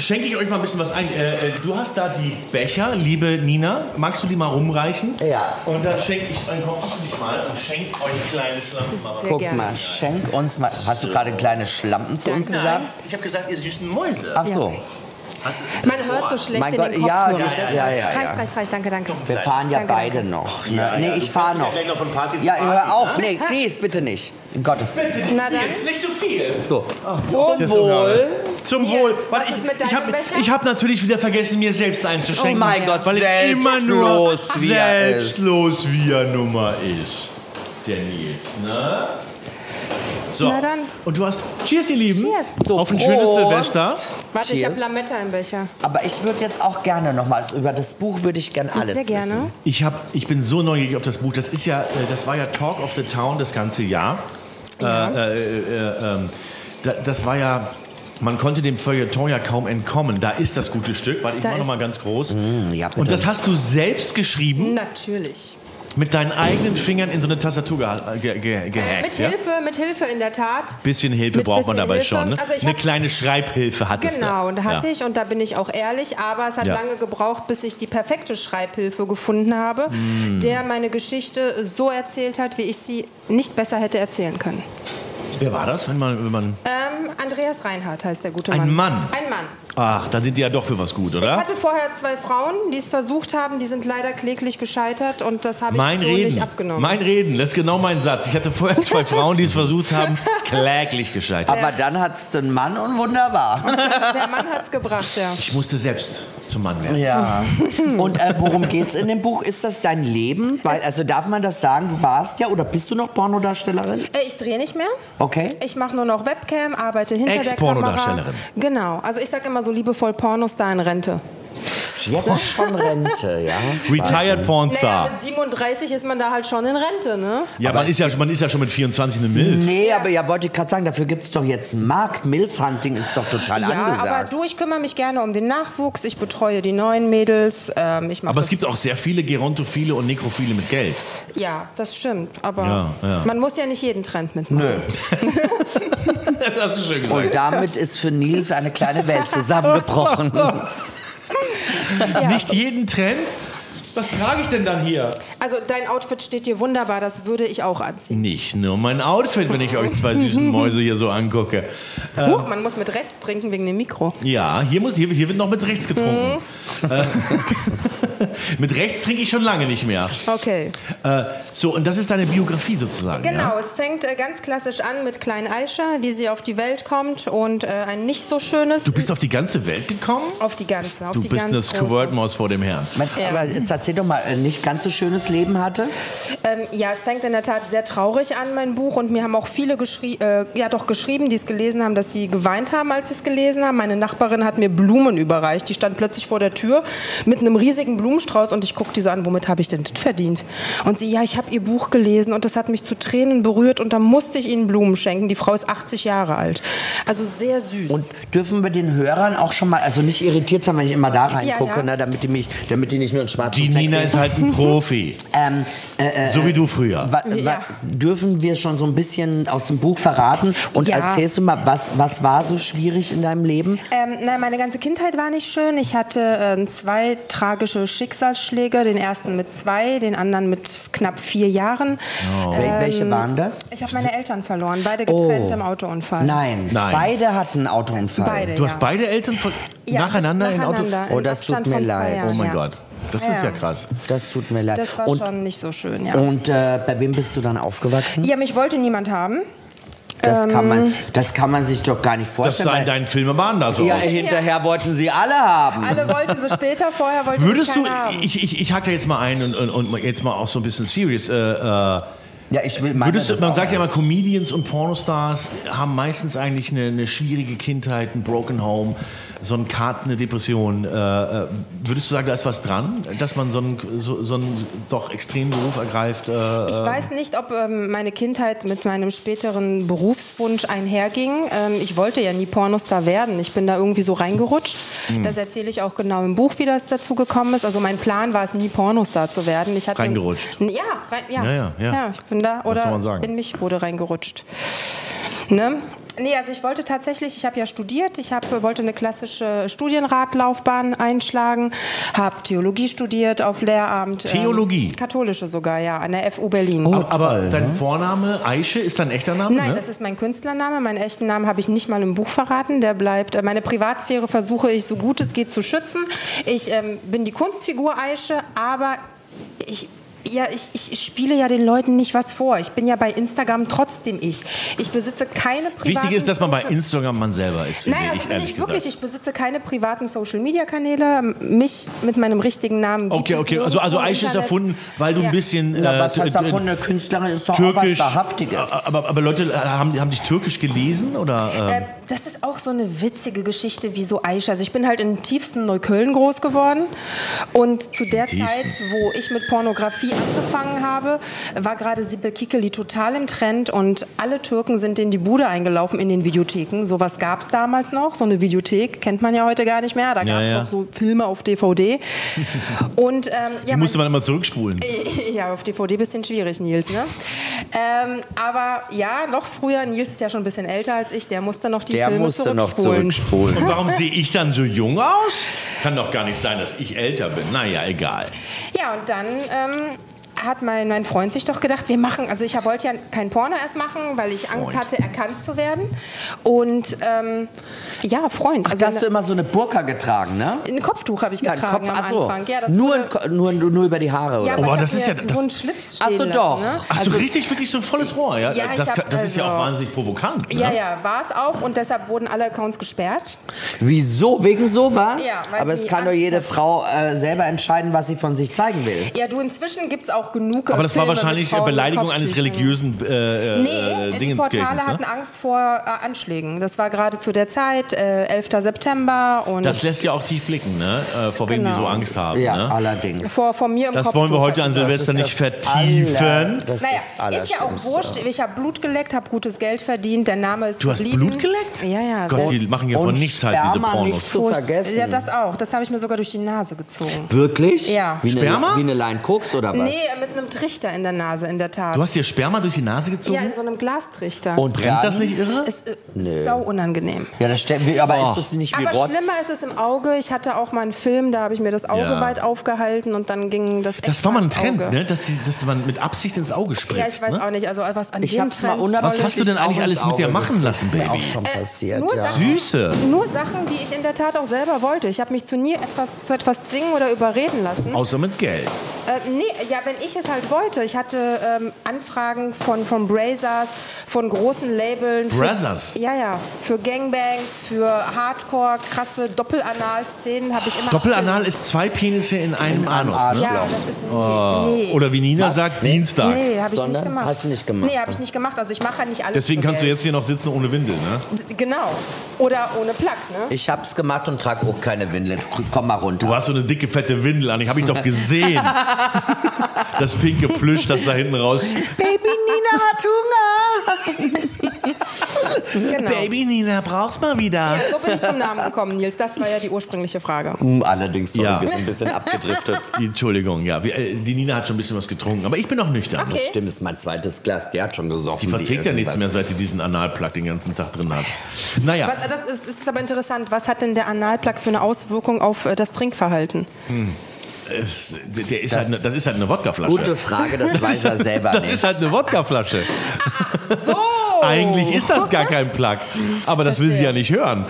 Speaker 1: schenke ich euch mal ein bisschen was ein. Äh, äh, du hast da die Becher, liebe Nina. Magst du die mal rumreichen?
Speaker 2: Ja.
Speaker 1: Und dann schenke ich, dann kommst du dich mal und schenk euch einen kleinen Schlampen. mal was.
Speaker 6: Sehr
Speaker 2: Guck
Speaker 6: gerne.
Speaker 2: mal, schenk uns mal. Hast du gerade kleine Schlampen zu uns
Speaker 6: Danke.
Speaker 2: gesagt?
Speaker 1: Ich habe gesagt, ihr süßen Mäuse.
Speaker 2: Ach so.
Speaker 1: Hast du-
Speaker 6: Man hört so schlecht
Speaker 2: Mein
Speaker 6: in
Speaker 2: Gott,
Speaker 6: den
Speaker 2: ja,
Speaker 6: Kopfhörern.
Speaker 2: das-
Speaker 6: Deshalb-
Speaker 2: ja, ja,
Speaker 6: reicht,
Speaker 2: ja.
Speaker 6: reicht, reicht. Danke, danke.
Speaker 2: Wir fahren ja
Speaker 6: Danke, danke.
Speaker 2: beide noch. Ne?
Speaker 1: Ja, ja,
Speaker 2: nee,
Speaker 1: du
Speaker 2: ich
Speaker 1: fährst
Speaker 2: fahre
Speaker 1: ja
Speaker 2: noch.
Speaker 1: gleich noch von Party zu
Speaker 2: ja,
Speaker 1: Party,
Speaker 2: hör auf.
Speaker 1: ne?
Speaker 2: Nee, please, bitte nicht. In Gottes Willen.
Speaker 1: Bitte,
Speaker 6: Na dann.
Speaker 1: Jetzt nicht so viel.
Speaker 2: So.
Speaker 1: Das
Speaker 2: Prost.
Speaker 1: ist so geil. Zum
Speaker 6: Nils,
Speaker 1: Wohl.
Speaker 6: was
Speaker 1: Warte,
Speaker 6: ist
Speaker 1: ich-
Speaker 6: mit
Speaker 1: ich
Speaker 6: deinem
Speaker 1: habe
Speaker 6: Becher?
Speaker 1: hab natürlich wieder vergessen, mir selbst einzuschenken.
Speaker 2: Oh mein Gott,
Speaker 1: weil ich immer nur
Speaker 2: selbstlos, wie er ist.
Speaker 1: selbstlos wie er Nummer ist. Der Nils, ne? So.
Speaker 6: Na dann.
Speaker 1: Und du hast. Cheers, ihr Lieben.
Speaker 6: Cheers.
Speaker 2: So,
Speaker 1: Auf ein schönes
Speaker 2: Prost.
Speaker 1: Silvester.
Speaker 6: Warte, ich habe
Speaker 2: Cheers.
Speaker 6: Lametta im Becher.
Speaker 2: Aber ich würde jetzt auch gerne nochmal, über das Buch würde ich gerne alles
Speaker 6: Sehr gerne.
Speaker 2: wissen.
Speaker 1: Ich, hab, ich bin so neugierig auf das Buch. Das ist ja, äh, das war ja Talk of the Town das ganze Jahr. Äh, äh, äh, ähm, da, das war ja, man konnte dem Feuilleton ja kaum entkommen. Da ist das gute Stück. Warte, ich
Speaker 6: Da
Speaker 1: mach noch
Speaker 6: ist es.
Speaker 1: mal
Speaker 6: Hm,
Speaker 1: ganz groß.
Speaker 2: ja, bitte.
Speaker 1: Und das hast du selbst geschrieben,
Speaker 6: Natürlich.
Speaker 1: mit deinen eigenen Fingern in so eine Tastatur geha- ge ge
Speaker 6: Äh,
Speaker 1: gehackt.
Speaker 6: mit
Speaker 1: ja?
Speaker 6: Hilfe, mit Hilfe in der Tat.
Speaker 1: Bisschen Hilfe
Speaker 6: Mit
Speaker 1: braucht
Speaker 6: bisschen
Speaker 1: man dabei
Speaker 6: Hilfe.
Speaker 1: schon. Ne?
Speaker 6: Also ich
Speaker 1: eine
Speaker 6: hab's-
Speaker 1: kleine Schreibhilfe hattest du.
Speaker 6: Genau, und hatte
Speaker 1: ja.
Speaker 6: ich und da bin ich auch ehrlich, aber es hat
Speaker 1: Ja.
Speaker 6: lange gebraucht, bis ich die perfekte Schreibhilfe gefunden habe,
Speaker 1: Mm.
Speaker 6: der meine Geschichte so erzählt hat, wie ich sie nicht besser hätte erzählen können.
Speaker 1: Wer war das, wenn man, wenn man.
Speaker 6: Ähm, Andreas Reinhardt heißt der gute
Speaker 1: Ein
Speaker 6: Mann.
Speaker 1: Mann?
Speaker 6: Ein Mann.
Speaker 1: Ach, dann sind die ja doch für was gut,
Speaker 6: Ich
Speaker 1: oder?
Speaker 6: hatte vorher zwei Frauen, die es versucht haben, die sind leider kläglich gescheitert und das habe ich
Speaker 1: Mein
Speaker 6: so
Speaker 1: Reden.
Speaker 6: nicht abgenommen.
Speaker 1: Mein Reden, das ist genau mein Satz. Ich hatte vorher zwei Frauen, die es versucht haben, kläglich gescheitert.
Speaker 2: Aber dann hat's den Mann und wunderbar.
Speaker 6: der Mann hat es gebracht, ja.
Speaker 1: Ich musste selbst zum Mann werden.
Speaker 2: Ja. Und äh, worum geht's in dem Buch? Ist das dein Leben? Weil, also darf man das sagen? Du warst ja oder bist du noch Pornodarstellerin?
Speaker 6: Äh, Ich drehe nicht mehr.
Speaker 2: Okay.
Speaker 6: Ich mache nur noch Webcam, arbeite hinter der Kamera.
Speaker 1: Ex-Pornodarstellerin.
Speaker 6: Genau. Also ich sage immer so liebevoll Pornostar in Rente.
Speaker 2: Jetzt schon Rente, ja.
Speaker 1: Retired
Speaker 6: Naja,
Speaker 1: Pornstar.
Speaker 6: mit 37 ist man da halt schon in Rente, ne?
Speaker 1: Ja, man ist ja, man ist ja schon mit 24 eine Milf.
Speaker 2: Nee, aber ja, wollte ich gerade sagen, dafür gibt's doch jetzt einen Markt. Milfhunting ist doch total
Speaker 6: Ja, aber
Speaker 2: angesagt.
Speaker 6: du, ich kümmere mich gerne um den Nachwuchs, ich betreue die neuen Mädels, ähm, ich mache
Speaker 1: Aber es gibt auch sehr viele Gerontophile und Nekrophile mit Geld.
Speaker 6: Ja, das stimmt, aber
Speaker 1: Ja, ja.
Speaker 6: man muss ja nicht jeden Trend mitmachen. Nö.
Speaker 1: Das ist schön
Speaker 2: Und damit ist für Nils eine kleine Welt zusammengebrochen.
Speaker 1: Nicht jeden Trend? Was trage ich denn dann hier?
Speaker 6: Also dein Outfit steht dir wunderbar, das würde ich auch anziehen.
Speaker 1: Nicht nur mein Outfit, wenn ich euch zwei süßen Mäuse hier so angucke.
Speaker 2: Ähm.
Speaker 1: Ähm,
Speaker 6: Huch, man muss mit rechts trinken wegen dem Mikro.
Speaker 1: Ja, hier, muss, hier, hier wird noch mit rechts getrunken.
Speaker 6: Mhm.
Speaker 1: Äh, mit rechts trinke ich schon lange nicht mehr.
Speaker 6: Okay.
Speaker 1: Äh, so, und das ist deine Biografie sozusagen.
Speaker 6: Genau,
Speaker 1: Ja?
Speaker 6: es fängt äh, ganz klassisch an mit Klein Aisha, wie sie auf die Welt kommt und äh, ein nicht so schönes
Speaker 1: Du bist auf die ganze Welt gekommen?
Speaker 6: auf die ganze, auf
Speaker 1: Du
Speaker 6: die
Speaker 1: bist eine
Speaker 6: ganz große.
Speaker 1: Squirtmaus vor dem Herrn.
Speaker 2: Mensch, Aber jetzt erzähl doch mal, äh, nicht ganz so schönes Leben hattest?
Speaker 6: Ähm, ja, es fängt in der Tat sehr traurig an, mein Buch. Und mir haben auch viele geschrie äh, ja, doch geschrieben, die es gelesen haben, dass sie geweint haben, als sie es gelesen haben. Meine Nachbarin hat mir Blumen überreicht. Die stand plötzlich vor der Tür mit einem riesigen Blumenstrauß und ich guckte die so an, womit habe ich denn das verdient? Und sie, ja, ich habe ihr Buch gelesen und das hat mich zu Tränen berührt und da musste ich ihnen Blumen schenken. Die Frau ist 80 Jahre alt. Also sehr süß.
Speaker 2: Und dürfen wir den Hörern auch schon mal, also nicht irritiert sein, wenn ich immer da reingucke,
Speaker 6: Ja, ja.
Speaker 2: Ne, damit, die mich, damit die nicht nur einen schwarzen
Speaker 1: Die
Speaker 2: Fleck
Speaker 1: Nina
Speaker 2: sehen.
Speaker 1: ist halt ein Profi.
Speaker 2: ähm, äh, äh,
Speaker 1: So wie du früher.
Speaker 2: wa, wa,
Speaker 6: Ja.
Speaker 2: Dürfen wir schon so ein bisschen aus dem Buch verraten? Und
Speaker 6: Ja.
Speaker 2: erzählst du mal, was, was war so schwierig in deinem Leben?
Speaker 6: Ähm, nein, meine ganze Kindheit war nicht schön. Ich hatte ähm, zwei tragische Schicksalsschläge. Den ersten mit zwei, den anderen mit knapp vier Jahren.
Speaker 1: Oh.
Speaker 6: Ähm,
Speaker 2: Wel- Welche waren das? Oh.
Speaker 6: Ich habe meine Eltern verloren, beide getrennt im Autounfall.
Speaker 2: Nein.
Speaker 1: Nein.
Speaker 2: beide hatten einen Autounfall.
Speaker 6: Beide.
Speaker 1: Du hast
Speaker 6: ja.
Speaker 1: beide Eltern von,
Speaker 6: Ja,
Speaker 1: nacheinander, in Auto.
Speaker 6: nacheinander,
Speaker 2: Oh,
Speaker 6: im
Speaker 2: das tut
Speaker 6: Abstand
Speaker 2: mir
Speaker 6: von zwei
Speaker 2: leid.
Speaker 6: Jahren,
Speaker 1: Oh mein
Speaker 6: ja.
Speaker 1: Gott. Das ist
Speaker 6: Ja.
Speaker 1: ja krass.
Speaker 2: Das tut mir leid.
Speaker 6: Das war
Speaker 2: und
Speaker 6: schon nicht so schön, ja.
Speaker 2: und äh, bei wem bist du dann aufgewachsen?
Speaker 6: Ja, mich wollte niemand haben.
Speaker 2: Das, kann
Speaker 6: Ähm.
Speaker 2: man, das kann man sich doch gar nicht
Speaker 1: Das
Speaker 2: vorstellen.
Speaker 1: sah in
Speaker 2: weil-
Speaker 1: deinen Filmen waren da so
Speaker 2: ja,
Speaker 1: aus.
Speaker 2: hinterher wollten sie alle haben.
Speaker 6: Alle wollten sie später, vorher wollte
Speaker 1: Würdest
Speaker 6: mich
Speaker 1: du,
Speaker 6: keiner haben.
Speaker 1: ich, ich, ich hake da jetzt mal ein und, und, und jetzt mal auch so ein bisschen serious. Äh, äh,
Speaker 2: Ja, ich will meine
Speaker 1: würdest du,
Speaker 2: das
Speaker 1: man
Speaker 2: auch
Speaker 1: sagt ja
Speaker 2: nicht.
Speaker 1: immer, Comedians und Pornostars haben meistens eigentlich eine, eine schwierige Kindheit, ein Broken Home, so ein Cut, eine Depression. Äh, äh, würdest du sagen, da ist was dran, dass man so einen, so, so einen doch extremen Beruf ergreift? Äh,
Speaker 6: Ich weiß nicht, ob ähm, meine Kindheit mit meinem späteren Berufswunsch einherging. Ähm, ich wollte ja nie Pornostar werden. Ich bin da irgendwie so reingerutscht.
Speaker 1: Hm.
Speaker 6: Das erzähle ich auch genau im Buch, wie das dazu gekommen ist. Also mein Plan war es, nie Pornostar zu werden. Ich hatte
Speaker 1: Reingerutscht.
Speaker 6: Ja, rein, ja.
Speaker 1: Ja, ja, ja.
Speaker 6: ich bin da
Speaker 1: soll man
Speaker 6: oder
Speaker 1: sagen?
Speaker 6: in mich wurde reingerutscht. Ne? Nee, also ich wollte tatsächlich, ich habe ja studiert, ich hab, wollte eine klassische Studienratlaufbahn einschlagen, habe Theologie studiert auf Lehramt. ähm,
Speaker 1: Theologie?
Speaker 6: katholische sogar, ja, an der FU Berlin.
Speaker 1: Oh, Aber, aber
Speaker 2: ne?
Speaker 1: dein Vorname Aische ist dein echter Name?
Speaker 6: Nein,
Speaker 1: ne?
Speaker 6: das ist mein Künstlername. Meinen echten Namen habe ich nicht mal im Buch verraten. Der bleibt. äh, Meine Privatsphäre versuche ich so gut es geht zu schützen. Ich ähm, bin die Kunstfigur Aische, aber ich. Ja, ich, ich spiele ja den Leuten nicht was vor. Ich bin ja bei Instagram trotzdem ich. Ich besitze keine privaten
Speaker 1: Wichtig ist, dass man bei
Speaker 6: Social-
Speaker 1: Instagram man selber ist. finde
Speaker 6: Nein, also bin
Speaker 1: ehrlich
Speaker 6: ich wirklich.
Speaker 1: gesagt.
Speaker 6: Ich besitze keine privaten Social-Media-Kanäle. Mich mit meinem richtigen Namen. gibt
Speaker 1: Okay,
Speaker 6: es
Speaker 1: okay.
Speaker 6: nirgendwo
Speaker 1: Also, also
Speaker 6: im
Speaker 1: Aische ist
Speaker 6: Internet.
Speaker 1: erfunden, weil du
Speaker 6: Ja.
Speaker 1: ein bisschen.
Speaker 2: Na, was
Speaker 1: äh,
Speaker 2: hast du davon? Eine Künstlerin ist doch auch was
Speaker 1: Türkisch.
Speaker 2: Wahrhaftiges.
Speaker 1: Aber, aber Leute äh, haben, haben dich türkisch gelesen? Oder, äh,
Speaker 6: Ähm, das ist auch so eine witzige Geschichte wie so Aisha. Also ich bin halt im tiefsten Neukölln groß geworden und zu der
Speaker 1: tiefsten.
Speaker 6: Zeit, wo ich mit Pornografie angefangen habe, war gerade Sibel Kikeli total im Trend und alle Türken sind in die Bude eingelaufen in den Videotheken. Sowas gab es damals noch, so eine Videothek kennt man ja heute gar nicht mehr. Da gab es
Speaker 1: ja.
Speaker 6: noch so Filme auf DVD und ähm, ja,
Speaker 1: die
Speaker 6: mein-
Speaker 1: musste man immer zurückspulen.
Speaker 6: ja, auf DVD bisschen schwierig, Nils, ne? Ähm, aber ja, noch früher, Nils ist ja schon ein bisschen älter als ich, der musste noch die
Speaker 2: Der
Speaker 6: Filme
Speaker 2: musste noch
Speaker 6: zurückspulen.
Speaker 2: zurückspulen.
Speaker 1: Und warum sehe ich dann so jung aus? Kann doch gar nicht sein, dass ich älter bin. Naja, egal.
Speaker 6: Ja, und dann ähm, hat mein, mein Freund sich doch gedacht, wir machen, also ich wollte ja kein Porno erst machen, weil ich Angst
Speaker 1: Freund.
Speaker 6: hatte, erkannt zu werden. Und ähm, ja, Freund.
Speaker 2: Also
Speaker 6: Also
Speaker 2: hast
Speaker 6: eine,
Speaker 2: du immer so eine Burka getragen, ne?
Speaker 6: ein Kopftuch habe ich
Speaker 2: Ja, einen
Speaker 6: getragen
Speaker 2: Kopf-
Speaker 6: am
Speaker 2: achso.
Speaker 6: Anfang. Ja, das
Speaker 2: nur,
Speaker 6: wurde-
Speaker 2: ein Ko- nur, nur über die Haare,
Speaker 6: ja,
Speaker 2: oder?
Speaker 6: aber
Speaker 1: Boah,
Speaker 6: ich
Speaker 1: Oh, das
Speaker 6: hab
Speaker 1: ist
Speaker 6: mir
Speaker 1: ja- das-
Speaker 6: so einen Schlitz stehen
Speaker 2: Ach so,
Speaker 6: lassen,
Speaker 2: doch.
Speaker 6: Ne?
Speaker 1: Ach
Speaker 2: Also-
Speaker 1: so, richtig, wirklich so volles Rohr. Ja,
Speaker 6: Ja, ich
Speaker 1: das
Speaker 6: hab
Speaker 1: das ist ja auch
Speaker 6: also-
Speaker 1: wahnsinnig provokant. Ne?
Speaker 6: Ja, ja, war es auch und deshalb wurden alle Accounts gesperrt.
Speaker 2: Wieso? Wegen sowas?
Speaker 6: Ja, weil
Speaker 2: aber
Speaker 6: sie
Speaker 2: es kann doch
Speaker 6: Angst
Speaker 2: jede
Speaker 6: hat.
Speaker 2: Frau äh, selber entscheiden, was sie von sich zeigen will.
Speaker 6: Ja, du, inzwischen gibt es auch genug. äh,
Speaker 1: Aber das war
Speaker 6: Filme mit
Speaker 1: wahrscheinlich
Speaker 6: Frauen
Speaker 1: äh,
Speaker 6: mit
Speaker 1: Beleidigung eines
Speaker 6: Kopftüchern.
Speaker 1: religiösen äh, äh,
Speaker 6: Nee,
Speaker 1: äh,
Speaker 6: die Portale
Speaker 1: Dingenskirchens.
Speaker 6: hatten
Speaker 1: Ne?
Speaker 6: Angst vor äh, Anschlägen. Das war gerade zu der Zeit, äh, 11. September und
Speaker 1: Das lässt ja auch tief blicken, ne? äh, vor wem die so
Speaker 6: Genau.
Speaker 1: Angst haben.
Speaker 2: Ja,
Speaker 1: ne?
Speaker 2: allerdings.
Speaker 6: vor, vor mir im
Speaker 1: Das
Speaker 6: Kopf.
Speaker 1: wollen wir heute an Silvester
Speaker 2: Das
Speaker 1: nicht
Speaker 2: ist das
Speaker 1: vertiefen.
Speaker 2: Aller- das
Speaker 6: Naja,
Speaker 2: ist,
Speaker 6: ist, ja auch
Speaker 2: Allerschlimmste.
Speaker 6: wurscht. Ich habe Blut geleckt, habe gutes Geld verdient, der Name ist
Speaker 1: Du hast
Speaker 6: geblieben.
Speaker 1: Blut geleckt?
Speaker 6: Ja, ja.
Speaker 1: Gott, die
Speaker 6: der-
Speaker 1: machen ja von
Speaker 2: Und
Speaker 1: nichts halt, diese
Speaker 2: Sperma
Speaker 1: Pornos.
Speaker 2: nicht zu
Speaker 6: Furcht-
Speaker 2: vergessen.
Speaker 6: Ja, das auch. Das habe ich mir sogar durch die Nase gezogen.
Speaker 2: Wirklich?
Speaker 6: Ja.
Speaker 2: Wie
Speaker 1: Sperma?
Speaker 2: Eine, wie eine Line Koks oder was?
Speaker 6: Nee, mit einem Trichter in der Nase, in der Tat.
Speaker 1: Du hast dir Sperma durch die Nase
Speaker 6: ja,
Speaker 1: gezogen?
Speaker 6: in so einem Glastrichter.
Speaker 2: Und
Speaker 1: Brennt das
Speaker 2: dann-
Speaker 1: nicht irre?
Speaker 6: ist äh, sau unangenehm.
Speaker 2: Ja, das stellen wir, aber
Speaker 1: Oh.
Speaker 2: ist das nicht wie
Speaker 6: Aber
Speaker 2: Rotz?
Speaker 6: schlimmer ist es im Auge. Ich hatte auch mal einen Film, da habe ich mir das Auge
Speaker 1: Ja.
Speaker 6: weit aufgehalten und dann ging das.
Speaker 1: Das
Speaker 6: extra
Speaker 1: war mal ein
Speaker 6: ins
Speaker 1: Trend,
Speaker 6: Auge.
Speaker 1: ne? dass, die, dass man mit Absicht ins Auge spritzt.
Speaker 6: Ja, ich weiß
Speaker 1: ne?
Speaker 6: auch nicht. Also was an
Speaker 2: Ich
Speaker 6: dem
Speaker 2: hab's mal
Speaker 6: Trend
Speaker 2: unab-
Speaker 1: Was
Speaker 6: toll ist.
Speaker 1: hast du denn
Speaker 2: Auch
Speaker 1: eigentlich
Speaker 2: ins
Speaker 1: alles mit dir
Speaker 2: Auge
Speaker 1: machen lassen,
Speaker 2: Ist mir auch
Speaker 1: Baby?
Speaker 2: schon passiert,
Speaker 6: nur
Speaker 2: ja.
Speaker 6: Sachen-
Speaker 1: Süße.
Speaker 6: Nur Sachen, die ich in der Tat auch selber wollte. Ich habe mich zu nie etwas zu etwas zwingen oder überreden lassen.
Speaker 1: Außer mit Geld.
Speaker 6: Äh, nee, ja, wenn ich es halt wollte. Ich hatte ähm, Anfragen von, von Brazers, von großen Labeln. Für,
Speaker 1: Brazzers?
Speaker 6: Ja, ja. Für Gangbangs, für Hardcore, krasse Doppelanal-Szenen habe ich immer.
Speaker 1: Doppelanal ist zwei Penisse in einem Anus.
Speaker 2: Arsch.
Speaker 1: Ne? Oh.
Speaker 6: Ja, das ist. Nee, nee.
Speaker 1: Oder wie Nina sagt, Dienstag.
Speaker 6: Nee, habe ich
Speaker 2: Sondern?
Speaker 6: nicht gemacht.
Speaker 2: Hast du nicht gemacht? ne?
Speaker 6: Nee, habe ich nicht gemacht. Also ich mache ja nicht alles.
Speaker 1: Deswegen
Speaker 6: für
Speaker 1: kannst du
Speaker 6: Geld.
Speaker 1: jetzt hier noch sitzen ohne Windel, ne?
Speaker 6: Genau. Oder ohne Plug, ne?
Speaker 2: Ich hab's gemacht und trage auch keine Windel. Jetzt komm mal runter.
Speaker 1: Du hast so eine dicke, fette Windel an. Ich habe ich doch gesehen. das pinke Plüsch, das da hinten raus.
Speaker 2: Baby Nina hat Hunger.
Speaker 6: Genau.
Speaker 1: Nina, brauchst mal wieder.
Speaker 6: So bin ich zum Namen gekommen, Nils. Das war ja die ursprüngliche Frage.
Speaker 2: Hm, Allerdings, sorry,
Speaker 1: Ja.
Speaker 2: wir sind ein bisschen abgedriftet.
Speaker 1: Die- Entschuldigung, ja. wir- äh, Die Nina hat schon ein bisschen was getrunken, aber ich bin noch nüchtern.
Speaker 6: Okay.
Speaker 2: Stimmt, ist mein zweites Glas. Der hat schon gesoffen.
Speaker 1: Die verträgt ja nichts
Speaker 2: irgendwas.
Speaker 1: mehr, seit die diesen Analplug den ganzen Tag drin hat. Naja.
Speaker 6: Was, das ist, ist aber interessant. Was hat denn der Analplug für eine Auswirkung auf äh, das Trinkverhalten?
Speaker 1: Äh, Der ist
Speaker 2: Das-
Speaker 1: halt eine, das ist halt eine Wodkaflasche.
Speaker 2: Gute Frage, das weiß er selber
Speaker 1: das
Speaker 2: nicht.
Speaker 1: ist halt eine Wodkaflasche.
Speaker 6: So!
Speaker 1: Eigentlich ist das gar kein Plug. Aber das will sie ja nicht hören.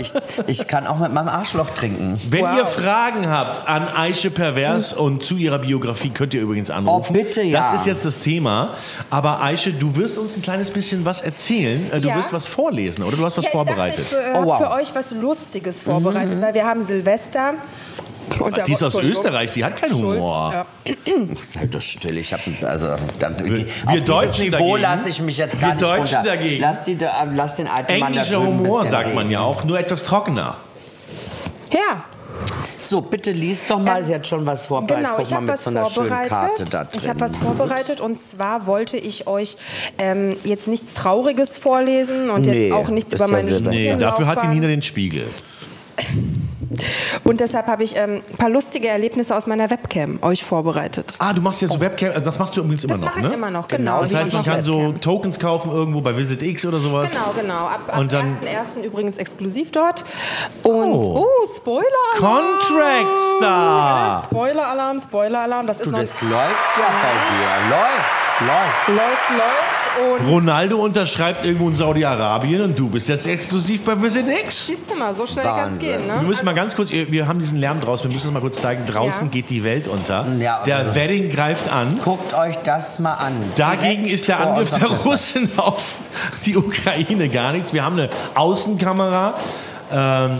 Speaker 2: ich, ich kann auch mit meinem Arschloch trinken.
Speaker 1: Wenn ihr Fragen habt an Aische Pervers
Speaker 6: Hm.
Speaker 1: und zu ihrer Biografie, könnt ihr übrigens anrufen.
Speaker 2: Oh, bitte, ja.
Speaker 1: Das ist jetzt das Thema. Aber Aische, du wirst uns ein kleines bisschen was erzählen. Äh, Du
Speaker 6: Ja.
Speaker 1: wirst was vorlesen oder du hast was
Speaker 6: ja, ich
Speaker 1: vorbereitet. Mhm.
Speaker 6: Dachte, ich äh,
Speaker 2: Oh, wow.
Speaker 6: habe für euch was Lustiges vorbereitet, weil wir haben Silvester. Und
Speaker 1: Ah, die ist aus
Speaker 6: Entschuldigung.
Speaker 1: Österreich, die hat keinen
Speaker 6: Schulz,
Speaker 1: Humor.
Speaker 6: ja.
Speaker 2: Sei doch still. Ich habe also dann,
Speaker 1: Wir-
Speaker 2: auf
Speaker 1: wir
Speaker 2: dieses
Speaker 1: Deutschen
Speaker 2: Niveau
Speaker 1: dagegen-
Speaker 2: lasse ich mich jetzt gar
Speaker 1: wir
Speaker 2: nicht
Speaker 1: Deutschen
Speaker 2: runter.
Speaker 1: dagegen.
Speaker 2: Lass, die, da- ähm, lass den alten Mann da
Speaker 1: Englischer
Speaker 2: drüben ein
Speaker 1: Humor,
Speaker 2: bisschen
Speaker 1: sagt man
Speaker 2: reden.
Speaker 1: ja auch, nur etwas trockener.
Speaker 6: ja, Ähm,
Speaker 2: So, bitte lies doch mal. Sie hat schon was vorbereitet.
Speaker 6: Genau,
Speaker 2: Guck
Speaker 6: ich
Speaker 2: mal
Speaker 6: habe
Speaker 2: mit
Speaker 6: was
Speaker 2: so einer schönen Karte da
Speaker 6: vorbereitet.
Speaker 2: drin.
Speaker 6: Ich habe was vorbereitet und zwar wollte ich euch ähm, jetzt nichts Trauriges vorlesen und
Speaker 2: Nee,
Speaker 6: jetzt auch nichts
Speaker 2: ist
Speaker 6: über
Speaker 2: ja
Speaker 6: meine
Speaker 2: Silvester.
Speaker 1: Nee,
Speaker 6: Studienlaufbahn.
Speaker 1: dafür hat die Nina den Spiegel.
Speaker 6: Und deshalb habe ich ähm, ein paar lustige Erlebnisse aus meiner Webcam euch vorbereitet.
Speaker 1: Ah, du machst ja so Webcam, also das machst du übrigens immer
Speaker 6: Das
Speaker 1: noch,
Speaker 6: mache
Speaker 1: ne?
Speaker 6: ich immer noch, genau.
Speaker 1: Das
Speaker 6: wie
Speaker 1: heißt,
Speaker 6: ich
Speaker 1: man
Speaker 6: auf
Speaker 1: kann so
Speaker 6: Webcam.
Speaker 1: Tokens kaufen irgendwo bei Visit X oder sowas.
Speaker 6: Genau, genau. Ab, ab
Speaker 1: Und dann-
Speaker 6: 1.1. übrigens exklusiv dort. Und,
Speaker 1: Oh.
Speaker 6: oh, Spoiler!
Speaker 1: Contract Star.
Speaker 6: Spoiler-Alarm, Spoiler-Alarm. Das ist
Speaker 2: Du,
Speaker 6: noch
Speaker 2: das läuft ja bei dir. Läuft, läuft.
Speaker 6: läuft, läuft und...
Speaker 1: Ronaldo unterschreibt irgendwo in Saudi-Arabien und du bist jetzt exklusiv bei Visit X.
Speaker 6: Siehst du mal, so schnell kann es
Speaker 2: Wahnsinn.
Speaker 6: gehen, ne?
Speaker 1: Wir müssen mal ganz kurz, wir haben diesen Lärm draußen, wir müssen es mal kurz zeigen, draußen
Speaker 6: Ja.
Speaker 1: geht die Welt unter.
Speaker 2: Ja,
Speaker 1: der
Speaker 2: also-
Speaker 1: Wedding greift an.
Speaker 2: Guckt euch das mal an.
Speaker 1: Dagegen
Speaker 2: Direkt
Speaker 1: ist der
Speaker 2: vor
Speaker 1: Angriff der
Speaker 2: unserem Fenster.
Speaker 1: Russen auf die Ukraine gar nichts. Wir haben eine Außenkamera. Ähm,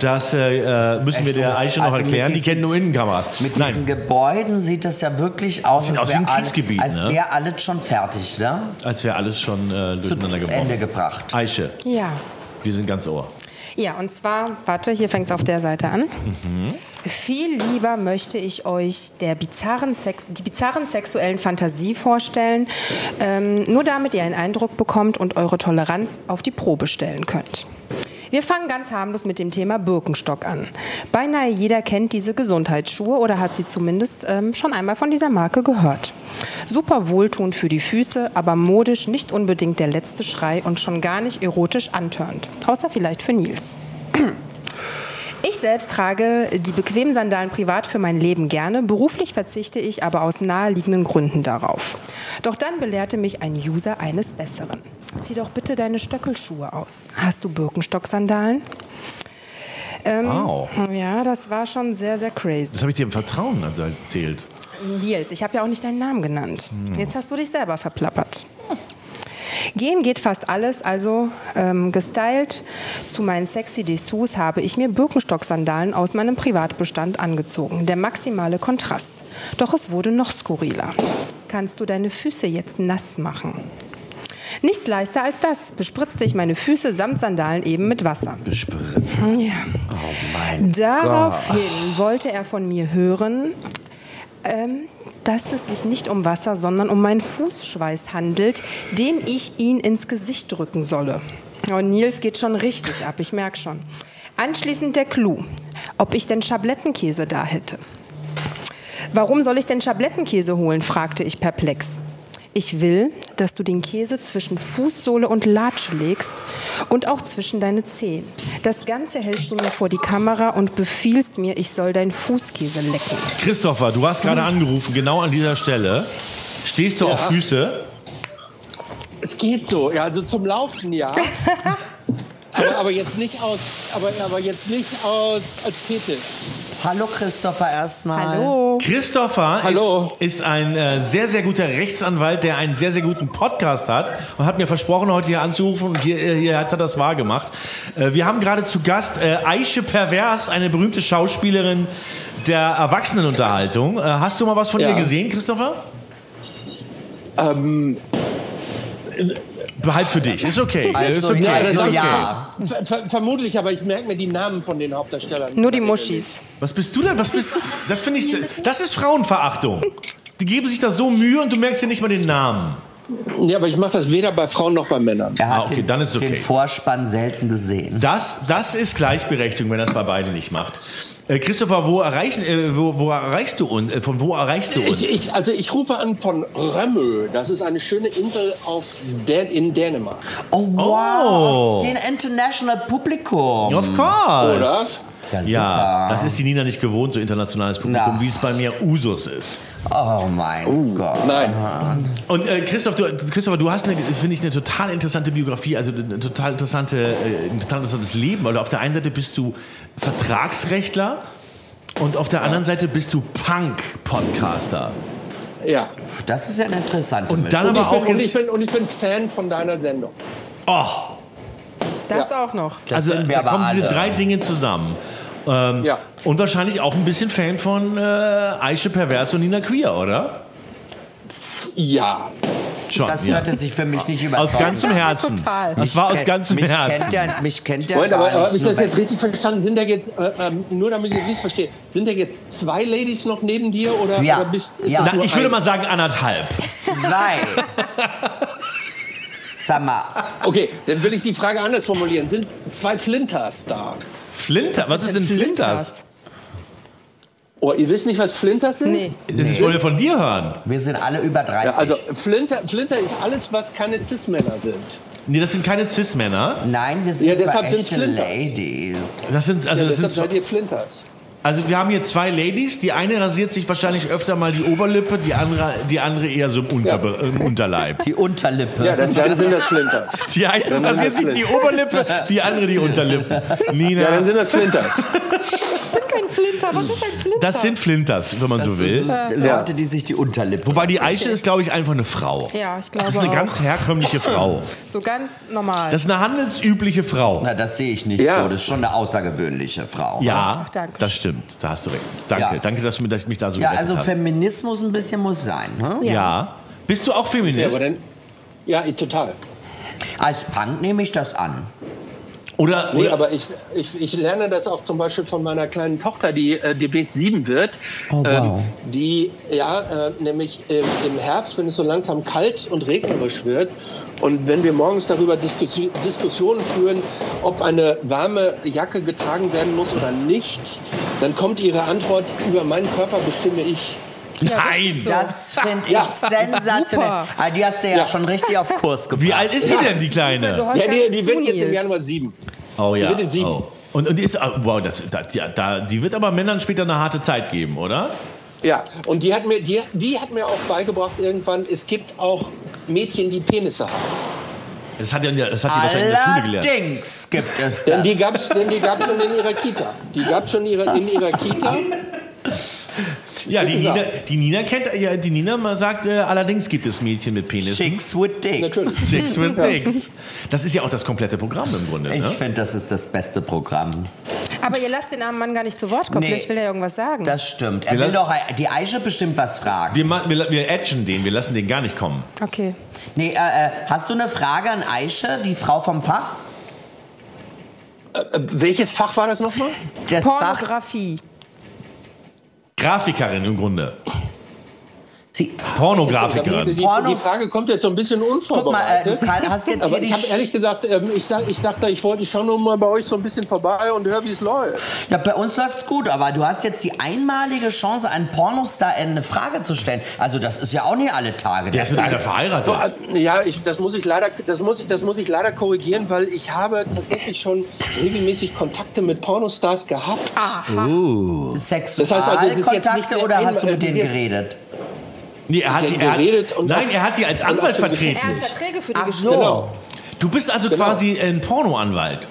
Speaker 1: das äh, äh, müssen wir
Speaker 2: echt
Speaker 1: der
Speaker 2: un-
Speaker 1: Eiche noch
Speaker 2: also mit
Speaker 1: erklären. Die
Speaker 2: diesen-
Speaker 1: kennen nur Innenkameras.
Speaker 2: Mit diesen
Speaker 1: Nein,
Speaker 2: Gebäuden sieht das ja wirklich aus,
Speaker 1: Sieht aus wie
Speaker 2: wär
Speaker 1: ein
Speaker 2: alle-
Speaker 1: Kriegsgebiet,
Speaker 2: als
Speaker 1: ne?
Speaker 2: wäre alles schon fertig, ne?
Speaker 1: als wäre alles schon äh,
Speaker 2: Zu
Speaker 1: durcheinander
Speaker 2: Ende
Speaker 1: gebrochen.
Speaker 2: gebracht.
Speaker 1: Eiche,
Speaker 6: Also, Ja.
Speaker 1: wir sind ganz ohr.
Speaker 6: Ja, und zwar, warte, hier fängt es auf der Seite an.
Speaker 1: Mhm.
Speaker 6: Viel lieber möchte ich euch der bizarren Sex, die bizarren sexuellen Fantasie vorstellen, ähm, nur damit ihr einen Eindruck bekommt und eure Toleranz auf die Probe stellen könnt. Wir fangen ganz harmlos mit dem Thema Birkenstock an. Beinahe jeder kennt diese Gesundheitsschuhe oder hat sie zumindest ähm, schon einmal von dieser Marke gehört. Super wohltuend für die Füße, aber modisch nicht unbedingt der letzte Schrei und schon gar nicht erotisch antörend. Außer vielleicht für Nils. Ich selbst trage die bequemen Sandalen privat für mein Leben gerne, beruflich verzichte ich aber aus naheliegenden Gründen darauf. Doch dann belehrte mich ein User eines Besseren. Zieh doch bitte deine Stöckelschuhe aus. Hast du Birkenstock-Sandalen? Ähm,
Speaker 1: Wow.
Speaker 6: Ja, das war schon sehr, sehr crazy.
Speaker 1: Das habe ich dir im Vertrauen also erzählt.
Speaker 6: Nils, ich habe ja auch nicht deinen Namen genannt. Jetzt hast du dich selber verplappert. Gehen geht fast alles, also ähm, gestylt. Zu meinen sexy Dessous habe ich mir Birkenstock-Sandalen aus meinem Privatbestand angezogen. Der maximale Kontrast. Doch es wurde noch skurriler. Kannst du deine Füße jetzt nass machen? Nichts leichter als das bespritzte ich meine Füße samt Sandalen eben mit Wasser.
Speaker 1: Bespritzt.
Speaker 6: Ja. Daraufhin wollte er von mir hören, ähm, dass es sich nicht um Wasser, sondern um meinen Fußschweiß handelt, dem ich ihn ins Gesicht drücken solle. Und Nils geht schon richtig ab, ich merke schon. Anschließend der Clou, ob ich denn Schablettenkäse da hätte. Warum soll ich denn Schablettenkäse holen? fragte ich perplex. Ich will, dass du den Käse zwischen Fußsohle und Latsche legst und auch zwischen deine Zehen. Das Ganze hältst du mir vor die Kamera und befiehlst mir, ich soll deinen Fußkäse lecken.
Speaker 1: Christopher, du hast gerade
Speaker 2: Hm.
Speaker 1: angerufen, genau an dieser Stelle. Stehst du auf Füße?
Speaker 7: Es geht so, ja, also zum Laufen, ja. aber, aber jetzt nicht aus, aber, aber jetzt nicht aus als Fetisch.
Speaker 2: Hallo Christopher erstmal.
Speaker 6: Hallo.
Speaker 1: Christopher
Speaker 7: Hallo.
Speaker 1: Ist, ist ein äh, sehr, sehr guter Rechtsanwalt, der einen sehr, sehr guten Podcast hat und hat mir versprochen, heute hier anzurufen und hier, äh, hier hat er das wahrgemacht. Äh, wir haben gerade zu Gast äh, Aische Pervers, eine berühmte Schauspielerin der Erwachsenenunterhaltung. Äh, hast du mal was von
Speaker 7: Ja.
Speaker 1: ihr gesehen, Christopher?
Speaker 7: Ähm,
Speaker 1: Behalt's für dich, ist okay. ist
Speaker 2: Also,
Speaker 1: okay.
Speaker 2: ja,
Speaker 1: ist
Speaker 2: also
Speaker 1: okay.
Speaker 2: ja.
Speaker 7: ver ver vermutlich, aber ich merke mir die Namen von den Hauptdarstellern.
Speaker 6: Nur die Muschis.
Speaker 1: Was bist du denn? Was bist du? Das finde ich, das ist Frauenverachtung. Die geben sich da so Mühe und du merkst ja nicht mal den Namen.
Speaker 7: Ja, aber ich mache das weder bei Frauen noch bei Männern.
Speaker 2: Er hat
Speaker 1: Ah, okay,
Speaker 2: den,
Speaker 1: dann ist okay.
Speaker 2: den Vorspann selten gesehen.
Speaker 1: Das, das ist Gleichberechtigung, wenn das bei beiden nicht macht. Äh, Christopher, wo, erreichen, äh, wo, wo erreichst du uns? Äh, von wo erreichst du uns?
Speaker 7: Ich, ich, also ich rufe an von Römö. Das ist eine schöne Insel auf Dän in Dänemark.
Speaker 2: Oh
Speaker 1: Oh.
Speaker 2: wow, aus dem international Publikum.
Speaker 1: of course.
Speaker 7: Oder?
Speaker 2: Ja,
Speaker 1: Ja,
Speaker 2: super.
Speaker 1: das ist die Nina nicht gewohnt, so internationales Publikum,
Speaker 2: Na.
Speaker 1: wie es bei mir Usus ist.
Speaker 2: Oh mein Gott.
Speaker 7: Uh, Nein.
Speaker 1: Und äh, Christoph, du, Christopher, du hast, eine- finde ich, eine total interessante Biografie, also eine total interessante, äh, ein total interessantes Leben. Weil auf der einen Seite bist du Vertragsrechtler und auf der anderen Seite bist du Punk-Podcaster.
Speaker 7: Ja.
Speaker 2: Das ist ja eine interessante
Speaker 1: Und dann
Speaker 7: Und ich,
Speaker 1: aber auch
Speaker 7: bin, und, ich
Speaker 1: jetzt...
Speaker 7: bin, und ich bin Fan von deiner Sendung.
Speaker 1: Oh,
Speaker 6: Das auch noch.
Speaker 2: Das
Speaker 1: also
Speaker 2: sind wir
Speaker 1: da
Speaker 2: aber
Speaker 1: kommen diese
Speaker 2: alle.
Speaker 1: drei Dinge zusammen. Ähm,
Speaker 7: Ja.
Speaker 1: Und wahrscheinlich auch ein bisschen Fan von äh, Aische Pervers und Nina Queer, oder?
Speaker 7: Ja.
Speaker 1: Schon,
Speaker 2: Das
Speaker 1: ja.
Speaker 2: hörte sich für mich nicht
Speaker 1: Aus
Speaker 2: überzeugend
Speaker 1: ganzem Herzen.
Speaker 6: Total.
Speaker 1: Hm. Das war aus
Speaker 2: Kennt-
Speaker 1: ganzem
Speaker 2: mich
Speaker 1: Herzen.
Speaker 2: Kennt der, mich kennt der
Speaker 7: Moment,
Speaker 2: gar
Speaker 7: aber aber
Speaker 2: nicht,
Speaker 7: habe ich
Speaker 2: nur
Speaker 7: das
Speaker 2: weil-
Speaker 7: jetzt richtig verstanden? Sind da jetzt, äh, ähm, nur damit ich es richtig verstehe, sind da jetzt zwei Ladies noch neben dir oder,
Speaker 2: Ja.
Speaker 7: oder bist ist
Speaker 2: Ja.
Speaker 7: das
Speaker 1: Na,
Speaker 7: nur
Speaker 1: ich würde
Speaker 7: eine?
Speaker 1: mal sagen anderthalb.
Speaker 2: Zwei. Sag mal,
Speaker 7: Okay, dann will ich die Frage anders formulieren. Sind zwei Flinters da?
Speaker 1: Flinter, was ist denn Flinters?
Speaker 7: Oh, ihr wisst nicht, was Flinters ist?
Speaker 6: Nee.
Speaker 1: Ich wollte von dir hören.
Speaker 2: Wir sind alle über 30.
Speaker 7: Ja, also Flinter, Flinter ist alles, was keine Cis-Männer sind.
Speaker 1: Nee, das sind keine Cis-Männer.
Speaker 2: Nein, wir sind
Speaker 7: Ja, deshalb
Speaker 2: zwar
Speaker 7: sind's
Speaker 2: echte
Speaker 7: Flinters.
Speaker 2: Ladies.
Speaker 1: Das sind, also,
Speaker 7: ja,
Speaker 1: das
Speaker 7: deshalb
Speaker 1: sind,
Speaker 7: seid ihr Flinters.
Speaker 1: also wir haben hier zwei Ladies. Die eine rasiert sich wahrscheinlich öfter mal die Oberlippe, die andere, die andere eher so im, Unterbe im Unterleib.
Speaker 2: Die Unterlippe.
Speaker 7: Ja, dann, dann sind das Flinters.
Speaker 1: Die eine rasiert sich die Oberlippe, die andere die Unterlippe.
Speaker 7: Ja, dann
Speaker 1: Nina,
Speaker 7: sind das Flinters.
Speaker 6: Kein Flinter, was ist ein Flinter?
Speaker 1: das sind Flinters, wenn man so will.
Speaker 2: Leute, die sich die Unterlippe.
Speaker 1: Wobei die Eiche ist, glaube ich, einfach eine Frau.
Speaker 6: Ja, ich
Speaker 1: Das
Speaker 6: glaube
Speaker 1: ist eine
Speaker 6: auch.
Speaker 1: ganz herkömmliche Frau.
Speaker 6: so ganz normal.
Speaker 1: Das ist eine handelsübliche Frau.
Speaker 2: Na, das sehe ich nicht
Speaker 7: Ja.
Speaker 2: so. Das ist schon eine außergewöhnliche Frau.
Speaker 1: Ja,
Speaker 6: danke.
Speaker 1: das stimmt. Da hast du recht. Danke,
Speaker 2: Ja.
Speaker 1: danke, dass du mir dass ich mich da so
Speaker 2: Ja,
Speaker 1: gerettet
Speaker 2: also
Speaker 1: hast.
Speaker 2: Feminismus ein bisschen muss sein. Hm?
Speaker 1: ja. Bist du auch
Speaker 7: Ja,
Speaker 1: Feminist?
Speaker 7: aber dann, ja ich- total.
Speaker 2: Als Punk nehme ich das an.
Speaker 1: oder
Speaker 7: Nee, aber ich, ich, ich lerne das auch zum Beispiel von meiner kleinen Tochter, die äh, demnächst sieben wird.
Speaker 2: Oh,
Speaker 1: Ähm,
Speaker 2: wow.
Speaker 7: die, ja, äh, nämlich im, im Herbst, wenn es so langsam kalt und regnerisch wird und wenn wir morgens darüber Diskussi Diskussionen führen, ob eine warme Jacke getragen werden muss oder nicht, dann kommt ihre Antwort, über meinen Körper bestimme ich.
Speaker 1: nein.
Speaker 2: Das finde ich
Speaker 7: Ja.
Speaker 2: sensationell.
Speaker 6: Super.
Speaker 2: Ah, die hast du ja,
Speaker 7: Ja.
Speaker 2: schon richtig auf Kurs gebracht.
Speaker 1: Wie alt ist sie denn, die Kleine?
Speaker 6: Du hast
Speaker 7: Ja, die,
Speaker 6: ganz
Speaker 7: die wird jetzt im
Speaker 6: Zunis.
Speaker 7: Januar sieben.
Speaker 1: Oh ja.
Speaker 7: wird in sieben.
Speaker 1: Oh. Und, und die ist, ah, wow, das, das, ja, da, die wird aber Männern später eine harte Zeit geben, oder?
Speaker 7: Ja, und die hat mir, die, die hat mir auch beigebracht irgendwann, es gibt auch Mädchen, die Penisse haben.
Speaker 1: Das hat, ja, das hat die wahrscheinlich in der Schule gelernt.
Speaker 2: Allerdings gibt es
Speaker 7: Denn
Speaker 2: das.
Speaker 7: die gab's, denn die gab's schon in ihrer Kita. Die gab's schon in ihrer, in ihrer Kita.
Speaker 1: Ja, die
Speaker 7: Ja.
Speaker 1: Nina, die Nina kennt, ja, die Nina mal sagt, äh, allerdings gibt es Mädchen mit Penis.
Speaker 2: Chicks with Dicks.
Speaker 7: Natürlich.
Speaker 1: Chicks with Dicks. Das ist ja auch das komplette Programm im Grunde.
Speaker 2: Ich
Speaker 1: Ne?
Speaker 2: finde, das ist das beste Programm.
Speaker 6: Aber ihr lasst den armen Mann gar nicht zu Wort kommen.
Speaker 2: Nee.
Speaker 6: Vielleicht will er irgendwas sagen.
Speaker 2: Das stimmt. Er
Speaker 1: Wir
Speaker 2: will
Speaker 1: lassen-
Speaker 2: doch, die Eiche bestimmt was fragen.
Speaker 1: Wir, ma- wir, wir edgen den, wir lassen den gar nicht kommen.
Speaker 6: okay.
Speaker 2: Nee, äh, äh, hast du eine Frage an Eiche, die Frau vom Fach?
Speaker 7: Äh, welches Fach war das nochmal?
Speaker 2: Das Fach.
Speaker 6: Pornografie.
Speaker 1: Grafikerin im Grunde.
Speaker 2: Sie,
Speaker 7: Die,
Speaker 1: Pornografikerin.
Speaker 7: Also die, die Frage kommt jetzt so ein bisschen
Speaker 2: guck mal, äh,
Speaker 7: unvorbereitet.
Speaker 2: du kann- hast jetzt hier
Speaker 7: aber
Speaker 2: die.
Speaker 7: ich habe ehrlich gesagt, ähm, ich, dach, ich dachte, ich wollte, ich schaue nur mal bei euch so ein bisschen vorbei und höre, wie es läuft.
Speaker 2: ja, bei uns läuft's gut, aber du hast jetzt die einmalige Chance, einen Pornostar eine Frage zu stellen. Also das ist ja auch nicht alle Tage.
Speaker 1: Der ist mit einer
Speaker 7: So,
Speaker 1: verheiratet.
Speaker 7: äh, ja, ich, das muss ich leider, das muss ich, das muss ich leider korrigieren, weil ich habe tatsächlich schon regelmäßig Kontakte mit Pornostars gehabt.
Speaker 1: Uh.
Speaker 2: Sexual
Speaker 7: Das heißt also, es ist jetzt nicht mehr
Speaker 2: Ah, oder hast du
Speaker 7: ein-
Speaker 2: mit
Speaker 7: es ist
Speaker 2: denen
Speaker 7: jetzt-
Speaker 2: geredet?
Speaker 1: Nee, er hat, die, er
Speaker 7: geredet
Speaker 1: hat,
Speaker 7: und
Speaker 1: nein,
Speaker 7: auch-
Speaker 1: er hat die als
Speaker 7: und auch
Speaker 1: Anwalt
Speaker 7: schon
Speaker 1: vertreten.
Speaker 6: Er hat Verträge für die
Speaker 2: Ach
Speaker 6: geschrieben.
Speaker 2: so.
Speaker 7: Genau,
Speaker 1: Du bist also
Speaker 7: Genau.
Speaker 1: quasi ein Pornoanwalt.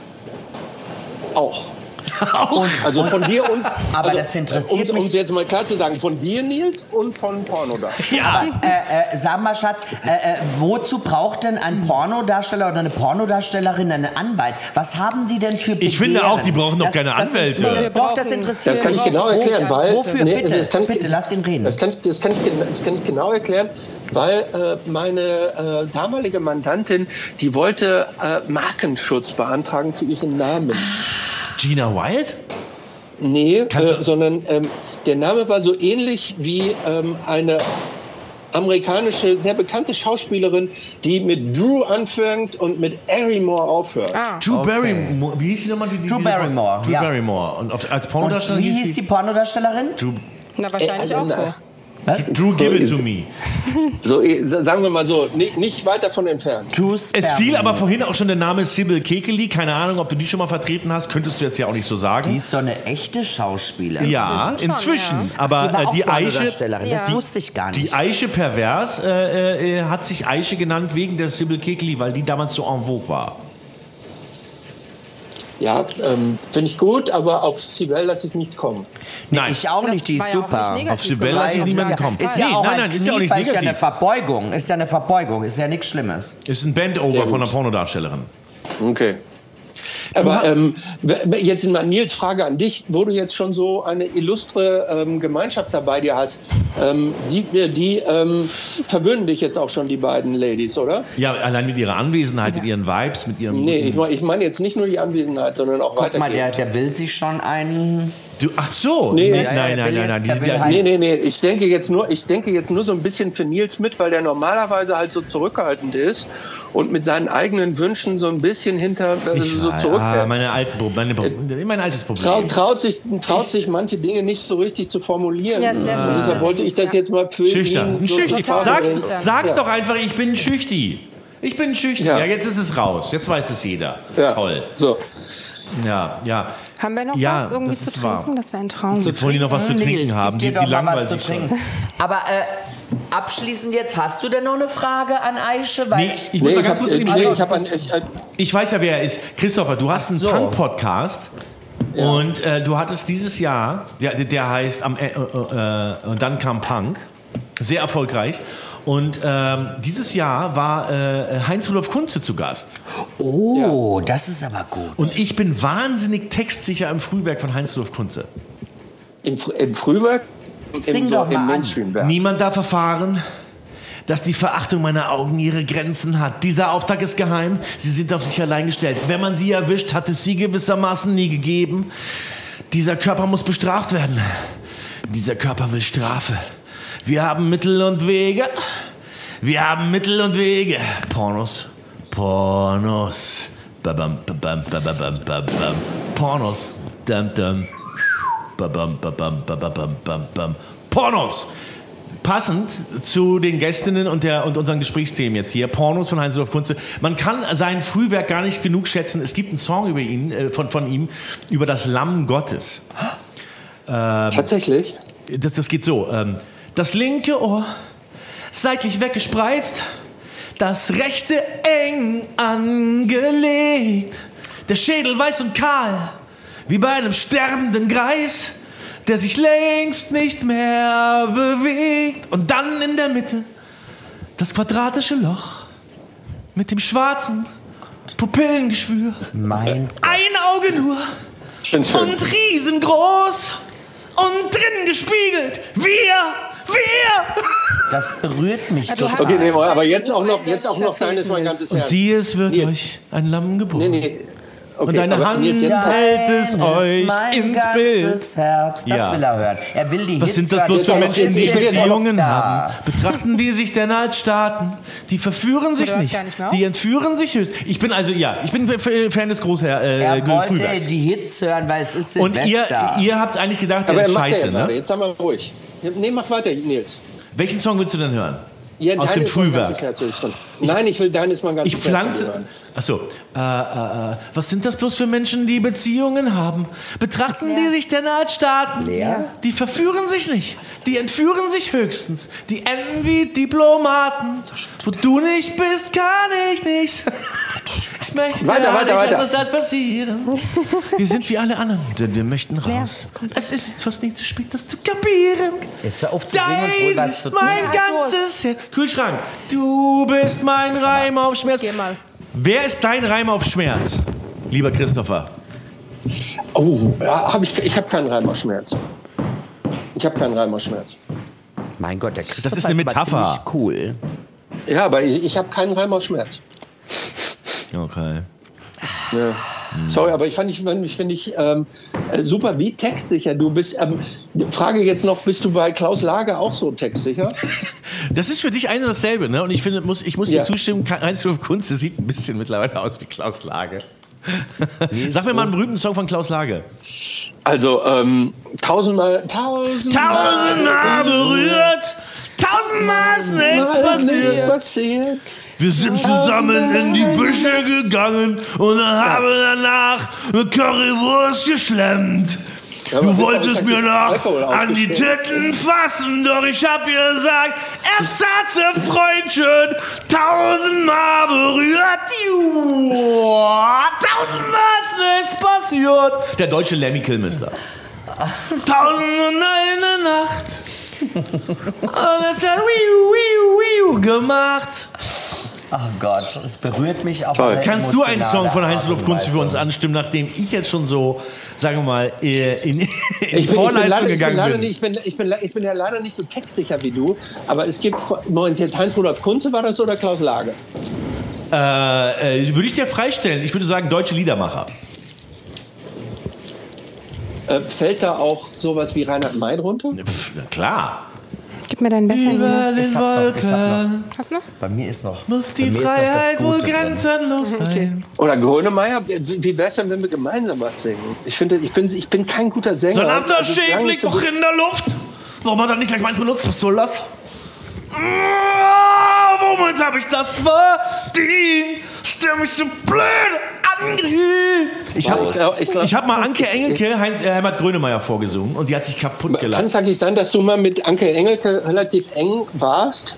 Speaker 7: auch. Also von dir und.
Speaker 2: Aber
Speaker 7: also,
Speaker 2: das interessiert
Speaker 7: um,
Speaker 2: mich-
Speaker 7: Um es jetzt mal klar zu sagen, von dir, Nils, und von Pornodar.
Speaker 1: Ja.
Speaker 2: Äh, äh, sag mal, Schatz, äh, äh, wozu braucht denn
Speaker 1: Hm.
Speaker 2: ein Pornodarsteller oder eine Pornodarstellerin einen Anwalt? Was haben die denn für Begehren?
Speaker 1: Ich finde auch, die brauchen doch keine Anwälte.
Speaker 2: Das, nee, das, doch, das
Speaker 6: brauchen-
Speaker 2: interessiert
Speaker 7: Das kann ich
Speaker 2: mich.
Speaker 7: genau erklären,
Speaker 2: Wofür-
Speaker 7: weil.
Speaker 2: Wofür
Speaker 7: nee,
Speaker 2: bitte?
Speaker 7: das kann ich-
Speaker 2: bitte, lass ihn reden.
Speaker 7: Das kann, ich, das, kann ich, gen- das kann ich genau erklären, weil äh, meine äh, damalige Mandantin, die wollte äh, Markenschutz beantragen für ihren Namen.
Speaker 1: Gina Wild?
Speaker 7: Nee,
Speaker 1: Kannst
Speaker 7: äh,
Speaker 1: du-
Speaker 7: sondern ähm, der Name war so ähnlich wie ähm, eine amerikanische, sehr bekannte Schauspielerin, die mit Drew anfängt und mit Arimore aufhört.
Speaker 6: Ah.
Speaker 1: Drew
Speaker 2: Okay.
Speaker 1: Barrymore. Wie hieß die nochmal? Die, die,
Speaker 2: Drew
Speaker 1: diese-
Speaker 2: Barrymore,
Speaker 1: Drew
Speaker 2: ja.
Speaker 1: Barrymore. Und auf, als
Speaker 2: Und
Speaker 1: Pornodarstellerin
Speaker 2: wie hieß die Pornodarstellerin?
Speaker 1: Drew,
Speaker 6: Na, wahrscheinlich
Speaker 7: Äh,
Speaker 6: auch
Speaker 7: na.
Speaker 6: so.
Speaker 2: Was?
Speaker 1: Drew Give It To Me.
Speaker 7: So, eh, sa- sagen wir mal so, nicht, nicht weit davon entfernt.
Speaker 2: Drew
Speaker 1: Es
Speaker 2: Sperling.
Speaker 1: fiel aber vorhin auch schon der Name Sybil Kekeli. Keine Ahnung, ob du die schon mal vertreten hast. Könntest du jetzt ja auch nicht so
Speaker 2: Die
Speaker 1: sagen.
Speaker 2: ist doch eine echte Schauspielerin.
Speaker 1: Äh, ja,
Speaker 6: inzwischen schon,
Speaker 1: inzwischen.
Speaker 6: ja.
Speaker 1: Aber
Speaker 2: Die war
Speaker 1: äh,
Speaker 2: auch
Speaker 1: die Eiche...
Speaker 2: Pornodarstellerin. Das
Speaker 6: Ja.
Speaker 2: wusste ich gar nicht.
Speaker 1: Die Eiche Pervers äh, äh, hat sich Eiche genannt wegen der Sybil Kekeli, weil die damals so en vogue war.
Speaker 7: Ja, ähm, finde ich gut, aber auf Sibel lasse ich nichts kommen.
Speaker 1: Nein,
Speaker 2: ich auch
Speaker 6: Das
Speaker 2: nicht, die
Speaker 6: war
Speaker 2: ist
Speaker 6: ja auch nicht
Speaker 2: super.
Speaker 6: negativ
Speaker 1: Auf Sibel lasse ich
Speaker 6: gemeint.
Speaker 1: niemanden
Speaker 2: ist ja,
Speaker 1: kommen.
Speaker 2: Ist ja
Speaker 1: Nee,
Speaker 2: auch
Speaker 1: nein,
Speaker 2: ein
Speaker 1: nein, ist ja auch nicht
Speaker 2: Kniefall, ist ja eine
Speaker 1: negativ.
Speaker 2: Verbeugung, ist ja eine Verbeugung, ist ja nichts Schlimmes.
Speaker 1: ist ein Bandover
Speaker 7: Sehr
Speaker 1: von
Speaker 7: gut.
Speaker 1: einer Pornodarstellerin.
Speaker 7: Okay.
Speaker 1: ha-
Speaker 7: Aber ähm, w- w- jetzt mal Nils Frage an dich, wo du jetzt schon so eine illustre ähm, Gemeinschaft dabei dir hast, ähm, die, die ähm, verwöhnen dich jetzt auch schon die beiden Ladies, oder?
Speaker 1: Ja, allein mit ihrer Anwesenheit, mit ihren Vibes, mit ihrem.
Speaker 7: Nee, ich meine ich mein jetzt nicht nur die Anwesenheit, sondern auch
Speaker 2: Guck mal,
Speaker 7: weitergehen.
Speaker 2: der, der will sich schon einen
Speaker 1: Du, ach so.
Speaker 7: Nee.
Speaker 1: Oh, nein,
Speaker 7: Ja,
Speaker 2: ja,
Speaker 1: nein, nein,
Speaker 2: der will
Speaker 1: nein,
Speaker 2: jetzt-
Speaker 1: nein. Die
Speaker 2: der
Speaker 1: sind
Speaker 2: will
Speaker 1: ja,
Speaker 2: halt-
Speaker 7: Nee, nee, nee. Ich denke jetzt nur, ich denke jetzt nur so ein bisschen für Nils mit, weil der normalerweise halt so zurückhaltend ist und mit seinen eigenen Wünschen so ein bisschen hinter
Speaker 2: halt-
Speaker 7: äh,
Speaker 1: ich,
Speaker 7: so
Speaker 1: ah,
Speaker 7: zurückhält.
Speaker 1: meine alten, Pro- meine, Pro- mein altes Problem.
Speaker 7: Trau, traut, sich, traut sich manche Dinge nicht so richtig zu formulieren.
Speaker 6: Ja, sehr schön.
Speaker 7: Und deshalb wollte ich das jetzt mal für
Speaker 1: Schüchtern.
Speaker 7: ihn
Speaker 1: Ein
Speaker 7: so
Speaker 1: Schüchtern.
Speaker 7: zur Tat
Speaker 1: Sag's,
Speaker 7: bringen.
Speaker 1: sag's
Speaker 7: Ja.
Speaker 1: doch einfach, ich bin ein Schüchti. Ich bin ein Schüchtern. Ja.
Speaker 7: Ja.
Speaker 1: jetzt ist es raus. Jetzt weiß es jeder.
Speaker 7: Ja.
Speaker 1: Toll.
Speaker 7: So.
Speaker 1: Ja, ja.
Speaker 6: Haben wir noch
Speaker 1: Ja,
Speaker 6: was irgendwie
Speaker 1: das
Speaker 6: zu
Speaker 1: ist wahr.
Speaker 6: trinken? Das wäre ein Traum. Hm,
Speaker 1: Jetzt wollen die noch was zu
Speaker 2: Nils,
Speaker 1: trinken
Speaker 2: gib
Speaker 1: haben.
Speaker 2: dir
Speaker 1: Die,
Speaker 2: doch
Speaker 1: die
Speaker 2: mal
Speaker 1: langweilen
Speaker 2: was
Speaker 1: sich
Speaker 2: zu
Speaker 1: schon.
Speaker 2: trinken. Aber äh, abschließend jetzt, hast du denn noch eine Frage an Aische? Weil
Speaker 1: Nee, ich muss
Speaker 7: Nee,
Speaker 1: mal
Speaker 7: ich
Speaker 1: ganz
Speaker 7: habe
Speaker 1: kurz in den
Speaker 7: nee,
Speaker 1: Spiegel-
Speaker 7: ich hab ein. Ich, äh,
Speaker 1: Ich weiß ja, wer er ist. Christopher, du hast
Speaker 2: Ach so.
Speaker 1: einen Punk-Podcast. Und äh, du hattest dieses Jahr, der, der heißt am, äh, äh, äh, Und dann kam Punk. Sehr erfolgreich. Und ähm, dieses Jahr war äh, Heinz-Rudolf Kunze zu Gast.
Speaker 2: oh, das ist aber gut.
Speaker 1: Und ich bin wahnsinnig textsicher im Frühwerk von Heinz-Rudolf Kunze.
Speaker 7: Im, Fr- im Frühwerk und
Speaker 2: Sing
Speaker 7: im, so,
Speaker 2: doch mal
Speaker 7: im
Speaker 2: an.
Speaker 7: Mainstream-Werk.
Speaker 1: Niemand darf erfahren, dass die Verachtung meiner Augen ihre Grenzen hat. Dieser Auftrag ist geheim. Sie sind auf sich allein gestellt. Wenn man sie erwischt, hat es sie gewissermaßen nie gegeben. Dieser Körper muss bestraft werden. Dieser Körper will Strafe. Wir haben Mittel und Wege. Wir haben Mittel und Wege. Pornos. Pornos. Babam, babam, bababam, babam. Pornos. Dum, dum. Babam, babam, bababam, bam, bam. Pornos. Passend zu den Gästinnen und, der, und unseren Gesprächsthemen jetzt hier. Pornos von Heinz-Rudolf Kunze. Man kann sein Frühwerk gar nicht genug schätzen. Es gibt einen Song über ihn, äh, von, von ihm über das Lamm Gottes. Ähm,
Speaker 7: Tatsächlich.
Speaker 1: Das, das geht so. Ähm, das linke Ohr seitlich weggespreizt, das rechte eng angelegt, der Schädel weiß und kahl, wie bei einem sterbenden Greis, der sich längst nicht mehr bewegt. Und dann in der Mitte das quadratische Loch mit dem schwarzen Pupillengeschwür.
Speaker 2: Mein
Speaker 1: Ein Auge nur
Speaker 7: Schön, schön.
Speaker 1: und riesengroß und drin gespiegelt. Wir, wir.
Speaker 2: Das berührt mich
Speaker 6: du hast-
Speaker 2: total.
Speaker 7: Okay, nee, aber jetzt auch noch, jetzt auch noch deines mein ganzes Herz.
Speaker 1: Sieh, es wird
Speaker 7: Nils.
Speaker 1: euch ein Lamm
Speaker 7: Nee,
Speaker 1: geboren.
Speaker 7: nee. Okay,
Speaker 1: Und deine
Speaker 7: aber
Speaker 1: Hand
Speaker 7: Nils,
Speaker 1: hält
Speaker 7: jetzt,
Speaker 1: es euch
Speaker 2: mein
Speaker 1: ins Bild.
Speaker 2: ganzes Herz, das
Speaker 1: Ja.
Speaker 2: will er hören. Er will die
Speaker 1: Was
Speaker 2: Hits
Speaker 1: sind das
Speaker 2: hören,
Speaker 1: bloß für
Speaker 7: jetzt-
Speaker 1: Menschen,
Speaker 7: jetzt-
Speaker 1: die
Speaker 7: ich will jetzt-
Speaker 1: Beziehungen
Speaker 2: Da.
Speaker 1: haben? Betrachten die sich denn als Staaten? Die verführen sich
Speaker 6: Oder hört
Speaker 1: nicht.
Speaker 6: gar nicht mehr auf?
Speaker 1: Die entführen sich höchst. Ich bin also, ja, ich bin F- F- Fan des Großherr
Speaker 2: Er
Speaker 1: äh,
Speaker 2: wollte
Speaker 1: Frühwerks.
Speaker 2: die Hits hören, weil es ist
Speaker 1: Und ihr,
Speaker 2: Silvester.
Speaker 1: ihr habt eigentlich gedacht, der
Speaker 7: aber er
Speaker 1: ist
Speaker 7: macht ja
Speaker 1: scheiße,
Speaker 7: gerade.
Speaker 1: ne?
Speaker 7: Jetzt sag mal ruhig. Nee, mach weiter, Nils.
Speaker 1: Welchen Song willst du denn hören?
Speaker 7: Ja,
Speaker 1: Aus dem
Speaker 7: deines mein
Speaker 1: Frühwerk.
Speaker 7: ganzes Herz will ich von- Nein, ich will deines mein ganzes
Speaker 1: Ich pflanze.
Speaker 7: Herz.
Speaker 1: Achso. Äh, äh, äh, was sind das bloß für Menschen, die Beziehungen haben? Betrachten die sich denn als Staaten?
Speaker 2: Leer?
Speaker 1: Die verführen sich nicht. Die entführen sich höchstens. Die enden wie Diplomaten. Wo du nicht bist, kann ich nichts. Ich möchte
Speaker 7: Weiter,
Speaker 1: aber
Speaker 7: weiter,
Speaker 1: nicht
Speaker 7: weiter.
Speaker 1: anders als passieren. Wir sind wie alle anderen, denn wir möchten raus. Es ist fast nie zu spät, das zu kapieren.
Speaker 2: Jetzt hör auf zu singen und hol
Speaker 1: Dein
Speaker 2: was zu
Speaker 1: ist
Speaker 2: trinken.
Speaker 1: mein ganzes Herz. Kühlschrank, du bist mein Reim auf Schmerz.
Speaker 6: Geh mal.
Speaker 1: Wer ist dein Reim auf Schmerz, lieber Christopher?
Speaker 7: Oh, ja, hab ich, ich habe keinen Reimerschmerz. Ich habe keinen Reimerschmerz.
Speaker 2: Mein Gott, der Christoph
Speaker 1: ist eine
Speaker 2: aber
Speaker 1: Metapher.
Speaker 2: ziemlich cool.
Speaker 7: Ja, aber ich, ich habe keinen Reimerschmerz.
Speaker 1: Okay.
Speaker 7: Ja.
Speaker 1: Hm.
Speaker 7: Sorry, aber ich fand ich fand ich, find ich ähm, äh, super, wie textsicher du bist. Ähm, Frage jetzt noch, bist du bei Klaus Lager auch so textsicher?
Speaker 1: Das ist für dich ein und dasselbe, ne? Und ich finde, muss, ich muss
Speaker 7: Ja.
Speaker 1: dir zustimmen, Heinz-Rudolf Kunze sieht ein bisschen mittlerweile aus wie Klaus Lage. Sag mir mal einen berühmten Song von Klaus Lage.
Speaker 7: Also ähm, tausendmal, tausendmal,
Speaker 1: Tausendmal berührt, tausendmal ist nichts
Speaker 7: Mal ist nichts
Speaker 1: passiert.
Speaker 7: passiert.
Speaker 1: Wir sind zusammen in die Büsche gegangen und dann haben wir danach eine Currywurst geschlemmt.
Speaker 7: Ja, aber
Speaker 1: Du
Speaker 7: wir
Speaker 1: wolltest
Speaker 7: haben
Speaker 1: mir
Speaker 7: keinen
Speaker 1: noch
Speaker 7: Alkohol
Speaker 1: an die
Speaker 7: aufgestellt.
Speaker 1: Titten fassen, doch ich hab gesagt, Ersatze Freundchen, tausendmal berührt, Joa, tausendmal ist nichts passiert. Der deutsche Lemmy Kilmister. Tausend und eine Nacht. Und es hat wiu, wiu, wiu gemacht.
Speaker 2: Ach Oh Gott, es berührt mich auch.
Speaker 7: Toll.
Speaker 2: eine
Speaker 1: Kannst du einen
Speaker 2: emotionale
Speaker 1: Song von
Speaker 2: Art
Speaker 1: Heinz-Rudolf
Speaker 2: und
Speaker 1: Kunze
Speaker 2: Weise.
Speaker 1: für uns anstimmen, nachdem ich jetzt schon so, sagen wir mal, äh, in, in
Speaker 7: Ich bin, ich, bin
Speaker 1: Vorleistung
Speaker 7: leider, ich, bin
Speaker 1: gegangen
Speaker 7: leider
Speaker 1: bin?
Speaker 7: nicht, ich, bin, ich, bin, le- ich bin ja leider nicht so textsicher wie du, aber es gibt, vor- Moment, jetzt Heinz-Rudolf Kunze war das oder Klaus Lage?
Speaker 1: Äh, äh, würde ich dir freistellen. Ich würde sagen, deutsche Liedermacher.
Speaker 7: Äh, fällt da auch sowas wie Reinhard May drunter?
Speaker 1: Pff, Ne, na klar.
Speaker 6: Gib mir deinen Becher.
Speaker 1: Über den
Speaker 2: Ich hab noch, ich hab
Speaker 1: Wolken
Speaker 6: Hast du noch?
Speaker 2: Bei mir ist noch.
Speaker 1: muss
Speaker 2: bei
Speaker 1: die
Speaker 2: mir ist noch das
Speaker 1: Freiheit
Speaker 2: Gute
Speaker 1: wohl
Speaker 2: drin. Mhm,
Speaker 1: grenzenlos sein.
Speaker 7: Oder Grönemeyer? Wie wie wär's denn, wenn wir gemeinsam was singen? Ich finde, ich bin, ich bin kein guter Sänger.
Speaker 1: So ein alter
Speaker 7: Also,
Speaker 1: Schäf
Speaker 7: sagen
Speaker 1: liegt
Speaker 7: wir
Speaker 1: noch
Speaker 7: so-
Speaker 1: in der Luft. Warum hat er nicht gleich meins benutzt? Was soll das? Ah, Womit habe ich das verdient? Stimme ich so blöd angehört. Ich habe
Speaker 7: Oh, Ich glaub-
Speaker 1: ich
Speaker 7: ich glaub-
Speaker 1: hab mal Anke Engelke, Heinz, äh, Heimat Grönemeyer vorgesungen und die hat sich kaputt
Speaker 7: Kann
Speaker 1: gelacht.
Speaker 7: es eigentlich sein, dass du mal mit Anke Engelke relativ eng warst?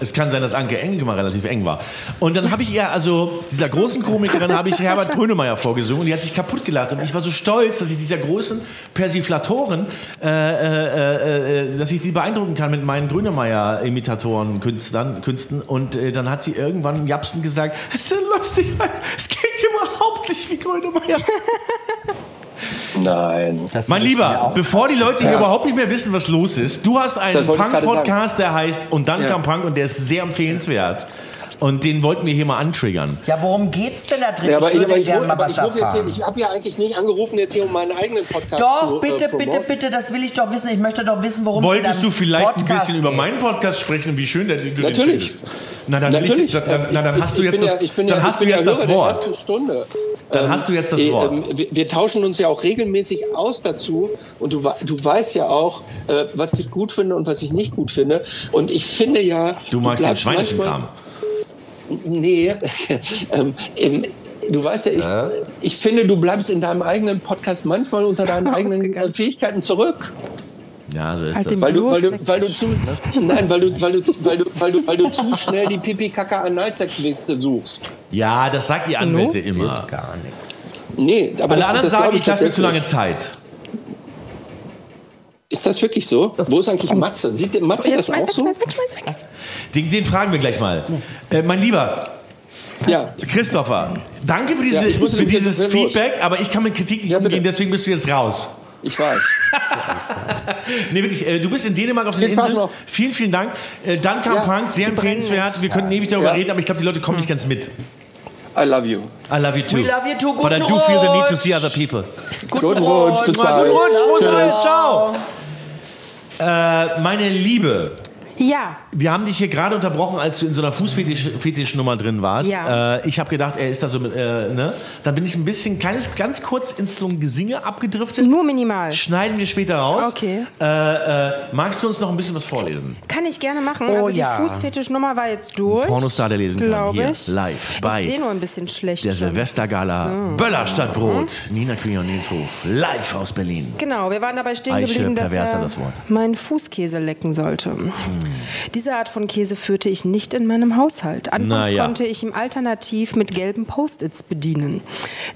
Speaker 1: Es kann sein, dass Anke Engelke mal relativ eng war. Und dann habe ich ihr, also dieser großen Komikerin, habe ich Herbert Grönemeyer vorgesungen und die hat sich kaputt gelacht. Und ich war so stolz, dass ich dieser großen Persiflatorin, äh, äh, äh, äh, dass ich die beeindrucken kann mit meinen Grönemeyer-Imitatoren, Künstlern, Künsten. Und äh, dann hat sie irgendwann japsend gesagt, es ist ja lustig, es ging überhaupt nicht wie Grönemeyer.
Speaker 7: Nein.
Speaker 2: Das
Speaker 1: Mein
Speaker 2: will ich mir
Speaker 1: Lieber,
Speaker 2: auch-
Speaker 1: bevor die Leute hier
Speaker 7: Ja.
Speaker 1: überhaupt nicht mehr wissen, was los ist, du hast einen
Speaker 7: Das wollte ich gerade
Speaker 1: Punk-Podcast, der heißt Und dann
Speaker 7: Ja.
Speaker 1: kam Punk und der ist sehr empfehlenswert. Und den wollten wir hier mal antriggern.
Speaker 2: Ja, worum geht's denn da drin?
Speaker 7: Ja, aber ich, aber ich,
Speaker 2: gerne
Speaker 7: ruf- aber ich, ruf jetzt hier-
Speaker 2: erfahren.
Speaker 7: ich habe ja eigentlich nicht angerufen, jetzt hier um meinen eigenen Podcast zu
Speaker 2: Doch,
Speaker 7: äh,
Speaker 2: bitte, bitte,
Speaker 7: promoten.
Speaker 2: bitte, das will ich doch wissen. Ich möchte doch wissen, worum es in
Speaker 1: Wolltest
Speaker 2: deinem
Speaker 1: du vielleicht ein
Speaker 2: Podcast
Speaker 1: bisschen über
Speaker 2: geht.
Speaker 1: meinen Podcast sprechen und wie schön der du den
Speaker 7: Natürlich.
Speaker 1: findest? Na dann, will ich-
Speaker 7: Natürlich.
Speaker 1: dann, dann, na, dann
Speaker 7: Ich-
Speaker 1: hast
Speaker 7: ich-
Speaker 1: du
Speaker 7: ich
Speaker 1: jetzt
Speaker 7: bin ja-
Speaker 1: das,
Speaker 7: ich bin ja-
Speaker 1: dann
Speaker 7: ich
Speaker 1: hast du
Speaker 7: bin ja
Speaker 1: jetzt das
Speaker 7: Hörer der
Speaker 1: Wort.
Speaker 7: ersten Stunde.
Speaker 1: Dann
Speaker 7: Ähm,
Speaker 1: hast du jetzt das
Speaker 7: eh,
Speaker 1: Wort.
Speaker 7: ähm, wir, wir tauschen uns ja auch regelmäßig aus dazu und du, wei- du weißt ja auch, äh, was ich gut finde und was ich nicht gut finde. Und ich finde ja.
Speaker 1: Du magst den
Speaker 7: bleibst
Speaker 1: schweinischen
Speaker 7: manchmal-
Speaker 1: Kram.
Speaker 7: Nee, ähm, ähm, du weißt ja, ich, ich finde, du bleibst in deinem eigenen Podcast manchmal unter deinen eigenen äh,
Speaker 6: Ausgegangen.
Speaker 7: Fähigkeiten zurück.
Speaker 1: Ja, so ist
Speaker 6: Halt
Speaker 1: das.
Speaker 6: den
Speaker 7: Weil du, weil
Speaker 6: Bloß-
Speaker 7: du, weil du zu, nein, weil du, weil du, weil du, weil du, weil du zu schnell die pipi kaka analsexwitze suchst.
Speaker 1: Ja, das sagt die Anwälte
Speaker 6: Los.
Speaker 1: immer.
Speaker 2: Gar nichts.
Speaker 7: Nee, aber
Speaker 1: Alle
Speaker 7: das,
Speaker 1: anderen
Speaker 7: das
Speaker 1: sagen,
Speaker 7: glaube
Speaker 1: ich lasse mir zu
Speaker 7: tatsächlich.
Speaker 1: lange Zeit.
Speaker 7: Ist das wirklich so? Wo ist eigentlich Matze? Sieht der Matze
Speaker 6: Jetzt
Speaker 7: das
Speaker 6: schmeiß
Speaker 7: auch
Speaker 6: weg,
Speaker 7: so?
Speaker 6: schmeiß weg, schmeiß weg.
Speaker 1: Den, den fragen wir gleich mal. Äh, mein Lieber,
Speaker 7: Ja.
Speaker 1: Christopher, danke für, diese,
Speaker 7: Ja, ich muss
Speaker 1: für
Speaker 7: nämlich jetzt
Speaker 1: dieses
Speaker 7: schnell los.
Speaker 1: Feedback, aber ich kann mit Kritik nicht
Speaker 7: Ja, bitte.
Speaker 1: umgehen, deswegen bist du jetzt raus.
Speaker 7: Ich weiß.
Speaker 1: Nee, wirklich, äh, du bist in Dänemark auf den
Speaker 7: Viel Spaß
Speaker 1: Inseln.
Speaker 7: noch.
Speaker 1: Vielen, vielen Dank. Äh, dann kam
Speaker 7: Ja.
Speaker 1: Punk, sehr empfehlenswert. Wir könnten ewig darüber
Speaker 7: Ja. Hm.
Speaker 1: reden, aber ich glaube, die Leute kommen nicht ganz mit.
Speaker 7: I love you.
Speaker 1: I love you too.
Speaker 2: We love you too.
Speaker 1: But I do
Speaker 2: Guten
Speaker 1: feel the need to
Speaker 2: Rutsch.
Speaker 1: see other people.
Speaker 7: Guten Rutsch, bis bald.
Speaker 1: Guten Rutsch, guten
Speaker 7: Tschüss.
Speaker 1: Rutsch, ciao. Äh, meine Liebe,
Speaker 6: Ja,
Speaker 1: wir haben dich hier gerade unterbrochen, als du in so einer Fußfetischnummer drin warst.
Speaker 6: Ja.
Speaker 1: Äh, ich habe gedacht, er ist da so mit, äh, ne? Dann bin ich ein bisschen ganz, ganz kurz ins so ein Gesinge abgedriftet.
Speaker 6: nur minimal.
Speaker 1: Schneiden wir später raus.
Speaker 6: Okay.
Speaker 1: Äh, äh, magst du uns noch ein bisschen was vorlesen?
Speaker 6: Kann ich gerne machen.
Speaker 2: Oh
Speaker 6: also die
Speaker 2: ja.
Speaker 6: Fußfetischnummer war jetzt durch.
Speaker 1: Pornostar, der lesen kann.
Speaker 6: glaube
Speaker 1: Hier,
Speaker 6: ich.
Speaker 1: live,
Speaker 6: ich
Speaker 1: bei
Speaker 6: sehe nur ein bisschen schlecht.
Speaker 1: Der
Speaker 6: schon.
Speaker 1: Silvestergala Böller statt Brot. Nina Quion Nilsruf, live aus Berlin.
Speaker 6: Genau, wir waren dabei stehen
Speaker 1: Eiche,
Speaker 6: geblieben, dass
Speaker 1: perverser
Speaker 6: er
Speaker 1: das Wort.
Speaker 6: meinen Fußkäse lecken sollte.
Speaker 2: Hm.
Speaker 6: Diese Art von Käse führte ich nicht in meinem Haushalt. Anfangs
Speaker 1: Na ja.
Speaker 6: konnte ich ihm alternativ mit gelben Post-its bedienen.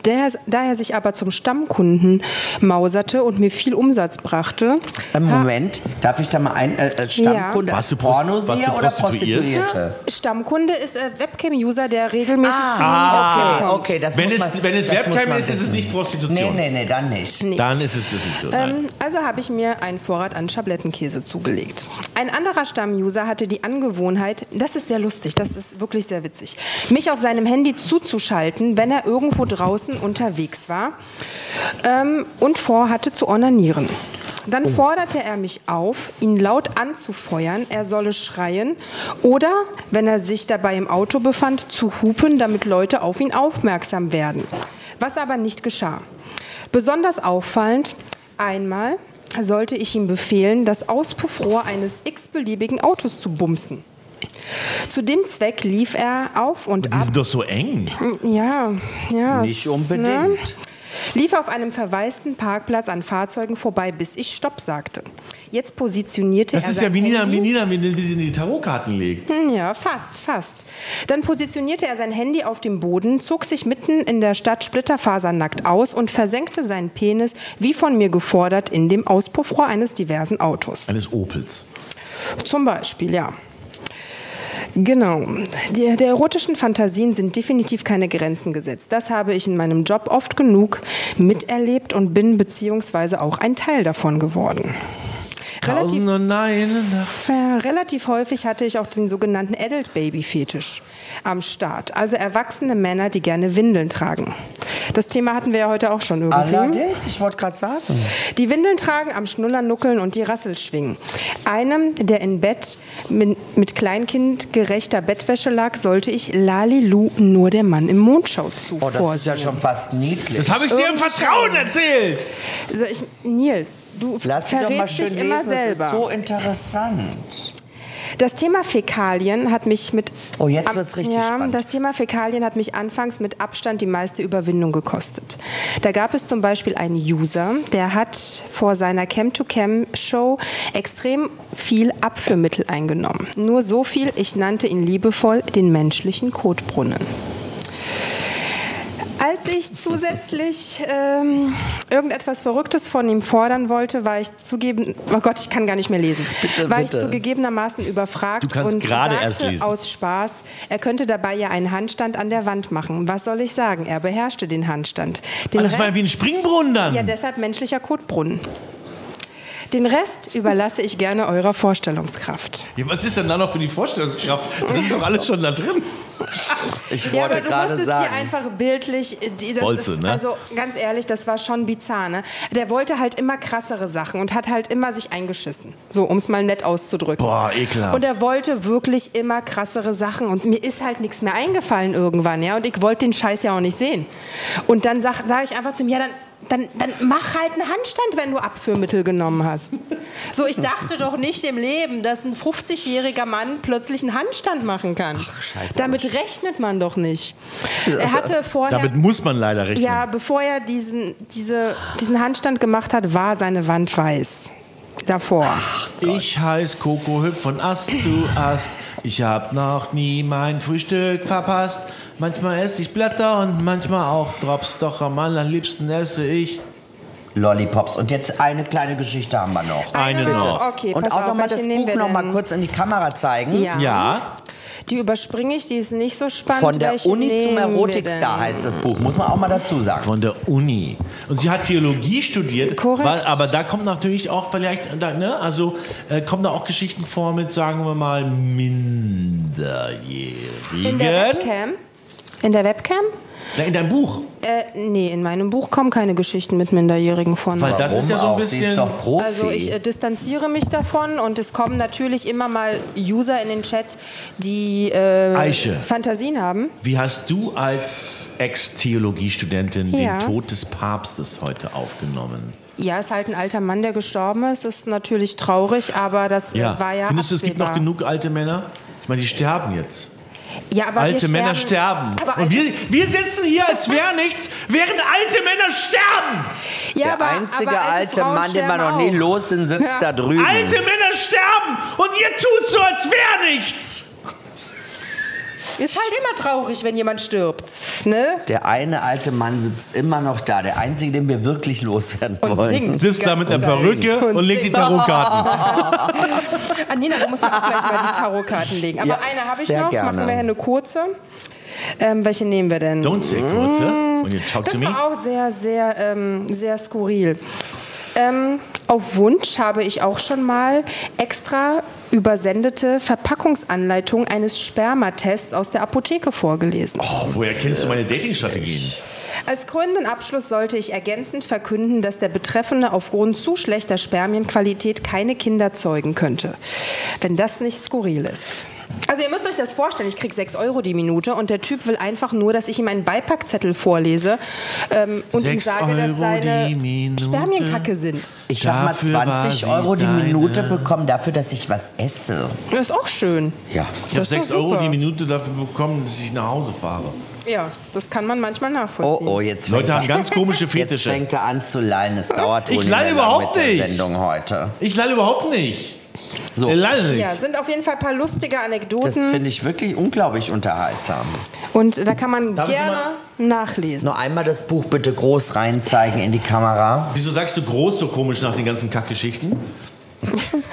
Speaker 6: Der, da er sich aber zum Stammkunden mauserte und mir viel Umsatz brachte,
Speaker 2: Äh, Moment, darf ich da mal ein äh, als Stammkunde
Speaker 1: Ja.
Speaker 2: als
Speaker 1: Warst du Prost- warst
Speaker 2: Pornoseher
Speaker 1: du
Speaker 2: oder
Speaker 1: Prostituierte?
Speaker 2: Prostituierte?
Speaker 6: Stammkunde ist äh, Webcam-User, der regelmäßig zu mir
Speaker 1: Ah,
Speaker 6: kommt.
Speaker 2: okay, das
Speaker 1: wenn,
Speaker 2: muss
Speaker 1: es,
Speaker 2: man,
Speaker 1: wenn es
Speaker 2: das muss
Speaker 1: Webcam
Speaker 2: man
Speaker 1: ist, ist es
Speaker 2: wissen.
Speaker 1: nicht
Speaker 2: Nee,
Speaker 1: Prostitution.
Speaker 2: nee, nee, dann nicht.
Speaker 1: Dann ist es das nicht so. Nein.
Speaker 6: Ähm, also habe ich mir einen Vorrat an Schablettenkäse zugelegt. Ein anderer Stammuser hatte die Angewohnheit, das ist sehr lustig, das ist wirklich sehr witzig, mich auf seinem Handy zuzuschalten, wenn er irgendwo draußen unterwegs war ähm, und vorhatte zu ornanieren. Dann forderte er mich auf, ihn laut anzufeuern, er solle schreien oder, wenn er sich dabei im Auto befand, zu hupen, damit Leute auf ihn aufmerksam werden. Was aber nicht geschah. Besonders auffallend, einmal sollte ich ihm befehlen, das Auspuffrohr eines x-beliebigen Autos zu bumsen. Zu dem Zweck lief er auf und
Speaker 1: Die
Speaker 6: ab.
Speaker 1: sind doch so eng.
Speaker 6: Ja, ja. es-
Speaker 2: Nicht
Speaker 6: ne?
Speaker 2: unbedingt.
Speaker 6: Lief auf einem verwaisten Parkplatz an Fahrzeugen vorbei, bis ich Stopp sagte. Jetzt positionierte
Speaker 1: Das
Speaker 6: er
Speaker 1: ist
Speaker 6: sein
Speaker 1: ja wie Nina,
Speaker 6: Handy.
Speaker 1: wie Nina, wie wie sie in die Tarotkarten legt.
Speaker 6: Hm, Ja, fast, fast. Dann positionierte er sein Handy auf dem Boden, zog sich mitten in der Stadt splitterfasernackt aus und versenkte seinen Penis, wie von mir gefordert, in dem Auspuffrohr eines diversen Autos.
Speaker 1: Eines Opels.
Speaker 6: Zum Beispiel, ja. Genau. Die, der erotischen Fantasien sind definitiv keine Grenzen gesetzt. Das habe ich in meinem Job oft genug miterlebt und bin beziehungsweise auch ein Teil davon geworden. relativ,
Speaker 1: Tausend und nein.
Speaker 6: ja, relativ häufig hatte ich auch den sogenannten Adult Baby Fetisch am Start. Also erwachsene Männer, die gerne Windeln tragen. Das Thema hatten wir ja heute auch schon irgendwie.
Speaker 2: Allerdings, ich wollte gerade sagen.
Speaker 6: Die Windeln tragen, am Schnullern nuckeln und die Rassel schwingen. Einem, der in Bett mit, mit Kleinkind gerechter Bettwäsche lag, sollte ich Lalilu nur der Mann im Mondschau
Speaker 2: Oh,
Speaker 6: zuvor.
Speaker 2: das ist ja schon fast niedlich.
Speaker 1: Das habe ich dir im Vertrauen erzählt.
Speaker 6: also ich, Nils, du
Speaker 2: Lass sie doch mal
Speaker 6: verrätst
Speaker 2: schön
Speaker 6: dich
Speaker 2: lesen,
Speaker 6: immer
Speaker 2: das
Speaker 6: selber.
Speaker 2: ist so interessant.
Speaker 6: Das Thema Fäkalien hat mich mit
Speaker 2: Oh, jetzt
Speaker 6: am-
Speaker 2: wird's richtig
Speaker 6: ja,
Speaker 2: spannend.
Speaker 6: Das Thema Fäkalien hat mich anfangs mit Abstand die meiste Überwindung gekostet. Da gab es zum Beispiel einen User, der hat vor seiner Cam-to-Cam-Show extrem viel Abführmittel eingenommen. Nur so viel, ich nannte ihn liebevoll den menschlichen Kotbrunnen. Als ich zusätzlich ähm, irgendetwas Verrücktes von ihm fordern wollte, war ich zugeben, oh Gott, ich kann gar nicht mehr lesen,
Speaker 2: Bitte,
Speaker 6: war
Speaker 2: bitte.
Speaker 6: ich zugegebenermaßen überfragt
Speaker 1: Du kannst
Speaker 6: und
Speaker 1: gerade
Speaker 6: sagte
Speaker 1: erst lesen.
Speaker 6: aus Spaß, er könnte dabei ja einen Handstand an der Wand machen. Was soll ich sagen? Er beherrschte den Handstand. Den
Speaker 1: Ah, das war
Speaker 6: Rest-
Speaker 1: wie ein Springbrunnen dann.
Speaker 6: ja, deshalb menschlicher Kotbrunnen. Den Rest überlasse ich gerne eurer Vorstellungskraft.
Speaker 1: Ja, was ist denn da noch für die Vorstellungskraft? Das ist doch alles schon da drin.
Speaker 2: Ich
Speaker 6: Ja,
Speaker 2: wollte
Speaker 6: aber du
Speaker 2: gerade
Speaker 6: musstest dir
Speaker 2: sagen.
Speaker 6: einfach bildlich, äh, die, das
Speaker 1: Wollte,
Speaker 6: ist,
Speaker 1: ne?
Speaker 6: also ganz ehrlich, das war schon bizarr. Ne? Der wollte halt immer krassere Sachen und hat halt immer sich eingeschissen, so um es mal nett auszudrücken.
Speaker 1: Boah, ekelhaft.
Speaker 6: Und er wollte wirklich immer krassere Sachen und mir ist halt nichts mehr eingefallen irgendwann, ja. Und ich wollte den Scheiß ja auch nicht sehen. Und dann sag, sag ich einfach zu ihm, ja dann. Dann, dann mach halt einen Handstand, wenn du Abführmittel genommen hast. So, ich dachte doch nicht im Leben, dass ein 50-jähriger Mann plötzlich einen Handstand machen kann.
Speaker 2: scheiße.
Speaker 6: Damit rechnet man doch nicht. Er hatte vorher,
Speaker 1: Damit muss man leider rechnen.
Speaker 6: ja, bevor er diesen, diese, diesen Handstand gemacht hat, war seine Wand weiß. Davor.
Speaker 1: Oh Ich heiß Coco Hüpf von Ast zu Ast. Ich hab noch nie mein Frühstück verpasst. Manchmal esse ich Blätter und manchmal auch Drops. Doch am allerliebsten esse ich.
Speaker 2: Lollipops. Und jetzt eine kleine Geschichte haben wir noch.
Speaker 1: Eine
Speaker 6: Bitte.
Speaker 1: noch.
Speaker 6: Okay,
Speaker 2: Und
Speaker 6: pass
Speaker 2: auch
Speaker 6: auf,
Speaker 2: nochmal
Speaker 6: welche
Speaker 2: das
Speaker 6: nehmen
Speaker 2: Buch
Speaker 6: wir
Speaker 2: nochmal
Speaker 6: denn?
Speaker 2: kurz in die Kamera zeigen.
Speaker 6: Ja.
Speaker 1: Ja.
Speaker 6: Die überspringe ich, die ist nicht so spannend.
Speaker 2: Von der
Speaker 6: Welche
Speaker 2: Uni zum
Speaker 6: nehmen wir
Speaker 2: Erotikstar
Speaker 6: denn?
Speaker 2: heißt das Buch, muss man auch mal dazu sagen.
Speaker 1: Von der Uni. Und sie hat Theologie studiert.
Speaker 6: Korrekt.
Speaker 1: Weil, aber da kommt natürlich auch vielleicht, da, ne, also äh, kommen da auch Geschichten vor mit, sagen wir mal, Minderjährigen.
Speaker 6: In der Webcam? In der Webcam?
Speaker 1: Na, in deinem Buch.
Speaker 6: Äh, nee, in meinem Buch kommen keine Geschichten mit Minderjährigen vor.
Speaker 1: Weil das ist ja so ein
Speaker 2: auch? Sie
Speaker 1: bisschen.
Speaker 2: ist doch Profi.
Speaker 6: Also ich äh, distanziere mich davon und es kommen natürlich immer mal User in den Chat, die äh,
Speaker 1: Eiche.
Speaker 6: Fantasien haben.
Speaker 1: Wie hast du als Ex-Theologiestudentin
Speaker 6: Ja.
Speaker 1: den Tod des Papstes heute aufgenommen?
Speaker 6: Ja, ist halt ein alter Mann, der gestorben ist. Ist natürlich traurig, aber das äh, war ja
Speaker 1: Findest du, es gibt noch
Speaker 6: absehbar.
Speaker 1: genug alte Männer? Ich meine, die sterben jetzt.
Speaker 6: ja, aber wir
Speaker 1: alte Männer sterben.
Speaker 6: Aber
Speaker 1: Und
Speaker 6: alte-
Speaker 1: wir, wir sitzen hier, als wäre nichts, während alte Männer sterben.
Speaker 6: ja,
Speaker 2: der
Speaker 6: aber,
Speaker 2: einzige
Speaker 6: aber
Speaker 2: alte
Speaker 6: Frauen
Speaker 2: Mann, den wir
Speaker 6: sterben
Speaker 2: noch nie
Speaker 6: auch.
Speaker 2: los sind, sitzt
Speaker 6: Ja.
Speaker 2: da drüben.
Speaker 1: Alte Männer sterben und ihr tut so, als wäre nichts.
Speaker 6: Ist halt immer traurig, wenn jemand stirbt. Ne?
Speaker 2: Der eine alte Mann sitzt immer noch da. Der einzige, den wir wirklich loswerden
Speaker 6: Und
Speaker 2: wollen.
Speaker 6: singt.
Speaker 1: Sitzt da mit einer
Speaker 6: Ganz
Speaker 1: Perücke und legt die Tarotkarten.
Speaker 6: Ah, Nina, du musst auch gleich mal die Tarotkarten legen. Aber
Speaker 2: Ja,
Speaker 6: eine habe ich
Speaker 2: sehr
Speaker 6: noch.
Speaker 2: gerne.
Speaker 6: Machen wir hier eine kurze. Ähm, welche nehmen wir denn? Mm.
Speaker 1: Don't say kurze. When you talk to
Speaker 6: Das
Speaker 1: me.
Speaker 6: war auch sehr, sehr, ähm, sehr skurril. Ähm, auf Wunsch habe ich auch schon mal extra übersendete Verpackungsanleitung eines Spermatests aus der Apotheke vorgelesen.
Speaker 1: Oh, woher kennst du meine Dating-Strategien?
Speaker 6: Als krönenden Abschluss sollte ich ergänzend verkünden, dass der Betreffende aufgrund zu schlechter Spermienqualität keine Kinder zeugen könnte. Wenn das nicht skurril ist. Also ihr müsst euch das vorstellen, ich krieg 6 Euro die Minute und der Typ will einfach nur, dass ich ihm einen Beipackzettel vorlese ähm, und ihm
Speaker 1: Sechs
Speaker 6: sage, dass
Speaker 1: Euro die
Speaker 6: seine
Speaker 1: Minute.
Speaker 6: Spermienkacke sind.
Speaker 2: Ich habe mal
Speaker 1: Dafür war
Speaker 2: 20
Speaker 1: sie
Speaker 2: Euro die
Speaker 1: deine-
Speaker 2: Minute bekommen dafür, dass ich was esse.
Speaker 6: Das ist auch schön.
Speaker 2: Ja.
Speaker 1: Ich habe
Speaker 6: Das ist
Speaker 1: 6
Speaker 6: doch
Speaker 1: Euro
Speaker 6: super.
Speaker 1: die Minute dafür bekommen, dass ich nach Hause fahre.
Speaker 6: Ja, das kann man manchmal
Speaker 2: Oh
Speaker 6: nachvollziehen.
Speaker 2: oh, jetzt
Speaker 1: Die Leute haben
Speaker 2: fängt, er,
Speaker 1: ganz komische
Speaker 2: jetzt
Speaker 1: Fetische.
Speaker 2: fängt er an zu lallen. Es dauert
Speaker 1: Ich
Speaker 2: wohl nicht
Speaker 1: lall
Speaker 2: mehr
Speaker 1: überhaupt
Speaker 2: lang mit
Speaker 1: nicht.
Speaker 2: der Sendung heute.
Speaker 1: Ich lalle überhaupt nicht.
Speaker 2: So.
Speaker 1: Äh, Lalle nicht.
Speaker 6: Ja, sind auf jeden Fall ein paar lustige
Speaker 2: oh, Das
Speaker 6: Anekdoten
Speaker 2: finde ich wirklich unglaublich unterhaltsam.
Speaker 6: und da kann man
Speaker 1: Darf ich
Speaker 6: gerne nachlesen.
Speaker 2: Nur einmal das Buch bitte groß reinzeigen in die Kamera.
Speaker 1: Wieso sagst du groß so komisch nach den ganzen Kackgeschichten?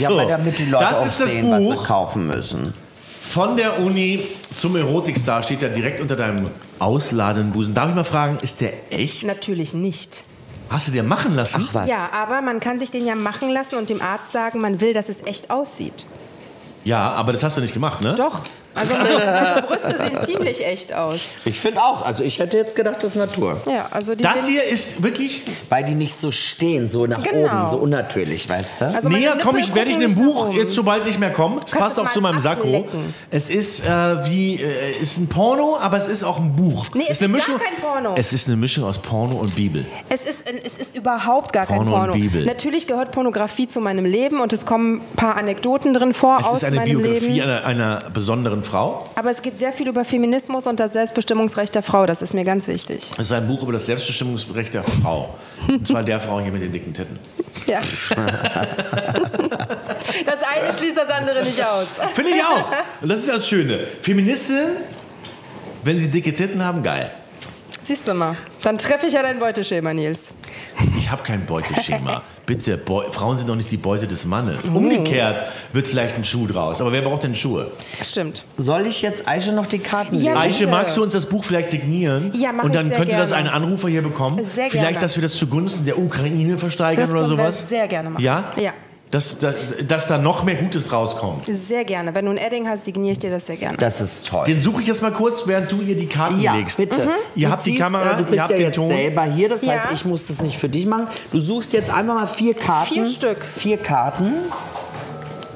Speaker 2: Ja,
Speaker 1: So.
Speaker 2: weil damit die Leute
Speaker 1: das
Speaker 2: auch
Speaker 1: ist das
Speaker 2: sehen, was sie
Speaker 1: Buch
Speaker 2: kaufen müssen.
Speaker 1: von der Uni zum Erotikstar. Steht da direkt unter deinem ausladenden Busen. Darf ich mal fragen, ist der echt?
Speaker 6: Natürlich nicht.
Speaker 1: Hast du dir machen lassen?
Speaker 2: Ach was.
Speaker 6: Ja, aber man kann sich den ja machen lassen und dem Arzt sagen, man will, dass es echt aussieht.
Speaker 1: Ja, aber das hast du nicht gemacht, ne?
Speaker 6: Doch. Also meine Brüste sehen ziemlich echt aus.
Speaker 2: Ich finde auch. Also ich hätte jetzt gedacht, das ist Natur.
Speaker 6: Ja, also die
Speaker 1: Das
Speaker 6: sehen-
Speaker 1: hier ist wirklich.
Speaker 2: Weil die nicht so stehen, so nach
Speaker 6: Genau.
Speaker 2: oben, so unnatürlich, weißt du?
Speaker 6: Also meine
Speaker 1: Näher komme
Speaker 6: Nippel
Speaker 1: ich, werde ich
Speaker 6: gucken
Speaker 1: dem
Speaker 6: nicht nach
Speaker 1: Buch
Speaker 6: oben.
Speaker 1: jetzt so bald nicht mehr kommen. Es
Speaker 6: Kannst
Speaker 1: passt
Speaker 6: du
Speaker 1: auch
Speaker 6: es
Speaker 1: zu
Speaker 6: mal
Speaker 1: meinem Sakko.
Speaker 6: ablecken?
Speaker 1: Es ist äh, wie, äh, ist ein Porno, aber es ist auch ein Buch.
Speaker 6: Nee, es ist gar kein Porno.
Speaker 1: Es ist eine Mischung aus Porno und Bibel.
Speaker 6: Es ist, es ist überhaupt gar
Speaker 1: Porno und
Speaker 6: kein Porno.
Speaker 1: Bibel.
Speaker 6: Natürlich gehört Pornografie zu meinem Leben und es kommen ein paar Anekdoten drin vor
Speaker 1: Es
Speaker 6: aus
Speaker 1: ist eine
Speaker 6: meinem
Speaker 1: Biografie
Speaker 6: Leben.
Speaker 1: einer, einer besonderen Frau.
Speaker 6: Aber es geht sehr viel über Feminismus und das Selbstbestimmungsrecht der Frau. Das ist mir ganz wichtig.
Speaker 1: Es ist ein Buch über das Selbstbestimmungsrecht der Frau. Und zwar der Frau hier mit den dicken Titten.
Speaker 6: Ja. das eine schließt das andere nicht aus.
Speaker 1: Finde ich auch. Und das ist ja das Schöne. Feministinnen, wenn sie dicke Titten haben, geil.
Speaker 6: Siehst du mal. Dann treffe ich ja dein Beuteschema, Nils.
Speaker 1: Ich habe kein Beuteschema. Bitte, Beu Frauen sind doch nicht die Beute des Mannes.
Speaker 2: Oh.
Speaker 1: Umgekehrt wird vielleicht ein Schuh draus. Aber wer braucht denn Schuhe?
Speaker 6: Stimmt.
Speaker 2: Soll ich jetzt Aisha noch die Karten
Speaker 6: Ja,
Speaker 2: legen?
Speaker 1: Eiche,
Speaker 6: bitte.
Speaker 1: magst du uns das Buch vielleicht signieren?
Speaker 6: Ja, mach
Speaker 1: Und
Speaker 6: ich
Speaker 1: dann
Speaker 6: sehr
Speaker 1: könnte das ein
Speaker 6: gerne.
Speaker 1: Anrufer hier bekommen.
Speaker 6: Sehr
Speaker 1: vielleicht,
Speaker 6: gerne.
Speaker 1: dass wir das zugunsten der Ukraine versteigern
Speaker 6: Das
Speaker 1: oder
Speaker 6: können wir
Speaker 1: sowas.
Speaker 6: sehr gerne machen.
Speaker 1: Ja?
Speaker 6: Ja.
Speaker 1: Dass, dass, dass da noch mehr Gutes rauskommt.
Speaker 6: Sehr gerne. Wenn du ein Edding hast, signiere ich dir das sehr gerne.
Speaker 2: Das ist toll.
Speaker 1: Den suche ich jetzt mal kurz, während du ihr die Karten
Speaker 2: ja,
Speaker 1: legst.
Speaker 6: Mhm.
Speaker 2: bitte.
Speaker 1: Ihr
Speaker 2: Du
Speaker 1: habt die
Speaker 2: ziehst,
Speaker 1: Kamera,
Speaker 2: äh, du bist
Speaker 1: ihr habt
Speaker 2: ja
Speaker 1: den
Speaker 2: jetzt
Speaker 1: Ton.
Speaker 2: selber hier, das
Speaker 6: Ja.
Speaker 2: heißt, ich muss das nicht für dich machen. Du suchst jetzt einfach mal vier Karten.
Speaker 6: Vier Stück.
Speaker 2: Vier Karten.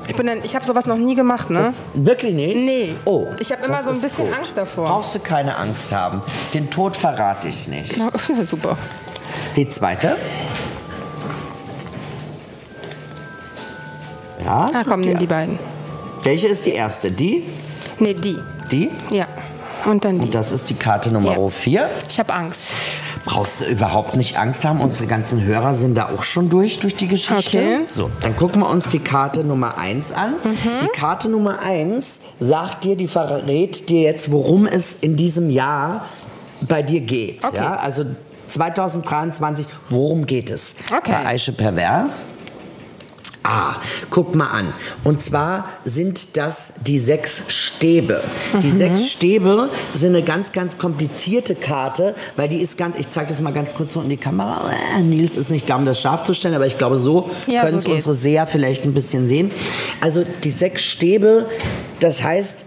Speaker 6: Ich, bin dann- ich habe sowas noch nie gemacht, ne?
Speaker 2: Das, wirklich nicht?
Speaker 6: Nee.
Speaker 2: Oh.
Speaker 6: Ich habe immer
Speaker 2: das
Speaker 6: so ein
Speaker 2: ist
Speaker 6: bisschen
Speaker 2: gut.
Speaker 6: Angst davor.
Speaker 2: Brauchst du keine Angst haben. Den Tod verrate ich nicht.
Speaker 6: Ja, super.
Speaker 2: Die zweite. Ja.
Speaker 6: Na komm,
Speaker 2: such
Speaker 6: nimm
Speaker 2: dir-
Speaker 6: die beiden.
Speaker 2: Welche ist die erste? Die?
Speaker 6: Nee, die.
Speaker 2: Die?
Speaker 6: Ja. Und dann die.
Speaker 2: Und das ist die Karte Nummer
Speaker 6: Ja.
Speaker 2: 4.
Speaker 6: Ich habe Angst.
Speaker 2: Brauchst du überhaupt nicht Angst haben. Unsere ganzen Hörer sind da auch schon durch, durch die Geschichte.
Speaker 6: Okay. Mhm.
Speaker 2: So, dann gucken wir uns die Karte Nummer 1 an. Die Karte Nummer 1 sagt dir, die verrät dir jetzt, worum es in diesem Jahr bei dir geht.
Speaker 6: Okay.
Speaker 2: Ja? Also 2023, worum geht es?
Speaker 6: Okay.
Speaker 2: Bei Aische Pervers. Ah, guck mal an. Und zwar sind das die sechs Stäbe.
Speaker 6: Mhm.
Speaker 2: Die sechs Stäbe sind eine ganz, ganz komplizierte Karte, weil die ist ganz, ich zeige das mal ganz kurz so in die Kamera. Äh, Nils ist nicht da, um das scharf zu stellen, aber ich glaube, so
Speaker 6: Ja, so
Speaker 2: können es
Speaker 6: geht's.
Speaker 2: unsere Seher vielleicht ein bisschen sehen. Also die sechs Stäbe, das heißt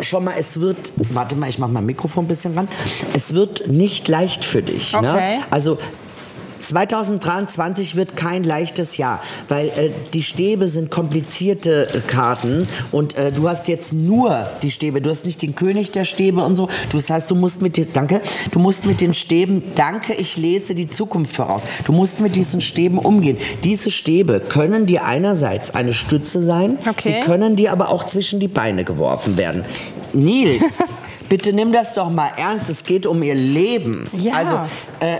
Speaker 2: schon mal, es wird, warte mal, ich mache mein Mikrofon ein bisschen ran, es wird nicht leicht für dich.
Speaker 6: Okay.
Speaker 2: Ne? Also 2023 wird kein leichtes Jahr, weil äh, die Stäbe sind komplizierte äh, Karten und äh, du hast jetzt nur die Stäbe, du hast nicht den König der Stäbe und so. Du das heißt, du musst mit die, danke, du musst mit den Stäben, danke, ich lese die Zukunft voraus. Du musst mit diesen Stäben umgehen. Diese Stäbe können dir einerseits eine Stütze sein,
Speaker 6: Okay.
Speaker 2: sie können dir aber auch zwischen die Beine geworfen werden. Nils, bitte nimm das doch mal ernst. Es geht um ihr Leben.
Speaker 6: Ja.
Speaker 2: Also äh,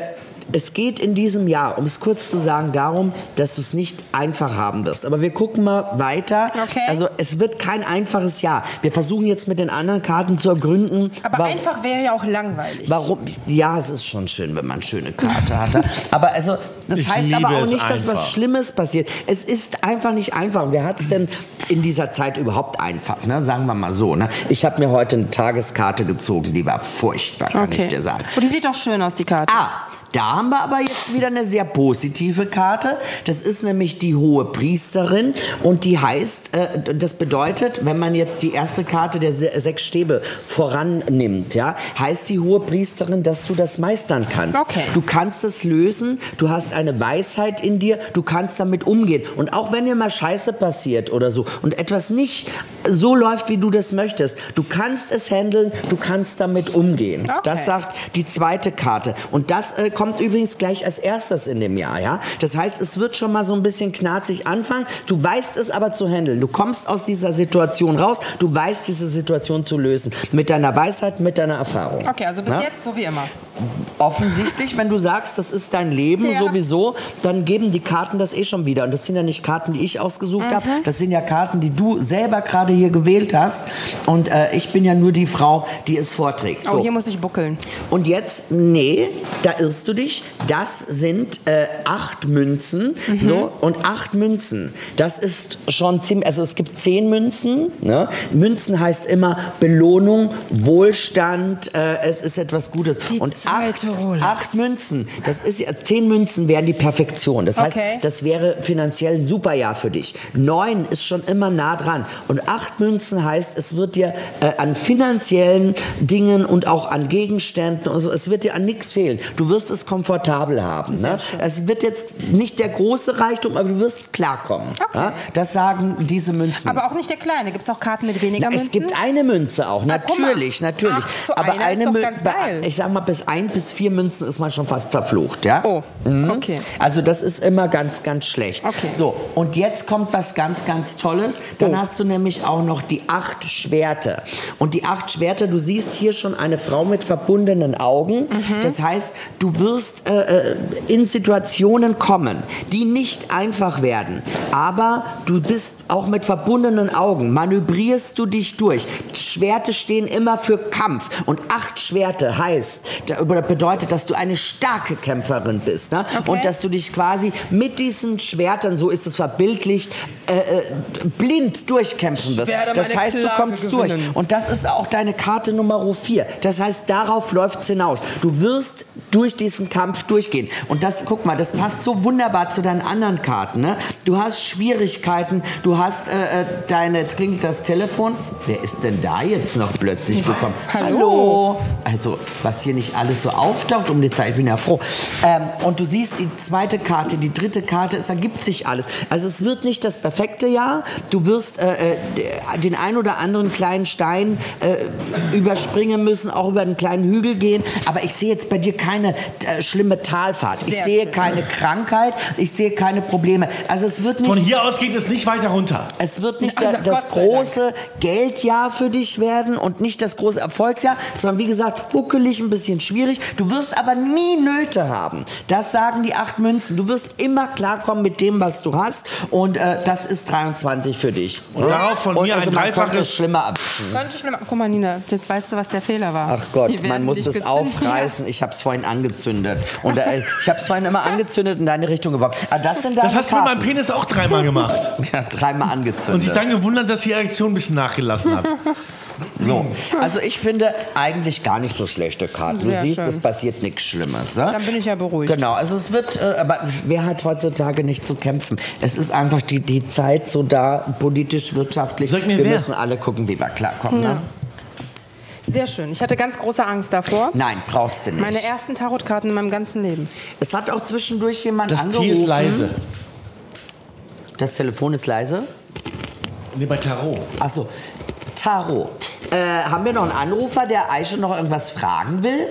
Speaker 2: es geht in diesem Jahr, um es kurz zu sagen, darum, dass du es nicht einfach haben wirst. Aber wir gucken mal weiter.
Speaker 6: Okay.
Speaker 2: Also es wird kein einfaches Jahr. Wir versuchen jetzt mit den anderen Karten zu ergründen.
Speaker 6: Aber
Speaker 2: wa-
Speaker 6: einfach wäre ja auch langweilig.
Speaker 2: Warum? Ja, es ist schon schön, wenn man schöne Karte hat. Aber also, das
Speaker 1: Ich
Speaker 2: heißt
Speaker 1: liebe
Speaker 2: aber auch
Speaker 1: es
Speaker 2: nicht, dass
Speaker 1: einfach.
Speaker 2: was Schlimmes passiert. Es ist einfach nicht einfach. Wer hat es denn in dieser Zeit überhaupt einfach? Ne? Sagen wir mal so. Ne? Ich habe mir heute eine Tageskarte gezogen, die war furchtbar, kann ich dir sagen.
Speaker 6: Oh, die sieht doch schön aus, die Karte.
Speaker 2: Ah, da haben wir aber jetzt wieder eine sehr positive Karte. Das ist nämlich die hohe Priesterin und die heißt, äh, das bedeutet, wenn man jetzt die erste Karte der se sechs Stäbe vorannimmt, ja, heißt die hohe Priesterin, dass du das meistern kannst.
Speaker 6: Okay.
Speaker 2: Du kannst es lösen, du hast eine Weisheit in dir, du kannst damit umgehen. Und auch wenn dir mal Scheiße passiert oder so und etwas nicht so läuft, wie du das möchtest, du kannst es handeln, du kannst damit umgehen.
Speaker 6: Okay.
Speaker 2: Das sagt die zweite Karte. Und das äh, kommt übrigens gleich als erstes in dem Jahr, ja? Das heißt, es wird schon mal so ein bisschen knarzig anfangen. Du weißt es aber zu handeln. Du kommst aus dieser Situation raus. Du weißt, diese Situation zu lösen. Mit deiner Weisheit, mit deiner Erfahrung.
Speaker 6: Okay, also bis
Speaker 2: Ja?
Speaker 6: jetzt so wie immer.
Speaker 2: Offensichtlich, wenn du sagst, das ist dein Leben
Speaker 6: Ja.
Speaker 2: sowieso, dann geben die Karten das eh schon wieder. Und das sind ja nicht Karten, die ich
Speaker 6: Mhm.
Speaker 2: ausgesucht habe. Das sind ja Karten, die du selber gerade hier gewählt hast. Und äh, ich bin ja nur die Frau, die es vorträgt.
Speaker 6: Oh, hier muss ich buckeln.
Speaker 2: Und jetzt, nee, da irrst du dich. Das sind äh, acht Münzen.
Speaker 6: Mhm.
Speaker 2: So, und acht Münzen, das ist schon ziemlich. Also es gibt zehn Münzen. Ne? Münzen heißt immer Belohnung, Wohlstand, äh, es ist etwas Gutes.
Speaker 6: Die
Speaker 2: und
Speaker 6: zweite Rolex.
Speaker 2: acht Münzen. Das ist ja- zehn Münzen wären die Perfektion. Das heißt,
Speaker 6: Okay.
Speaker 2: das wäre finanziell ein super Jahr für dich. Neun ist schon immer nah dran und acht Münzen heißt, es wird dir äh, an finanziellen Dingen und auch an Gegenständen und so, es wird dir an nichts fehlen. Du wirst es komfortabel haben. Ne? Es wird jetzt nicht der große Reichtum, aber du wirst klarkommen. Ja? Das sagen diese Münzen.
Speaker 6: Aber auch nicht der kleine. Gibt es auch Karten mit
Speaker 2: Na,
Speaker 6: weniger Münzen?
Speaker 2: es gibt eine Münze auch,
Speaker 6: Na, guck mal.
Speaker 2: natürlich, natürlich.
Speaker 6: Acht zu
Speaker 2: aber
Speaker 6: einer ist
Speaker 2: eine
Speaker 6: doch
Speaker 2: Mün-
Speaker 6: ganz
Speaker 2: bei-
Speaker 6: geil.
Speaker 2: ich sag mal, bis ein bis vier Münzen ist man schon fast verflucht, ja?
Speaker 6: Oh, okay.
Speaker 2: Also das ist immer ganz, ganz schlecht.
Speaker 6: Okay. Oh.
Speaker 2: So, und jetzt kommt was ganz, ganz Tolles. Dann hast du nämlich auch noch die acht Schwerter. Und die acht Schwerter, du siehst hier schon eine Frau mit verbundenen Augen.
Speaker 6: Mhm.
Speaker 2: Das heißt, du wirst äh, äh, in Situationen kommen, die nicht einfach werden. Aber du bist auch mit verbundenen Augen, manövrierst du dich durch. Schwerte stehen immer für Kampf. Und acht Schwerte heißt, da- oder bedeutet, dass du eine starke Kämpferin bist. Ne? Und dass du dich quasi mit diesen Schwertern, so ist es verbildlicht, äh, äh, blind durchkämpfen wirst.
Speaker 6: werde
Speaker 2: Das
Speaker 6: meine
Speaker 2: heißt, du
Speaker 6: Klage
Speaker 2: kommst durch.
Speaker 6: gewinnen.
Speaker 2: Und das ist auch deine Karte Nummer 4. Das heißt, darauf läuft es hinaus. Du wirst durch diesen Kampf durchgehen. Und das, guck mal, das passt so wunderbar zu deinen anderen Karten. Ne? Du hast Schwierigkeiten, du hast äh, äh, deine, jetzt klingelt das Telefon. Wer ist denn da jetzt noch plötzlich gekommen?
Speaker 6: Hallo.
Speaker 2: Also, was hier nicht alles so auftaucht um die Zeit, ich bin ja froh. Ähm, und du siehst die zweite Karte, die dritte Karte, es ergibt sich alles. Also, es wird nicht das perfekte Jahr. Du wirst äh, äh, d- den ein oder anderen kleinen Stein äh, überspringen müssen, auch über einen kleinen Hügel gehen. Aber ich sehe jetzt bei dir keine äh, schlimme Talfahrt. ich
Speaker 6: Sehr
Speaker 2: sehe
Speaker 6: schön.
Speaker 2: keine Krankheit, ich sehe keine Probleme. Also, es wird nicht
Speaker 1: Von hier aus geht es nicht weiter runter.
Speaker 2: es wird nicht
Speaker 6: Na,
Speaker 2: der,
Speaker 6: na,
Speaker 2: das
Speaker 6: Gott sei Dank.
Speaker 2: große Geldjahr für dich werden und nicht das große Erfolgsjahr, sondern wie gesagt, huckelig, ein bisschen schwierig. Du wirst aber nie Nöte haben. Das sagen die acht Münzen. Du wirst immer klarkommen mit dem, was du hast. Und äh, das ist 23 für dich. also
Speaker 1: Und darauf von mir ein
Speaker 2: man konnte
Speaker 1: dreifaches-
Speaker 2: es schlimmer abwischen.
Speaker 6: Könnte schlimmer. Guck mal, Nina, jetzt weißt du, was der Fehler war.
Speaker 2: Ach Gott,
Speaker 6: Die
Speaker 2: man
Speaker 6: werden
Speaker 2: muss
Speaker 6: dich
Speaker 2: es
Speaker 6: gezünden.
Speaker 2: aufreißen. Ich habe es vorhin angezündet. Und da, ich habe es vorhin immer angezündet in deine Richtung geworfen. Aber das sind deine
Speaker 1: Das hast du mit meinem
Speaker 2: Karten.
Speaker 1: Penis auch dreimal gemacht.
Speaker 2: ja, dreimal angezündet.
Speaker 1: Und sich dann gewundert, dass die Erektion ein bisschen nachgelassen hat.
Speaker 2: So, also ich finde eigentlich gar nicht so schlechte Karte. Du
Speaker 6: Sehr
Speaker 2: siehst,
Speaker 6: schön.
Speaker 2: es passiert nichts Schlimmes. Ne?
Speaker 6: Dann bin ich ja beruhigt.
Speaker 2: Genau, also es wird, äh, aber wer hat heutzutage nicht zu kämpfen? Es ist einfach die, die Zeit so da, politisch, wirtschaftlich.
Speaker 1: Sag mir
Speaker 2: wir
Speaker 1: wer.
Speaker 2: müssen alle gucken, wie wir klarkommen. Ne?
Speaker 6: Sehr schön. Ich hatte ganz große Angst davor.
Speaker 2: Nein, brauchst du nicht.
Speaker 6: Meine ersten Tarotkarten in meinem ganzen Leben.
Speaker 2: es hat auch zwischendurch jemand
Speaker 1: Das
Speaker 2: angerufen.
Speaker 1: T ist leise.
Speaker 2: Das Telefon ist leise.
Speaker 1: Nee, bei Tarot.
Speaker 2: Achso, Tarot. Äh, haben wir noch einen Anrufer, der Aische noch irgendwas fragen will?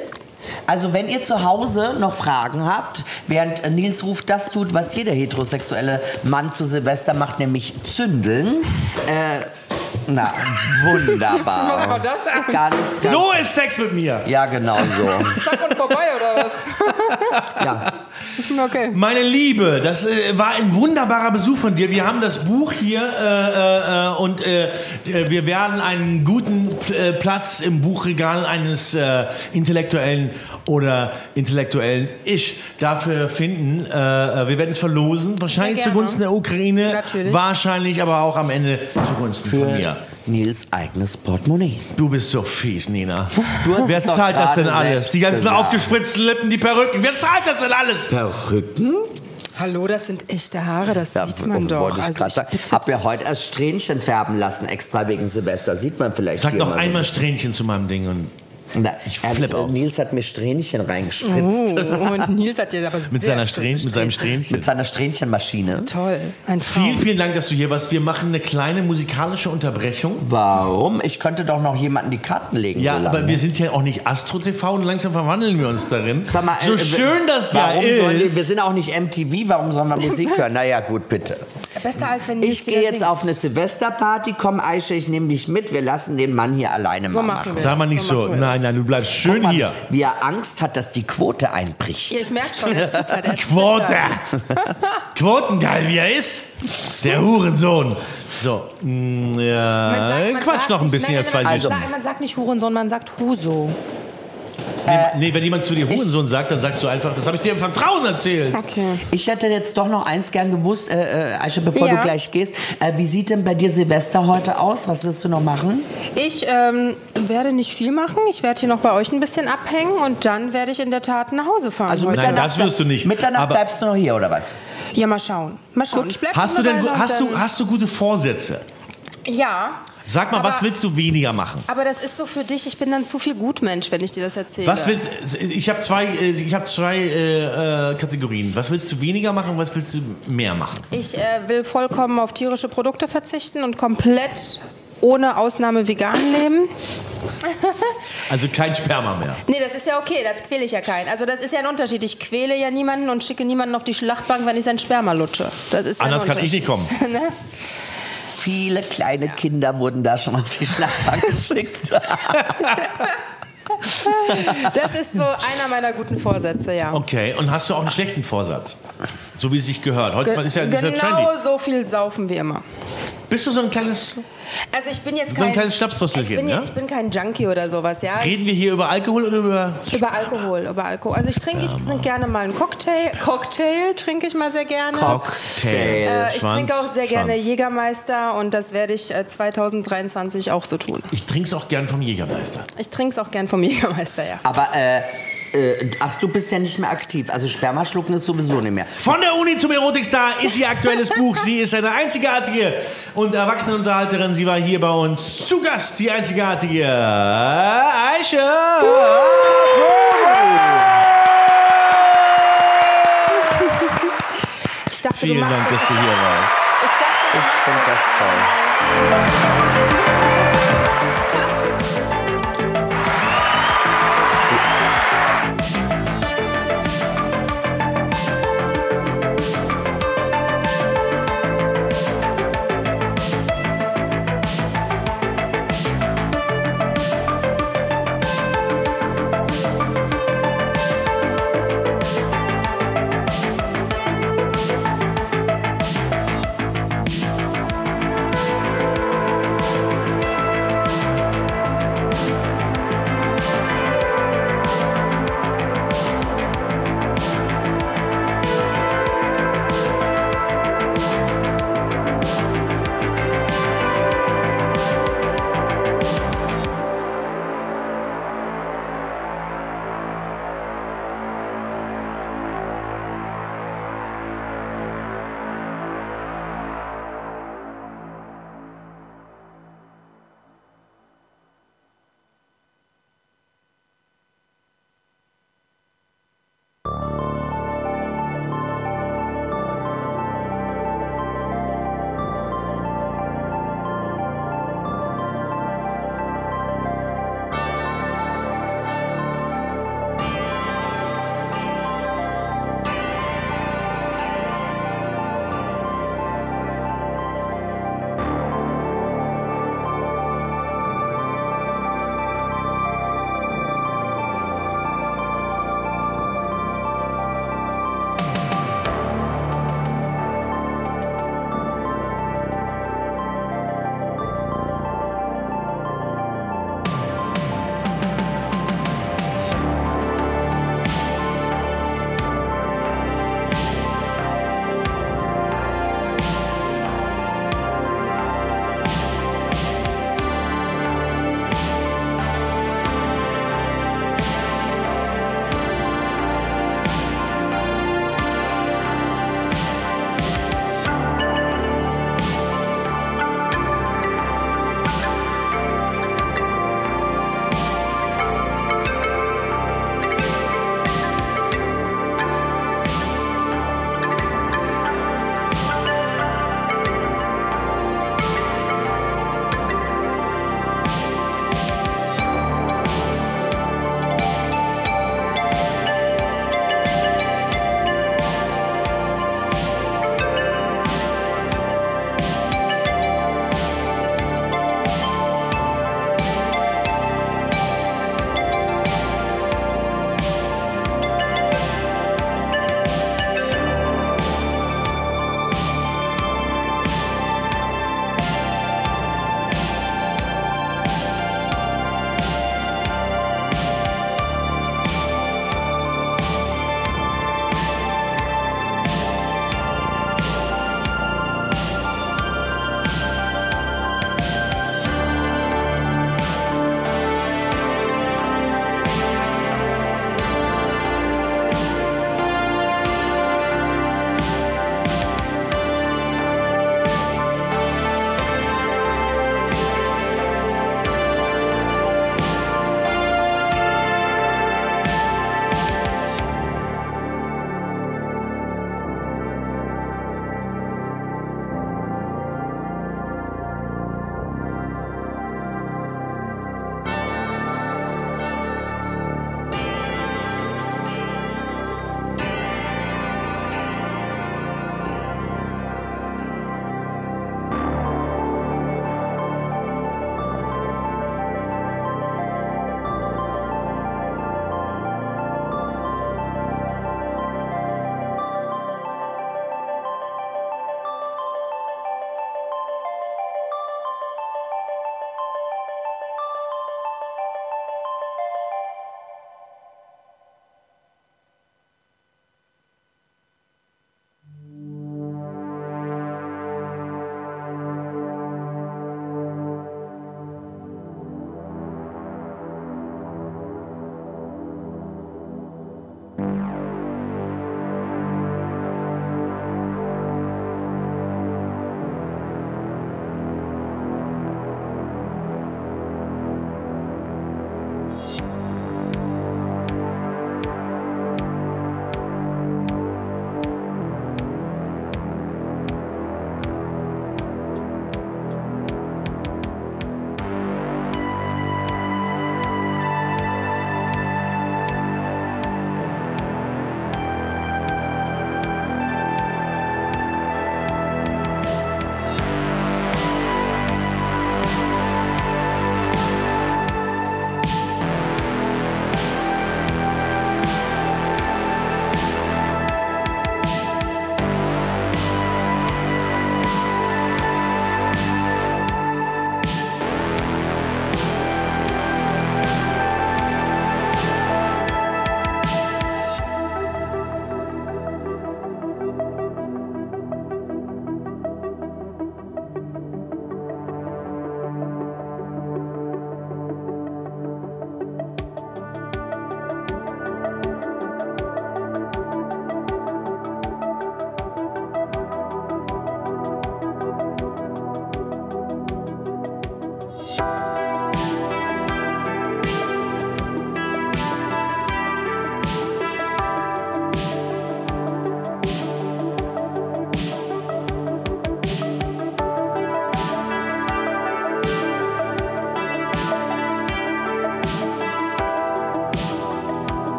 Speaker 2: Also wenn ihr zu Hause noch Fragen habt, während äh, Nils ruft, das tut, was jeder heterosexuelle Mann zu Silvester macht, nämlich zündeln. Äh, na, wunderbar.
Speaker 6: Was war das?
Speaker 2: Ganz, ganz,
Speaker 1: So ist Sex mit mir.
Speaker 2: Ja, genau so.
Speaker 6: Zack und vorbei, oder was?
Speaker 2: Ja.
Speaker 6: Okay.
Speaker 1: Meine Liebe, das äh, war ein wunderbarer Besuch von dir. Wir haben das Buch hier äh, äh, äh, und äh, äh, wir werden einen guten äh, Platz im Buchregal eines äh, Intellektuellen oder intellektuellen Ich dafür finden. Äh, äh, wir werden es verlosen, wahrscheinlich
Speaker 6: gerne.
Speaker 1: zugunsten der Ukraine,
Speaker 6: Natürlich.
Speaker 1: wahrscheinlich aber auch am Ende zugunsten von mir.
Speaker 2: Nils eigenes Portemonnaie.
Speaker 1: Du bist so fies, Nina.
Speaker 2: Du hast
Speaker 1: Wer
Speaker 2: es doch
Speaker 1: zahlt das
Speaker 2: gerade
Speaker 1: denn alles?
Speaker 2: selbst
Speaker 1: Die ganzen
Speaker 2: gesagt.
Speaker 1: aufgespritzten Lippen, die Perücken. Wer zahlt das denn alles?
Speaker 2: Perücken?
Speaker 6: Hallo, das sind echte Haare, das sieht man doch.
Speaker 2: Um, Wollte ich
Speaker 6: Also
Speaker 2: grad
Speaker 6: ich
Speaker 2: sagen.
Speaker 6: bitte
Speaker 2: Hab ja
Speaker 6: dich.
Speaker 2: heute erst Strähnchen färben lassen, extra wegen Silvester. Sieht man vielleicht
Speaker 1: Sag
Speaker 2: hier
Speaker 1: noch
Speaker 2: mal so
Speaker 1: einmal Strähnchen zu meinem Ding und
Speaker 2: Na,
Speaker 1: Ich
Speaker 2: ehrlich,
Speaker 1: flipp aus.
Speaker 2: Nils hat mir Strähnchen reingespritzt.
Speaker 6: Oh, und Nils hat dir aber
Speaker 1: mit,
Speaker 6: sehr
Speaker 1: seiner
Speaker 6: schön
Speaker 1: Strähn, mit seinem Strähnchen.
Speaker 2: Mit seiner Strähnchenmaschine.
Speaker 6: Toll. Ein Traum.
Speaker 1: Vielen, vielen Dank, dass du hier warst. Wir machen eine kleine musikalische Unterbrechung.
Speaker 2: Warum? Ich könnte doch noch jemanden die Karten legen.
Speaker 1: Ja,
Speaker 2: so lange.
Speaker 1: aber wir sind ja auch nicht Astro TV und langsam verwandeln wir uns darin.
Speaker 2: Sag mal,
Speaker 1: so
Speaker 2: äh,
Speaker 1: schön das ja
Speaker 2: warum sollen die, Wir
Speaker 1: ist.
Speaker 2: sind auch nicht MTV, warum sollen wir Musik hören? Naja, gut, bitte.
Speaker 6: Besser als wenn Nils
Speaker 2: Ich gehe
Speaker 6: wieder
Speaker 2: jetzt
Speaker 6: singt.
Speaker 2: auf eine Silvesterparty, komm Aische, ich nehme dich mit, wir lassen den Mann hier alleine
Speaker 6: So
Speaker 2: mal
Speaker 6: machen wir.
Speaker 1: Sag mal
Speaker 6: das,
Speaker 1: nicht so.
Speaker 6: machen wir
Speaker 1: Nein,
Speaker 6: das.
Speaker 1: nein, du bleibst schön
Speaker 2: Guck mal,
Speaker 1: hier.
Speaker 2: Wie er Angst hat, dass die Quote einbricht.
Speaker 6: Ja, ich merke schon, er zittert. er
Speaker 1: Quote!
Speaker 6: zittert.
Speaker 1: Quotengeil, wie er ist. Der Hurensohn. So, mm, ja,
Speaker 6: Man sagt- man
Speaker 1: quatsch
Speaker 6: sagt
Speaker 1: noch ein
Speaker 6: nicht-
Speaker 1: bisschen,
Speaker 6: nein,
Speaker 1: ihr
Speaker 6: nein,
Speaker 1: zwei
Speaker 6: nein, man
Speaker 1: Süßen.
Speaker 6: sagt- Man sagt nicht Hurensohn, man sagt Huso.
Speaker 1: Nee, nee, wenn jemand zu dir Hurensohn sagt, dann sagst du einfach, das habe ich dir im Vertrauen erzählt.
Speaker 5: Okay.
Speaker 2: Ich hätte jetzt doch noch eins gern gewusst, äh, äh, Aische, bevor
Speaker 5: Ja.
Speaker 2: du gleich gehst. Äh, wie sieht denn bei dir Silvester heute aus? Was wirst du noch machen?
Speaker 6: Ich ähm, werde nicht viel machen. Ich werde hier noch bei euch ein bisschen abhängen und dann werde ich in der Tat nach Hause fahren.
Speaker 2: Also
Speaker 6: heute.
Speaker 1: Nein,
Speaker 2: Mitternacht-
Speaker 1: das wirst du nicht.
Speaker 2: Mitternacht
Speaker 1: Aber-
Speaker 2: bleibst du noch hier, oder was?
Speaker 6: ja, mal schauen. Mal schauen. Ich bleib
Speaker 1: Hast du
Speaker 6: eine
Speaker 1: denn
Speaker 6: Weile
Speaker 1: gu-
Speaker 6: und
Speaker 1: hast du,
Speaker 6: dann-
Speaker 1: hast du gute Vorsätze?
Speaker 6: Ja.
Speaker 1: Sag mal, was
Speaker 6: Aber-
Speaker 1: willst du weniger machen?
Speaker 6: Aber das ist so für dich. Ich bin dann zu viel Gutmensch, wenn ich dir das erzähle.
Speaker 1: Was willst, ich habe zwei, äh, ich hab zwei äh, äh, Kategorien. Was willst du weniger machen und was willst du mehr machen?
Speaker 6: Ich äh, will vollkommen auf tierische Produkte verzichten und komplett ohne Ausnahme vegan leben.
Speaker 1: Also kein Sperma mehr.
Speaker 6: Nee, das ist ja okay, das quäle ich ja keinen. Also das ist ja ein Unterschied. Ich quäle ja niemanden und schicke niemanden auf die Schlachtbank, wenn ich sein Sperma lutsche. Das ist ja ein
Speaker 1: Anders kann ich
Speaker 6: Unterschied.
Speaker 1: nicht kommen.
Speaker 6: Ne?
Speaker 2: Viele kleine Kinder wurden da schon auf die Schlachtbank geschickt.
Speaker 6: Das ist so einer meiner guten Vorsätze, ja.
Speaker 1: Okay, und hast du auch einen schlechten Vorsatz? So wie es sich gehört. Heute
Speaker 6: Ge-
Speaker 1: ist ja, ist ja trendy.
Speaker 6: genau so viel saufen wie immer.
Speaker 1: Bist du so ein kleines.
Speaker 6: Also ich bin jetzt
Speaker 1: So ein
Speaker 6: kein
Speaker 1: kleines Schnapsrüsselchen,
Speaker 6: ich bin, ja-
Speaker 1: ja?
Speaker 6: ich bin kein Junkie oder sowas, ja.
Speaker 1: Reden wir hier über Alkohol oder über.
Speaker 6: ich, über Alkohol, über Alkohol. Also ich trinke ich trinke gerne mal einen Cocktail. Cocktail trinke ich mal sehr gerne.
Speaker 1: Cocktail.
Speaker 6: Äh, ich
Speaker 1: Schwanz,
Speaker 6: trinke auch sehr gerne
Speaker 1: Schwanz.
Speaker 6: Jägermeister und das werde ich äh, 2023 auch so tun.
Speaker 1: Ich trinke es auch gern vom Jägermeister.
Speaker 6: Ich trinke es auch gern vom Jägermeister, ja.
Speaker 2: Aber, äh, äh, ach, du bist ja nicht mehr aktiv. Also Sperma schlucken ist sowieso nicht mehr.
Speaker 1: Von der Uni zum Erotikstar ist ihr aktuelles Buch. Sie ist eine einzigartige und Erwachsenenunterhalterin. Sie war hier bei uns zu Gast, die einzigartige Aisha.
Speaker 6: Ich dachte,
Speaker 1: Vielen
Speaker 6: du machst
Speaker 1: Dank,
Speaker 6: das.
Speaker 1: dass du hier warst.
Speaker 6: Ich dachte,
Speaker 2: Ich finde das toll.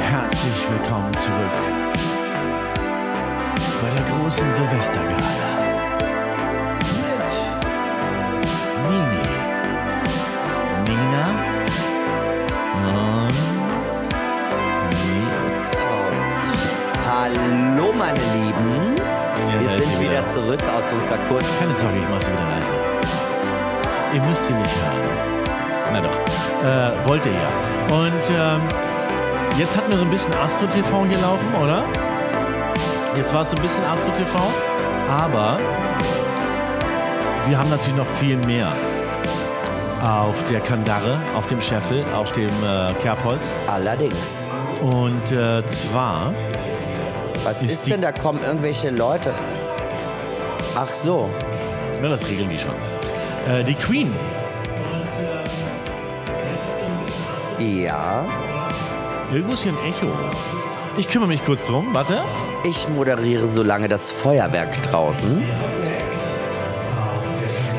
Speaker 1: Herzlich willkommen zurück bei der großen Silvestergala mit Nini, Nina und Nils.
Speaker 2: Hallo, meine Lieben. Wir
Speaker 1: da ist
Speaker 2: sind
Speaker 1: sie wieder.
Speaker 2: wieder zurück aus unserer kurzen.
Speaker 1: Keine Sorge, ich mache sie wieder leise. Ihr müsst sie nicht hören. Na doch, äh, wollt ihr ja. Und ähm, jetzt hatten wir so ein bisschen Astro TV hier laufen, oder? Jetzt war es so ein bisschen Astro TV, aber wir haben natürlich noch viel mehr auf der Kandare, auf dem Scheffel, auf dem äh, Kerbholz.
Speaker 2: Allerdings.
Speaker 1: Und äh, zwar
Speaker 2: Was
Speaker 1: Ist
Speaker 2: ist,
Speaker 1: die-
Speaker 2: denn? Da kommen irgendwelche Leute. Ach so.
Speaker 1: Na, das regeln die schon. Äh, die Queen.
Speaker 2: Ja.
Speaker 1: Irgendwo ist hier ein Echo. Ich kümmere mich kurz drum. Warte.
Speaker 2: Ich moderiere so lange das Feuerwerk draußen.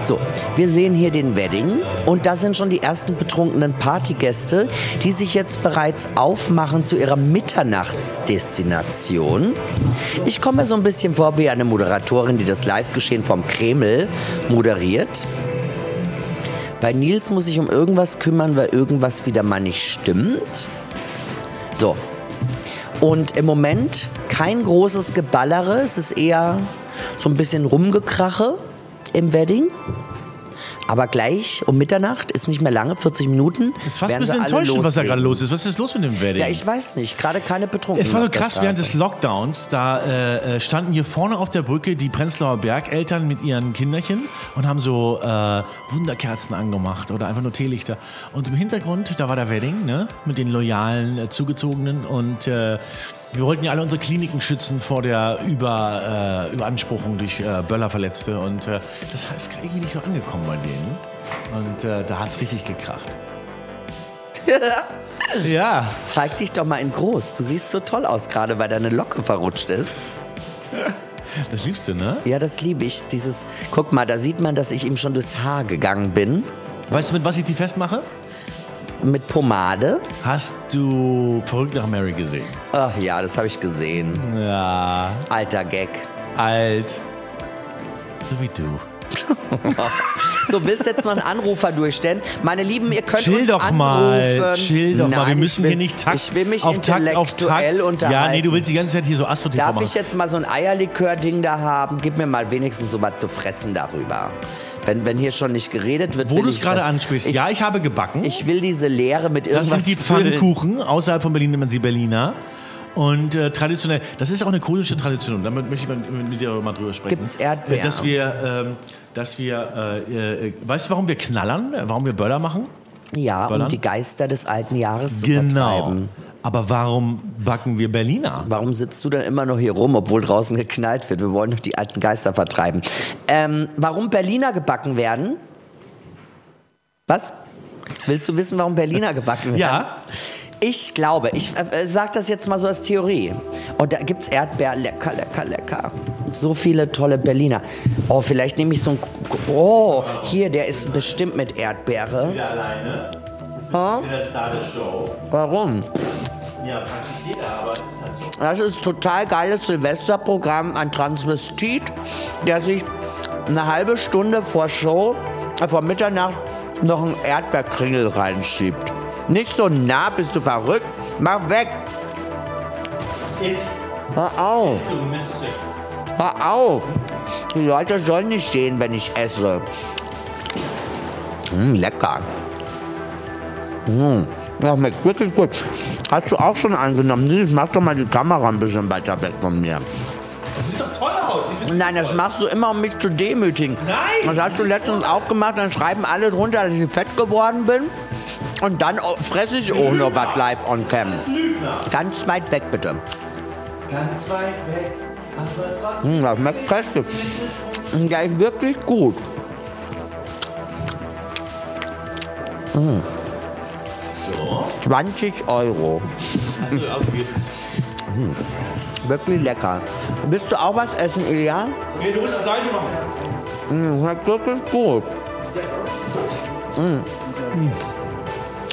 Speaker 2: So, wir sehen hier den Wedding und da sind schon die ersten betrunkenen Partygäste, die sich jetzt bereits aufmachen zu ihrer Mitternachtsdestination. Ich komme mir so ein bisschen vor wie eine Moderatorin, die das Live-Geschehen vom Kreml moderiert. Bei Nils muss ich um irgendwas kümmern, weil irgendwas wieder mal nicht stimmt. So. Und im Moment kein großes Geballere, es ist eher so ein bisschen Rumgekrache im Wedding. Aber gleich um Mitternacht ist nicht mehr lange, 40 Minuten.
Speaker 1: Ist fast ein
Speaker 2: werden sie
Speaker 1: bisschen
Speaker 2: alle
Speaker 1: enttäuschend, was da
Speaker 2: loslegen.
Speaker 1: gerade los ist. Was ist los mit dem Wedding?
Speaker 2: Ja, ich weiß nicht, gerade keine Betrunkenen.
Speaker 1: es war so
Speaker 2: auf der
Speaker 1: krass,
Speaker 2: Straße.
Speaker 1: während des Lockdowns, da äh, äh, standen hier vorne auf der Brücke die Prenzlauer Bergeltern mit ihren Kinderchen und haben so äh, Wunderkerzen angemacht oder einfach nur Teelichter. Und im Hintergrund, da war der Wedding, ne? mit den loyalen äh, Zugezogenen und äh, wir wollten ja alle unsere Kliniken schützen vor der Über, äh, Überanspruchung durch äh, Böllerverletzte und äh, das ist irgendwie nicht so angekommen bei denen. Und äh, da hat's richtig gekracht. ja.
Speaker 2: Zeig dich doch mal in groß. Du siehst so toll aus, gerade weil deine Locke verrutscht ist.
Speaker 1: Das liebst du, ne?
Speaker 2: Ja, das liebe ich. Dieses, guck mal, da sieht man, dass ich ihm schon durchs Haar gegangen bin.
Speaker 1: Weißt du, mit was ich die festmache?
Speaker 2: Mit Pomade.
Speaker 1: Hast du verrückt nach Mary gesehen?
Speaker 2: Ach ja, das habe ich gesehen.
Speaker 1: Ja,
Speaker 2: Alter Gag.
Speaker 1: alt. So wie du.
Speaker 2: So, bis jetzt noch ein Anrufer durchstellen. Meine Lieben, ihr könnt
Speaker 1: Chill
Speaker 2: uns
Speaker 1: doch
Speaker 2: anrufen.
Speaker 1: mal, chill doch mal. Wir
Speaker 2: ich
Speaker 1: müssen
Speaker 2: will,
Speaker 1: hier nicht takt
Speaker 2: Ich will mich
Speaker 1: auf Takt
Speaker 2: intellektuell
Speaker 1: auf Takt.
Speaker 2: unterhalten.
Speaker 1: Ja, nee, du willst die ganze Zeit hier so astro tv
Speaker 2: Darf
Speaker 1: machen.
Speaker 2: ich jetzt mal so ein Eierlikör-Ding da haben? Gib mir mal wenigstens so was zu fressen darüber. Wenn, wenn hier schon nicht geredet wird,
Speaker 1: Wo
Speaker 2: will
Speaker 1: du es
Speaker 2: ich-
Speaker 1: gerade ansprichst.
Speaker 2: Ich,
Speaker 1: ja, ich habe gebacken.
Speaker 2: ich will diese Leere mit
Speaker 1: das
Speaker 2: irgendwas
Speaker 1: sind die
Speaker 2: füllen.
Speaker 1: Pfannkuchen. Außerhalb von Berlin nennt man sie Berliner. Und äh, traditionell, das ist auch eine kurdische Tradition. Damit möchte ich mit, mit dir mal drüber sprechen.
Speaker 2: Gibt's Erdbeeren?
Speaker 1: Äh, Dass wir, ähm, dass wir, äh, äh, weißt du, warum wir knallern? Warum wir Böller machen?
Speaker 2: Ja,
Speaker 1: Böllern?
Speaker 2: um die Geister des alten Jahres zu
Speaker 1: Genau.
Speaker 2: vertreiben.
Speaker 1: Aber warum backen wir Berliner?
Speaker 2: Warum sitzt du dann immer noch hier rum, obwohl draußen geknallt wird? Wir wollen doch die alten Geister vertreiben. Ähm, warum Berliner gebacken werden? Was? Willst du wissen, warum Berliner gebacken werden?
Speaker 1: Ja.
Speaker 2: Ich glaube, ich äh, äh, sag das jetzt mal so als Theorie. Und da gibt's Erdbeeren, lecker, lecker, lecker. So viele tolle Berliner. Oh, vielleicht nehme ich so ein. Oh, hier, der ist bestimmt mit Erdbeere.
Speaker 1: Wieder alleine. Jetzt
Speaker 2: Huh?
Speaker 1: wieder Star der Show.
Speaker 2: Warum?
Speaker 1: Ja, praktisch jeder, aber es ist halt so.
Speaker 2: Das ist total geiles Silvesterprogramm an Transvestit, der sich eine halbe Stunde vor Show, äh, vor Mitternacht, noch einen Erdbeerkringel reinschiebt. Nicht so nah, bist du verrückt? Mach weg!
Speaker 1: Ist
Speaker 2: Hör auf!
Speaker 1: so Miststück.
Speaker 2: Hör auf! Die Leute sollen nicht stehen, wenn ich esse. Mm, lecker. Mm, das schmeckt wirklich gut. Hast du auch schon angenommen? Nils, mach doch mal die Kamera ein bisschen weiter weg von mir.
Speaker 1: Das sieht doch toll aus. Ich find's
Speaker 2: Nein, das
Speaker 1: toll.
Speaker 2: machst du immer, um mich zu demütigen.
Speaker 1: Nein!
Speaker 2: Das hast du letztens auch gemacht, dann schreiben alle drunter, dass ich fett geworden bin. Und dann oh, fresse ich auch noch was live on cam.
Speaker 1: Das ist Lügner.
Speaker 2: Ganz weit weg, bitte.
Speaker 1: Ganz weit weg. Also, Aber trotzdem.
Speaker 2: Hm, das schmeckt köstlich. Hm, Der ist wirklich gut.
Speaker 1: Hm. So.
Speaker 2: 20 Euro. Hm.
Speaker 1: Also, also wir
Speaker 2: Wirklich lecker. Willst du auch was essen, Ilja?
Speaker 1: Nee, du musst das gleiche machen.
Speaker 2: Hm, das schmeckt wirklich gut. Hm.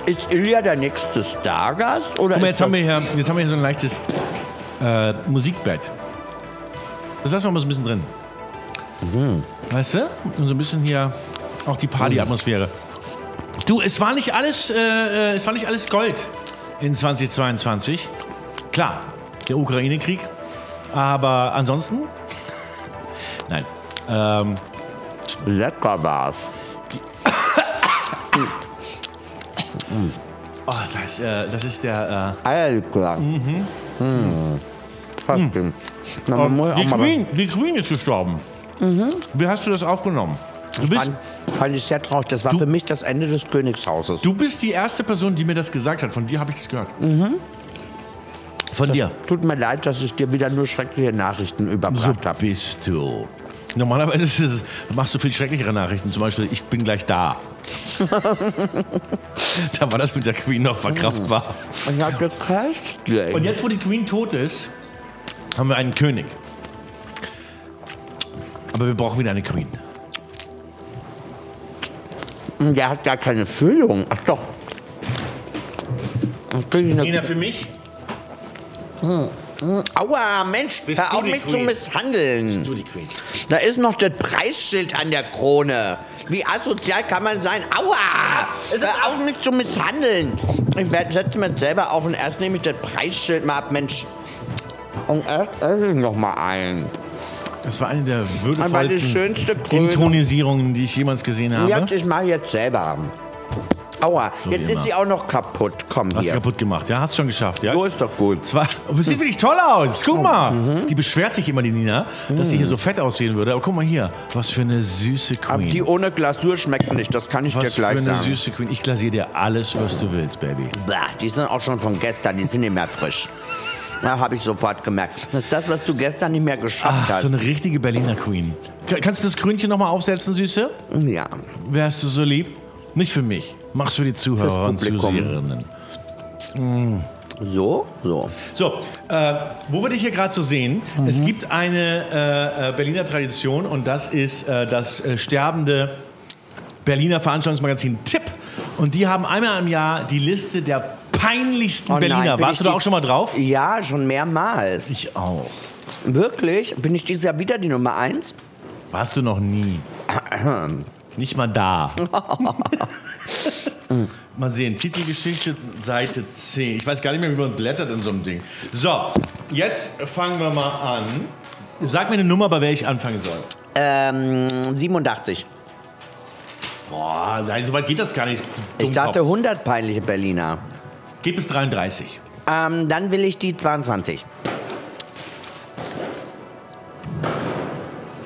Speaker 2: Ist Ilja der nächste Stargast? Oder
Speaker 1: Guck mal, jetzt
Speaker 2: ist
Speaker 1: haben,
Speaker 2: das-
Speaker 1: wir hier, jetzt haben wir hier so ein leichtes äh, Musikbett. Das lassen wir mal so ein bisschen drin.
Speaker 2: Mhm.
Speaker 1: Weißt du? Und so ein bisschen hier auch die Partyatmosphäre. Du, es war nicht alles, äh, äh, es war nicht alles Gold in 2022. Klar, der Ukraine-Krieg. Aber ansonsten, nein. Ähm,
Speaker 2: lecker war's.
Speaker 1: oh, das, äh, das ist der.
Speaker 2: Alter. Mhm. Hm. Trotzdem. Na, man muss
Speaker 1: Äh, Hm. die,
Speaker 2: auch mal
Speaker 1: Queen, die Queen ist gestorben. Wie hast du das aufgenommen? Du bist,
Speaker 2: fand, fand ich sehr traurig. Das war für mich das Ende des Königshauses.
Speaker 1: Du bist die erste Person, die mir das gesagt hat. Von dir habe ich das gehört. Mhm. Von dir.
Speaker 2: Tut mir leid, dass ich dir wieder nur schreckliche Nachrichten überbracht habe.
Speaker 1: bist du. Normalerweise ist es, machst du viel schrecklichere Nachrichten. Zum Beispiel, ich bin gleich da. da war das mit der Queen noch verkraftbar.
Speaker 2: Und ja, köstlich.
Speaker 1: Und jetzt, wo die Queen tot ist, haben wir einen König. Aber wir brauchen wieder eine Queen.
Speaker 2: Und der hat gar keine Füllung. Ach doch. Dann Hm, krieg ich eine- Hm,
Speaker 1: Nina, für mich?
Speaker 2: Aua, Mensch,
Speaker 1: Bist
Speaker 2: hör
Speaker 1: du
Speaker 2: auf
Speaker 1: die
Speaker 2: mich zu
Speaker 1: Queen?
Speaker 2: misshandeln.
Speaker 1: Du die Queen.
Speaker 2: Da ist noch das Preisschild an der Krone. Wie asozial kann man sein? Aua! Hör auf mich zu misshandeln. Ich werd- setze mich jetzt selber auf und erst nehme ich das Preisschild mal ab, Mensch. Und erst esse ich noch mal ein.
Speaker 1: Das war eine der
Speaker 2: Aber die
Speaker 1: würdevollsten
Speaker 2: schönste Krone.
Speaker 1: Intonisierungen, die ich jemals gesehen habe.
Speaker 2: Ja, ich mache jetzt selber. Aua,
Speaker 1: So wie
Speaker 2: jetzt ist
Speaker 1: immer.
Speaker 2: sie auch noch kaputt. Komm
Speaker 1: Hast du
Speaker 2: hier.
Speaker 1: kaputt gemacht. Ja, hast schon geschafft. Ja?
Speaker 2: So ist doch gut.
Speaker 1: Zwar, aber es sieht wirklich toll aus.
Speaker 2: Oh,
Speaker 1: Guck mal.
Speaker 2: mhm.
Speaker 1: Die beschwert sich immer, die Nina, dass sie hier so fett aussehen würde. Aber guck mal hier. Was für eine süße
Speaker 2: Aber
Speaker 1: Queen.
Speaker 2: die ohne Glasur schmeckt nicht, das kann ich dir
Speaker 1: was für
Speaker 2: gleich
Speaker 1: eine
Speaker 2: sagen.
Speaker 1: süße Queen. Ich glasiere dir alles, was du willst, Baby.
Speaker 2: Bah, die sind auch schon von gestern, die sind nicht mehr frisch. Da habe ich sofort gemerkt. Das ist das, was du gestern nicht mehr geschafft
Speaker 1: Ach,
Speaker 2: hast.
Speaker 1: so eine richtige Berliner Queen. Ka- Kannst du das Krönchen nochmal aufsetzen, Süße?
Speaker 2: ja,
Speaker 1: Wärst du so lieb? Nicht für mich. Mach's für die Zuhörer und
Speaker 2: Publikum. Mhm.
Speaker 1: Zuseherinnen.
Speaker 2: so, so.
Speaker 1: So, äh, wo wir dich hier gerade so sehen, es
Speaker 2: Mhm.
Speaker 1: gibt eine äh, äh, Berliner Tradition und das ist äh, das äh, sterbende Berliner Veranstaltungsmagazin Tipp. Und die haben einmal im Jahr die Liste der peinlichsten
Speaker 2: Oh nein,
Speaker 1: Berliner.
Speaker 2: bin ich
Speaker 1: Warst du da
Speaker 2: dies-
Speaker 1: auch schon mal drauf?
Speaker 2: Ja, schon mehrmals.
Speaker 1: Ich auch.
Speaker 2: Wirklich? Bin ich dieses Jahr wieder die Nummer eins?
Speaker 1: Warst du noch nie? Nicht mal da. mal sehen, Titelgeschichte, Seite 10. Ich weiß gar nicht mehr, wie man blättert in so einem Ding. So, jetzt fangen wir mal an. Sag mir eine Nummer, bei der ich anfangen soll.
Speaker 2: Ähm, 87.
Speaker 1: Boah, nein, so weit geht das gar nicht.
Speaker 2: Ich
Speaker 1: Dummkopf.
Speaker 2: dachte 100 peinliche Berliner.
Speaker 1: Geht bis 33.
Speaker 2: Ähm, dann will ich die 22.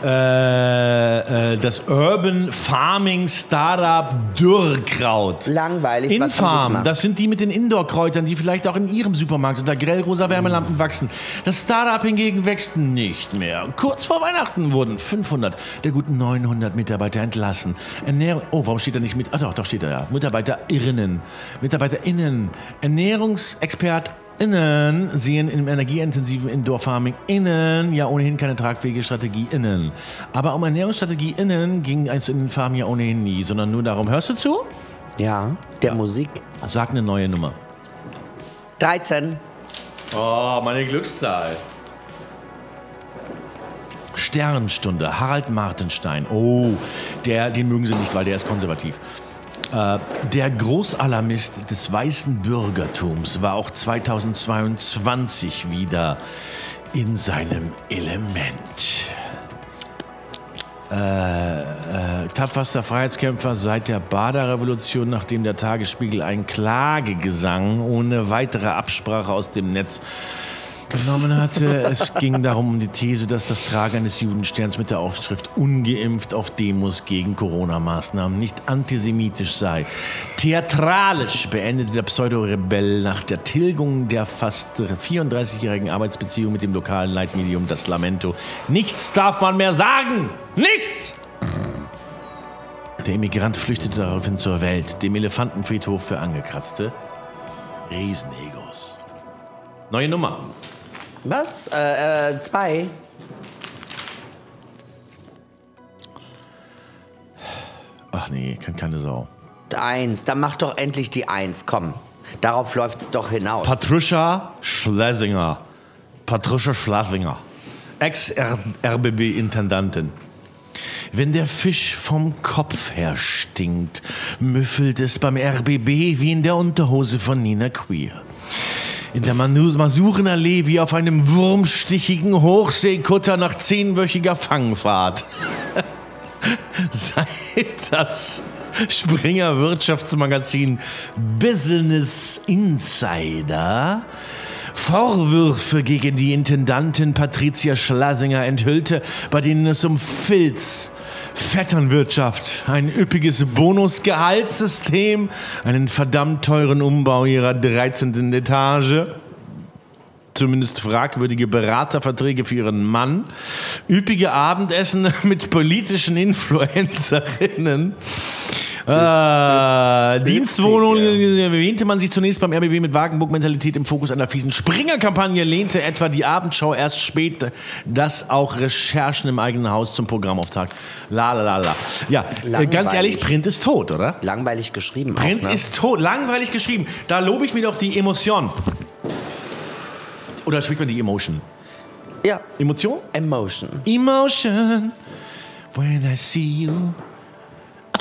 Speaker 1: Äh, äh, das Urban Farming Startup Dürrkraut.
Speaker 2: Langweilig. was haben die
Speaker 1: Infarm,
Speaker 2: gemacht?
Speaker 1: das sind die mit den Indoor-Kräutern, die vielleicht auch in ihrem Supermarkt unter grellrosa Wärmelampen wachsen. Das Startup hingegen wächst nicht mehr. Kurz vor Weihnachten wurden 500 der guten 900 Mitarbeiter entlassen. Ernährung, oh, warum steht da nicht mit? Ah, doch, doch steht da ja. MitarbeiterInnen, MitarbeiterInnen, Ernährungsexpert Innen sehen im energieintensiven Indoor Farming innen ja ohnehin keine tragfähige Strategie innen. Aber um Ernährungsstrategie innen ging es in den Farmen ja ohnehin nie, sondern nur darum. Hörst du zu?
Speaker 2: ja, der Musik.
Speaker 1: Sag eine neue Nummer.
Speaker 2: 13.
Speaker 1: Oh, meine Glückszahl. Sternstunde, Harald Martenstein. Oh, der, den mögen sie nicht, weil der ist konservativ. Äh, der Großalarmist des weißen Bürgertums war auch 2022 wieder in seinem Element. Äh, tapferster Freiheitskämpfer seit der Bader-Revolution, nachdem der Tagesspiegel einen Klagegesang ohne weitere Absprache aus dem Netz genommen hatte. Es ging darum um die These, dass das Tragen eines Judensterns mit der Aufschrift ungeimpft auf Demos gegen Corona-Maßnahmen nicht antisemitisch sei. Theatralisch beendete der Pseudo-Rebell nach der Tilgung der fast 34-jährigen Arbeitsbeziehung mit dem lokalen Leitmedium das Lamento. Nichts darf man mehr sagen! Nichts! Der Immigrant flüchtete daraufhin zur Welt, dem Elefantenfriedhof für angekratzte Riesenegos. Neue Nummer.
Speaker 2: Was? Äh, äh, zwei.
Speaker 1: Ach nee, kann keine Sau.
Speaker 2: Eins, dann mach doch endlich die Eins, komm. Darauf läuft's doch hinaus.
Speaker 1: Patricia Schlesinger. Patricia Schlesinger. Ex-RBB-Intendantin. Wenn der Fisch vom Kopf her stinkt, müffelt es beim RBB wie in der Unterhose von Nina Queer. In der Manu- Masurenallee wie auf einem wurmstichigen Hochseekutter nach zehnwöchiger Fangfahrt. Seit das Springer Wirtschaftsmagazin Business Insider Vorwürfe gegen die Intendantin Patricia Schlasinger enthüllte, bei denen es um Filz, Vetternwirtschaft, ein üppiges Bonusgehaltssystem, einen verdammt teuren Umbau ihrer 13. Etage, zumindest fragwürdige Beraterverträge für ihren Mann, üppige Abendessen mit politischen Influencerinnen. Äh, Dienstwohnungen erwähnte man sich zunächst beim RBB mit Wagenburg-Mentalität im Fokus einer fiesen Springer-Kampagne, lehnte etwa die Abendschau erst spät, dass auch Recherchen im eigenen Haus zum Programmauftakt. La la la la. Ja, äh, ganz
Speaker 2: Langweilig.
Speaker 1: ehrlich, Print ist tot, oder?
Speaker 2: Langweilig geschrieben.
Speaker 1: Print
Speaker 2: auch, ne?
Speaker 1: ist tot, langweilig geschrieben. Da lobe ich mir doch die Emotion. Oder spricht man die Emotion?
Speaker 2: Ja,
Speaker 1: Emotion?
Speaker 2: Emotion.
Speaker 1: Emotion. When I see you.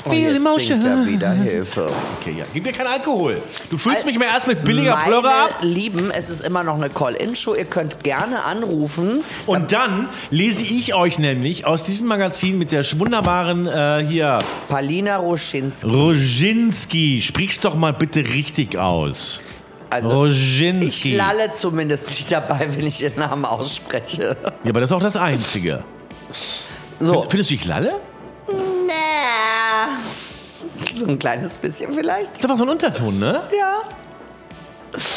Speaker 1: I
Speaker 2: Und
Speaker 1: feel
Speaker 2: Oh, jetzt
Speaker 1: emotion.
Speaker 2: singt er wieder Hilfe.
Speaker 1: Okay, ja. Gib mir keinen Alkohol. Du füllst
Speaker 2: Al-
Speaker 1: mich immer erst mit billiger
Speaker 2: Meine
Speaker 1: Plörre ab.
Speaker 2: Lieben, es ist immer noch eine Call-In-Show. Ihr könnt gerne anrufen.
Speaker 1: Und dann lese ich euch nämlich aus diesem Magazin mit der wunderbaren äh, hier
Speaker 2: Palina Roschinski.
Speaker 1: Roginski. Sprich's doch mal bitte richtig aus.
Speaker 2: Also, ich
Speaker 1: Roginski. Ja,
Speaker 2: lalle zumindest nicht dabei, wenn ich den Namen ausspreche.
Speaker 1: aber das ist auch das Einzige.
Speaker 2: So.
Speaker 1: Find- Findest du ich lalle?
Speaker 2: Nee. So ein kleines bisschen vielleicht.
Speaker 1: Ist doch mal so ein Unterton, ne?
Speaker 2: Ja.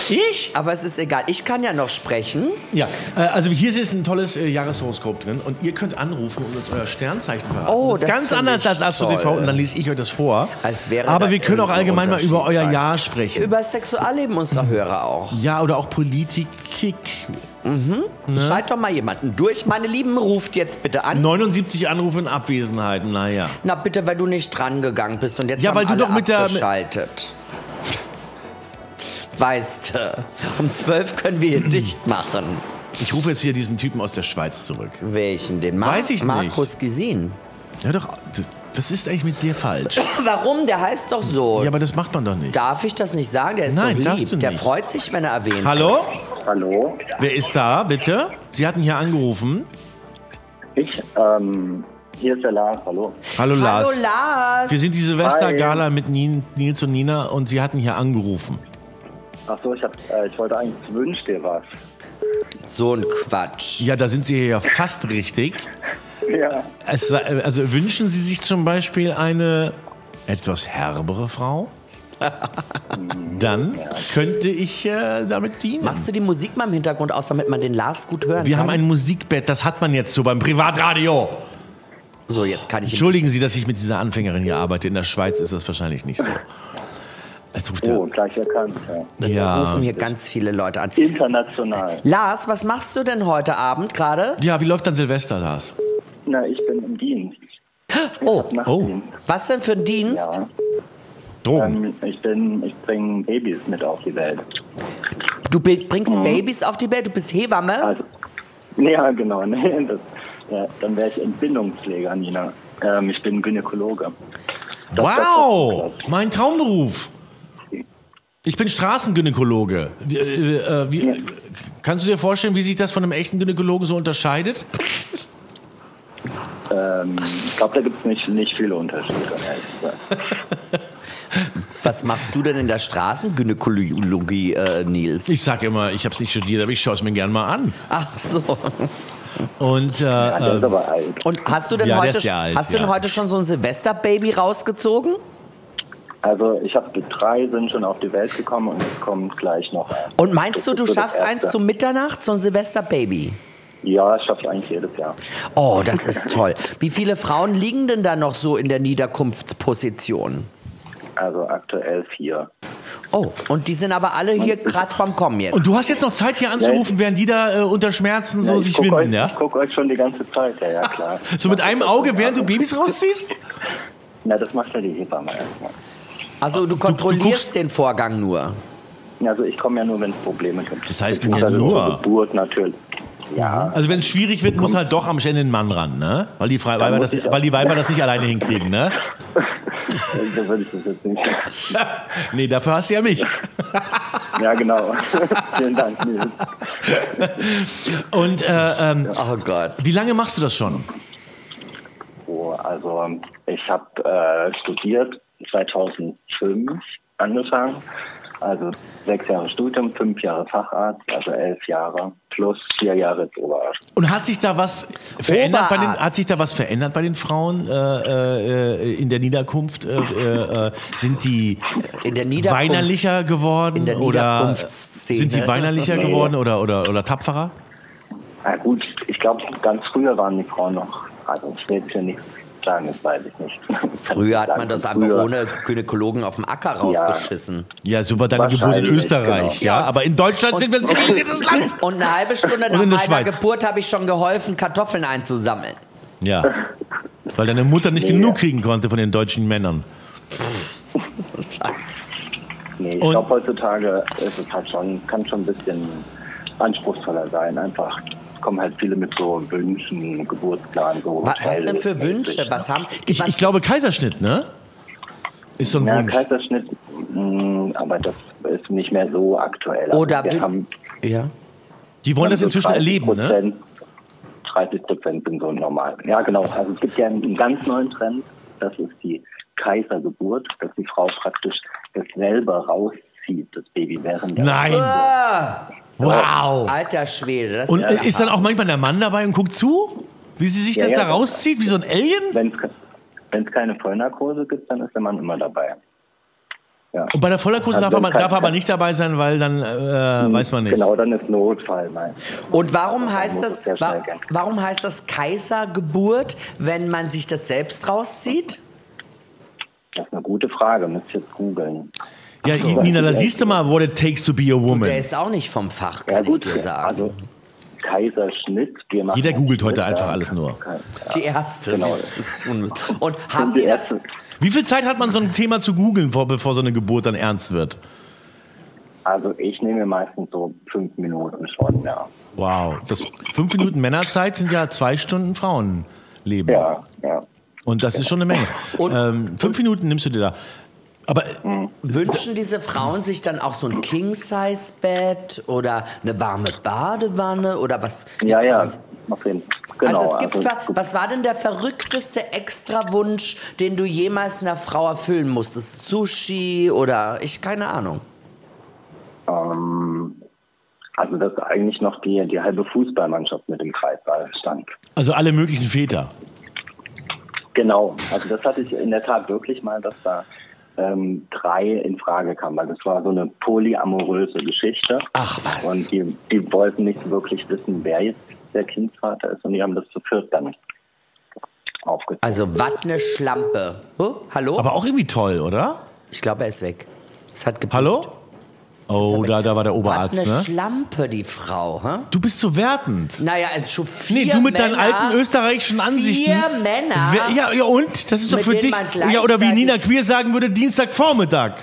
Speaker 1: Ich?
Speaker 2: Aber es ist egal. Ich kann ja noch sprechen.
Speaker 1: Ja, äh, also hier ist ein tolles äh, Jahreshoroskop drin und ihr könnt anrufen und uns euer Sternzeichen verraten.
Speaker 2: Oh,
Speaker 1: ist
Speaker 2: das
Speaker 1: ganz
Speaker 2: find
Speaker 1: anders
Speaker 2: ich
Speaker 1: als Astro TV
Speaker 2: toll.
Speaker 1: und dann lese ich euch das vor.
Speaker 2: Als wäre
Speaker 1: Aber
Speaker 2: da
Speaker 1: wir können auch
Speaker 2: irgendein
Speaker 1: allgemein mal über
Speaker 2: Unterschied
Speaker 1: euer
Speaker 2: bei.
Speaker 1: Jahr sprechen.
Speaker 2: Über das Sexualleben unserer Hörer auch.
Speaker 1: ja, oder auch Politik. Ne?
Speaker 2: Schalt doch mal jemanden durch. Meine Lieben, ruft jetzt bitte an.
Speaker 1: 79 Anrufe in Abwesenheit, naja.
Speaker 2: Na bitte, weil du nicht dran gegangen bist und jetzt
Speaker 1: Ja,
Speaker 2: haben
Speaker 1: weil du
Speaker 2: alle
Speaker 1: doch mit der-
Speaker 2: abgeschaltet. Weißt du, um zwölf können wir hier dicht machen.
Speaker 1: Ich rufe jetzt hier diesen Typen aus der Schweiz zurück.
Speaker 2: Welchen? Den Mar
Speaker 1: Weiß ich nicht.
Speaker 2: Markus Gesin.
Speaker 1: Hör doch, das- was ist eigentlich mit dir falsch?
Speaker 2: Warum? Der heißt doch so.
Speaker 1: Ja, aber das macht man doch nicht.
Speaker 2: Darf ich das nicht sagen? Der ist
Speaker 1: Nein,
Speaker 2: doch
Speaker 1: darfst
Speaker 2: lieb.
Speaker 1: du
Speaker 2: Der
Speaker 1: nicht.
Speaker 2: freut sich, wenn er erwähnt
Speaker 1: Hallo?
Speaker 8: Hallo,
Speaker 1: Wer ist da, bitte? Sie hatten hier angerufen.
Speaker 8: ich, ähm, hier ist der Lars, hallo.
Speaker 1: Hallo,
Speaker 2: wird.
Speaker 1: Lars.
Speaker 2: Hallo Lars.
Speaker 1: Wir sind die Silvestergala mit Nien- Nils und Nina und sie hatten hier angerufen.
Speaker 8: Achso, ich, hab, äh, ich wollte eigentlich wünsch dir was.
Speaker 2: So ein Quatsch.
Speaker 1: Ja, da sind sie ja fast richtig.
Speaker 8: Ja.
Speaker 1: Es, sei- also wünschen Sie sich zum Beispiel eine etwas herbere Frau? Dann könnte ich äh, damit dienen.
Speaker 2: Machst du die Musik mal im Hintergrund aus, damit man den Lars gut hören
Speaker 1: Wir
Speaker 2: kann?
Speaker 1: haben ein Musikbett, das hat man jetzt so beim Privatradio.
Speaker 2: so, jetzt kann ich
Speaker 1: Entschuldigen Sie, dass ich mit dieser Anfängerin hier arbeite. In der Schweiz ist das wahrscheinlich nicht so. Jetzt ruft
Speaker 8: Oh,
Speaker 1: er.
Speaker 8: gleich erkannt. Ja.
Speaker 2: Jetzt
Speaker 1: Ja.
Speaker 2: rufen hier ganz viele Leute an.
Speaker 8: International.
Speaker 2: Lars, was machst du denn heute Abend gerade?
Speaker 1: ja, wie läuft dann Silvester, Lars?
Speaker 8: Na, ich bin im Dienst.
Speaker 2: Oh,
Speaker 1: Oh,
Speaker 8: Nachtdienst.
Speaker 2: was denn für ein Dienst?
Speaker 8: Ja.
Speaker 1: Drogen.
Speaker 8: Ähm, ich bin, ich bringe Babys mit auf die Welt. Mhm.
Speaker 2: Du bi- bringst Babys auf die Welt, du bist Hebamme.
Speaker 8: Also, ja, genau. Nee, das, ja, dann wäre ich Entbindungspfleger, Nina. Ähm, ich bin Gynäkologe. Das- das-
Speaker 1: Wow,
Speaker 8: das- das-
Speaker 1: mein Traumberuf. Ich bin Straßengynäkologe. Wie, äh, äh, wie, Kannst du dir vorstellen, wie sich das von einem echten Gynäkologen so unterscheidet?
Speaker 8: Ähm, ich glaube, da gibt es nicht, nicht viele Unterschiede. um ehrlich gesagt.
Speaker 2: Was machst du denn in der Straßengynäkologie, äh, Nils?
Speaker 1: Ich sag immer, ich habe es nicht studiert, aber ich schaue es mir gern mal an.
Speaker 2: Ach so.
Speaker 1: Und äh,
Speaker 8: Ja, der ist
Speaker 1: äh,
Speaker 8: aber alt.
Speaker 2: Und hast du denn,
Speaker 1: Ja, der
Speaker 2: heute,
Speaker 1: ist ja alt,
Speaker 2: hast du denn
Speaker 1: ja.
Speaker 2: heute schon so ein Silvesterbaby rausgezogen?
Speaker 8: Also ich habe drei sind schon auf die Welt gekommen und es kommt gleich noch ein.
Speaker 2: Und meinst du, du
Speaker 8: Das
Speaker 2: schaffst eins
Speaker 8: erste.
Speaker 2: zu Mitternacht, so ein Silvesterbaby?
Speaker 8: Ja, das schaffe ich eigentlich jedes Jahr.
Speaker 2: Oh, das ist toll. Wie viele Frauen liegen denn da noch so in der Niederkunftsposition?
Speaker 8: Also aktuell vier.
Speaker 2: Oh, und die sind aber alle hier gerade vom Kommen jetzt.
Speaker 1: und du hast jetzt noch Zeit hier anzurufen, während die da äh, unter Schmerzen so
Speaker 8: Ja, ich
Speaker 1: sich
Speaker 8: gucke euch,
Speaker 1: winden,
Speaker 8: ich
Speaker 1: ja?
Speaker 8: guck euch schon die ganze Zeit, ja, ja klar.
Speaker 1: So mit einem Auge, während du Babys rausziehst?
Speaker 8: Na, das macht ja die Hebamme erstmal.
Speaker 2: Also du kontrollierst den Vorgang nur.
Speaker 8: Also ich komme ja nur, wenn es Probleme gibt.
Speaker 1: Das heißt
Speaker 8: Beziehungsweise
Speaker 1: jetzt nur?
Speaker 8: unsere Geburt natürlich. Ja.
Speaker 1: Also wenn es schwierig wird, muss halt doch am Ende ein Mann ran, ne? Weil die, Frei Weiber, das,
Speaker 8: muss ich auch.
Speaker 1: weil die Weiber das nicht alleine hinkriegen, ne?
Speaker 8: so würde ich das jetzt nicht.
Speaker 1: nee, dafür hast du ja mich.
Speaker 8: Ja, genau. Vielen Dank, Nils.
Speaker 1: Und äh, ähm,
Speaker 2: Oh Gott.
Speaker 1: wie lange machst du das schon?
Speaker 8: So, also ähm, ich habe äh, studiert 2005 angefangen. Also sechs Jahre Studium, fünf Jahre Facharzt, also elf Jahre plus vier Jahre jetzt Oberarzt.
Speaker 1: Und hat sich da was verändert bei den,
Speaker 2: Oberarzt.
Speaker 1: hat sich da was verändert bei den Frauen äh, äh, in der Niederkunft? Äh, äh, äh, sind die
Speaker 2: In der Niederkunft.
Speaker 1: weinerlicher geworden
Speaker 2: In der
Speaker 1: oder
Speaker 2: Niederkunftsszene.
Speaker 1: sind die weinerlicher
Speaker 8: Nee.
Speaker 1: geworden oder oder oder tapferer?
Speaker 8: Na gut, ich glaube, ganz früher waren die Frauen noch, also ich will jetzt hier nichts sagen, das weiß ich nicht.
Speaker 2: Früher hat man das einfach
Speaker 8: Früher.
Speaker 2: ohne Gynäkologen auf dem Acker
Speaker 8: Ja.
Speaker 2: rausgeschissen.
Speaker 1: Ja, so war deine Geburt in
Speaker 8: Wahrscheinlich,
Speaker 1: Österreich,
Speaker 8: genau.
Speaker 1: ja. Aber in Deutschland sind wir ein zivilisiertes Land.
Speaker 2: Und eine halbe Stunde
Speaker 1: in
Speaker 2: nach
Speaker 1: der
Speaker 2: meiner
Speaker 1: Schweiz.
Speaker 2: Geburt habe ich schon geholfen, Kartoffeln einzusammeln.
Speaker 1: Ja, weil deine Mutter nicht
Speaker 8: Nee.
Speaker 1: genug kriegen konnte von den deutschen Männern.
Speaker 8: Nee, ich
Speaker 1: Und-
Speaker 8: glaube heutzutage ist es halt schon, kann schon ein bisschen anspruchsvoller sein. Einfach kommen halt viele mit so Wünschen, Geburtsplan, so. ne?
Speaker 2: Was, was
Speaker 8: Teil-
Speaker 2: denn für Wünsche? Was haben?
Speaker 1: Ich,
Speaker 2: was,
Speaker 1: ich glaube Kaiserschnitt, ne? Ist so ein
Speaker 8: Ja,
Speaker 1: Wunsch.
Speaker 8: Kaiserschnitt, mh, aber das ist nicht mehr so aktuell. Also
Speaker 2: Oder
Speaker 8: wir
Speaker 2: bin-
Speaker 8: haben,
Speaker 2: ja.
Speaker 1: Die wollen
Speaker 8: haben
Speaker 1: das
Speaker 8: so
Speaker 1: inzwischen erleben, ne?
Speaker 8: 30%, 30 Prozent sind so normal. Ja, genau. Also es gibt ja einen ganz neuen Trend, das ist die Kaisergeburt, dass die Frau praktisch das selber rauszieht, das Baby während der
Speaker 1: Nein.
Speaker 2: Ah,
Speaker 8: Oh,
Speaker 1: Wow.
Speaker 2: alter Schwede. Das
Speaker 1: Und
Speaker 2: ist, ja
Speaker 1: äh, ist dann auch manchmal der Mann dabei und guckt zu, wie sie sich
Speaker 8: Ja,
Speaker 1: das
Speaker 8: ja,
Speaker 1: da
Speaker 8: das-
Speaker 1: rauszieht, wie so ein Alien?
Speaker 8: Wenn es keine Vollnarkose gibt, dann ist der Mann immer dabei. Ja.
Speaker 1: Und bei der Vollnarkose darf,
Speaker 8: Also
Speaker 1: er mal-
Speaker 8: kein-
Speaker 1: darf er aber nicht dabei sein, weil dann äh, weiß man nicht.
Speaker 8: Genau, dann ist Notfall. Nein.
Speaker 2: Und warum
Speaker 8: Dann
Speaker 2: heißt
Speaker 8: muss
Speaker 2: das,
Speaker 8: es sehr
Speaker 2: wa
Speaker 8: schnell gehen.
Speaker 2: warum heißt das Kaisergeburt, wenn man sich das selbst rauszieht?
Speaker 8: Das ist eine gute Frage, müsst ihr jetzt googeln.
Speaker 1: Ja, Nina, da siehst du mal, what it takes to be a
Speaker 2: Der
Speaker 1: woman.
Speaker 2: ist auch nicht vom Fach,
Speaker 8: Ja,
Speaker 2: kann
Speaker 8: gut,
Speaker 2: ich dir sagen.
Speaker 8: also Kaiserschnitt. Wir machen
Speaker 1: Jeder googelt heute
Speaker 8: Schnitt,
Speaker 1: einfach
Speaker 8: ja.
Speaker 1: alles nur.
Speaker 2: die Ärzte.
Speaker 8: genau.
Speaker 2: die das tun müssen. Und haben
Speaker 8: Sind
Speaker 2: die,
Speaker 8: die
Speaker 2: da,
Speaker 8: Ärzte.
Speaker 1: Wie viel Zeit hat man so ein Thema zu googeln, vor- bevor so eine Geburt dann ernst wird?
Speaker 8: Also ich nehme meistens so fünf Minuten schon, ja.
Speaker 1: Wow, das fünf Minuten Männerzeit sind ja zwei Stunden Frauenleben.
Speaker 8: Ja, ja.
Speaker 1: Und das ist schon eine Menge.
Speaker 2: Und-
Speaker 1: ähm, fünf Minuten nimmst du dir da. Aber äh,
Speaker 8: Hm.
Speaker 2: wünschen diese Frauen sich dann auch so ein King-Size-Bett oder eine warme Badewanne oder was?
Speaker 8: Ja, ja, auf jeden Fall. Genau,
Speaker 2: also es gibt,
Speaker 8: also
Speaker 2: ver- was war denn der verrückteste Extrawunsch, den du jemals einer Frau erfüllen musstest? Sushi oder ich keine Ahnung.
Speaker 8: ähm, also dass eigentlich noch die, die halbe Fußballmannschaft mit dem Kreisball stand.
Speaker 1: also alle möglichen Väter.
Speaker 8: Genau, also das hatte ich in der Tat wirklich mal, dass da ähm, drei in Frage kamen, weil das war so eine polyamoröse Geschichte.
Speaker 2: Ach was.
Speaker 8: Und die, die wollten nicht wirklich wissen, wer jetzt der Kindsvater ist und die haben das zu viert dann aufgezogen.
Speaker 2: Also wat ne Schlampe. Huh? Hallo?
Speaker 1: Aber auch irgendwie toll, oder?
Speaker 2: ich glaube, er ist weg. Es hat gepiept.
Speaker 1: Hallo? Oh, da, da war der
Speaker 2: Wat
Speaker 1: Oberarzt,
Speaker 2: ne
Speaker 1: ne?
Speaker 2: Schlampe, die Frau. Hä?
Speaker 1: Du bist so wertend.
Speaker 2: Naja, als schon vier
Speaker 1: Nee, du mit deinen
Speaker 2: Männer-
Speaker 1: alten österreichischen Ansichten.
Speaker 2: Vier Männer.
Speaker 1: Wer- Ja, ja, und? Das ist doch
Speaker 2: mit
Speaker 1: für
Speaker 2: denen
Speaker 1: dich.
Speaker 2: man
Speaker 1: Ja, oder wie
Speaker 2: gleichzeitig-
Speaker 1: Nina Queer sagen würde, Dienstagvormittag.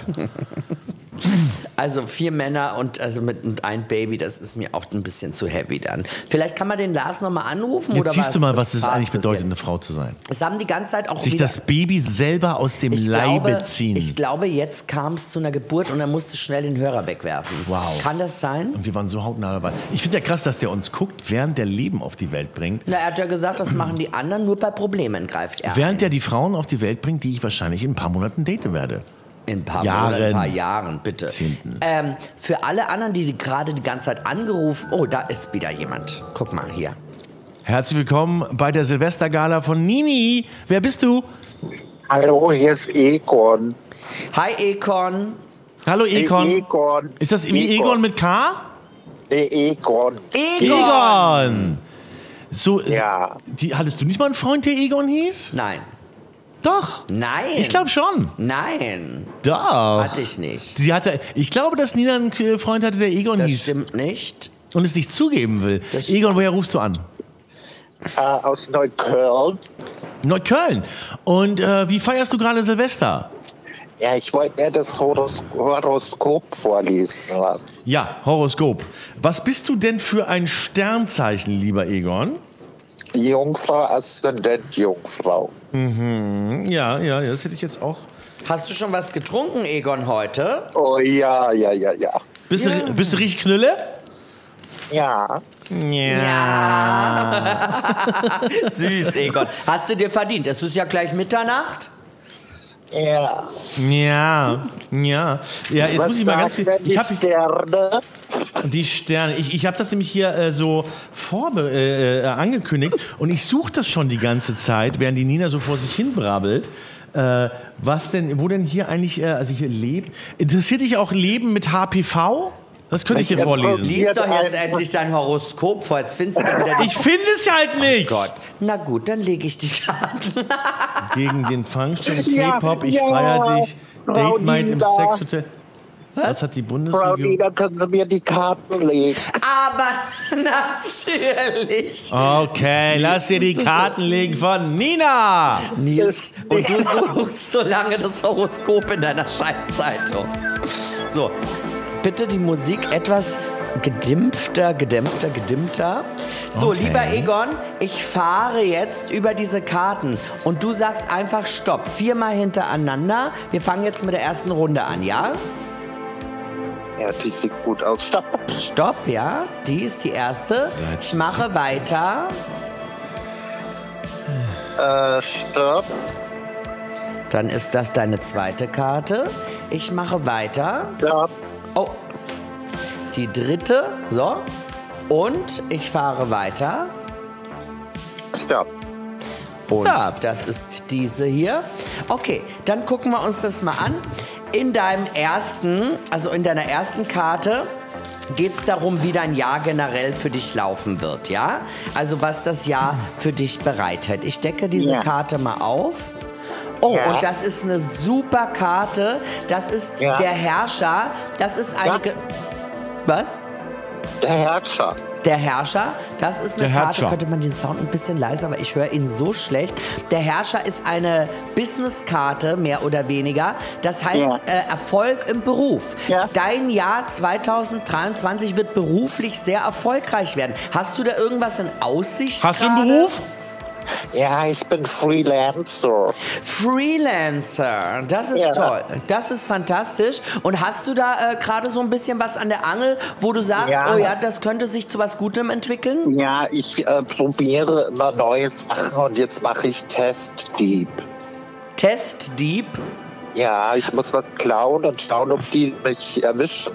Speaker 2: Also vier Männer und also mit, mit ein Baby, das ist mir auch ein bisschen zu heavy dann. Vielleicht kann man den Lars nochmal anrufen
Speaker 1: Jetzt
Speaker 2: oder
Speaker 1: siehst
Speaker 2: was?
Speaker 1: du mal, was es
Speaker 2: war's
Speaker 1: eigentlich
Speaker 2: das
Speaker 1: bedeutet, eine
Speaker 2: jetzt?
Speaker 1: Frau zu sein.
Speaker 2: Es haben die ganze Zeit auch
Speaker 1: Sich
Speaker 2: wieder,
Speaker 1: das Baby selber aus dem Leibe
Speaker 2: glaube,
Speaker 1: ziehen.
Speaker 2: Ich glaube, jetzt kam es zu einer Geburt und er musste schnell den Hörer wegwerfen.
Speaker 1: Wow.
Speaker 2: Kann das sein?
Speaker 1: und wir waren so hautnah dabei. Ich finde ja krass, dass der uns guckt, während der Leben auf die Welt bringt.
Speaker 2: Na, er hat ja gesagt, das machen die anderen, nur bei Problemen greift er.
Speaker 1: Während der die Frauen auf die Welt bringt, die ich wahrscheinlich in ein paar Monaten daten werde.
Speaker 2: In ein paar
Speaker 1: Jahren.
Speaker 2: Jahren. Oder ein paar Jahren, bitte.
Speaker 1: Jahrzehnten.
Speaker 2: Ähm, für alle anderen, die gerade die ganze Zeit angerufen... Oh, da ist wieder jemand. Guck mal, hier.
Speaker 1: Herzlich willkommen bei der Silvestergala von Nini. Wer bist du?
Speaker 4: Hallo, hier ist Egon.
Speaker 2: Hi, Econ.
Speaker 1: Hallo Econ.
Speaker 4: Egon.
Speaker 1: Ist das wie Egon mit K?
Speaker 4: Der Egon.
Speaker 1: Egon. So,
Speaker 4: Ja.
Speaker 1: die, hattest du nicht mal einen Freund, der Egon hieß?
Speaker 2: Nein.
Speaker 1: Doch.
Speaker 2: Nein.
Speaker 1: Ich glaube schon.
Speaker 2: Nein,
Speaker 1: Doch.
Speaker 2: hatte ich nicht.
Speaker 1: Sie hatte, ich glaube, dass Nina einen äh, Freund hatte, der Egon
Speaker 2: Das
Speaker 1: hieß
Speaker 2: stimmt nicht.
Speaker 1: und es nicht zugeben will.
Speaker 2: Das-
Speaker 1: Egon, woher rufst du an?
Speaker 4: Äh, aus Neukölln.
Speaker 1: Neukölln. Und äh, wie feierst du gerade Silvester?
Speaker 4: Ja, ich wollte mir das Horos Horoskop vorlesen. lassen.
Speaker 1: Ja, Horoskop. Was bist du denn für ein Sternzeichen, lieber Egon?
Speaker 4: Jungfrau, Aszendent, Jungfrau.
Speaker 1: Mhm, Ja, ja, ja, das hätte ich jetzt auch.
Speaker 2: Hast du schon was getrunken, Egon, heute?
Speaker 4: Oh ja, ja, ja, ja.
Speaker 1: Bist, du, bist du richtig Knülle?
Speaker 4: Ja.
Speaker 2: Süß, Egon. Hast du dir verdient? Es ist ja gleich Mitternacht.
Speaker 4: Ja.
Speaker 1: Ja, ja. Ja, jetzt muss ich mal ganz.
Speaker 4: sagen
Speaker 1: Ich
Speaker 4: die
Speaker 1: habe
Speaker 4: Sterne?
Speaker 1: Die Sterne. Ich, ich habe das nämlich hier äh, so vorbe äh, äh, angekündigt und ich suche das schon die ganze Zeit, während die Nina so vor sich hin brabbelt. Äh, was denn, wo denn hier eigentlich, äh, also hier lebt? Interessiert dich auch Leben mit HPV? Das könnte ich dir vorlesen.
Speaker 2: Lies doch jetzt endlich dein Horoskop vor. Jetzt findest du wieder die
Speaker 1: Ich finde es halt nicht.
Speaker 2: Gott. Na gut, dann lege ich die Karten.
Speaker 1: Gegen den Function,
Speaker 4: Ja,
Speaker 1: K-Pop, ich
Speaker 4: ja.
Speaker 1: feier dich.
Speaker 4: Frau
Speaker 1: Date Night im
Speaker 4: Nina.
Speaker 1: Sexhotel. Was hat die
Speaker 4: Frau
Speaker 1: Bundesregierung?
Speaker 4: Nina, können Sie mir die Karten legen?
Speaker 2: Aber natürlich.
Speaker 1: Okay, lass dir die Karten legen von Nina.
Speaker 2: Nils. Und du suchst so lange das Horoskop in deiner Scheißzeitung. So, bitte die Musik etwas gedimpfter, gedämpfter, gedimmter. So,
Speaker 1: Okay.
Speaker 2: lieber Egon, ich fahre jetzt über diese Karten und du sagst einfach Stopp. Viermal hintereinander. Wir fangen jetzt mit der ersten Runde an, ja?
Speaker 4: Ja, die sieht gut aus. Stopp.
Speaker 2: Stopp, ja? Die ist die erste. Ich mache weiter.
Speaker 4: Äh, stopp.
Speaker 2: Dann ist das deine zweite Karte. Ich mache weiter.
Speaker 4: Stopp.
Speaker 2: Oh. Die dritte. So. Und ich fahre weiter.
Speaker 4: Stopp.
Speaker 2: Und das ist diese hier. Okay, dann gucken wir uns das mal an. In deinem ersten, also in deiner ersten Karte geht es darum, wie dein Jahr generell für dich laufen wird, ja? Also was das Jahr für dich bereithält. Ich decke diese
Speaker 4: Ja.
Speaker 2: Karte mal auf. Oh,
Speaker 4: Ja.
Speaker 2: und das ist eine super Karte. Das ist
Speaker 4: Ja.
Speaker 2: der Herrscher. Das ist eine...
Speaker 4: Ja.
Speaker 2: Ge- Was?
Speaker 4: Der Herrscher.
Speaker 2: Der Herrscher, das ist
Speaker 1: Der
Speaker 2: eine Karte,
Speaker 1: Herrscher.
Speaker 2: könnte man den Sound ein bisschen leiser, aber ich höre ihn so schlecht. Der Herrscher ist eine Businesskarte, mehr oder weniger. Das heißt
Speaker 4: Ja.
Speaker 2: äh, Erfolg im Beruf.
Speaker 4: Ja.
Speaker 2: Dein Jahr 2023 wird beruflich sehr erfolgreich werden. Hast du da irgendwas in Aussicht?
Speaker 1: Hast du einen
Speaker 2: gerade?
Speaker 1: Beruf?
Speaker 4: Ja, ich bin Freelancer.
Speaker 2: Freelancer, das ist
Speaker 4: Ja.
Speaker 2: toll. Das ist fantastisch. Und hast du da äh, gerade so ein bisschen was an der Angel, wo du sagst,
Speaker 4: Ja.
Speaker 2: oh ja, das könnte sich zu was Gutem entwickeln?
Speaker 4: Ja, ich äh, probiere immer neue Sachen und jetzt mache ich Testdieb.
Speaker 2: Testdieb.
Speaker 4: Ja, ich muss was klauen und schauen, ob die mich erwischen.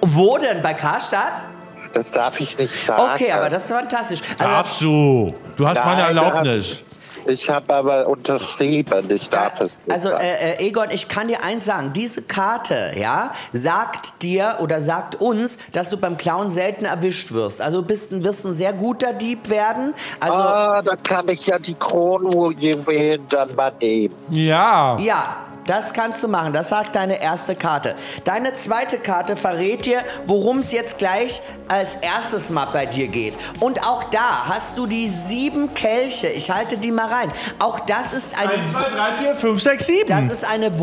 Speaker 2: Wo denn? Bei Karstadt?
Speaker 4: Das darf ich nicht sagen.
Speaker 2: Okay, aber das ist fantastisch. Also,
Speaker 1: Darfst du. Du hast meine
Speaker 4: Nein, da-
Speaker 1: Erlaubnis.
Speaker 4: Ich habe aber unterschrieben, ich darf es nicht.
Speaker 2: also
Speaker 4: sagen.
Speaker 2: äh, äh, Egon, ich kann dir eins sagen. Diese Karte, ja, sagt dir oder sagt uns, dass du beim Clown selten erwischt wirst. Also bist, ein- wirst ein sehr guter Dieb werden. Also,
Speaker 4: ah, da kann ich ja die Kronjuwelen dann mal nehmen.
Speaker 1: Ja.
Speaker 2: ja, das kannst du machen. Das sagt deine erste Karte. Deine zweite Karte verrät dir, worum es jetzt gleich als erstes mal bei dir geht. Und auch da hast du die sieben Kelche. Ich halte die mal rein. Auch das ist eine...
Speaker 1: 1, 2, 3, 4, 5, 6, 7.
Speaker 2: Das ist eine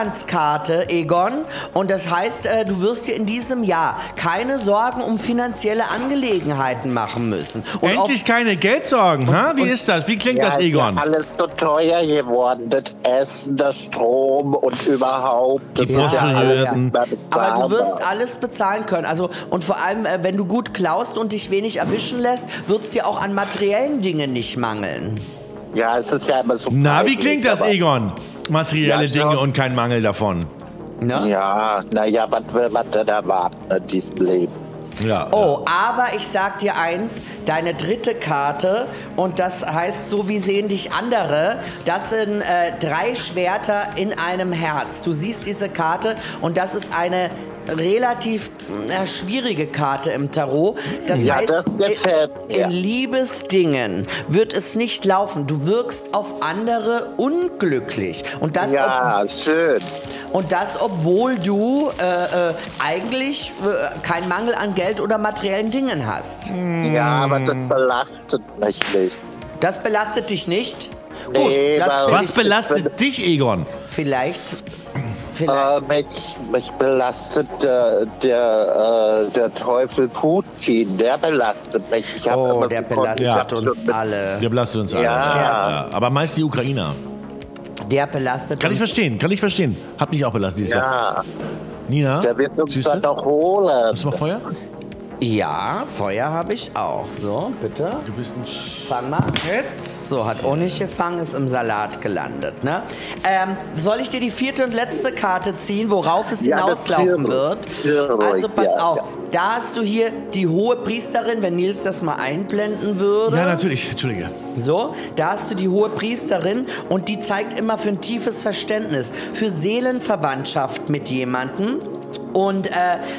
Speaker 2: Wohlstandskarte, Egon. Und das heißt, äh, du wirst dir in diesem Jahr keine Sorgen um finanzielle Angelegenheiten machen müssen. Und auch-
Speaker 1: Endlich keine Geldsorgen, ha? Wie ist das? Wie klingt das,
Speaker 4: ist
Speaker 1: Egon?
Speaker 4: Ja alles so teuer geworden. Das Essen, das Strom und überhaupt. Das
Speaker 1: Die
Speaker 4: ist ja alles
Speaker 1: Prostituierten.
Speaker 4: nicht mehr
Speaker 2: Aber du wirst
Speaker 4: bezahlbar.
Speaker 2: alles bezahlen können. Also und vor allem, äh, wenn du gut klaust und dich wenig erwischen lässt, wird es dir auch an materiellen Dingen nicht mangeln.
Speaker 4: Ja, es ist ja immer so.
Speaker 1: Na, wie
Speaker 4: peinlich,
Speaker 1: klingt das,
Speaker 4: aber-
Speaker 1: Egon? Materielle
Speaker 4: Ja,
Speaker 1: Dinge
Speaker 4: klar.
Speaker 1: und kein Mangel davon.
Speaker 2: Ne?
Speaker 4: Ja, naja, was will man denn erwarten in diesem Leben?
Speaker 1: Ja.
Speaker 2: Oh, aber ich sag dir eins, deine dritte Karte, und das heißt, so wie sehen dich andere, das sind äh, drei Schwerter in einem Herz. Du siehst diese Karte und das ist eine relativ äh, schwierige Karte im Tarot. Das
Speaker 4: Ja,
Speaker 2: heißt,
Speaker 4: das gefällt
Speaker 2: in,
Speaker 4: mir.
Speaker 2: in Liebesdingen wird es nicht laufen. Du wirkst auf andere unglücklich. Und das,
Speaker 4: Ja, Ah, schön.
Speaker 2: und das, obwohl du äh, äh, eigentlich äh, keinen Mangel an Geld oder materiellen Dingen hast.
Speaker 4: Hm. Ja, aber das belastet mich nicht.
Speaker 2: Das belastet dich nicht.
Speaker 4: Nee,
Speaker 2: Oh, das
Speaker 4: aber-
Speaker 2: finde
Speaker 1: Was
Speaker 2: ich
Speaker 1: belastet dich, Egon?
Speaker 2: vielleicht Vielleicht.
Speaker 4: Äh, mich, mich belastet der, der, äh, der Teufel Putin, der belastet mich. Ich hab
Speaker 2: Oh,
Speaker 4: immer
Speaker 2: der
Speaker 4: so Konflikte
Speaker 2: belastet uns
Speaker 4: mit-
Speaker 2: alle.
Speaker 1: Der belastet uns alle.
Speaker 4: Ja.
Speaker 1: Aber meist die Ukrainer.
Speaker 2: Der belastet
Speaker 1: Kann ich
Speaker 2: uns
Speaker 1: verstehen, kann ich verstehen. Hat mich auch belastet dieses Jahr.
Speaker 4: Ja,
Speaker 1: Nina,
Speaker 4: der wird uns
Speaker 1: Süße?
Speaker 4: dann doch holen.
Speaker 1: hast du mal Feuer?
Speaker 2: Ja, Feuer habe ich auch. So, bitte.
Speaker 1: Du bist ein Sch
Speaker 2: Fang mal. So, hat Onig gefangen, ist im Salat gelandet. Ne? Ähm, soll ich dir die vierte und letzte Karte ziehen, worauf es
Speaker 4: Ja,
Speaker 2: hinauslaufen
Speaker 4: natürlich.
Speaker 2: wird?
Speaker 4: Natürlich,
Speaker 2: Also pass
Speaker 4: ja,
Speaker 2: auf,
Speaker 4: ja.
Speaker 2: da hast du hier die hohe Priesterin, wenn Nils das mal einblenden würde.
Speaker 1: ja, natürlich, entschuldige.
Speaker 2: So, da hast du die hohe Priesterin und die zeigt immer für ein tiefes Verständnis, für Seelenverwandtschaft mit jemandem. Und äh,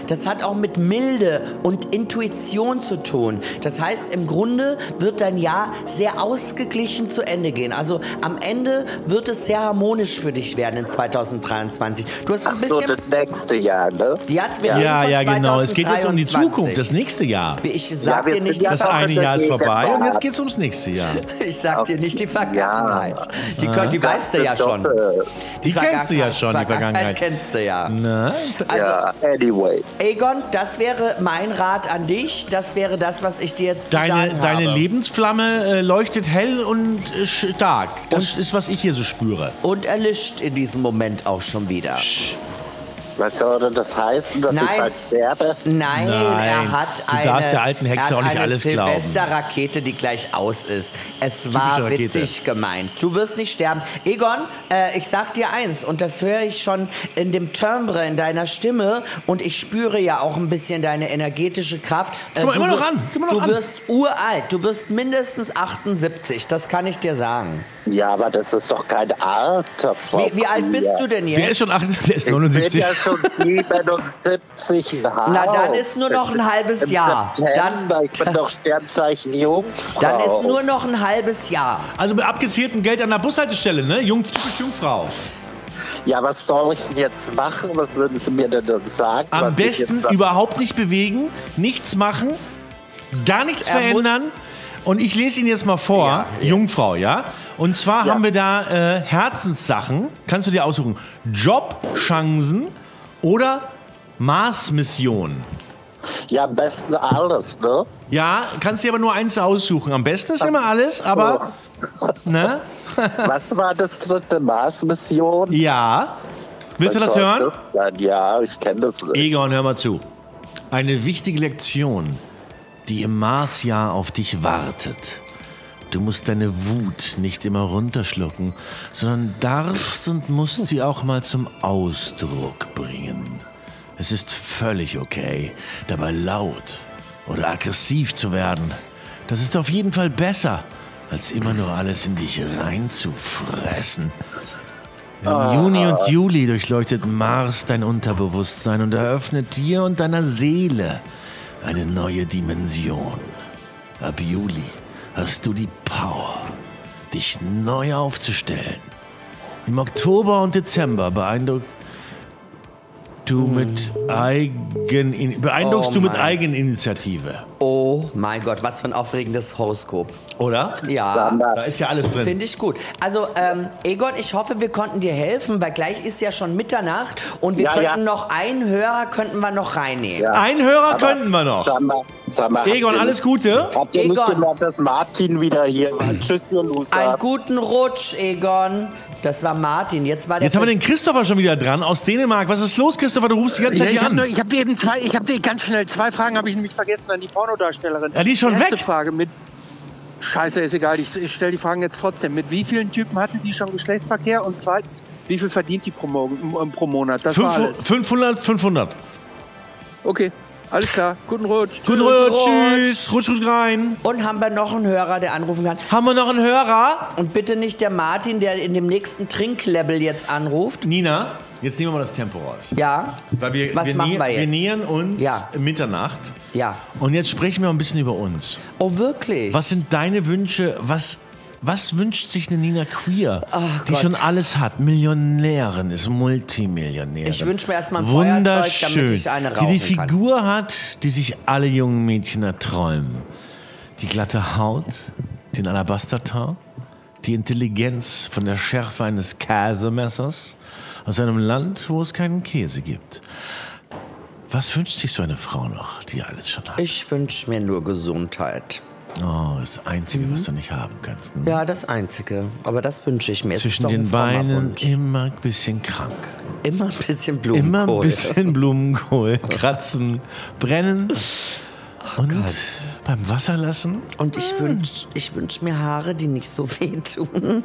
Speaker 2: das hat auch mit Milde und Intuition zu tun. Das heißt, im Grunde wird dein Jahr sehr ausgeglichen zu Ende gehen. Also am Ende wird es sehr harmonisch für dich werden in 2023. Du hast ein
Speaker 4: So,
Speaker 2: bisschen...
Speaker 4: das nächste Jahr, ne?
Speaker 2: Jetzt, wir reden
Speaker 1: Ja,
Speaker 2: von
Speaker 1: ja, genau. Es geht jetzt um die
Speaker 2: 2023.
Speaker 1: Zukunft, das nächste Jahr.
Speaker 2: Ich sag
Speaker 4: Ja, wir
Speaker 2: dir nicht
Speaker 4: sind
Speaker 2: die
Speaker 4: ja
Speaker 1: Das
Speaker 4: Aber
Speaker 1: eine
Speaker 4: das
Speaker 1: Jahr ist
Speaker 4: geht
Speaker 1: vorbei
Speaker 4: jetzt
Speaker 1: und jetzt
Speaker 4: ab.
Speaker 1: geht's ums nächste Jahr.
Speaker 2: Ich sag dir nicht die Vergangenheit. Die, die weißt du
Speaker 4: Das
Speaker 2: ja
Speaker 4: ist
Speaker 2: schon.
Speaker 4: doch, äh,
Speaker 1: Die kennst du ja schon, die Vergangenheit. Ne?
Speaker 2: kennst du ja.
Speaker 1: Na,
Speaker 2: Also,
Speaker 4: ja, anyway.
Speaker 2: Egon, das wäre mein Rat an dich. Das wäre das, was ich dir jetzt zu
Speaker 1: deine,
Speaker 2: sagen
Speaker 1: deine
Speaker 2: habe.
Speaker 1: Lebensflamme äh, leuchtet hell und äh, stark. Das ist, was ich hier so spüre.
Speaker 2: Und erlischt in diesem Moment auch schon wieder.
Speaker 4: Was sollte das heißen, dass
Speaker 2: Nein.
Speaker 4: ich bald sterbe?
Speaker 2: Nein,
Speaker 1: Nein,
Speaker 2: er hat
Speaker 1: du
Speaker 2: eine.
Speaker 1: darfst der alten Hexe
Speaker 2: er hat
Speaker 1: auch nicht
Speaker 2: eine
Speaker 1: alles glauben.
Speaker 2: Silvesterrakete, die gleich aus ist. Es war
Speaker 1: Rakete.
Speaker 2: witzig gemeint. Du wirst nicht sterben. Egon, äh, ich sag dir eins, und das höre ich schon in dem Timbre in deiner Stimme, und ich spüre ja auch ein bisschen deine energetische Kraft. Äh,
Speaker 1: Guck mal,
Speaker 2: du
Speaker 1: immer noch
Speaker 2: wir-
Speaker 1: ran, guck mal noch
Speaker 2: du
Speaker 1: ran.
Speaker 2: wirst uralt. Du wirst mindestens 78. Das kann ich dir sagen.
Speaker 4: Ja, aber das ist doch kein Alter, Frau
Speaker 2: Wie, wie alt bist
Speaker 4: Kuhn.
Speaker 2: du denn jetzt?
Speaker 1: Der ist schon acht, der ist
Speaker 4: Ich bin
Speaker 1: 79.
Speaker 4: ja schon 77.
Speaker 2: Na, dann ist nur noch ein halbes
Speaker 4: Im
Speaker 2: Jahr.
Speaker 4: September,
Speaker 2: Dann-
Speaker 4: ich bin doch Sternzeichen Jungfrau.
Speaker 2: Dann ist nur noch ein halbes Jahr.
Speaker 1: Also mit abgezähltem Geld an der Bushaltestelle, ne? Jungf, typisch Jungfrau.
Speaker 4: Ja, was soll ich denn jetzt machen? Was würden Sie mir denn dann sagen?
Speaker 1: Am
Speaker 4: was ich
Speaker 1: besten
Speaker 4: jetzt sag-
Speaker 1: überhaupt nicht bewegen, nichts machen, gar nichts
Speaker 2: Er muss-
Speaker 1: verändern. Und ich lese Ihnen jetzt mal vor, Jungfrau, ja? Und zwar haben wir da äh, Herzenssachen, kannst du dir aussuchen, Jobchancen oder Marsmission.
Speaker 4: Ja, am besten alles, ne?
Speaker 1: Ja, kannst dir aber nur eins aussuchen. Am besten ist immer alles, aber, ne?
Speaker 4: Was war das dritte Mars-Mission?
Speaker 1: Ja. Willst du das hören?
Speaker 4: Nein, Also, ja, ich kenne das nicht.
Speaker 1: Egon, hör mal zu. Eine wichtige Lektion, die im Marsjahr auf dich wartet. Du musst deine Wut nicht immer runterschlucken, sondern darfst und musst sie auch mal zum Ausdruck bringen. Es ist völlig okay, dabei laut oder aggressiv zu werden. Das ist auf jeden Fall besser, als immer nur alles in dich reinzufressen. Im
Speaker 2: Ah.
Speaker 1: Juni und Juli durchleuchtet Mars dein Unterbewusstsein und eröffnet dir und deiner Seele eine neue Dimension. Ab Juli hast du die Power, dich neu aufzustellen. Im Oktober und Dezember beeindruckt du mit, Eigenin beeindruckst
Speaker 2: Oh
Speaker 1: du mit
Speaker 2: mein.
Speaker 1: Eigeninitiative,
Speaker 2: Oh mein Gott, was für ein aufregendes Horoskop.
Speaker 1: oder?
Speaker 2: Ja.
Speaker 1: Da ist ja alles drin.
Speaker 2: Finde ich gut. Also, ähm, Egon, ich hoffe, wir konnten dir helfen, weil gleich ist ja schon Mitternacht und wir
Speaker 4: Ja,
Speaker 2: könnten
Speaker 4: ja.
Speaker 2: noch einen Hörer könnten wir noch reinnehmen.
Speaker 4: Ja.
Speaker 1: Einen Hörer könnten wir noch.
Speaker 4: Sag mal, sag mal,
Speaker 1: Egon,
Speaker 4: habt ihr-
Speaker 1: alles Gute.
Speaker 4: Habt ihr nicht
Speaker 2: Egon.
Speaker 4: gemerkt, dass Martin wieder hier war? Tschüss, ihr
Speaker 2: Einen
Speaker 4: Loser.
Speaker 2: guten Rutsch, Egon. Das war Martin. Jetzt war der.
Speaker 1: Jetzt haben wir den Christopher schon wieder dran aus Dänemark. Was ist los, Christopher? Du rufst die ganze
Speaker 7: Ja,
Speaker 1: Zeit
Speaker 7: ich
Speaker 1: hier
Speaker 7: habe
Speaker 1: an.
Speaker 7: ich hab eben zwei, ich habe ganz schnell zwei Fragen habe ich nämlich vergessen an die Pornodarstellerin.
Speaker 1: Ja, die ist schon
Speaker 7: erste
Speaker 1: weg.
Speaker 7: Frage mit Scheiße, ist egal, ich, ich stelle die Fragen jetzt trotzdem. Mit wie vielen Typen hatte die schon Geschlechtsverkehr und zweitens, wie viel verdient die pro, Mo ähm, pro Monat? Das war
Speaker 1: Fünf-
Speaker 7: alles.
Speaker 1: 500, 500.
Speaker 7: Okay, alles klar. Guten Rutsch.
Speaker 1: Guten
Speaker 2: Guten
Speaker 1: Rutsch,
Speaker 2: Rutsch.
Speaker 1: tschüss, rutsch, rutsch rein.
Speaker 2: und haben wir noch einen Hörer, der anrufen kann.
Speaker 1: Haben wir noch einen Hörer?
Speaker 2: Und bitte nicht der Martin, der in dem nächsten Trinklevel jetzt anruft.
Speaker 1: Nina, jetzt nehmen wir mal das Tempo raus.
Speaker 2: Ja.
Speaker 1: Weil wir,
Speaker 2: Was
Speaker 1: wir,
Speaker 2: machen
Speaker 1: nä-
Speaker 2: wir jetzt?
Speaker 1: wir nähern uns
Speaker 2: Ja.
Speaker 1: Mitternacht.
Speaker 2: Ja.
Speaker 1: Und jetzt sprechen wir ein bisschen über uns.
Speaker 2: Oh, wirklich?
Speaker 1: Was sind deine Wünsche? Was, was wünscht sich eine Nina Queer,
Speaker 2: Ach
Speaker 1: die
Speaker 2: Gott.
Speaker 1: schon alles hat? Millionärin ist, Multimillionärin.
Speaker 2: Ich wünsch mir erst mal ein Feuerzeug,
Speaker 1: Wunderschön.
Speaker 2: damit ich eine
Speaker 1: Die die
Speaker 2: rauchen kann.
Speaker 1: Figur hat, die sich alle jungen Mädchen erträumen. Die glatte Haut, den Alabastertau, die Intelligenz von der Schärfe eines Käsemessers aus einem Land, wo es keinen Käse gibt. Was wünscht sich so eine Frau noch, die alles schon hat?
Speaker 2: Ich wünsche mir nur Gesundheit. Mhm.
Speaker 1: Oh, das Einzige, was du nicht haben kannst. ne?
Speaker 2: Ja, das Einzige. Aber das wünsche ich mir. Es ist
Speaker 1: Zwischen
Speaker 2: doch ein
Speaker 1: den
Speaker 2: frommer
Speaker 1: Beinen
Speaker 2: Wunsch.
Speaker 1: immer ein bisschen krank.
Speaker 2: Immer ein bisschen
Speaker 1: Immer
Speaker 2: Blumenkohl.
Speaker 1: ein bisschen Blumenkohl, kratzen, brennen und beim Wasser lassen
Speaker 2: Oh Und ich wünsche ich wünsch mir Haare, die nicht so wehtun.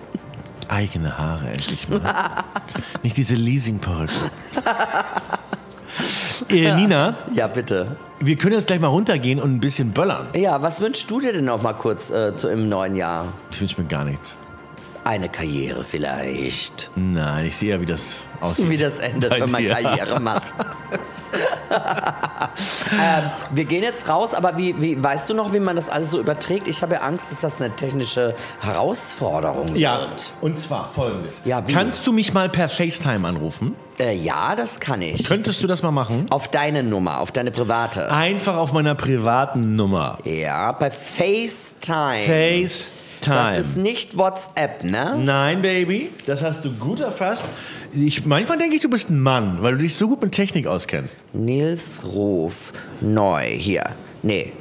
Speaker 1: eigene Haare endlich mal. Nicht diese Leasing-Perücke. äh, Nina,
Speaker 2: Ja, bitte.
Speaker 1: wir können jetzt gleich mal runtergehen und ein bisschen böllern.
Speaker 2: Ja, was wünschst du dir denn noch mal kurz äh, zu im neuen Jahr?
Speaker 1: Ich wünsche mir gar nichts.
Speaker 2: Eine Karriere vielleicht.
Speaker 1: Nein, ich sehe ja, wie das aussieht.
Speaker 2: Wie das endet,
Speaker 1: bei
Speaker 2: wenn man
Speaker 1: dir.
Speaker 2: Karriere macht. ähm, wir gehen jetzt raus, aber wie, wie, weißt du noch, wie man das alles so überträgt? Ich habe ja Angst, dass das eine technische Herausforderung
Speaker 1: Ja,
Speaker 2: wird.
Speaker 1: und zwar folgendes.
Speaker 2: Ja, wie?
Speaker 1: Kannst du mich mal per FaceTime anrufen?
Speaker 2: Äh, ja, das kann ich.
Speaker 1: Könntest du das mal machen?
Speaker 2: auf deine Nummer, auf deine private.
Speaker 1: Einfach auf meiner privaten Nummer.
Speaker 2: Ja, bei FaceTime.
Speaker 1: FaceTime.
Speaker 2: Das ist nicht WhatsApp, ne?
Speaker 1: Nein, Baby, das hast du gut erfasst. Ich, manchmal denke ich, du bist ein Mann, weil du dich so gut mit Technik auskennst.
Speaker 2: Nils Ruf neu hier. Nee.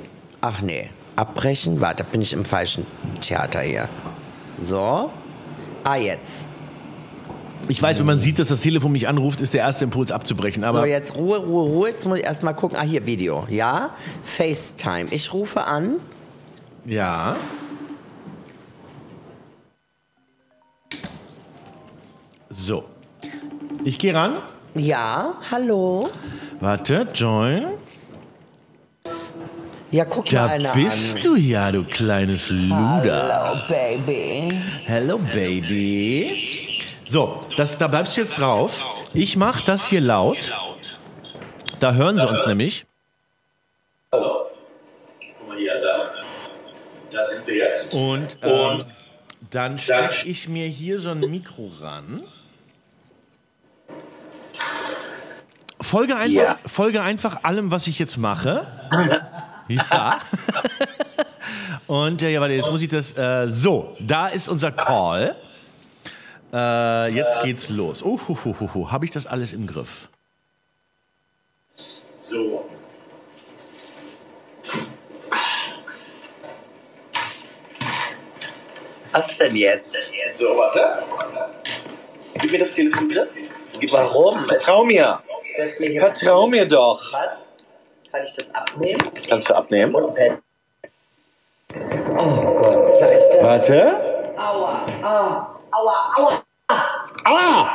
Speaker 2: Ach nee. Abbrechen. Warte, bin ich im falschen Theater hier. So. Ah, jetzt.
Speaker 1: Ich weiß, wenn man sieht, dass das Telefon mich anruft, ist der erste Impuls abzubrechen. Genau, Aber
Speaker 2: so, jetzt Ruhe, Ruhe, Ruhe. Jetzt muss ich erstmal gucken. Ah, hier Video. Ja. FaceTime. Ich rufe an.
Speaker 1: ja. So. Ich gehe ran.
Speaker 2: Ja. Hallo.
Speaker 1: Warte, Joy.
Speaker 2: Ja, guck mal
Speaker 1: Da
Speaker 2: einer
Speaker 1: bist du ja, du kleines
Speaker 2: an.
Speaker 1: Luder.
Speaker 2: Hallo, Baby.
Speaker 1: Hello, Baby. So, das, da bleibst du jetzt drauf. Ich mach das hier laut. Da hören sie uns nämlich.
Speaker 9: Hallo. Guck mal hier, da. Da sind wir jetzt.
Speaker 1: Und ähm, dann stecke ich mir hier so ein Mikro ran. Folge einfach,
Speaker 9: Ja.
Speaker 1: folge einfach allem, was ich jetzt mache. Ja. Und äh, ja, warte, jetzt muss ich das. Äh, so, da ist unser Call. Äh, jetzt geht's los. Oh, habe ich das alles im Griff?
Speaker 9: So.
Speaker 2: Was denn jetzt?
Speaker 9: So, warte. Gib mir das Telefon bitte. Warum? Vertrau mir. Vertrau mir doch.
Speaker 2: Was? Kann ich das abnehmen?
Speaker 9: Kannst du abnehmen?
Speaker 2: Oh Seite.
Speaker 9: Warte.
Speaker 2: Aua. Ah. Aua. Aua.
Speaker 9: Ah!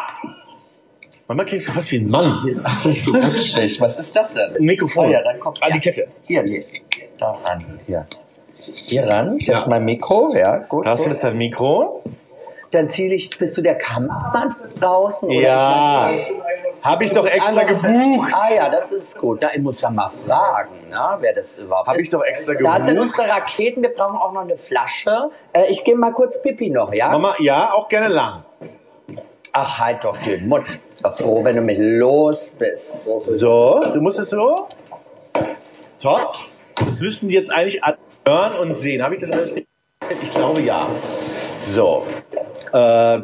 Speaker 9: Mama klingst du fast wie ein Mann.
Speaker 2: Hier ist alles so glitschig. Was ist das denn?
Speaker 9: Ein Mikrofon.
Speaker 2: Oh ja, dann kommt
Speaker 9: Ah, die Kette.
Speaker 2: Hier, hier. Da ran, hier. Hier ran, das ist mein Mikro, ja, gut.
Speaker 9: Hast du
Speaker 2: gut.
Speaker 9: jetzt dein Mikro?
Speaker 2: Dann ziehe ich, bist du der Kampfmann draußen? oder
Speaker 9: Ja.
Speaker 2: ich weiß
Speaker 9: Habe ich doch
Speaker 2: nicht.
Speaker 9: extra
Speaker 2: Anderes-
Speaker 9: gebucht.
Speaker 2: Ah ja, das ist gut. Da, ich muss ja mal fragen, na, wer das überhaupt
Speaker 9: Habe
Speaker 2: ist.
Speaker 9: ich doch extra
Speaker 2: Da sind
Speaker 9: gebucht.
Speaker 2: unsere Raketen, wir brauchen auch noch eine Flasche. Äh, ich gehe mal kurz Pipi noch, ja?
Speaker 9: Mama, ja, auch gerne lang.
Speaker 2: Ach, halt doch den Mund. Ich bin froh, wenn du mich los bist.
Speaker 9: So, du musst es so. Top. Das müssten die jetzt eigentlich alle hören und sehen. Habe ich das alles richtig? Ich glaube ja. So. Äh, ah,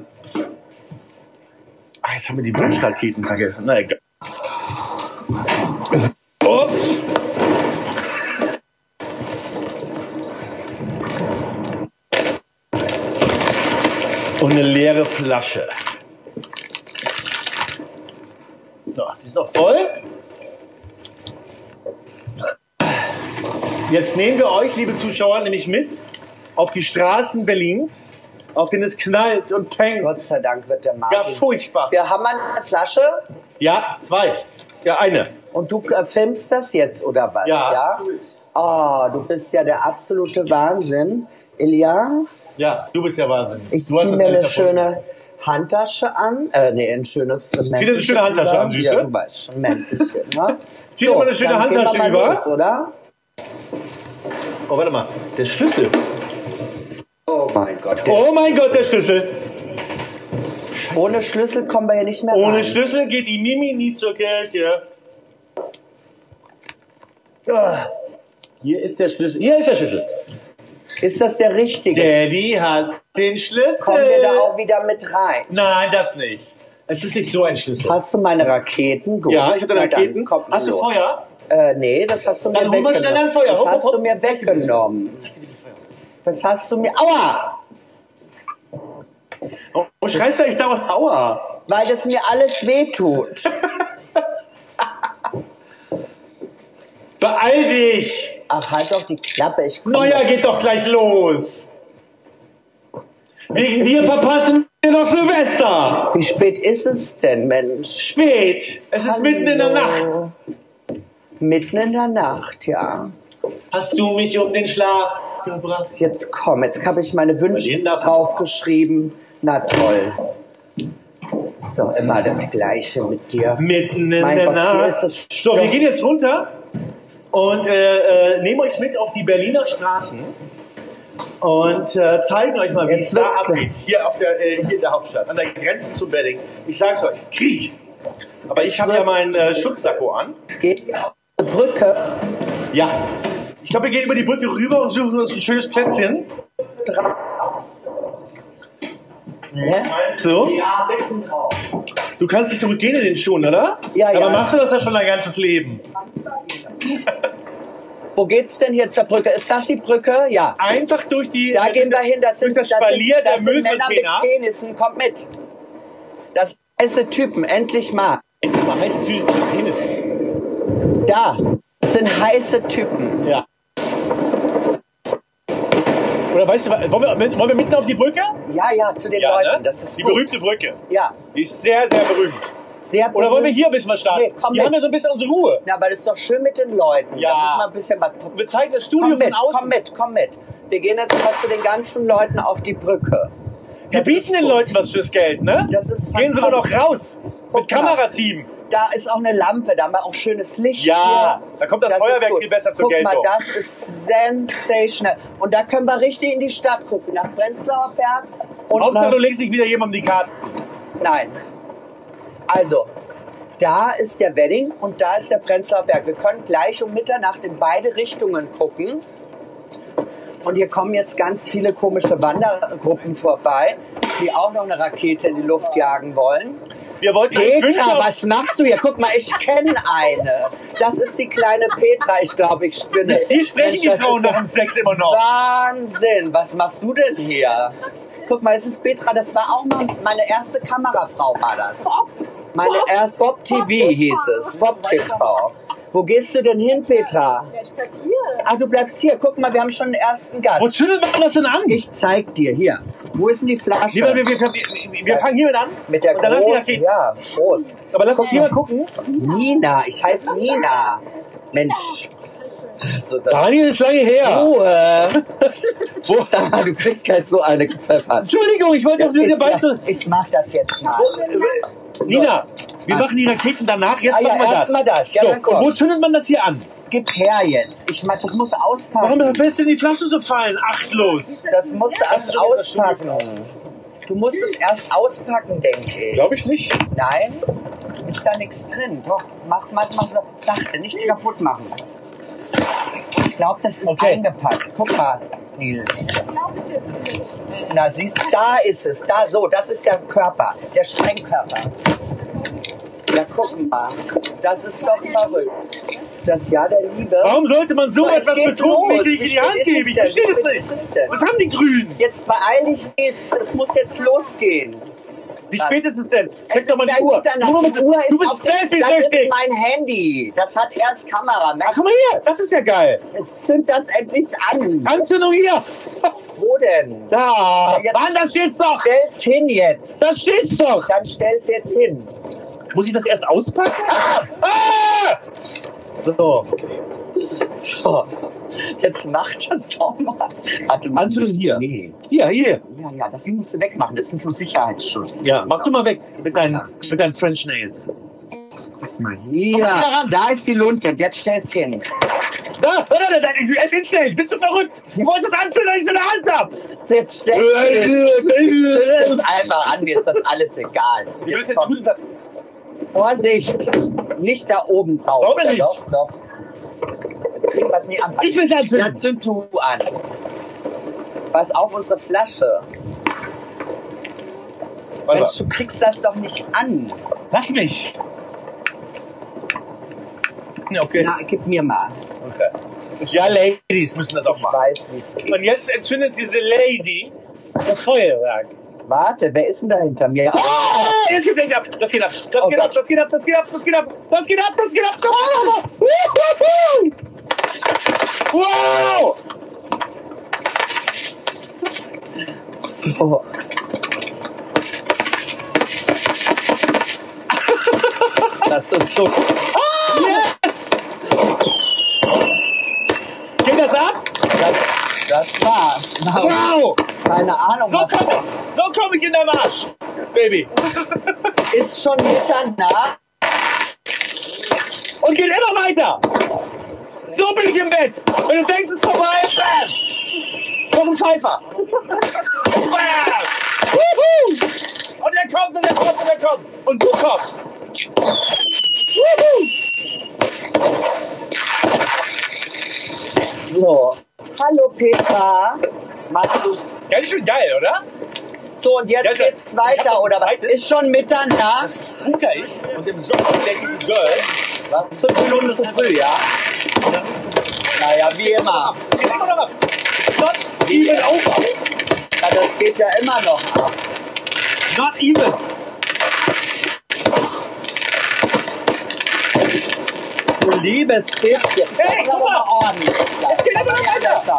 Speaker 9: jetzt haben wir die Wunschraketen vergessen. Na egal. Ups. Und eine leere Flasche. So, die ist noch voll. Jetzt nehmen wir euch, liebe Zuschauer, nämlich mit auf die Straßen Berlins, auf denen es knallt und
Speaker 2: Gott
Speaker 9: pengt.
Speaker 2: sei Dank wird der
Speaker 9: Ja,
Speaker 2: Martin.
Speaker 9: furchtbar.
Speaker 2: wir haben eine Flasche
Speaker 9: Ja, zwei. Ja, eine.
Speaker 2: und du äh, filmst das jetzt oder was?
Speaker 9: Ja.
Speaker 2: Ja. Oh, du bist ja der absolute Wahnsinn, Ilja.
Speaker 9: Ja, du bist ja Wahnsinn.
Speaker 2: Ich
Speaker 9: du hast
Speaker 2: ziehe
Speaker 9: das
Speaker 2: mir eine
Speaker 9: alles erfunden.
Speaker 2: schöne Handtasche an. Äh, nee, ein schönes Männchen.
Speaker 9: dir eine schöne Handtasche
Speaker 2: über.
Speaker 9: an, Süße.
Speaker 2: Ja, du weißt schon, Männchen, ne?
Speaker 9: Zieh doch mal eine schöne
Speaker 2: dann gehen wir
Speaker 9: Handtasche
Speaker 2: mal
Speaker 9: über.
Speaker 2: Los, oder?
Speaker 9: Oh, warte mal. Der Schlüssel.
Speaker 2: Oh mein Gott.
Speaker 9: Oh mein Gott, der Schlüssel.
Speaker 2: Ohne Schlüssel kommen wir hier nicht mehr
Speaker 9: Ohne
Speaker 2: rein.
Speaker 9: Schlüssel geht die Mimi nie zur Kirche. Ah, Hier ist der Schlüssel. Hier ist der Schlüssel.
Speaker 2: Ist das der richtige?
Speaker 9: Daddy hat den Schlüssel.
Speaker 2: Kommen wir da auch wieder mit rein?
Speaker 9: Nein, das nicht.
Speaker 1: Es ist nicht so ein Schlüssel.
Speaker 9: Hast du meine Raketen? Gut.
Speaker 1: ja, ich habe
Speaker 9: Na
Speaker 1: deine
Speaker 9: dann,
Speaker 1: Raketen.
Speaker 9: kommt
Speaker 1: Hast du
Speaker 9: los.
Speaker 1: Feuer?
Speaker 9: Äh, nee, das hast du mir
Speaker 1: Dann hol mal
Speaker 9: weggenommen.
Speaker 1: schnell ein Feuer.
Speaker 9: Das
Speaker 1: Hopp,
Speaker 9: hast
Speaker 1: hopp,
Speaker 9: du mir
Speaker 1: Zeig dir dieses
Speaker 9: weggenommen.
Speaker 1: Zeig dir dieses Feuer.
Speaker 9: Das hast du mir... Aua!
Speaker 1: Warum schreist du eigentlich dauernd Aua?
Speaker 9: Weil das mir alles wehtut.
Speaker 1: Beeil dich!
Speaker 9: Ach, halt doch die Klappe. Ich komm
Speaker 1: Neuer
Speaker 9: doch-
Speaker 1: geht doch gleich los! Wegen dir verpassen wir noch Silvester!
Speaker 9: Wie spät ist es denn, Mensch?
Speaker 1: Spät! Es ist mitten in der Nacht!
Speaker 9: Hallo. Mitten in der Nacht, ja.
Speaker 1: Hast du mich um den Schlaf gebracht?
Speaker 9: Jetzt komm, jetzt habe ich meine Wünsche
Speaker 1: Berlin darf-
Speaker 9: draufgeschrieben. Na toll. Es ist doch immer das Gleiche mit dir.
Speaker 1: Mitten in
Speaker 9: Mein
Speaker 1: der
Speaker 9: Gott, hier
Speaker 1: Nacht.
Speaker 9: ist es
Speaker 1: so, wir gehen jetzt runter und äh, äh, nehmen euch mit auf die Berliner Straßen und äh, zeigen euch mal, wie
Speaker 9: Jetzt
Speaker 1: es da
Speaker 9: wird's klar.
Speaker 1: abgeht. Hier, auf der, äh, hier in der Hauptstadt, an der Grenze zu Berlin. Ich sag's euch, Krieg! Aber ich habe ja meinen äh, Schutzsacko an.
Speaker 9: Geht auf die Brücke
Speaker 1: Ja. Ich glaube, wir gehen über die Brücke rüber und suchen uns ein schönes Plätzchen.
Speaker 9: Ne?
Speaker 1: Meinst du?
Speaker 9: Ja, mitten drauf.
Speaker 1: Du kannst nicht zurückgehen in den Schuhen, oder?
Speaker 9: Ja,
Speaker 1: Aber
Speaker 9: ja.
Speaker 1: machst du das ja schon dein ganzes Leben?
Speaker 9: Wo geht's denn hier zur Brücke? Ist das die Brücke? Ja.
Speaker 1: Einfach durch die.
Speaker 9: Da gehen wir hin. Das sind,
Speaker 1: durch das
Speaker 9: das sind,
Speaker 1: Spalier
Speaker 9: das
Speaker 1: der
Speaker 9: sind Männer mit
Speaker 1: Müllcontainer.
Speaker 9: Penissen. Kommt mit. Das heiße Typen, endlich mal.
Speaker 1: Endlich mal heiße Tüte zu Penis.
Speaker 9: Da. Das sind heiße Typen.
Speaker 1: Ja. Oder weißt du, wa- wollen wir, wollen wir mitten auf die Brücke?
Speaker 9: Ja, ja, zu den Leuten.
Speaker 1: ne?
Speaker 9: Das ist
Speaker 1: Die
Speaker 9: gut.
Speaker 1: berühmte Brücke.
Speaker 9: Ja,
Speaker 1: Die ist sehr, sehr berühmt.
Speaker 9: sehr
Speaker 1: Oder wollen wir
Speaker 9: berühmt.
Speaker 1: hier ein bisschen was starten?
Speaker 9: Nee, komm
Speaker 1: hier haben
Speaker 9: mit.
Speaker 1: wir so ein bisschen unsere Ruhe.
Speaker 9: Na, aber das ist doch schön mit den Leuten.
Speaker 1: Ja.
Speaker 9: Da müssen wir ein bisschen was.
Speaker 1: Wir zeigen das Studio
Speaker 9: Komm mit,
Speaker 1: von außen.
Speaker 9: komm mit, komm mit. Wir gehen jetzt mal zu den ganzen Leuten auf die Brücke.
Speaker 1: Wir
Speaker 9: Das
Speaker 1: bieten
Speaker 9: ist
Speaker 1: den
Speaker 9: gut.
Speaker 1: Leuten was fürs Geld, ne?
Speaker 9: Das ist
Speaker 1: Gehen Sie mal noch
Speaker 9: fantastisch.
Speaker 1: raus. Mit
Speaker 9: Guck mal.
Speaker 1: Kamerateam.
Speaker 9: Da ist auch eine Lampe, da haben wir auch schönes Licht.
Speaker 1: Ja,
Speaker 9: hier.
Speaker 1: da kommt das
Speaker 9: ist
Speaker 1: Feuerwerk
Speaker 9: gut.
Speaker 1: viel besser zur
Speaker 9: Guck
Speaker 1: Geltung.
Speaker 9: mal, das ist sensational. Und da können wir richtig in die Stadt gucken, nach Prenzlauer Berg. Und
Speaker 1: Hauptsache,
Speaker 9: nach-
Speaker 1: du legst nicht wieder jemandem die Karten.
Speaker 9: Nein. Also, da ist der Wedding und da ist der Prenzlauer Berg. Wir können gleich um Mitternacht in beide Richtungen gucken. Und hier kommen jetzt ganz viele komische Wandergruppen vorbei, die auch noch eine Rakete in die Luft jagen wollen.
Speaker 1: Wir wollten eigentlich Wünsche
Speaker 9: Petra,
Speaker 1: auf-
Speaker 9: was machst du hier? Guck mal, ich kenne eine. Das ist die kleine Petra, ich glaube, ich spinne.
Speaker 1: Hier sprechen
Speaker 9: Mensch,
Speaker 1: die
Speaker 9: das
Speaker 1: Frauen
Speaker 9: ist ja
Speaker 1: nach dem Sex immer noch.
Speaker 9: Wahnsinn, was machst du denn hier? Guck mal, es ist Petra, das war auch mal meine erste Kamerafrau war das. Meine erste Bob TV hieß es, Bob TV. Wo gehst du denn hin, Petra?
Speaker 10: ich bleib hier.
Speaker 9: Ach, du bleibst hier. Guck mal, wir haben schon den ersten
Speaker 1: Wo
Speaker 9: Gast.
Speaker 1: zündet man das denn an?
Speaker 9: Ich zeig dir hier. Wo ist denn die Flasche?
Speaker 1: Lieber, wir, wir, wir, wir fangen hiermit an.
Speaker 9: Mit der
Speaker 1: und dann lass die
Speaker 9: großen,
Speaker 1: Raketen.
Speaker 9: ja, groß.
Speaker 1: Aber lass uns hier mal gucken.
Speaker 9: Nina, ich heiße Nina. Mensch. So, Also das
Speaker 1: Daniel ist lange her.
Speaker 9: Ruhe. Sag mal, du kriegst gleich so eine Pfeffer.
Speaker 1: Entschuldigung, ich wollte doch nur dir
Speaker 9: Ich,
Speaker 1: beizun.
Speaker 9: sag, ich mach das jetzt mal.
Speaker 1: Nina, wir
Speaker 9: Ah.
Speaker 1: machen die Raketen danach. Jetzt
Speaker 9: Ah ja,
Speaker 1: machen wir
Speaker 9: erst
Speaker 1: das.
Speaker 9: mal das. Ja,
Speaker 1: so,
Speaker 9: dann komm.
Speaker 1: und wo zündet man das hier an?
Speaker 9: Gib her jetzt. Ich mach, das muss
Speaker 1: Warum
Speaker 9: auspacken.
Speaker 1: lässt denn die Flasche so fallen? Achtlos.
Speaker 9: Das muss
Speaker 1: Hast du
Speaker 9: erst
Speaker 1: doch das Studio
Speaker 9: auspacken. Du musst es erst auspacken, denke ich.
Speaker 1: Glaube ich nicht.
Speaker 9: Nein, ist da nichts drin. Doch, mach mal, mach sa- sachte, nichts kaputt machen. Ich glaube, das ist
Speaker 1: Okay.
Speaker 9: eingepackt. Guck mal, Nils. Na, siehst da ist es. Da, so, das ist der Körper, der Sprengkörper. Ja, guck mal. Das ist doch verrückt. Das Jahr der Liebe.
Speaker 1: Warum sollte man so,
Speaker 9: So, es
Speaker 1: etwas
Speaker 9: geht los.
Speaker 1: betrunken in
Speaker 9: Wie
Speaker 1: die Hand
Speaker 9: spät
Speaker 1: geben?
Speaker 9: ist
Speaker 1: Ich
Speaker 9: es denn?
Speaker 1: verstehe
Speaker 9: Wie
Speaker 1: das
Speaker 9: spät
Speaker 1: nicht.
Speaker 9: ist es denn?
Speaker 1: Was haben die Grünen?
Speaker 9: Jetzt beeil dich, Nils. Es muss jetzt losgehen.
Speaker 1: Wie spät ist es denn?
Speaker 9: Es
Speaker 1: Check doch mal
Speaker 9: ist
Speaker 1: die Uhr.
Speaker 9: gleich
Speaker 1: Du,
Speaker 9: Mitternacht. Die Uhr ist
Speaker 1: du
Speaker 9: auf
Speaker 1: bist
Speaker 9: dem- Das ist
Speaker 1: selfie-süchtig.
Speaker 9: mein Handy. Das hat erst Kamera.
Speaker 1: Ach,
Speaker 9: Mensch,
Speaker 1: guck Ah, mal hier. Das ist ja geil.
Speaker 9: Jetzt zünd das endlich an.
Speaker 1: Anzündung hier.
Speaker 9: Wo denn?
Speaker 1: Da.
Speaker 9: Jetzt-
Speaker 1: Mann, da steht's doch.
Speaker 9: Stell's hin jetzt.
Speaker 1: Da steht's doch.
Speaker 9: Dann stell's jetzt hin.
Speaker 1: Muss ich das erst auspacken? Ah!
Speaker 9: So. So. Jetzt mach das doch mal. Warte mal.
Speaker 1: Anzündung hier.
Speaker 9: Nee.
Speaker 1: Hier, hier.
Speaker 9: Ja, ja, das musst du wegmachen. Das ist ein Sicherheitsschutz.
Speaker 1: Ja, mach du mal weg mit deinen, mit deinen French Nails.
Speaker 9: Guck mal hier. Da ist die Lunte. Jetzt stell's hin.
Speaker 1: Da, hör da, da, ich esse jetzt schnell. Bist du verrückt? Du wolltest das anzünden, dass ich so eine Hand hab.
Speaker 9: Jetzt stell's hin. Zünd's
Speaker 1: Wir
Speaker 9: einfach an. Mir ist das alles egal.
Speaker 1: müssen
Speaker 9: Jetzt
Speaker 1: jetzt
Speaker 9: komm.
Speaker 1: guten Platz.
Speaker 9: Vorsicht! Nicht da oben drauf.
Speaker 1: Warum
Speaker 9: Ja,
Speaker 1: nicht?
Speaker 9: Doch, doch. Jetzt kriegen wir es nicht an.
Speaker 1: Ich will's
Speaker 9: Ja,
Speaker 1: anzünden.
Speaker 9: zünd du an. Pass auf unsere Flasche.
Speaker 10: Warte
Speaker 9: Mensch, du kriegst das doch nicht an.
Speaker 10: Lass mich. Ja, okay.
Speaker 9: Na, gib mir mal.
Speaker 10: okay. Ja, Ladies müssen das auch
Speaker 9: Ich
Speaker 10: machen.
Speaker 9: weiß, wie es geht.
Speaker 10: Und jetzt entzündet diese Lady das Feuerwerk.
Speaker 9: Warte, wer ist denn da hinter mir?
Speaker 10: Ah, jetzt geht's echt ab. Das geht ab. Das
Speaker 9: Oh
Speaker 10: geht ab. Das geht ab. Das geht ab. Das geht ab. Das geht ab. Das geht ab. Komm on, Wow!
Speaker 9: Oh, das ist so.
Speaker 10: Geht das ab?
Speaker 9: Das, das war's. Na,
Speaker 10: Wow!
Speaker 9: keine Ahnung,
Speaker 10: So
Speaker 9: was
Speaker 10: komm ich. So komm ich in deinem Arsch. Baby.
Speaker 9: ist schon Mitternacht.
Speaker 10: Und geht immer weiter. So bin ich im Bett. Wenn du denkst, es ist vorbei, bam. Komm ein Pfeifer. Bam. Wuhu. Und er kommt und er kommt und er kommt. Und du kommst. Wuhu.
Speaker 9: So. Hallo Petra. Machst du's?
Speaker 10: Ja, die ist schon geil, oder?
Speaker 9: So, und
Speaker 10: Ja,
Speaker 9: jetzt
Speaker 10: ich-
Speaker 9: geht's
Speaker 10: ich hab noch
Speaker 9: weiter,
Speaker 10: ein
Speaker 9: oder was?
Speaker 10: zweites.
Speaker 9: Ist schon Mitternacht.
Speaker 10: Zucker ich und im Sommer lächeln die Girl.
Speaker 9: Was? Fünf Minuten ist zu früh, ja? Naja, wie immer.
Speaker 10: Geht immer noch ab. Not even over.
Speaker 9: Na, das geht ja immer noch ab.
Speaker 10: Not even.
Speaker 9: Du liebes bisschen.
Speaker 10: Hey,
Speaker 9: das ist
Speaker 10: guck
Speaker 9: aber
Speaker 10: mal.
Speaker 9: mal ordentlich. Das
Speaker 10: geht aber noch weiter.
Speaker 9: besser.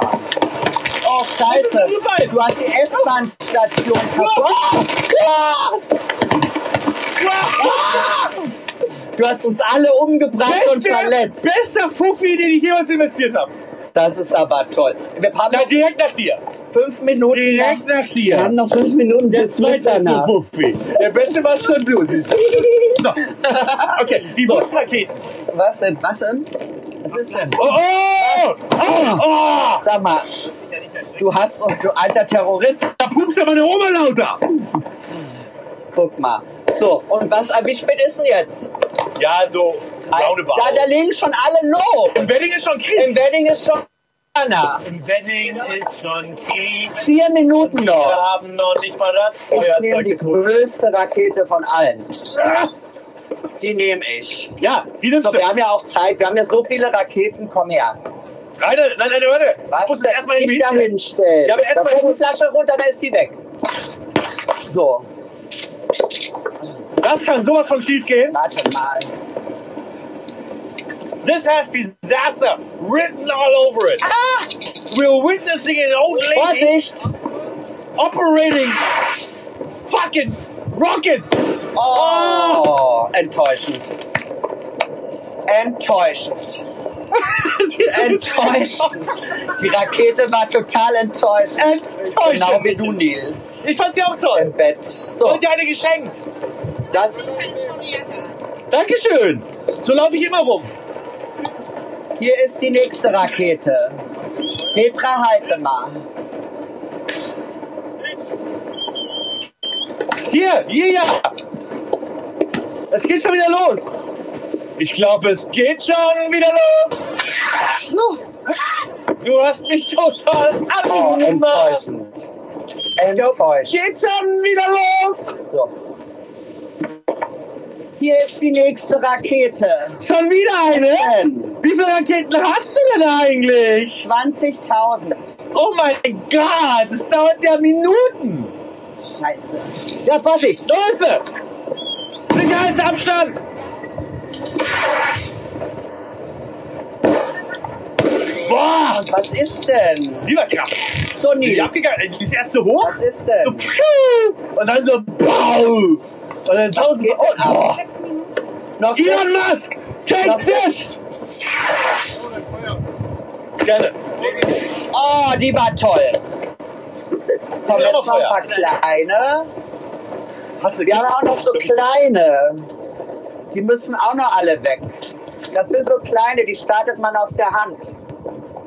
Speaker 9: Oh,
Speaker 10: Das
Speaker 9: scheiße.
Speaker 10: ist überall.
Speaker 9: Du hast die S-Bahn-Station kaputt. Du hast uns alle umgebracht und verletzt.
Speaker 10: bester Fuffi, den ich jemals investiert habe.
Speaker 9: Das ist aber toll. Wir haben
Speaker 10: Na,
Speaker 9: noch
Speaker 10: direkt nach dir.
Speaker 9: fünf Minuten.
Speaker 10: Direkt nach
Speaker 9: Wir
Speaker 10: dir.
Speaker 9: haben noch fünf Minuten
Speaker 10: Der
Speaker 9: bis
Speaker 10: zweite ist der
Speaker 9: Mitternacht.
Speaker 10: Fuffi. Der beste war schon du, siehst du. So. Okay, die Wunschraketen.
Speaker 9: Was denn? Was denn? Was ist denn?
Speaker 10: Oh, oh! Oh! oh.
Speaker 9: Sag mal, du hast und du alter Terrorist,
Speaker 10: Da pupst ja meine Oma lauter.
Speaker 9: guck mal. So, und was, äh, wie spät ist denn jetzt?
Speaker 10: Ja, so
Speaker 9: Da, da
Speaker 10: roundabout.
Speaker 9: liegen schon alle los.
Speaker 10: Im Wedding ist schon Krieg.
Speaker 9: Im Wedding ist schon einer.
Speaker 10: Im Wedding ist schon Krieg.
Speaker 9: Vier Minuten
Speaker 10: Wir
Speaker 9: noch.
Speaker 10: haben noch nicht mal das
Speaker 9: Ich nehme die
Speaker 10: Feuerzeug.
Speaker 9: größte Rakete von allen. Die nehme ich.
Speaker 10: Ja, die nimmst
Speaker 9: So,
Speaker 10: du.
Speaker 9: wir haben ja auch Zeit. Wir haben ja so viele Raketen. Komm her.
Speaker 10: Nein, nein, nein, warte. Ich muss das
Speaker 9: denn?
Speaker 10: erstmal
Speaker 9: nicht da
Speaker 10: hinstellen.
Speaker 9: hinstellen.
Speaker 10: Ja, aber erst
Speaker 9: da
Speaker 10: mal
Speaker 9: kommt die
Speaker 10: hin-
Speaker 9: Flasche runter, dann ist sie weg. So,
Speaker 10: Das kann sowas von schief gehen.
Speaker 9: warte mal.
Speaker 10: This has disaster written all over it.
Speaker 9: Ah!
Speaker 10: We're witnessing an old lady
Speaker 9: Vorsicht!
Speaker 10: operating fucking rockets. Ah!
Speaker 9: Oh, enttäuschend. Enttäuschend. Enttäuschend. Die Rakete war total enttäuscht.
Speaker 10: Enttäuschend.
Speaker 9: Genau wie du, Nils.
Speaker 10: Ich fand sie auch
Speaker 9: Im
Speaker 10: toll.
Speaker 9: Bett. So,
Speaker 10: Und dir eine geschenkt.
Speaker 9: das.
Speaker 10: Dankeschön. So laufe ich immer rum.
Speaker 9: Hier ist die nächste Rakete. Petra, halte mal.
Speaker 10: Hier, hier, ja. Es geht schon wieder los. Ich glaube, es geht schon wieder los. Du hast mich total
Speaker 9: Oh,
Speaker 10: abgemacht.
Speaker 9: enttäuschend. Enttäuschend.
Speaker 10: Geht schon wieder los.
Speaker 9: So. Hier ist die nächste Rakete.
Speaker 10: Schon wieder eine?
Speaker 9: Ähm,
Speaker 10: Wie viele Raketen hast du denn eigentlich?
Speaker 9: 20.000.
Speaker 10: Oh mein Gott, das dauert ja Minuten.
Speaker 9: Scheiße.
Speaker 10: Ja, Vorsicht. Leute! Sicherheitsabstand! Boah,
Speaker 9: Was ist denn?
Speaker 10: lieber Kraft.
Speaker 9: So,
Speaker 10: Die
Speaker 9: Nils.
Speaker 10: abgegangen, die erste hoch.
Speaker 9: Was ist denn?
Speaker 10: So, pfiuh, und dann so, bau. Und dann tausend.
Speaker 9: geht
Speaker 10: Oh,
Speaker 9: denn ab?
Speaker 10: boah.
Speaker 9: Noch
Speaker 10: Elon
Speaker 9: sechs-
Speaker 10: Musk, take
Speaker 9: Das-
Speaker 10: this! Gerne.
Speaker 9: Oh, die war toll.
Speaker 10: Ja,
Speaker 9: Komm, jetzt noch ein
Speaker 10: Feuer.
Speaker 9: paar kleine.
Speaker 10: Hast du
Speaker 9: Wir haben auch noch so kleine. Die müssen auch noch alle weg. Das sind so kleine, die startet man aus der Hand.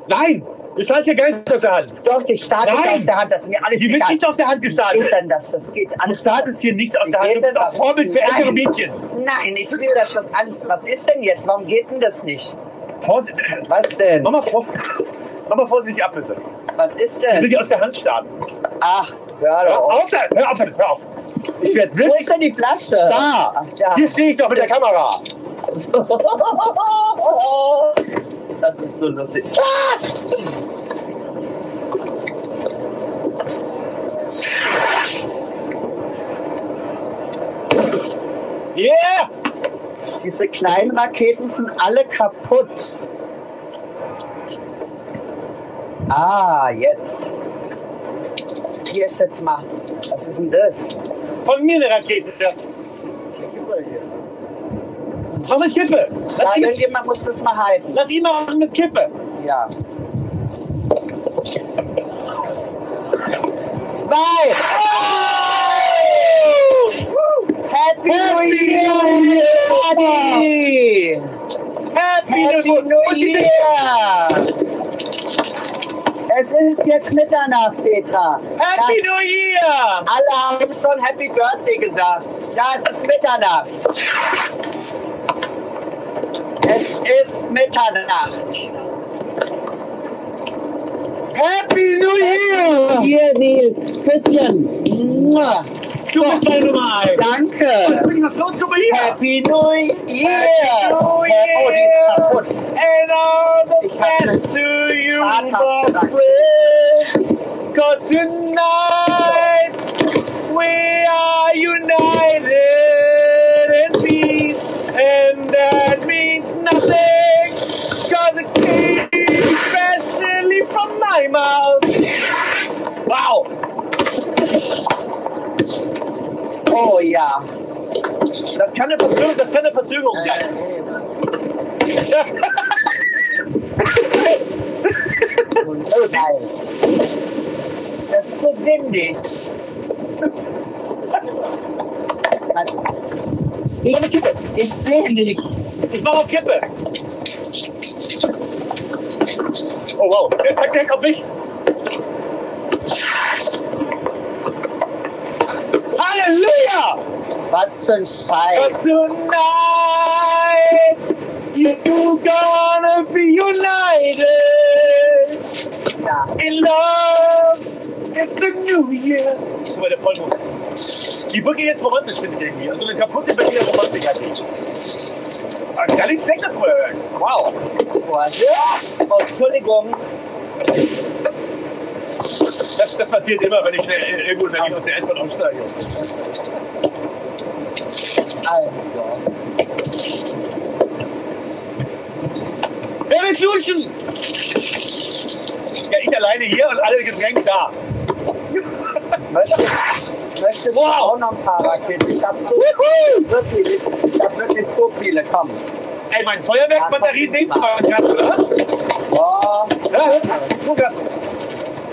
Speaker 10: Nein, das heißt ja gar nicht aus der Hand.
Speaker 9: Doch, die startet
Speaker 10: Nein!
Speaker 9: aus der Hand. Das sind ja alles
Speaker 10: Die wird
Speaker 9: egal.
Speaker 10: nicht aus der Hand
Speaker 9: Wie
Speaker 10: gestartet.
Speaker 9: geht denn das? Das geht
Speaker 10: Du
Speaker 9: alles.
Speaker 10: startest hier nicht aus
Speaker 9: Wie
Speaker 10: der Hand.
Speaker 9: geht
Speaker 10: Du bist
Speaker 9: denn
Speaker 10: auch
Speaker 9: das?
Speaker 10: Vorbild für
Speaker 9: Nein.
Speaker 10: ältere Mädchen.
Speaker 9: Nein, ich will, dass das alles. Was ist denn jetzt? Warum geht denn das nicht?
Speaker 10: Vorsicht.
Speaker 9: Was denn?
Speaker 10: Mach mal, vor Mach mal vorsichtig ab, bitte.
Speaker 9: Was ist
Speaker 10: Ich will
Speaker 9: denn?
Speaker 10: die aus der Hand starten.
Speaker 9: Ach, hör
Speaker 10: Hör
Speaker 9: doch.
Speaker 10: auf, da- hör auf, hör auf. Ich werde
Speaker 9: Wo ist
Speaker 10: blind.
Speaker 9: denn die Flasche?
Speaker 10: Da.
Speaker 9: Ach, da.
Speaker 10: Hier stehe ich doch mit der Kamera.
Speaker 9: Das ist so lustig.
Speaker 10: Yeah!
Speaker 9: Diese kleinen Raketen sind alle kaputt. Ah, jetzt. Hier ist jetzt mal. Was ist denn das?
Speaker 10: Von mir eine Rakete. Mach eine Kippe. Lass
Speaker 9: Da,
Speaker 10: ihn,
Speaker 9: irgendjemand muss das mal halten.
Speaker 10: lass ihn mal machen mit Kippe.
Speaker 9: Ja. Zwei! Happy, New Year, Buddy!
Speaker 10: Happy,
Speaker 9: Happy
Speaker 10: New
Speaker 9: New
Speaker 10: Year.
Speaker 9: Year! Es ist jetzt Mitternacht, Petra.
Speaker 10: Happy New Year.
Speaker 9: Ja, alle haben schon Happy Birthday gesagt. Ja, es ist Mitternacht. Es ist Mitternacht.
Speaker 10: Happy New Year.
Speaker 9: Hier, Nils, Küsschen. Mua.
Speaker 10: Du bist meine Nummer 1.
Speaker 9: Danke.
Speaker 10: Los, du hier.
Speaker 9: Happy New Year!
Speaker 10: New
Speaker 9: Oh, die ist
Speaker 10: Year.
Speaker 9: kaputt.
Speaker 10: And all the
Speaker 9: Ich hab
Speaker 10: best to you,
Speaker 9: Vater
Speaker 10: my
Speaker 9: gesagt.
Speaker 10: friend. Cause tonight we are united in peace. And that means nothing. Cause it came freshly from my mouth. Wow.
Speaker 9: Oh ja.
Speaker 10: Das kann eine Verzögerung, das kann eine Verzögerung sein.
Speaker 9: Äh, so ein Scheiß. Das ist so windig. Was? Ich, ich sehe nichts.
Speaker 10: Ich mach auf Kippe. Oh wow, jetzt zeigt direkt auf mich. Halleluja!
Speaker 9: Was für ein Scheiß.
Speaker 10: Cause tonight you gonna be united
Speaker 9: Ja.
Speaker 10: in love. It's a new year. Guck mal, der Vollmond. Die Brücke ist romantisch, finde ich irgendwie. Also eine kaputte Berliner Romantik hat die. Also gar nichts Schlechtes vorher. Wow.
Speaker 9: Vorsicht. Oh, Entschuldigung.
Speaker 10: Das, das passiert immer, wenn ich äh, irgendwo in Berlin aus der S-Bahn aussteige.
Speaker 9: Also.
Speaker 10: Wer will knutschen? Ja, ich alleine hier und alle Getränke da.
Speaker 9: Möchtest, möchtest du
Speaker 10: Wow.
Speaker 9: auch noch ein paar Raketen? Ich hab so wirklich, ich hab wirklich so viele. Komm.
Speaker 10: Ey, mein Feuerwerk, Batterien, Dings machen kannst, oder?
Speaker 9: Oh,
Speaker 10: Ja, hörst du? Guck das.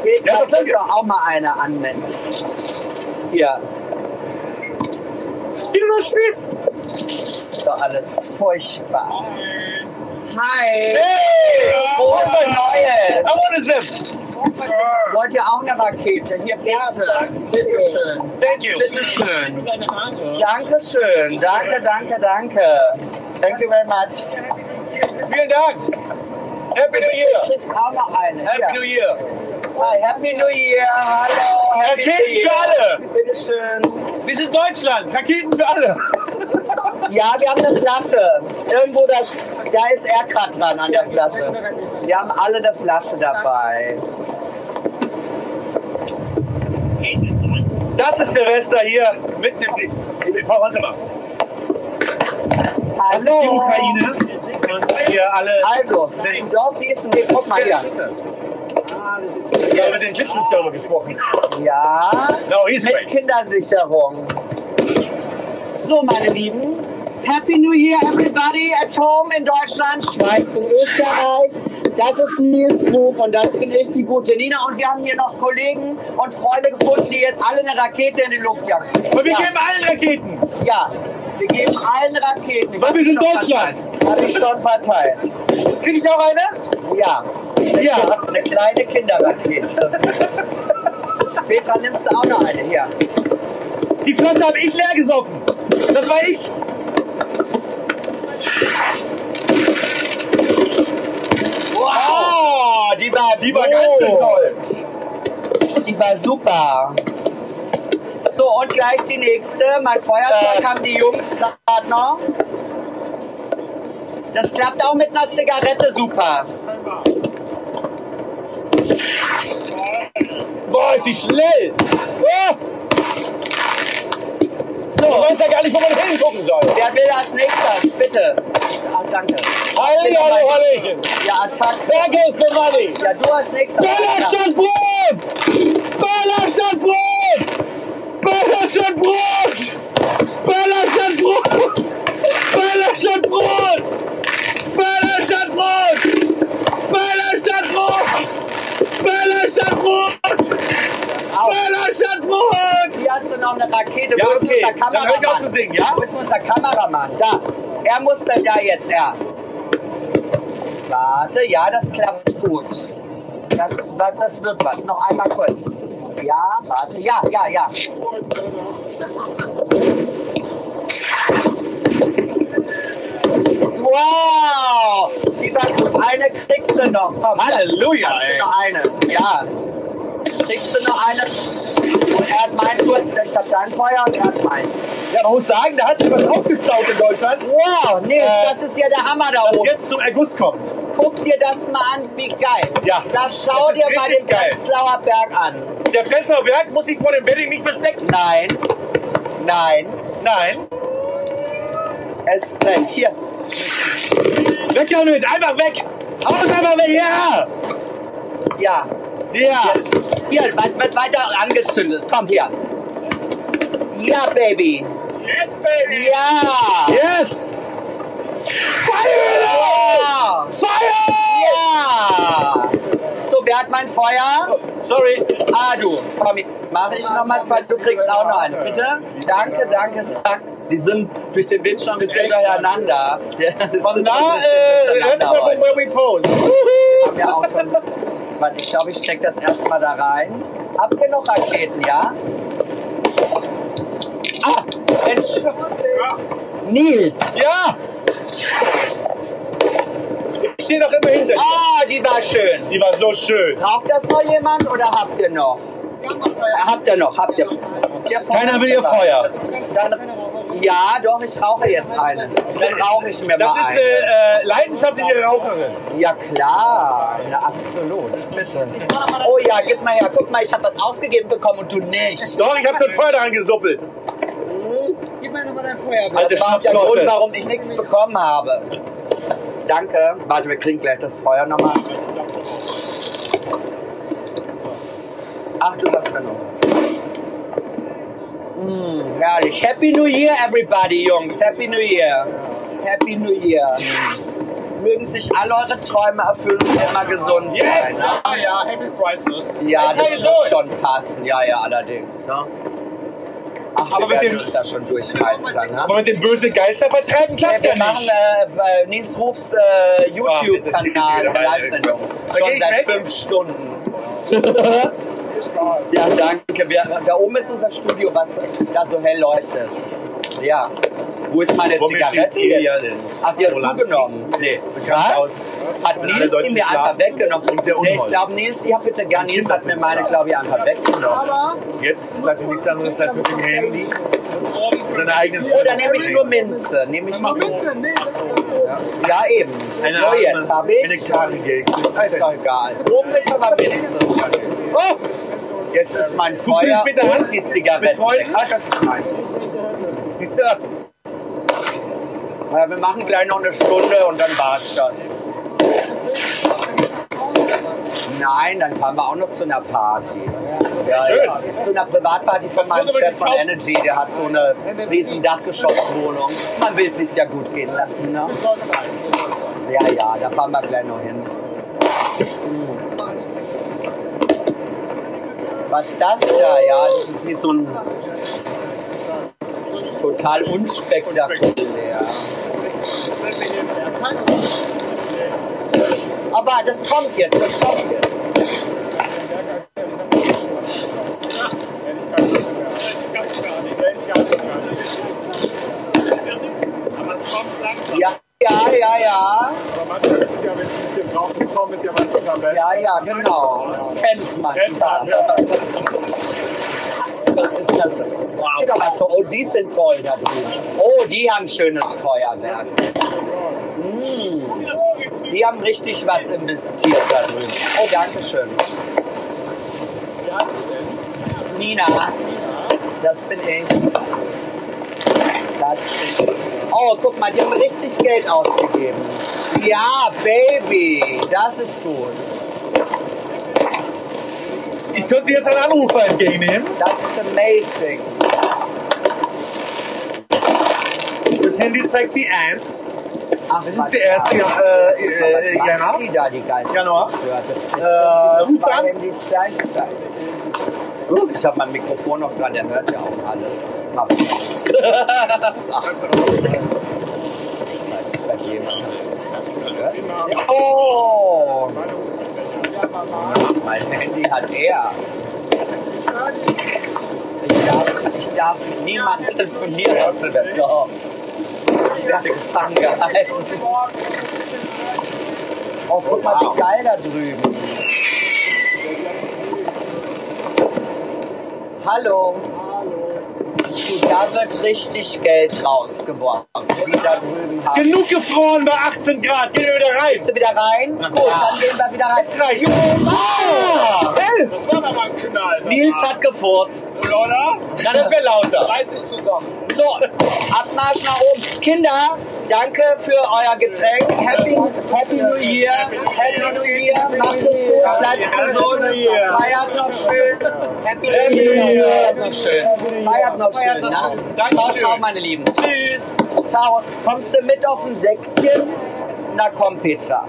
Speaker 9: geht
Speaker 10: Ja,
Speaker 9: ja,
Speaker 10: das
Speaker 9: das
Speaker 10: sind wir.
Speaker 9: doch auch mal eine an, Mensch. Hier,
Speaker 10: Wie du das spielst.
Speaker 9: ist doch alles furchtbar. Hi.
Speaker 10: Hey!
Speaker 9: Frohes Neues.
Speaker 10: I wanna zip.
Speaker 9: Wollt ihr auch eine Rakete? Hier, bitte. Bitteschön.
Speaker 10: Thank you.
Speaker 9: Bitteschön. Dankeschön. Danke, danke, danke. Thank you very much.
Speaker 10: Vielen Dank. Happy New
Speaker 9: Du
Speaker 10: Year.
Speaker 9: kriegst auch noch eine.
Speaker 10: Happy New
Speaker 9: Hier.
Speaker 10: Year.
Speaker 9: Hi, Happy New Year. Hallo. Happy
Speaker 10: Raketen
Speaker 9: New Year.
Speaker 10: für alle.
Speaker 9: Bitteschön.
Speaker 10: This is Deutschland. Raketen für alle.
Speaker 9: Ja, wir haben eine Flasche. Irgendwo das, da ist er gerade dran an der Flasche. Wir haben alle eine Flasche dabei.
Speaker 10: Das ist Silvester hier mitten im, im Voranzimmer. Das ist die
Speaker 9: Hallo.
Speaker 10: Ukraine. Und wir alle.
Speaker 9: Also, im Dorf, die ist ein Ding. Guck mal hier.
Speaker 10: Ich habe mit den Klitschens darüber gesprochen. Genau,
Speaker 9: Ja,
Speaker 10: No, he's
Speaker 9: mit
Speaker 10: great.
Speaker 9: Kindersicherung. So, meine Lieben. Happy New Year, everybody at home in Deutschland, Schweiz und Österreich. Das ist Nils Ruf und das bin ich, die gute Nina. Und wir haben hier noch Kollegen und Freunde gefunden, die jetzt alle eine Rakete in die Luft jagen.
Speaker 10: Und wir
Speaker 9: ja.
Speaker 10: geben allen Raketen.
Speaker 9: Ja, wir geben allen Raketen.
Speaker 10: Weil wir sind
Speaker 9: Hab ich schon
Speaker 10: Deutschland.
Speaker 9: verteilt. Hab ich schon verteilt.
Speaker 10: Krieg ich auch eine?
Speaker 9: Ja.
Speaker 10: Ja.
Speaker 9: Eine kleine Kinderrakete. Petra, nimmst du auch noch eine? Ja.
Speaker 10: Die Flasche habe ich leer gesoffen. Das war ich. Wow, Ah, die
Speaker 9: Oh.
Speaker 10: war, die war ganz schön toll.
Speaker 9: Die war super. So, und gleich die nächste. Mein Feuerzeug haben die Jungs gerade noch. Das klappt auch mit einer Zigarette super.
Speaker 10: Boah, ist sie schnell! Ah!
Speaker 9: So.
Speaker 10: Ich weiß ja gar nicht, wo man hingucken soll.
Speaker 9: Wer will als nächstes? Bitte. Ah, danke.
Speaker 10: Halli,
Speaker 9: Bitte,
Speaker 10: hallo,
Speaker 9: mein-
Speaker 10: Hallöchen.
Speaker 9: Ja, zack.
Speaker 10: Danke, ist der Manni.
Speaker 9: Ja, du als nächster.
Speaker 10: Ballerstadtbrot! Ballerstadtbrot! Ballerstadtbrot! Ballerstadtbrot! Ballerstadtbrot! Ballerstadtbrot! Ballerstadtbrot! Ballerstadtbrot! Ballerstadtbrot!
Speaker 9: Hier hast du noch eine Rakete.
Speaker 10: Ja,
Speaker 9: Wo ist
Speaker 10: okay.
Speaker 9: unser
Speaker 10: Dann
Speaker 9: Kameramann?
Speaker 10: hör ich auf zu singen, ja?
Speaker 9: Wo ist unser Kameramann? Da. Er muss denn da jetzt, er. Warte, ja, das klappt gut. Das, wa- das wird was. Noch einmal kurz. Ja, warte, ja, ja, ja. Wow! Lieber, eine kriegst du noch. Komm,
Speaker 10: Halleluja,
Speaker 9: hast du
Speaker 10: ey.
Speaker 9: noch eine. Ja. Kriegst du noch eine? Und er hat meinen kurz, ich hab dein Feuer und er hat meins.
Speaker 10: Ja, man muss sagen, da hat sich was aufgestaut in Deutschland.
Speaker 9: Wow, Nils,
Speaker 10: Äh,
Speaker 9: das ist ja der Hammer da
Speaker 10: Was
Speaker 9: oben.
Speaker 10: jetzt zum Erguss kommt.
Speaker 9: Guck dir das mal an, wie geil.
Speaker 10: Ja,
Speaker 9: Das schau
Speaker 10: das ist
Speaker 9: dir mal
Speaker 10: richtig
Speaker 9: den
Speaker 10: geil.
Speaker 9: Prenzlauer Berg an.
Speaker 10: Der Prenzlauer Berg muss sich vor dem Wedding nicht verstecken.
Speaker 9: Nein, nein,
Speaker 10: Nein.
Speaker 9: es brennt. Hier,
Speaker 10: Weg damit, einfach weg! Haus einfach weg, ja!
Speaker 9: ja.
Speaker 10: Ja!
Speaker 9: Jetzt. Hier, wird, wird weiter angezündet. Kommt hier. Ja, Baby.
Speaker 10: Yes, baby!
Speaker 9: Ja.
Speaker 10: Yes! Feuer!
Speaker 9: Ja.
Speaker 10: Feuer!
Speaker 9: ja. So, wer hat mein Feuer?
Speaker 10: Sorry.
Speaker 9: Ah, du. Komm, mach ich nochmal zwei. Du kriegst auch noch einen. Bitte? Danke, danke, danke. Die sind durch den Wind schon ein bisschen durcheinander. Ja, das
Speaker 10: Von
Speaker 9: sind
Speaker 10: da,
Speaker 9: schon ein bisschen
Speaker 10: äh, letztes
Speaker 9: durcheinander
Speaker 10: Mal
Speaker 9: heute.
Speaker 10: von Where We Pose.
Speaker 9: haben ja auch schon. Warte, ich glaube, ich stecke das erstmal da rein. Habt ihr noch Raketen, ja? Ah, Entschuldigung. Nils.
Speaker 10: Ja! Ich stehe doch immer hinter dir.
Speaker 9: Ah, die war schön.
Speaker 10: Die war so schön.
Speaker 9: Braucht das noch jemand oder habt ihr noch? Habt ihr noch, habt ihr. habt ihr Feuer?
Speaker 10: Keiner will ihr Feuer.
Speaker 9: Dann, ja, doch, ich rauche jetzt einen. Dann rauche ich mir
Speaker 10: Das
Speaker 9: mal
Speaker 10: ist eine
Speaker 9: einen.
Speaker 10: äh, leidenschaftliche Raucherin.
Speaker 9: Ja klar, na absolut. Bitte. Oh ja, gib mal her, guck mal, ich habe was ausgegeben bekommen und du nicht.
Speaker 10: Doch, ich habe schon Feuer daran gesuppelt.
Speaker 9: Gib mir nochmal dein Feuer.
Speaker 10: Alte
Speaker 9: Das war auch der
Speaker 10: Schnapsflosse.
Speaker 9: Grund, warum ich nichts bekommen habe. Danke. Warte, wir kriegen gleich das Feuer nochmal. Ach du was für Mm, herrlich. Happy New Year, everybody, Jungs. Happy New Year. Happy New Year. Mögen sich all eure Träume erfüllen und immer gesund sein. ne?
Speaker 10: Ah ja, Happy Prices.
Speaker 9: Ja, das
Speaker 10: Erzähl
Speaker 9: wird
Speaker 10: durch.
Speaker 9: schon passen. Ja, ja, allerdings. Ne? Ach,
Speaker 10: Aber
Speaker 9: aber
Speaker 10: mit
Speaker 9: wir
Speaker 10: dem-
Speaker 9: werden uns da schon durchmeistern. Ne?
Speaker 10: Aber mit dem bösen Geister vertreiben
Speaker 9: Ja,
Speaker 10: klappt ja
Speaker 9: wir
Speaker 10: nicht.
Speaker 9: machen äh, äh, Nils Rufs äh, YouTube-Kanal,
Speaker 10: Ah,
Speaker 9: eine
Speaker 10: bitte, zieh dich wieder
Speaker 9: Live-Sendung.
Speaker 10: rein,
Speaker 9: Schon
Speaker 10: geh ich
Speaker 9: seit
Speaker 10: weg?
Speaker 9: fünf Stunden. ja, danke. Wir, da oben ist unser Studio, was da so hell leuchtet. Ja. Wo ist meine
Speaker 10: Vor mir
Speaker 9: Zigarette
Speaker 10: steht
Speaker 9: jetzt?
Speaker 10: Elias
Speaker 9: Ach, die hast du
Speaker 10: Rolanski.
Speaker 9: genommen? Nee.
Speaker 10: Bekannt
Speaker 9: Was?
Speaker 10: aus-
Speaker 9: Hat
Speaker 10: von alle
Speaker 9: Nils die
Speaker 10: deutschen
Speaker 9: mir einfach
Speaker 10: Schlafen.
Speaker 9: weggenommen?
Speaker 10: Und der
Speaker 9: Nee, ich
Speaker 10: Unhold.
Speaker 9: glaube, Nils, die habt bitte gar Nils hat mir meine, glaube ich, einfach weggenommen.
Speaker 10: Jetzt sagt sie nichts anderes als mit dem Handy. Seine eigenen
Speaker 9: Oh, dann nehme ich nur Minze. Nehme ich nur Minze. Ja, eben.
Speaker 10: Eine
Speaker 9: so,
Speaker 10: Arme,
Speaker 9: jetzt habe
Speaker 10: Eine
Speaker 9: ich.
Speaker 10: klare
Speaker 9: Ist doch
Speaker 10: Gag.
Speaker 9: egal. Oben ist aber Minze. Oh! Jetzt ist mein
Speaker 10: Guckst du dich
Speaker 9: Feuer
Speaker 10: später an?
Speaker 9: und die Zigarette.
Speaker 10: Mit Freunden?
Speaker 9: Ah, das ist meins. Ja. Ja, wir machen gleich noch eine Stunde und dann war's das. Nein, dann fahren wir auch noch zu einer Party. Ja,
Speaker 10: Schön.
Speaker 9: Ja. Zu einer Privatparty von meinem
Speaker 10: wurde
Speaker 9: Chef von
Speaker 10: gekauft?
Speaker 9: Energy. Der hat so eine riesen Dachgeschosswohnung. Man will es sich ja gut gehen lassen, ne? Ja, ja, da fahren wir gleich noch hin. Was ist das da? Ja, das ist wie so ein total unspektakulär. Aber das kommt jetzt, das kommt jetzt. Ja, ja, ja, ja. Ja, ja, genau. Kennt man.
Speaker 10: Kennt man, ja.
Speaker 9: Wow. Oh, die sind toll da drüben. Oh, die haben schönes Feuerwerk. Mm. Die haben richtig was investiert da drüben. Oh, danke schön. Wie heißt du denn? Nina. Das bin ich. Das bin ich. Oh, guck mal, die haben richtig Geld ausgegeben. Ja, Baby, das ist gut.
Speaker 11: Ich könnte jetzt einen Anrufer entgegennehmen.
Speaker 9: Das ist amazing.
Speaker 11: Das Handy zeigt die Ants.
Speaker 9: Ach,
Speaker 11: Das ist der erste Ja- äh, äh, Januar.
Speaker 9: Wieder die Geister.
Speaker 11: Januar.
Speaker 9: Äh,
Speaker 11: rufst du an?
Speaker 9: Handys gleichzeitig. Uff, Ich hab mein Mikrofon noch dran, der hört ja auch alles. Mach ich nicht. Ach, was ist bei dir? Hörst? Oh! Mein Handy hat er. Ich darf, ich darf mit niemandem telefonieren aus dem Wettbewerb. Ich werde gefangen gehalten. Oh, guck mal, wie geil da drüben. Hallo. Du, Da wird richtig Geld rausgeworfen. Wie da drüben haben.
Speaker 11: Genug gefroren bei 18 Grad. Gehen wir wieder rein.
Speaker 9: Gehst du wieder rein? Gut, dann gehen wir wieder rein.
Speaker 11: Jetzt gleich. Ah! Hey.
Speaker 10: Das war aber ein Knall.
Speaker 9: Nils hat gefurzt.
Speaker 10: Oder?
Speaker 9: Na, das wäre lauter.
Speaker 10: 30 zusammen.
Speaker 9: So, Abmarsch nach oben. Kinder, danke für euer Getränk. Happy, happy New Year. Happy New Year. Macht es gut. Bleibt gesund. Feiert noch schön. Happy, New Year. Feiert noch schön. ne? Ciao, ciao, meine Lieben. Tschüss. Ciao. Kommst du mit auf ein Sektchen? Na komm, Petra.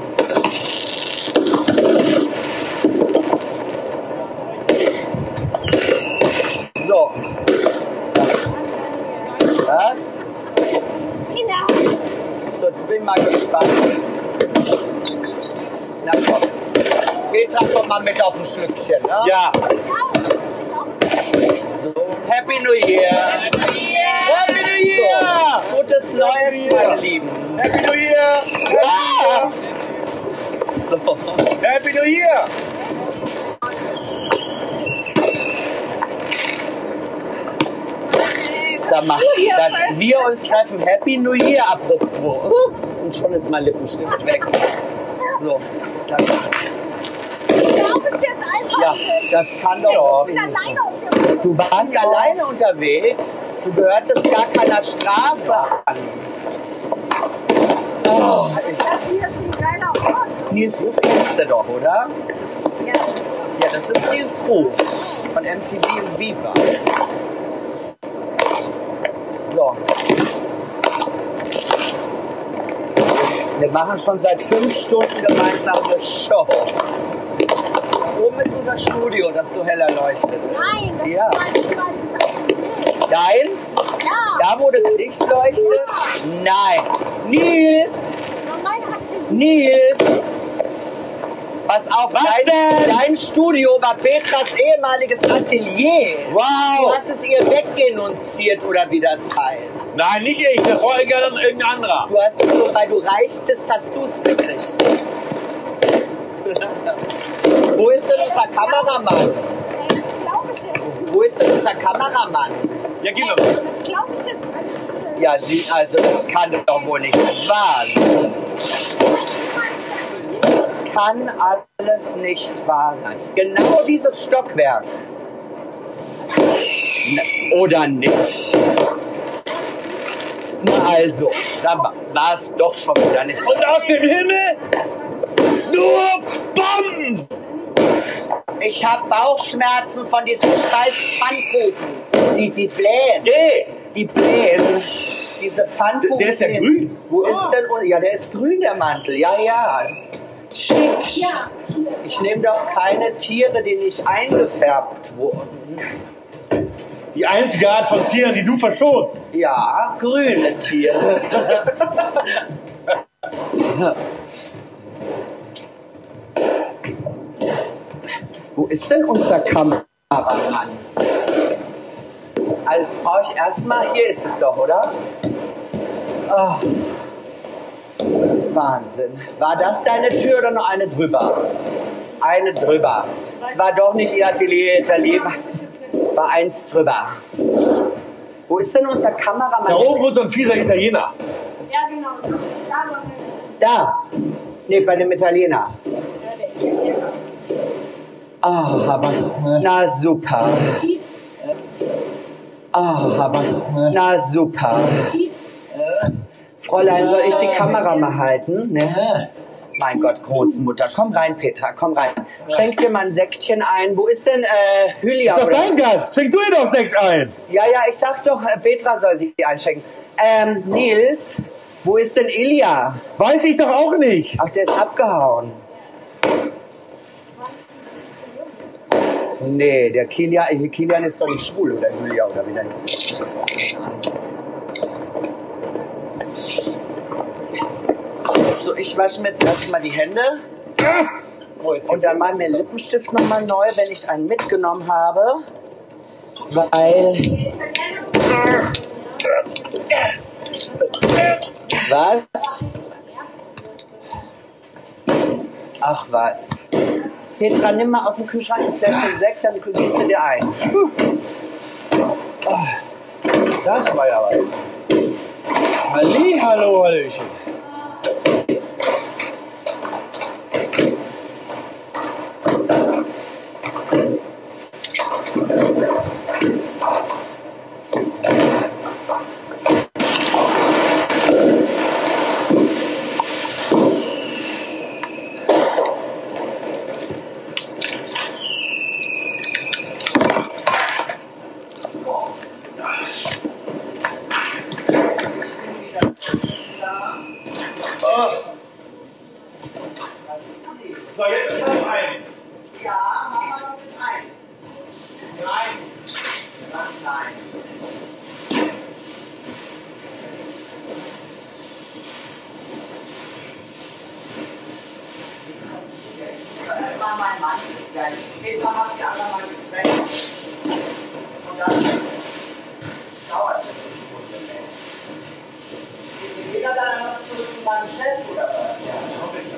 Speaker 9: So. Was? So, jetzt bin ich mal gespannt. Na komm. Petra, komm mal mit auf ein Schlückchen, ne?
Speaker 11: Ja.
Speaker 9: Happy New Year! Happy New Year! So, gutes Neues, meine Lieben.
Speaker 11: Happy New Year. Ah!
Speaker 9: So.
Speaker 11: Happy New Year.
Speaker 9: Sag mal, dass wir uns treffen. Happy New Year, apropos. Uh, Und schon ist mein Lippenstift weg. So, danke. Ja, das kann doch nicht sein. Du warst alleine unterwegs. Du gehörtest gar keiner Straße an. Oh, ist, Nils Ruf kennst du doch, oder? Ja, das ist Nils Ruf von MTV und Viva. So. Wir machen schon seit fünf Stunden gemeinsam eine Show. Da oben ist unser Studio, das so heller leuchtet.
Speaker 12: Nein, das
Speaker 9: Ja.
Speaker 12: ist mein ehemaliges Atelier.
Speaker 9: Deins?
Speaker 12: Ja,
Speaker 9: Da, wo das Licht leuchtet? Nein. Nils!
Speaker 12: das mein Atelier.
Speaker 9: Nils! Pass auf, dein, dein Studio war Petras ehemaliges Atelier. Du
Speaker 11: Wow.
Speaker 9: hast es ihr weggenunziert, oder wie das heißt.
Speaker 11: Nein, nicht ich. Das war irgendein irgendein anderer.
Speaker 9: Du hast es so, weil du reich bist, hast du es gekriegt. Wo ist denn unser Kameramann?
Speaker 12: Ey, das glaube ich jetzt.
Speaker 9: Wo ist denn unser Kameramann?
Speaker 11: Ja, gib
Speaker 12: Ey,
Speaker 11: mir.
Speaker 12: das glaube ich jetzt alles nicht.
Speaker 9: Ja, sie, also das kann doch wohl nicht wahr sein. Das kann alles nicht wahr sein. Genau dieses Stockwerk. N- Oder nicht? Na also, sag mal, war es doch schon wieder nicht.
Speaker 11: Und aus dem Himmel nur Bomben.
Speaker 9: Ich habe Bauchschmerzen von diesem scheiß Pfannkuchen. Die, die blähen.
Speaker 11: Geh.
Speaker 9: Die blähen. Diese Pfannkuchen.
Speaker 11: Der ist ja
Speaker 9: die-
Speaker 11: grün.
Speaker 9: Wo
Speaker 12: Ah.
Speaker 9: ist denn. un- Ja, der ist grün, der Mantel. Ja, ja. Schick.
Speaker 12: Ja, hier.
Speaker 9: Ich nehme doch keine Tiere, die nicht eingefärbt wurden.
Speaker 11: Die einzige Art von Tieren, die du verschonst.
Speaker 9: Ja, grüne Tiere. Wo ist denn unser Kameramann? Also jetzt brauche ich erstmal, hier ist es doch, oder? Ah. Wahnsinn. War das deine Tür oder noch eine drüber? Eine drüber. Es war doch nicht ihr Atelier, Atelier. aber eins drüber. Wo ist denn unser Kameramann?
Speaker 10: Da oben wohnt so ein fieser Italiener.
Speaker 9: Ja, genau. Da. Nee, bei dem Italiener. Ah, aber. Na super. Ah, aber. Na super. Fräulein, soll ich die Kamera mal halten? Ne? Mein Gott, Großmutter. Komm rein, Petra, komm rein. Schenk dir mal ein Sektchen ein. Wo ist denn äh, Hülya?
Speaker 10: Ist doch
Speaker 9: oder-
Speaker 10: dein Gast. Schenk du ihr doch Sekt ein.
Speaker 9: Ja, ja, ich sag doch, äh, Petra soll sich die einschenken. Ähm, Nils, wo ist denn Ilja? Weiß ich doch auch nicht. Ach, der ist abgehauen. Nee, der Kilian, äh, Kilian ist doch nicht schwul, oder Julia, oder wie das ist. So, ich wasche mir jetzt erstmal die Hände. Und dann mal mir einen Lippenstift nochmal neu, wenn ich einen mitgenommen habe. Weil. Was? Ach was. Petra, nimm mal aus dem Kühlschrank ein Fläschchen Sekt, dann gießt du dir ein. Puh. Ah, Das war ja was.
Speaker 10: Halli, hallo, hallöchen.
Speaker 11: So, jetzt ist noch eins.
Speaker 9: Das war mein Mann. Jetzt haben die anderen mal getrennt. Und dann dauert es eine Sekunde. Jeder dann einfach zu, zu meinem Chef oder was? Ja, schau bitte.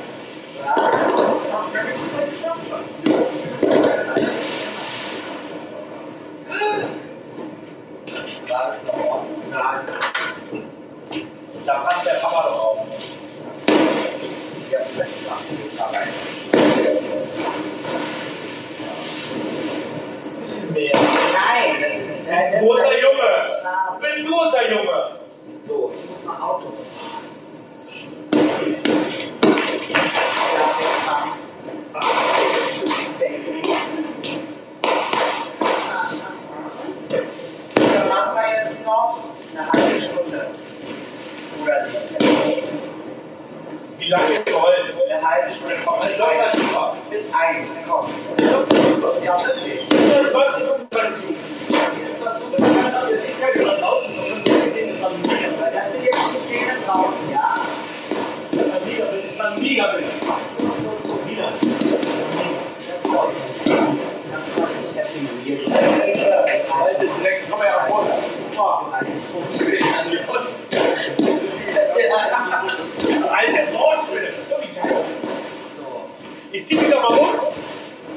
Speaker 10: Da passt der Papa doch auf.
Speaker 9: Nein, das ist ein
Speaker 10: großer Junge. Ich bin ein großer Junge.
Speaker 9: So, ich muss mal Auto. Dann machen wir jetzt noch eine halbe Stunde. Oder nicht mehr. Wie lange wollen? Eine halbe Stunde. Komm, bis eins. Bis eins, komm. Ja, wirklich.
Speaker 10: 20 Minuten beim Zug. Das kann doch nicht keiner da draußen, sondern wir sehen es am Meer.
Speaker 9: Das sind jetzt die Szenen draußen, ja?
Speaker 10: Das ist ein Megabild, das ist ein Megabild. Wieder. Weißt du, Drex, komm her, komm her. Alter Wortschwille, komm ich kann. Ich zieh mich doch mal um.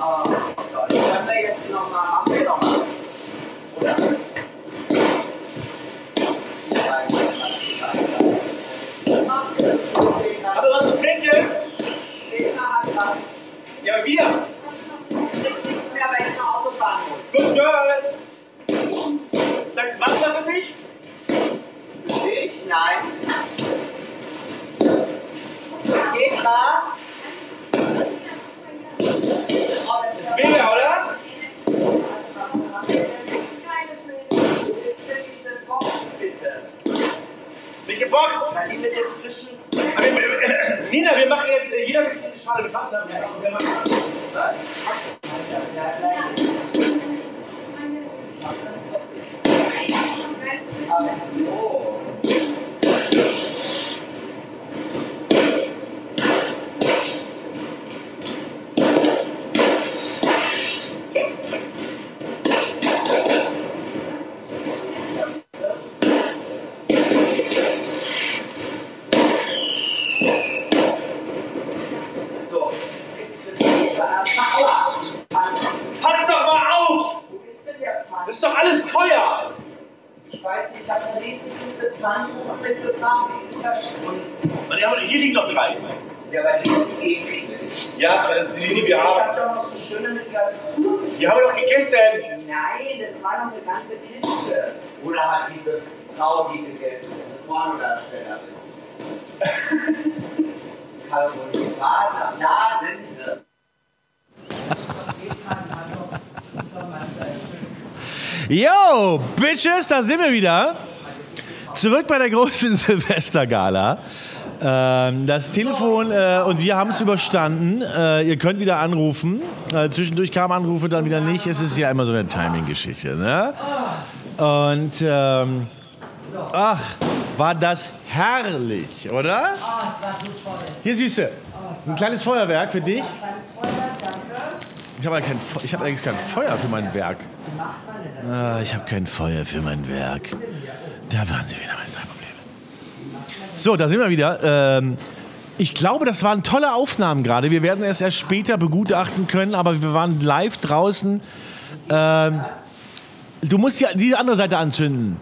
Speaker 9: Oh Gott, können wir jetzt nochmal, machen wir nochmal. Oder?
Speaker 10: Habt ihr was zu trinken? Ja, wir.
Speaker 9: Nichts mehr, weil ich noch Auto fahren muss.
Speaker 10: Good girl. Sagt Wasser für dich?
Speaker 9: Ich? Nein. Petra? Oh,
Speaker 10: Ist mega, oder? Welche Box?
Speaker 9: Na, die mit den frischen.
Speaker 10: Aber wir- wir- Nina, wir machen jetzt, äh, jeder mit sich eine Schale mit Wasser. Wir machen- wir machen-
Speaker 9: Was? Ach so. So, jetzt wird die Petra erstmal. Aua!
Speaker 10: Pass doch mal auf!
Speaker 9: Wo ist denn der Pfand?
Speaker 10: Das ist
Speaker 9: diese Sandung mitgebracht, die ist verschwunden.
Speaker 13: Und die haben- hier liegen noch drei.
Speaker 9: Ja, aber die sind eklig.
Speaker 13: Ja, aber das sind die, die wir
Speaker 9: Ich hab
Speaker 13: haben.
Speaker 9: doch noch so schöne mit Glasur.
Speaker 13: Die haben wir doch gegessen.
Speaker 9: Nein, das war noch eine ganze Kiste. Oder hat diese Frau die gegessen, diese Pornodarstellerin? Caroline Spaß, da sind sie.
Speaker 1: Yo, Bitches, da sind wir wieder. Zurück bei der großen Silvestergala. Ähm, das Telefon äh, und wir haben es überstanden. Äh, ihr könnt wieder anrufen. Äh, zwischendurch kamen Anrufe, dann wieder nicht. Es ist ja immer so eine Timing-Geschichte. Ne? Und ähm, ach, war das herrlich, oder?
Speaker 9: Oh, es war so toll.
Speaker 1: Hier, Süße, ein kleines Feuerwerk für dich.
Speaker 9: Kleines Feuer, danke.
Speaker 1: Ich habe kein, Fe- ich hab eigentlich kein Feuer für mein Werk. Ah, ich habe kein Feuer für mein Werk. Da waren sie wieder, meine drei Probleme. So, da sind wir wieder. Ähm, ich glaube, das waren tolle Aufnahmen gerade. Wir werden es erst später begutachten können, aber wir waren live draußen. Ähm, du musst ja die andere Seite anzünden.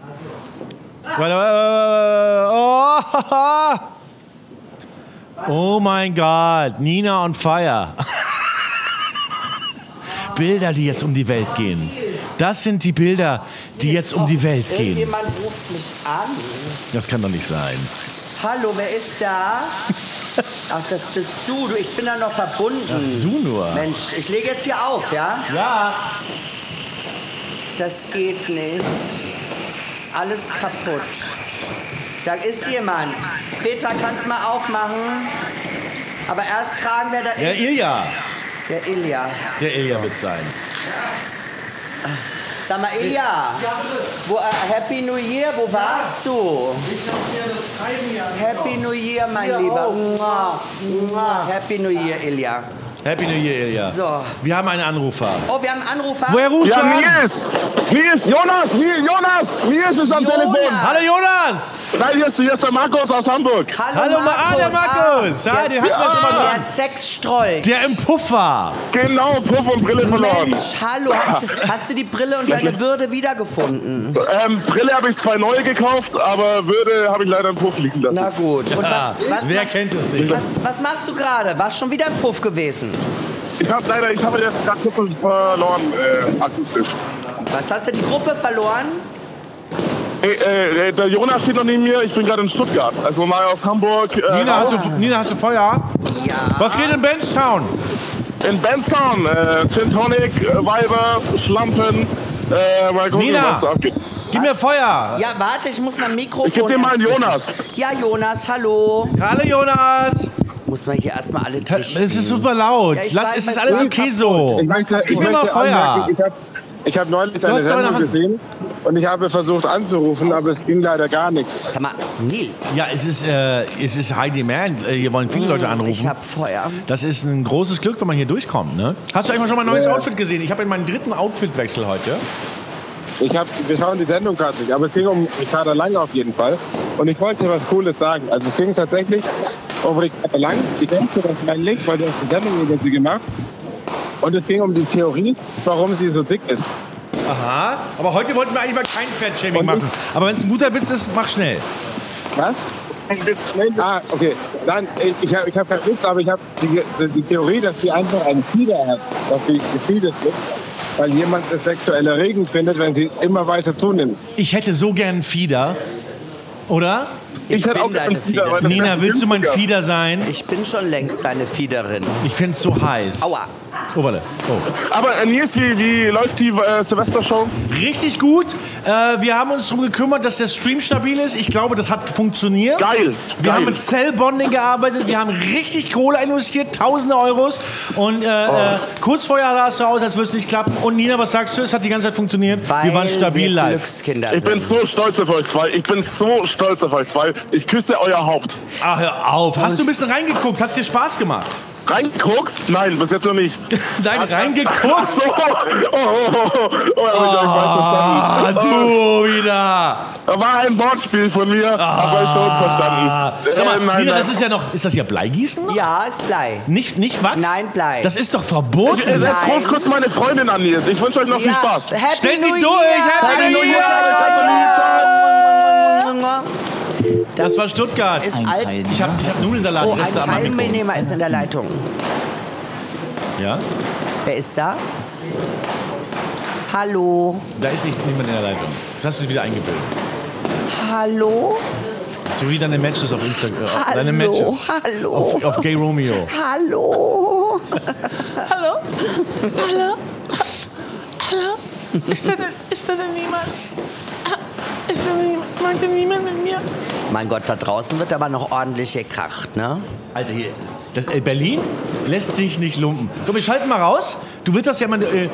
Speaker 1: Warte, warte, warte, warte. Oh, oh mein Gott, Nina on fire. Bilder, die jetzt um die Welt gehen. Das sind die Bilder, die jetzt um die Welt gehen.
Speaker 2: Irgendjemand ruft mich an.
Speaker 1: Das kann doch nicht sein.
Speaker 2: Hallo, wer ist da? Ach, das bist du. du. Ich bin da noch verbunden.
Speaker 1: Ach, du nur.
Speaker 2: Mensch, ich lege jetzt hier auf, ja?
Speaker 1: Ja.
Speaker 2: Das geht nicht. Ist alles kaputt. Da ist jemand. Peter, kannst mal aufmachen? Aber erst fragen, wer da ist.
Speaker 1: Der Ilja.
Speaker 2: Der Ilja.
Speaker 1: Der Ilja wird sein.
Speaker 2: Sag mal, Ilja. Wo, äh, Happy New Year, wo warst du?
Speaker 9: Ich hab mir das Treiben hier
Speaker 2: Happy New Year, mein
Speaker 9: Dir
Speaker 14: oh.
Speaker 2: Lieber.
Speaker 9: auch.
Speaker 2: Mua, mua. Happy New Year, Ilja.
Speaker 1: Happy New Year, Ilja.
Speaker 2: So.
Speaker 1: Wir haben einen Anrufer.
Speaker 2: Oh, wir haben einen Anrufer.
Speaker 1: Woher rufst du an?
Speaker 14: Hier ist Jonas, hier, Jonas, hier ist es am
Speaker 2: Jonas.
Speaker 14: Telefon.
Speaker 1: Hallo Jonas.
Speaker 14: Nein, hier ist, hier ist der Markus aus Hamburg.
Speaker 1: Hallo, Ma- ah, der Markus. Ja, den hatten wir schon mal dran.
Speaker 2: Ah, Der Sexstrolch.
Speaker 1: Der im Puff war.
Speaker 14: Genau, Puff und Brille verloren.
Speaker 2: Mensch, hallo, hast, du- hast du die Brille und deine Würde wiedergefunden?
Speaker 14: Ähm, Brille habe ich zwei neue gekauft, aber Würde habe ich leider im Puff liegen lassen.
Speaker 2: Na gut. Und wa- was
Speaker 1: wer
Speaker 2: ma-
Speaker 1: kennt es nicht?
Speaker 2: Was, was machst du gerade? Warst schon wieder im Puff gewesen?
Speaker 14: Ich habe leider, ich habe jetzt gerade Puff verloren, äh, akustisch.
Speaker 2: Was hast du die Gruppe verloren?
Speaker 14: Hey, äh, äh, der Jonas steht noch neben mir, ich bin gerade in Stuttgart. Also mal aus Hamburg. Äh,
Speaker 1: Nina,
Speaker 14: raus.
Speaker 1: hast du, Nina, hast du Feuer?
Speaker 2: Ja.
Speaker 1: Was geht in Benstown?
Speaker 14: In Benstown, äh, Gin Tonic, äh, Weiber, Schlampen, äh, mal gucken,
Speaker 1: Nina,
Speaker 14: was da abgeht.
Speaker 1: Gib mir Feuer.
Speaker 2: Ja, warte, ich muss mein Mikrofon.
Speaker 14: Ich geb dir mal einen
Speaker 2: anschließen.
Speaker 14: Jonas.
Speaker 2: Ja, Jonas, hallo.
Speaker 1: Hallo Jonas.
Speaker 2: Muss man hier erstmal alle
Speaker 1: Es ist super laut.
Speaker 2: Ja, ich
Speaker 1: Lass,
Speaker 2: weiß,
Speaker 1: es ist
Speaker 2: mein
Speaker 1: alles
Speaker 2: Feuer
Speaker 1: okay
Speaker 2: ist
Speaker 1: so.
Speaker 2: kaputt. Ich
Speaker 14: möchte-
Speaker 1: Gib
Speaker 14: ich
Speaker 1: mir mal
Speaker 14: möchte
Speaker 1: Feuer.
Speaker 14: anmerken, Ich habe ich hab neulich
Speaker 1: Du
Speaker 14: deine
Speaker 1: hast doch eine
Speaker 14: Sendung
Speaker 1: Hand.
Speaker 14: gesehen und ich habe versucht anzurufen, aber es ging leider gar nichts.
Speaker 2: Sag mal, Nils. Mm,
Speaker 1: Ja, es ist, äh, es ist High Demand. Äh, Hier wollen viele Leute anrufen.
Speaker 2: Ich hab Feuer.
Speaker 1: Das ist ein großes Glück, wenn man hier durchkommt. Ne? Hast du eigentlich schon mal ein neues
Speaker 14: Ja.
Speaker 1: Outfit gesehen? Ich habe in meinen dritten Outfitwechsel heute.
Speaker 14: Ich hab, wir schauen die Sendung gerade nicht, aber es ging um Ricarda Lang auf jeden Fall. Und ich wollte dir was Cooles sagen. Also es ging tatsächlich um Ricarda Lang. Ich denke, das ist mein Link, weil du hast die Sendung über sie gemacht. Und es ging um die Theorie, warum sie so dick ist.
Speaker 1: Aha. Aber heute wollten wir eigentlich mal kein Fettshaming machen. Aber wenn es ein guter Witz ist, mach schnell.
Speaker 14: Was? Ein Witz. Ah, okay. Nein, ich- ich habe ich hab keinen Witz, aber ich habe die, die, die Theorie, dass sie einfach einen Fieder hat, dass sie gefiedert wird, weil jemand das sexuelle Erregend findet, wenn sie immer weiter zunimmt.
Speaker 1: Ich hätte so gern einen Fieder. Oder?
Speaker 14: Ich Ich hätte bin auch gern einen deine Fieder, Fieder. aber das
Speaker 1: Nina,
Speaker 14: wäre
Speaker 1: willst du mein
Speaker 14: günstiger.
Speaker 1: Fieder sein?
Speaker 2: Ich bin schon längst deine Fiederin.
Speaker 1: Ich find's so heiß.
Speaker 2: Aua.
Speaker 1: Oh, warte. Oh.
Speaker 14: Aber äh, Nils, wie, wie läuft die äh, Silvestershow?
Speaker 1: Richtig gut. Äh, wir haben uns darum gekümmert, dass der Stream stabil ist. Ich glaube, das hat funktioniert.
Speaker 14: Geil,
Speaker 1: Wir
Speaker 14: geil.
Speaker 1: haben mit Cell-Bonding gearbeitet. Wir haben richtig Kohle investiert, tausende Euros.
Speaker 14: Oh.
Speaker 1: Und äh, äh, kurz vorher sah es so aus, als würde es nicht klappen. Und Nina, was sagst du? Es hat die ganze Zeit funktioniert. wir waren stabil
Speaker 2: wir
Speaker 1: live.
Speaker 2: Glückskinder
Speaker 14: Ich bin so stolz auf euch zwei. Ich bin so stolz auf euch zwei. Ich küsse euer Haupt.
Speaker 1: Ach, hör auf. Hast du ein bisschen reingeguckt? Hat es dir Spaß gemacht?
Speaker 14: Reinguckst? Nein, bis jetzt noch nicht.
Speaker 1: Nein,
Speaker 14: Ach
Speaker 1: reingeguckt?
Speaker 14: so. Oh, oh, oh, oh. oh hab ich euch
Speaker 1: Ah,
Speaker 14: falsch
Speaker 1: du
Speaker 14: verstanden.
Speaker 1: wieder.
Speaker 14: Oh, war ein Wortspiel von mir, aber schon
Speaker 1: Ah.
Speaker 14: verstanden.
Speaker 1: Sag mal,
Speaker 14: Äh, nein,
Speaker 1: Nina,
Speaker 14: nein.
Speaker 1: das ist ja noch. Ist das hier Bleigießen? noch?
Speaker 2: Ja, ist Blei.
Speaker 1: Nicht, nicht Wachs?
Speaker 2: Nein, Blei.
Speaker 1: Das ist doch verboten.
Speaker 14: Ich- Jetzt
Speaker 2: Nein.
Speaker 14: ruf kurz meine Freundin an, Nils. Ich wünsche euch noch viel
Speaker 2: Ja,
Speaker 14: Spaß.
Speaker 2: Happy
Speaker 1: Stell sie
Speaker 2: New
Speaker 1: durch,
Speaker 2: Year.
Speaker 1: Happy New Year!
Speaker 14: Happy New Year!
Speaker 1: Das war Stuttgart.
Speaker 2: Ist alt.
Speaker 1: Ich habe ich hab Nudelsalat.
Speaker 2: Oh,
Speaker 1: das
Speaker 2: ein
Speaker 1: da am Mikro.
Speaker 2: Teilnehmer ist in der Leitung.
Speaker 1: Ja?
Speaker 2: Wer ist da? Hallo.
Speaker 1: Da ist nicht, niemand in der Leitung. Das hast du wieder eingebildet.
Speaker 2: Hallo.
Speaker 1: So wie deine Matches auf Instagram.
Speaker 2: Hallo,
Speaker 1: deine Matches.
Speaker 2: hallo.
Speaker 1: Auf, auf Gay Romeo.
Speaker 2: Hallo.
Speaker 15: Hallo? Hallo? Hallo? Ist da denn, ist da denn niemand? Ist da denn, mag denn niemand mit mir?
Speaker 2: Mein Gott, da draußen wird aber noch ordentlich gekracht, ne?
Speaker 1: Alter, hier. Das, äh, Berlin lässt sich nicht lumpen. Komm, wir schalten mal raus. Du willst das ja mal äh,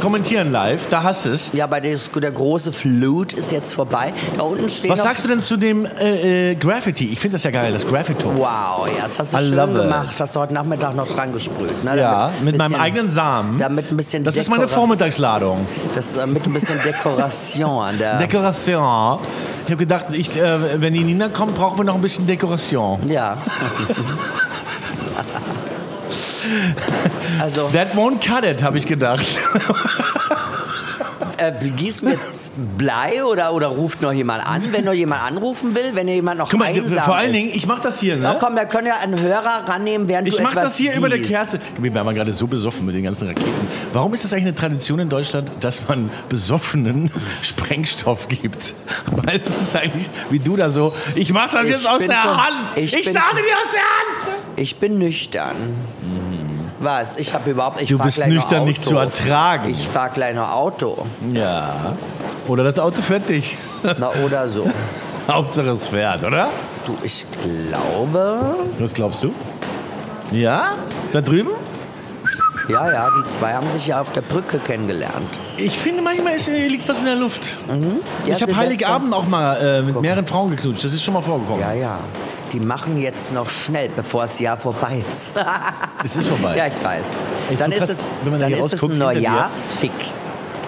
Speaker 1: kommentieren live. Da hast du es.
Speaker 2: Ja, bei des, der große Flut ist jetzt vorbei. Da unten steht
Speaker 1: Was
Speaker 2: noch,
Speaker 1: sagst du denn zu dem äh, äh, Graffiti? Ich finde das ja geil, das Graffiti.
Speaker 2: Wow, Oh, ja, das hast du
Speaker 1: I
Speaker 2: schön
Speaker 1: love it.
Speaker 2: gemacht. Hast du heute Nachmittag noch dran gesprüht, ne?
Speaker 1: Ja,
Speaker 2: Damit
Speaker 1: mit meinem
Speaker 2: bisschen-
Speaker 1: eigenen Samen.
Speaker 2: Damit ein bisschen
Speaker 1: Das ist meine
Speaker 2: Dekora-
Speaker 1: Vormittagsladung.
Speaker 2: Das äh, mit ein bisschen Dekoration an der.
Speaker 1: Dekoration. Ich habe gedacht, ich, äh, wenn die Nina kommt, brauchen wir noch ein bisschen Dekoration.
Speaker 2: Ja. also.
Speaker 1: That won't cut it, habe ich gedacht.
Speaker 2: äh, gießt mit Blei oder, oder ruft noch jemand an, wenn noch jemand anrufen will, wenn jemand noch
Speaker 1: Guck mal,
Speaker 2: einsam
Speaker 1: vor allen
Speaker 2: ist.
Speaker 1: Dingen, ich mache das hier, ne?
Speaker 2: Na Oh, komm, da können ja einen Hörer rannehmen, während
Speaker 1: Ich
Speaker 2: du
Speaker 1: mach
Speaker 2: etwas
Speaker 1: das hier über der
Speaker 2: gießt.
Speaker 1: Kerze. Wir waren gerade so besoffen mit den ganzen Raketen. Warum ist das eigentlich eine Tradition in Deutschland, dass man Besoffenen Sprengstoff gibt? Weil es ist eigentlich, wie du da so, ich mach das
Speaker 2: Ich
Speaker 1: jetzt aus
Speaker 2: bin
Speaker 1: der
Speaker 2: so-
Speaker 1: Hand.
Speaker 2: ich
Speaker 1: Ich,
Speaker 2: bin-
Speaker 1: starte dir aus der Hand.
Speaker 2: Ich bin nüchtern. Was? Ich habe überhaupt. Ich
Speaker 1: Du
Speaker 2: fahr
Speaker 1: bist
Speaker 2: gleich noch
Speaker 1: nüchtern, nicht
Speaker 2: Auto.
Speaker 1: zu ertragen.
Speaker 2: Ich fahr gleich noch Auto.
Speaker 1: Ja. Oder das Auto fährt dich.
Speaker 2: Na, oder so.
Speaker 1: Hauptsache es fährt, oder?
Speaker 2: Du, ich glaube.
Speaker 1: Was glaubst du? Ja? Da drüben?
Speaker 2: Ja, ja, die zwei haben sich ja auf der Brücke kennengelernt. Mhm.
Speaker 1: Ich finde, manchmal ist, äh, liegt was in der Luft. ich
Speaker 2: Ja,
Speaker 1: habe
Speaker 2: Silvester.
Speaker 1: Heiligabend auch mal äh, mit mehreren Frauen geknutscht. Das ist schon mal vorgekommen.
Speaker 2: Ja, ja. Die machen jetzt noch schnell, bevor das Jahr vorbei ist.
Speaker 1: Es ist vorbei.
Speaker 2: Ja, ich weiß.
Speaker 1: Ey,
Speaker 2: dann
Speaker 1: so
Speaker 2: ist
Speaker 1: krass,
Speaker 2: es,
Speaker 1: wenn man da
Speaker 2: dann
Speaker 1: hier
Speaker 2: ist es
Speaker 1: rausguckt,
Speaker 2: ein
Speaker 1: hinter dir.
Speaker 2: Neujahrsfick.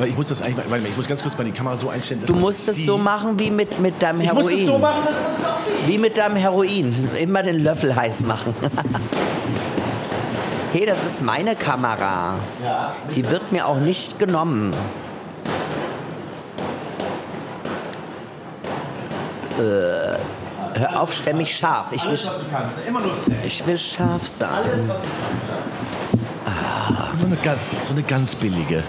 Speaker 1: Weil ich muss das eigentlich mal, warte mal, ich muss ganz kurz mal die Kamera so einstellen. dass
Speaker 2: Du
Speaker 1: man
Speaker 2: musst es
Speaker 1: sieht.
Speaker 2: so machen wie mit, mit deinem
Speaker 1: Ich
Speaker 2: Heroin.
Speaker 1: muss es so machen, dass man es auch sieht.
Speaker 2: Wie mit deinem Heroin. Immer den Löffel heiß machen. hey, das ist meine Kamera.
Speaker 1: Ja.
Speaker 2: Die wird mir auch nicht genommen. Äh, hör auf, stell mich scharf. Ich will,
Speaker 1: Alles, was du kannst. ne? Immer nur Sex.
Speaker 2: ich will scharf sein.
Speaker 1: was du
Speaker 2: Ah.
Speaker 1: kannst. So eine, ganz- so eine ganz billige.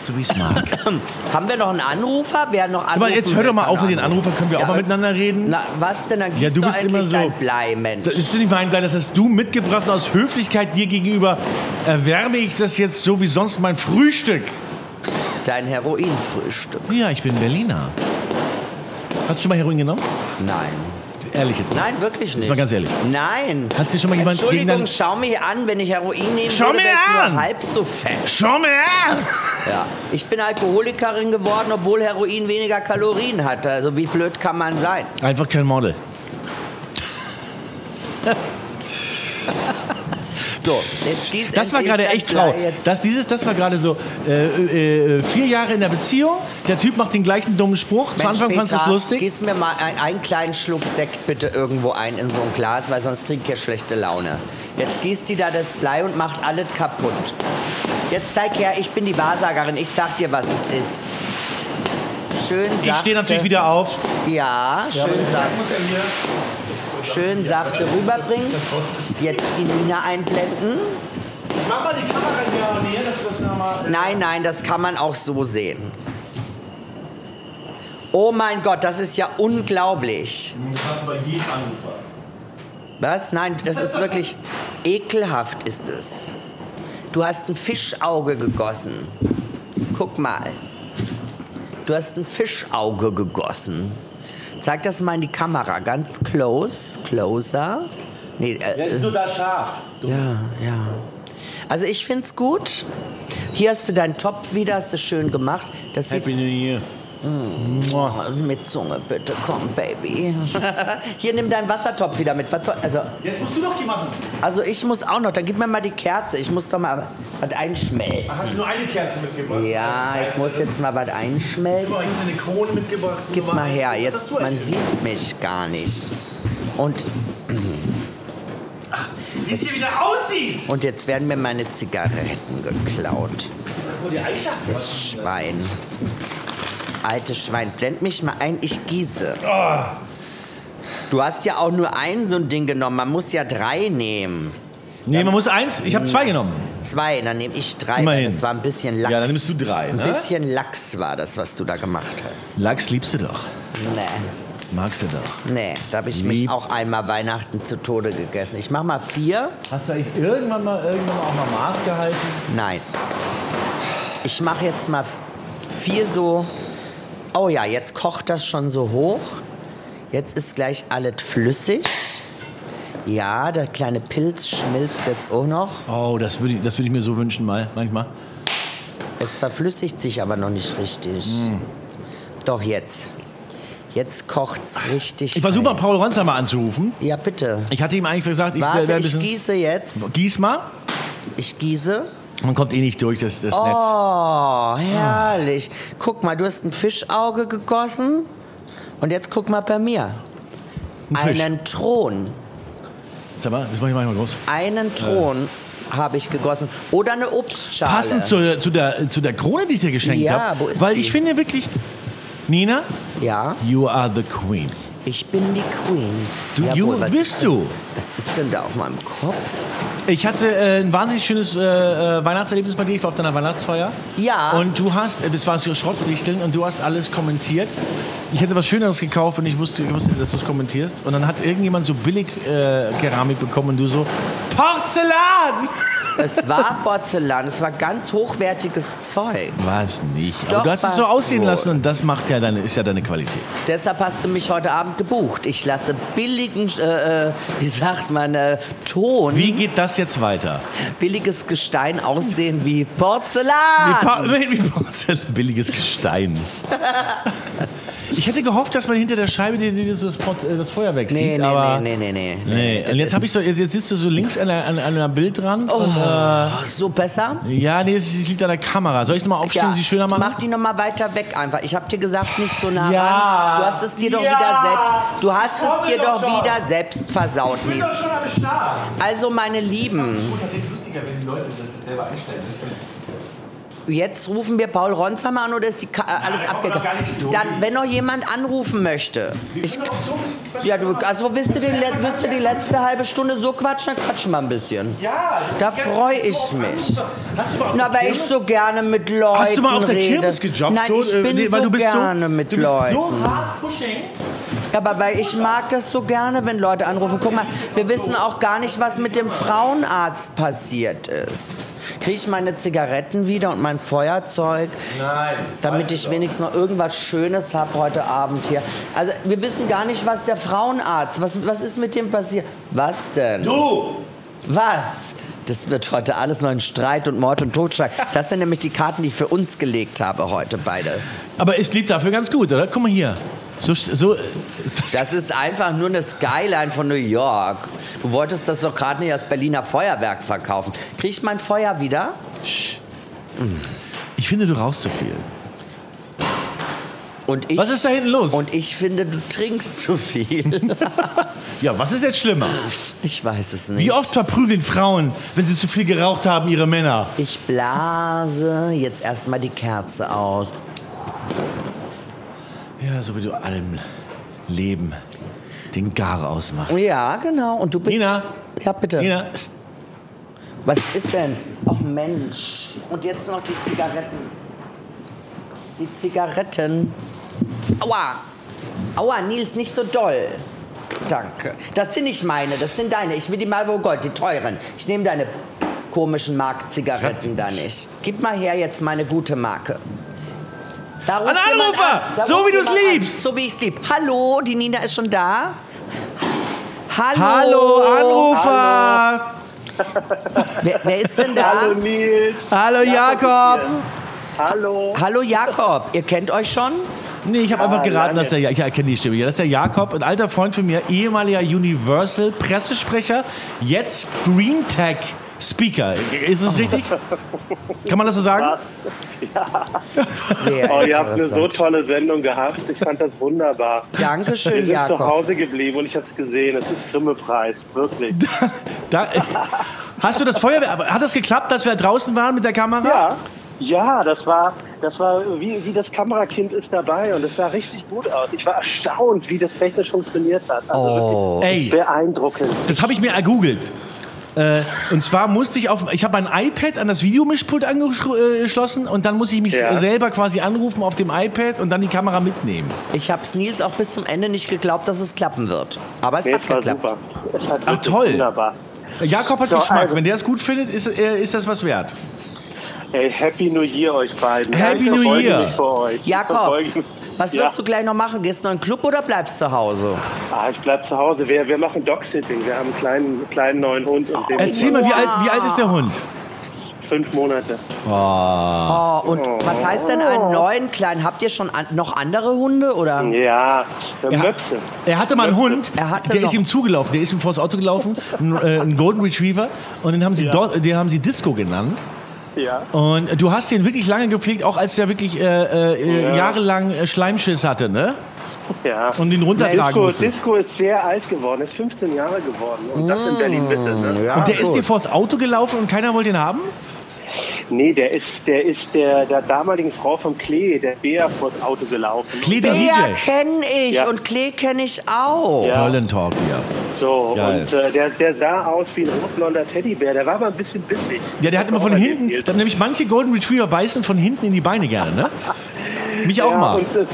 Speaker 1: So wie ich es mag.
Speaker 2: Hm. Haben wir noch einen Anrufer? Wer noch
Speaker 1: Sag mal, jetzt hör doch mal auf mit den Anrufern. Können wir auch mal miteinander reden?
Speaker 2: Na, was denn? Dann
Speaker 1: Ja,
Speaker 2: gießt
Speaker 1: du
Speaker 2: doch
Speaker 1: bist immer
Speaker 2: endlich
Speaker 1: so.
Speaker 2: dein Blei, Mensch.
Speaker 1: Das ist nicht mein Blei, das hast du mitgebracht und aus Höflichkeit dir gegenüber erwärme ich das jetzt so wie sonst mein Frühstück.
Speaker 2: Dein Heroinfrühstück.
Speaker 1: Ja, ich bin Berliner. Hast du schon mal Heroin genommen?
Speaker 2: Nein.
Speaker 1: Ehrlich jetzt mal.
Speaker 2: Nein, wirklich nicht.
Speaker 1: Jetzt mal ganz ehrlich.
Speaker 2: Nein.
Speaker 1: Hat sich schon mal jemand gegen
Speaker 2: Entschuldigung,
Speaker 1: deinen...
Speaker 2: schau mich an, wenn ich Heroin nehme,
Speaker 1: Schau
Speaker 2: würde,
Speaker 1: mir
Speaker 2: wäre ich
Speaker 1: an!
Speaker 2: nur halb so fett.
Speaker 1: Schau mir an!
Speaker 2: Ja. Ich bin Alkoholikerin geworden, obwohl Heroin weniger Kalorien hatte. Also wie blöd kann man sein?
Speaker 1: Einfach kein Model.
Speaker 2: So, jetzt gieß
Speaker 1: Das war
Speaker 2: endlich
Speaker 1: gerade
Speaker 2: dein
Speaker 1: echt
Speaker 2: Blei
Speaker 1: Frau.
Speaker 2: Jetzt.
Speaker 1: Das, dieses, das war gerade so äh, äh, vier Jahre in der Beziehung. Der Typ macht den gleichen dummen Spruch. Zu Anfang fandst du es
Speaker 2: Petra,
Speaker 1: lustig.
Speaker 2: Gieß mir mal ein, einen kleinen Schluck Sekt bitte irgendwo ein in so ein Glas, weil sonst krieg ich ja schlechte Laune. Jetzt gießt die da das Blei und macht alles kaputt. Jetzt zeig her, ich bin die Wahrsagerin. Ich sag dir, was es ist. Schön
Speaker 1: Ich
Speaker 2: sachte-
Speaker 1: stehe natürlich wieder auf.
Speaker 2: Ja, schön sachte. Schön sachte rüberbringen. Jetzt die Nina einblenden.
Speaker 1: Ich mach mal die Kamera hier näher, dass du das nochmal.
Speaker 2: Nein, nein, das kann man auch so sehen. Oh mein Gott, das ist ja unglaublich.
Speaker 1: Das hast du bei jedem Anrufer.
Speaker 2: Was? Nein, das ist wirklich ekelhaft ist es. Du hast ein Fischauge gegossen. Guck mal. Du hast ein Fischauge gegossen. Zeig das mal in die Kamera, ganz close, closer. Nee, äh,
Speaker 1: Der ist nur da scharf.
Speaker 2: ja, ja. Also ich find's gut. Hier hast du deinen Topf wieder, hast du schön gemacht. Das sieht
Speaker 1: Happy New Year.
Speaker 2: Oh, mit Zunge, bitte, komm, Baby. Hier, nimm deinen Wassertopf wieder mit. Was soll- Also,
Speaker 1: Jetzt musst du doch die machen.
Speaker 2: also ich muss auch noch, dann gib mir mal die Kerze. Ich muss doch mal was einschmelzen.
Speaker 1: Hast du nur eine Kerze mitgebracht?
Speaker 2: Ja, ich muss jetzt mal was einschmelzen.
Speaker 1: Guck mal, ich hab eine Krone mitgebracht.
Speaker 2: Gib mal her, jetzt, man
Speaker 1: sieht.
Speaker 2: sieht mich gar nicht. Und,
Speaker 1: Wie es hier wieder aussieht.
Speaker 2: und jetzt werden mir meine Zigaretten geklaut.
Speaker 1: Guck mal, die Eichachse.
Speaker 2: Das Schwein. Das altes Schwein, blend mich mal ein, ich gieße.
Speaker 1: Oh.
Speaker 2: Du hast ja auch nur ein so ein Ding genommen, man muss ja drei nehmen.
Speaker 1: Nee, man muss eins, ich habe zwei genommen.
Speaker 2: Zwei, dann nehme ich drei,
Speaker 1: Immerhin.
Speaker 2: weil das war ein bisschen Lachs.
Speaker 1: Ja, dann nimmst du drei, ne?
Speaker 2: Ein bisschen Lachs war das, was du da gemacht hast.
Speaker 1: Lachs liebst du doch.
Speaker 2: Nee.
Speaker 1: Magst du doch.
Speaker 2: Nee, da habe ich mich
Speaker 1: Lieb-
Speaker 2: auch einmal Weihnachten zu Tode gegessen. Ich mach mal vier.
Speaker 1: Hast du eigentlich irgendwann mal, irgendwann auch mal Maß gehalten?
Speaker 2: Nein. Ich mache jetzt mal vier so. Oh ja, jetzt kocht das schon so hoch. Jetzt ist gleich alles flüssig. Ja, der kleine Pilz schmilzt jetzt auch noch.
Speaker 1: Oh, das würde ich, das würd ich mir so wünschen mal, manchmal.
Speaker 2: Es verflüssigt sich aber noch nicht richtig.
Speaker 1: Hm.
Speaker 2: Doch jetzt. Jetzt kocht's richtig.
Speaker 1: Ich versuche mal Paul Ronzer mal anzurufen.
Speaker 2: Ja, bitte.
Speaker 1: Ich hatte ihm eigentlich gesagt, ich
Speaker 2: Warte,
Speaker 1: wär- wär ein
Speaker 2: ich
Speaker 1: bisschen-
Speaker 2: gieße jetzt.
Speaker 1: Gieß mal.
Speaker 2: Ich gieße.
Speaker 1: Man kommt eh nicht durch das, das Netz. Ah.
Speaker 2: Oh, herrlich. Guck mal, du hast ein Fischauge gegossen. Und jetzt guck mal bei mir.
Speaker 1: Ein Fisch.
Speaker 2: Einen Thron.
Speaker 1: Sag mal, das mach ich Äh. mal los.
Speaker 2: Einen Thron habe ich gegossen. Oder eine Obstschale.
Speaker 1: Passend zu, zu, der, zu der Krone, die ich dir geschenkt
Speaker 2: Ja,
Speaker 1: habe.
Speaker 2: wo ist
Speaker 1: Weil
Speaker 2: die?
Speaker 1: ich finde wirklich, Nina,
Speaker 2: ja?
Speaker 1: you are the queen.
Speaker 2: Ich bin die Queen.
Speaker 1: Du, you,
Speaker 2: was
Speaker 1: bist
Speaker 2: ist denn-
Speaker 1: du.
Speaker 2: Was ist denn da auf meinem Kopf?
Speaker 1: Ich hatte äh, ein wahnsinnig schönes äh, äh, Weihnachtserlebnis bei dir. Ich war auf deiner Weihnachtsfeier.
Speaker 2: Ja.
Speaker 1: Und du hast, äh, das war so Schrottrichteln und du hast alles kommentiert. Ich hätte was Schöneres gekauft und ich wusste, ich wusste dass du es kommentierst. Und dann hat irgendjemand so billig äh, Keramik bekommen und du so, Porzellan!
Speaker 2: Es war Porzellan. Es war ganz hochwertiges Zeug.
Speaker 1: War es nicht.
Speaker 2: Doch,
Speaker 1: Aber du hast es so
Speaker 2: war's
Speaker 1: aussehen
Speaker 2: wohl.
Speaker 1: lassen und das macht ja deine, ist ja deine Qualität.
Speaker 2: Deshalb hast du mich heute Abend gebucht. Ich lasse billigen, äh, äh, wie sagt man, äh, Ton,
Speaker 1: Wie geht das jetzt weiter?
Speaker 2: billiges Gestein aussehen wie Porzellan.
Speaker 1: Wie Porzellan. Billiges Gestein. Ich hätte gehofft, dass man hinter der Scheibe dir- dir so das, Pot- äh, das Feuerwerk
Speaker 2: Nee,
Speaker 1: sieht,
Speaker 2: nee,
Speaker 1: aber.
Speaker 2: nee, nee, nee,
Speaker 1: nee. Und jetzt, hab ich so, jetzt, jetzt sitzt du so links an, der, an, an einem Bild dran. Und, äh,
Speaker 2: Oh, so besser?
Speaker 1: ja, nee, es, es liegt an der Kamera. Soll ich nochmal aufstehen
Speaker 2: Ja,
Speaker 1: und sie schöner machen?
Speaker 2: Mach die noch mal weiter weg einfach. Ich habe dir gesagt, nicht so nah
Speaker 1: Ja.
Speaker 2: ran. Du hast es dir doch
Speaker 1: Ja.
Speaker 2: wieder selbst. Du hast
Speaker 1: Ich
Speaker 2: es
Speaker 1: komme
Speaker 2: dir
Speaker 1: doch
Speaker 2: doch
Speaker 1: schon.
Speaker 2: wieder selbst versaut,
Speaker 1: Ich bin doch
Speaker 2: Nies.
Speaker 1: schon am Start.
Speaker 2: Also meine Lieben,
Speaker 1: Schon tatsächlich lustiger, wenn die Leute das selber einstellen müssen.
Speaker 2: jetzt rufen wir Paul Ronsheimer an oder ist die Ka äh, alles
Speaker 1: da kommt doch
Speaker 2: abgegangen?
Speaker 1: gar nichts durch.
Speaker 2: Dann, wenn noch jemand anrufen möchte. Ich, ja, du, also willst du, die, le- willst du die letzte halbe Stunde so quatschen, dann quatschen wir ein bisschen.
Speaker 1: Ja,
Speaker 2: Da freue ich mich.
Speaker 1: Hast du mal auf
Speaker 2: Na,
Speaker 1: der
Speaker 2: weil
Speaker 1: Kirmes-
Speaker 2: ich so gerne mit Leuten
Speaker 1: Hast du mal auf der
Speaker 2: rede.
Speaker 1: Kirmes gejobbt?
Speaker 2: Nein,
Speaker 1: so,
Speaker 2: ich
Speaker 1: äh,
Speaker 2: bin
Speaker 1: nee, weil
Speaker 2: so
Speaker 1: du bist
Speaker 2: gerne
Speaker 1: so,
Speaker 2: mit
Speaker 1: du bist
Speaker 2: Leuten.
Speaker 1: so hart pushing.
Speaker 2: Ja, aber weil ich mag das so gerne, wenn Leute anrufen. Guck mal, wir wissen auch gar nicht, was mit dem Frauenarzt passiert ist. Kriege ich meine Zigaretten wieder und mein Feuerzeug,
Speaker 1: Nein.
Speaker 2: damit ich wenigstens noch irgendwas Schönes habe heute Abend hier. Also wir wissen gar nicht, was der Frauenarzt, was, was ist mit dem passiert? Was denn?
Speaker 1: Du!
Speaker 2: Was? Das wird heute alles noch ein Streit und Mord und Totschlag. Das sind nämlich die Karten, die ich für uns gelegt habe heute beide.
Speaker 1: Aber es lief dafür ganz gut, oder? Guck mal hier. So, so, äh,
Speaker 2: Das ist einfach nur eine Skyline von New York. Du wolltest das doch gerade nicht als Berliner Feuerwerk verkaufen. Krieg ich mein Feuer wieder?
Speaker 1: ich finde, du rauchst zu viel.
Speaker 2: Und ich,
Speaker 1: Was ist da hinten los?
Speaker 2: Und ich finde, du trinkst zu viel.
Speaker 1: ja, was ist jetzt schlimmer?
Speaker 2: Ich weiß es nicht.
Speaker 1: Wie oft verprügeln Frauen, wenn sie zu viel geraucht haben, ihre Männer?
Speaker 2: Ich blase jetzt erstmal die Kerze aus.
Speaker 1: Ja, so wie du allem Leben den Gar ausmachst.
Speaker 2: Ja, genau. Und du bist.
Speaker 1: Nina,
Speaker 2: Ja, bitte.
Speaker 1: Nina, pst,
Speaker 2: Was ist denn? Ach Mensch. Und jetzt noch die Zigaretten. Die Zigaretten. Aua. Aua, Nils, nicht so doll. Danke. Das sind nicht meine, das sind deine. Ich will die Marlboro Gold, die teuren. Ich nehme deine komischen Marktzigaretten da nicht. Gib mal her jetzt meine gute Marke. Da ruft
Speaker 1: Ein
Speaker 2: jemand
Speaker 1: Anrufer!
Speaker 2: an. Da
Speaker 1: So
Speaker 2: ruft
Speaker 1: wie du's
Speaker 2: jemand an.
Speaker 1: liebst.
Speaker 2: So wie ich's lieb. Hallo, die Nina ist schon da. Hallo.
Speaker 1: hallo, Anrufer!
Speaker 2: Wer, wer ist denn da?
Speaker 8: Hallo Nils.
Speaker 1: Hallo, Jakob!
Speaker 8: Hallo.
Speaker 2: Hallo Jakob, ihr kennt euch schon?
Speaker 1: Nee, ich habe
Speaker 8: Ah,
Speaker 1: einfach geraten,
Speaker 8: lange.
Speaker 1: dass der, ja- ich erkenne die Stimme hier, dass der Jakob, ein alter Freund von mir, ehemaliger Universal-Pressesprecher, jetzt Green Tech Speaker. Ist das richtig? Kann man das so sagen?
Speaker 2: Sehr
Speaker 8: Oh, ihr habt eine so
Speaker 2: interessant.
Speaker 8: tolle Sendung gehabt. Ich fand das wunderbar. Wir
Speaker 2: Dankeschön,
Speaker 8: sind zu
Speaker 2: Jakob.
Speaker 8: Hause geblieben und ich habe es gesehen. Es ist Grimme-Preis, wirklich.
Speaker 1: Da, hast du das Feuerwehr, aber hat das geklappt, dass wir draußen waren mit der Kamera?
Speaker 8: Ja,
Speaker 16: Ja, das war, das war wie, wie das Kamerakind ist dabei und es sah richtig gut aus. Ich war erstaunt, wie das technisch funktioniert hat. Also
Speaker 1: Oh.
Speaker 16: wirklich
Speaker 1: Ey.
Speaker 16: beeindruckend.
Speaker 1: Das habe ich mir ergoogelt. Äh, und zwar musste ich auf, ich habe mein iPad an das Videomischpult angeschlossen und dann muss ich mich
Speaker 2: Ja.
Speaker 1: selber quasi anrufen auf dem iPad und dann die Kamera mitnehmen.
Speaker 2: Ich habe es Nils auch bis zum Ende nicht geglaubt, dass es klappen wird. Aber es
Speaker 1: Nee,
Speaker 2: hat
Speaker 1: es war
Speaker 2: geklappt.
Speaker 16: Es hat
Speaker 1: Ach toll. Jakob hat
Speaker 16: So,
Speaker 1: Geschmack.
Speaker 16: also-
Speaker 1: Wenn der es gut findet, ist, äh, ist das was wert.
Speaker 16: Ey, Happy New Year euch beiden.
Speaker 1: Happy
Speaker 16: ich
Speaker 1: New
Speaker 16: verbeuge
Speaker 1: Year.
Speaker 16: Mich vor euch. Ich
Speaker 2: Jakob,
Speaker 16: verbeuge mich.
Speaker 2: was
Speaker 16: Ja.
Speaker 2: wirst du gleich noch machen? Gehst du noch in den Club oder bleibst zu Hause?
Speaker 16: Ah, ich bleib zu Hause. Wir, wir machen Dog-Sitting. Wir haben einen kleinen, kleinen neuen Hund. Und den
Speaker 1: Oh, Erzähl mal, wie alt, wie alt ist der Hund?
Speaker 16: Fünf Monate.
Speaker 2: Oh, und was heißt denn einen neuen kleinen? Habt ihr schon an, noch andere Hunde oder?
Speaker 16: Oh. Ja,
Speaker 1: Er, hat- er hatte mal einen Hund,
Speaker 2: Er hatte
Speaker 1: der
Speaker 2: noch-
Speaker 1: ist ihm zugelaufen, der ist ihm vors Auto gelaufen, ein, äh, ein Golden Retriever und den haben sie, dort, den haben sie Disco genannt.
Speaker 16: Ja.
Speaker 1: Und du hast den wirklich lange gepflegt, auch als der wirklich äh, äh,
Speaker 16: Ja.
Speaker 1: jahrelang äh, Schleimschiss hatte, ne?
Speaker 16: Ja.
Speaker 1: Und ihn runtertragen
Speaker 16: Disco,
Speaker 1: musstest.
Speaker 16: Disco ist sehr alt geworden. Ist 15 Jahre geworden. Und das
Speaker 1: Mm.
Speaker 16: in Berlin-Mitte. Ne?
Speaker 1: und der ist dir vors Auto gelaufen und keiner wollte ihn haben?
Speaker 16: Nee, der ist der, ist der, der damaligen Frau vom Klee, der Bea, vors Auto gelaufen.
Speaker 1: Klee, der
Speaker 2: Bea
Speaker 1: DJ.
Speaker 2: kenne ich
Speaker 16: Ja.
Speaker 2: und Klee kenne ich auch.
Speaker 16: Ja.
Speaker 1: Pollentalk hier.
Speaker 16: So,
Speaker 1: Geil.
Speaker 16: und äh, der, der sah aus wie ein rotblonder Teddybär. Der war aber ein bisschen bissig.
Speaker 1: Ja, der hat immer von hinten, da haben nämlich manche Golden Retriever beißen von hinten in die Beine gerne, ne? Mich auch
Speaker 16: ja,
Speaker 1: mal.
Speaker 16: Und, äh,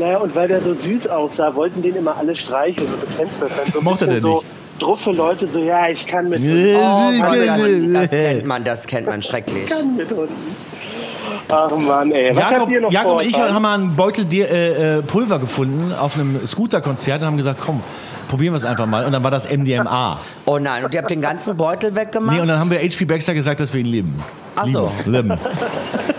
Speaker 16: naja, und weil der so süß aussah, wollten den immer alle streicheln. Und du kennst das. Dann so ein
Speaker 1: Mochte
Speaker 16: bisschen
Speaker 1: der
Speaker 16: so druffe Leute so, ja, ich kann mit
Speaker 2: Oh, Mann,
Speaker 16: Hunden.
Speaker 2: das, das kennt man, das kennt man schrecklich.
Speaker 16: ich kann mit Hunden. Ach Mann, ey. Was
Speaker 1: Jakob,
Speaker 16: habt ihr noch
Speaker 1: Jakob
Speaker 16: vor,
Speaker 1: und ich
Speaker 16: Frank?
Speaker 1: haben mal einen Beutel Di- äh, äh, Pulver gefunden auf einem Scooter-Konzert und haben gesagt, komm, probieren wir es einfach mal. Und dann war das MDMA.
Speaker 2: Oh nein, und ihr habt den ganzen Beutel weggemacht?
Speaker 1: Nee, und dann haben wir HP Baxter gesagt, dass wir ihn lieben.
Speaker 2: Ach so.
Speaker 1: Lieben.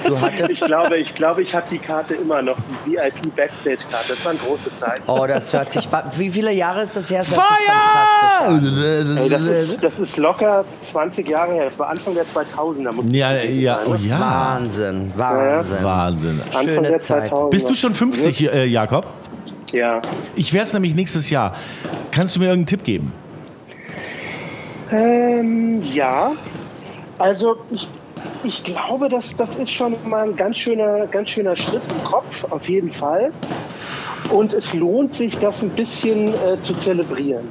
Speaker 1: Lieben.
Speaker 16: ich glaube, ich, glaube, ich habe die Karte immer noch, die VIP-Backstage-Karte. Das war eine große Zeit.
Speaker 2: Oh, das hört sich. wa- Wie viele Jahre ist das her? Das hört sich
Speaker 1: Feuer!
Speaker 16: Ey, das, ist, das ist locker 20 Jahre her. Das war Anfang der 2000er. muss
Speaker 1: Ja,
Speaker 16: ich sagen,
Speaker 1: ja,
Speaker 16: ne?
Speaker 1: oh ja.
Speaker 2: Wahnsinn, Wahnsinn.
Speaker 1: Wahnsinn.
Speaker 16: Anfang Schöne der Zeit. 2000er.
Speaker 1: Bist du schon 50, äh, Jakob?
Speaker 16: Ja.
Speaker 1: Ich werde es nämlich nächstes Jahr. Kannst du mir irgendeinen Tipp geben?
Speaker 16: Ähm, ja. Also ich, ich glaube, das, das ist schon mal ein ganz schöner, ganz schöner Schritt im Kopf, auf jeden Fall. Und es lohnt sich, das ein bisschen äh, zu zelebrieren.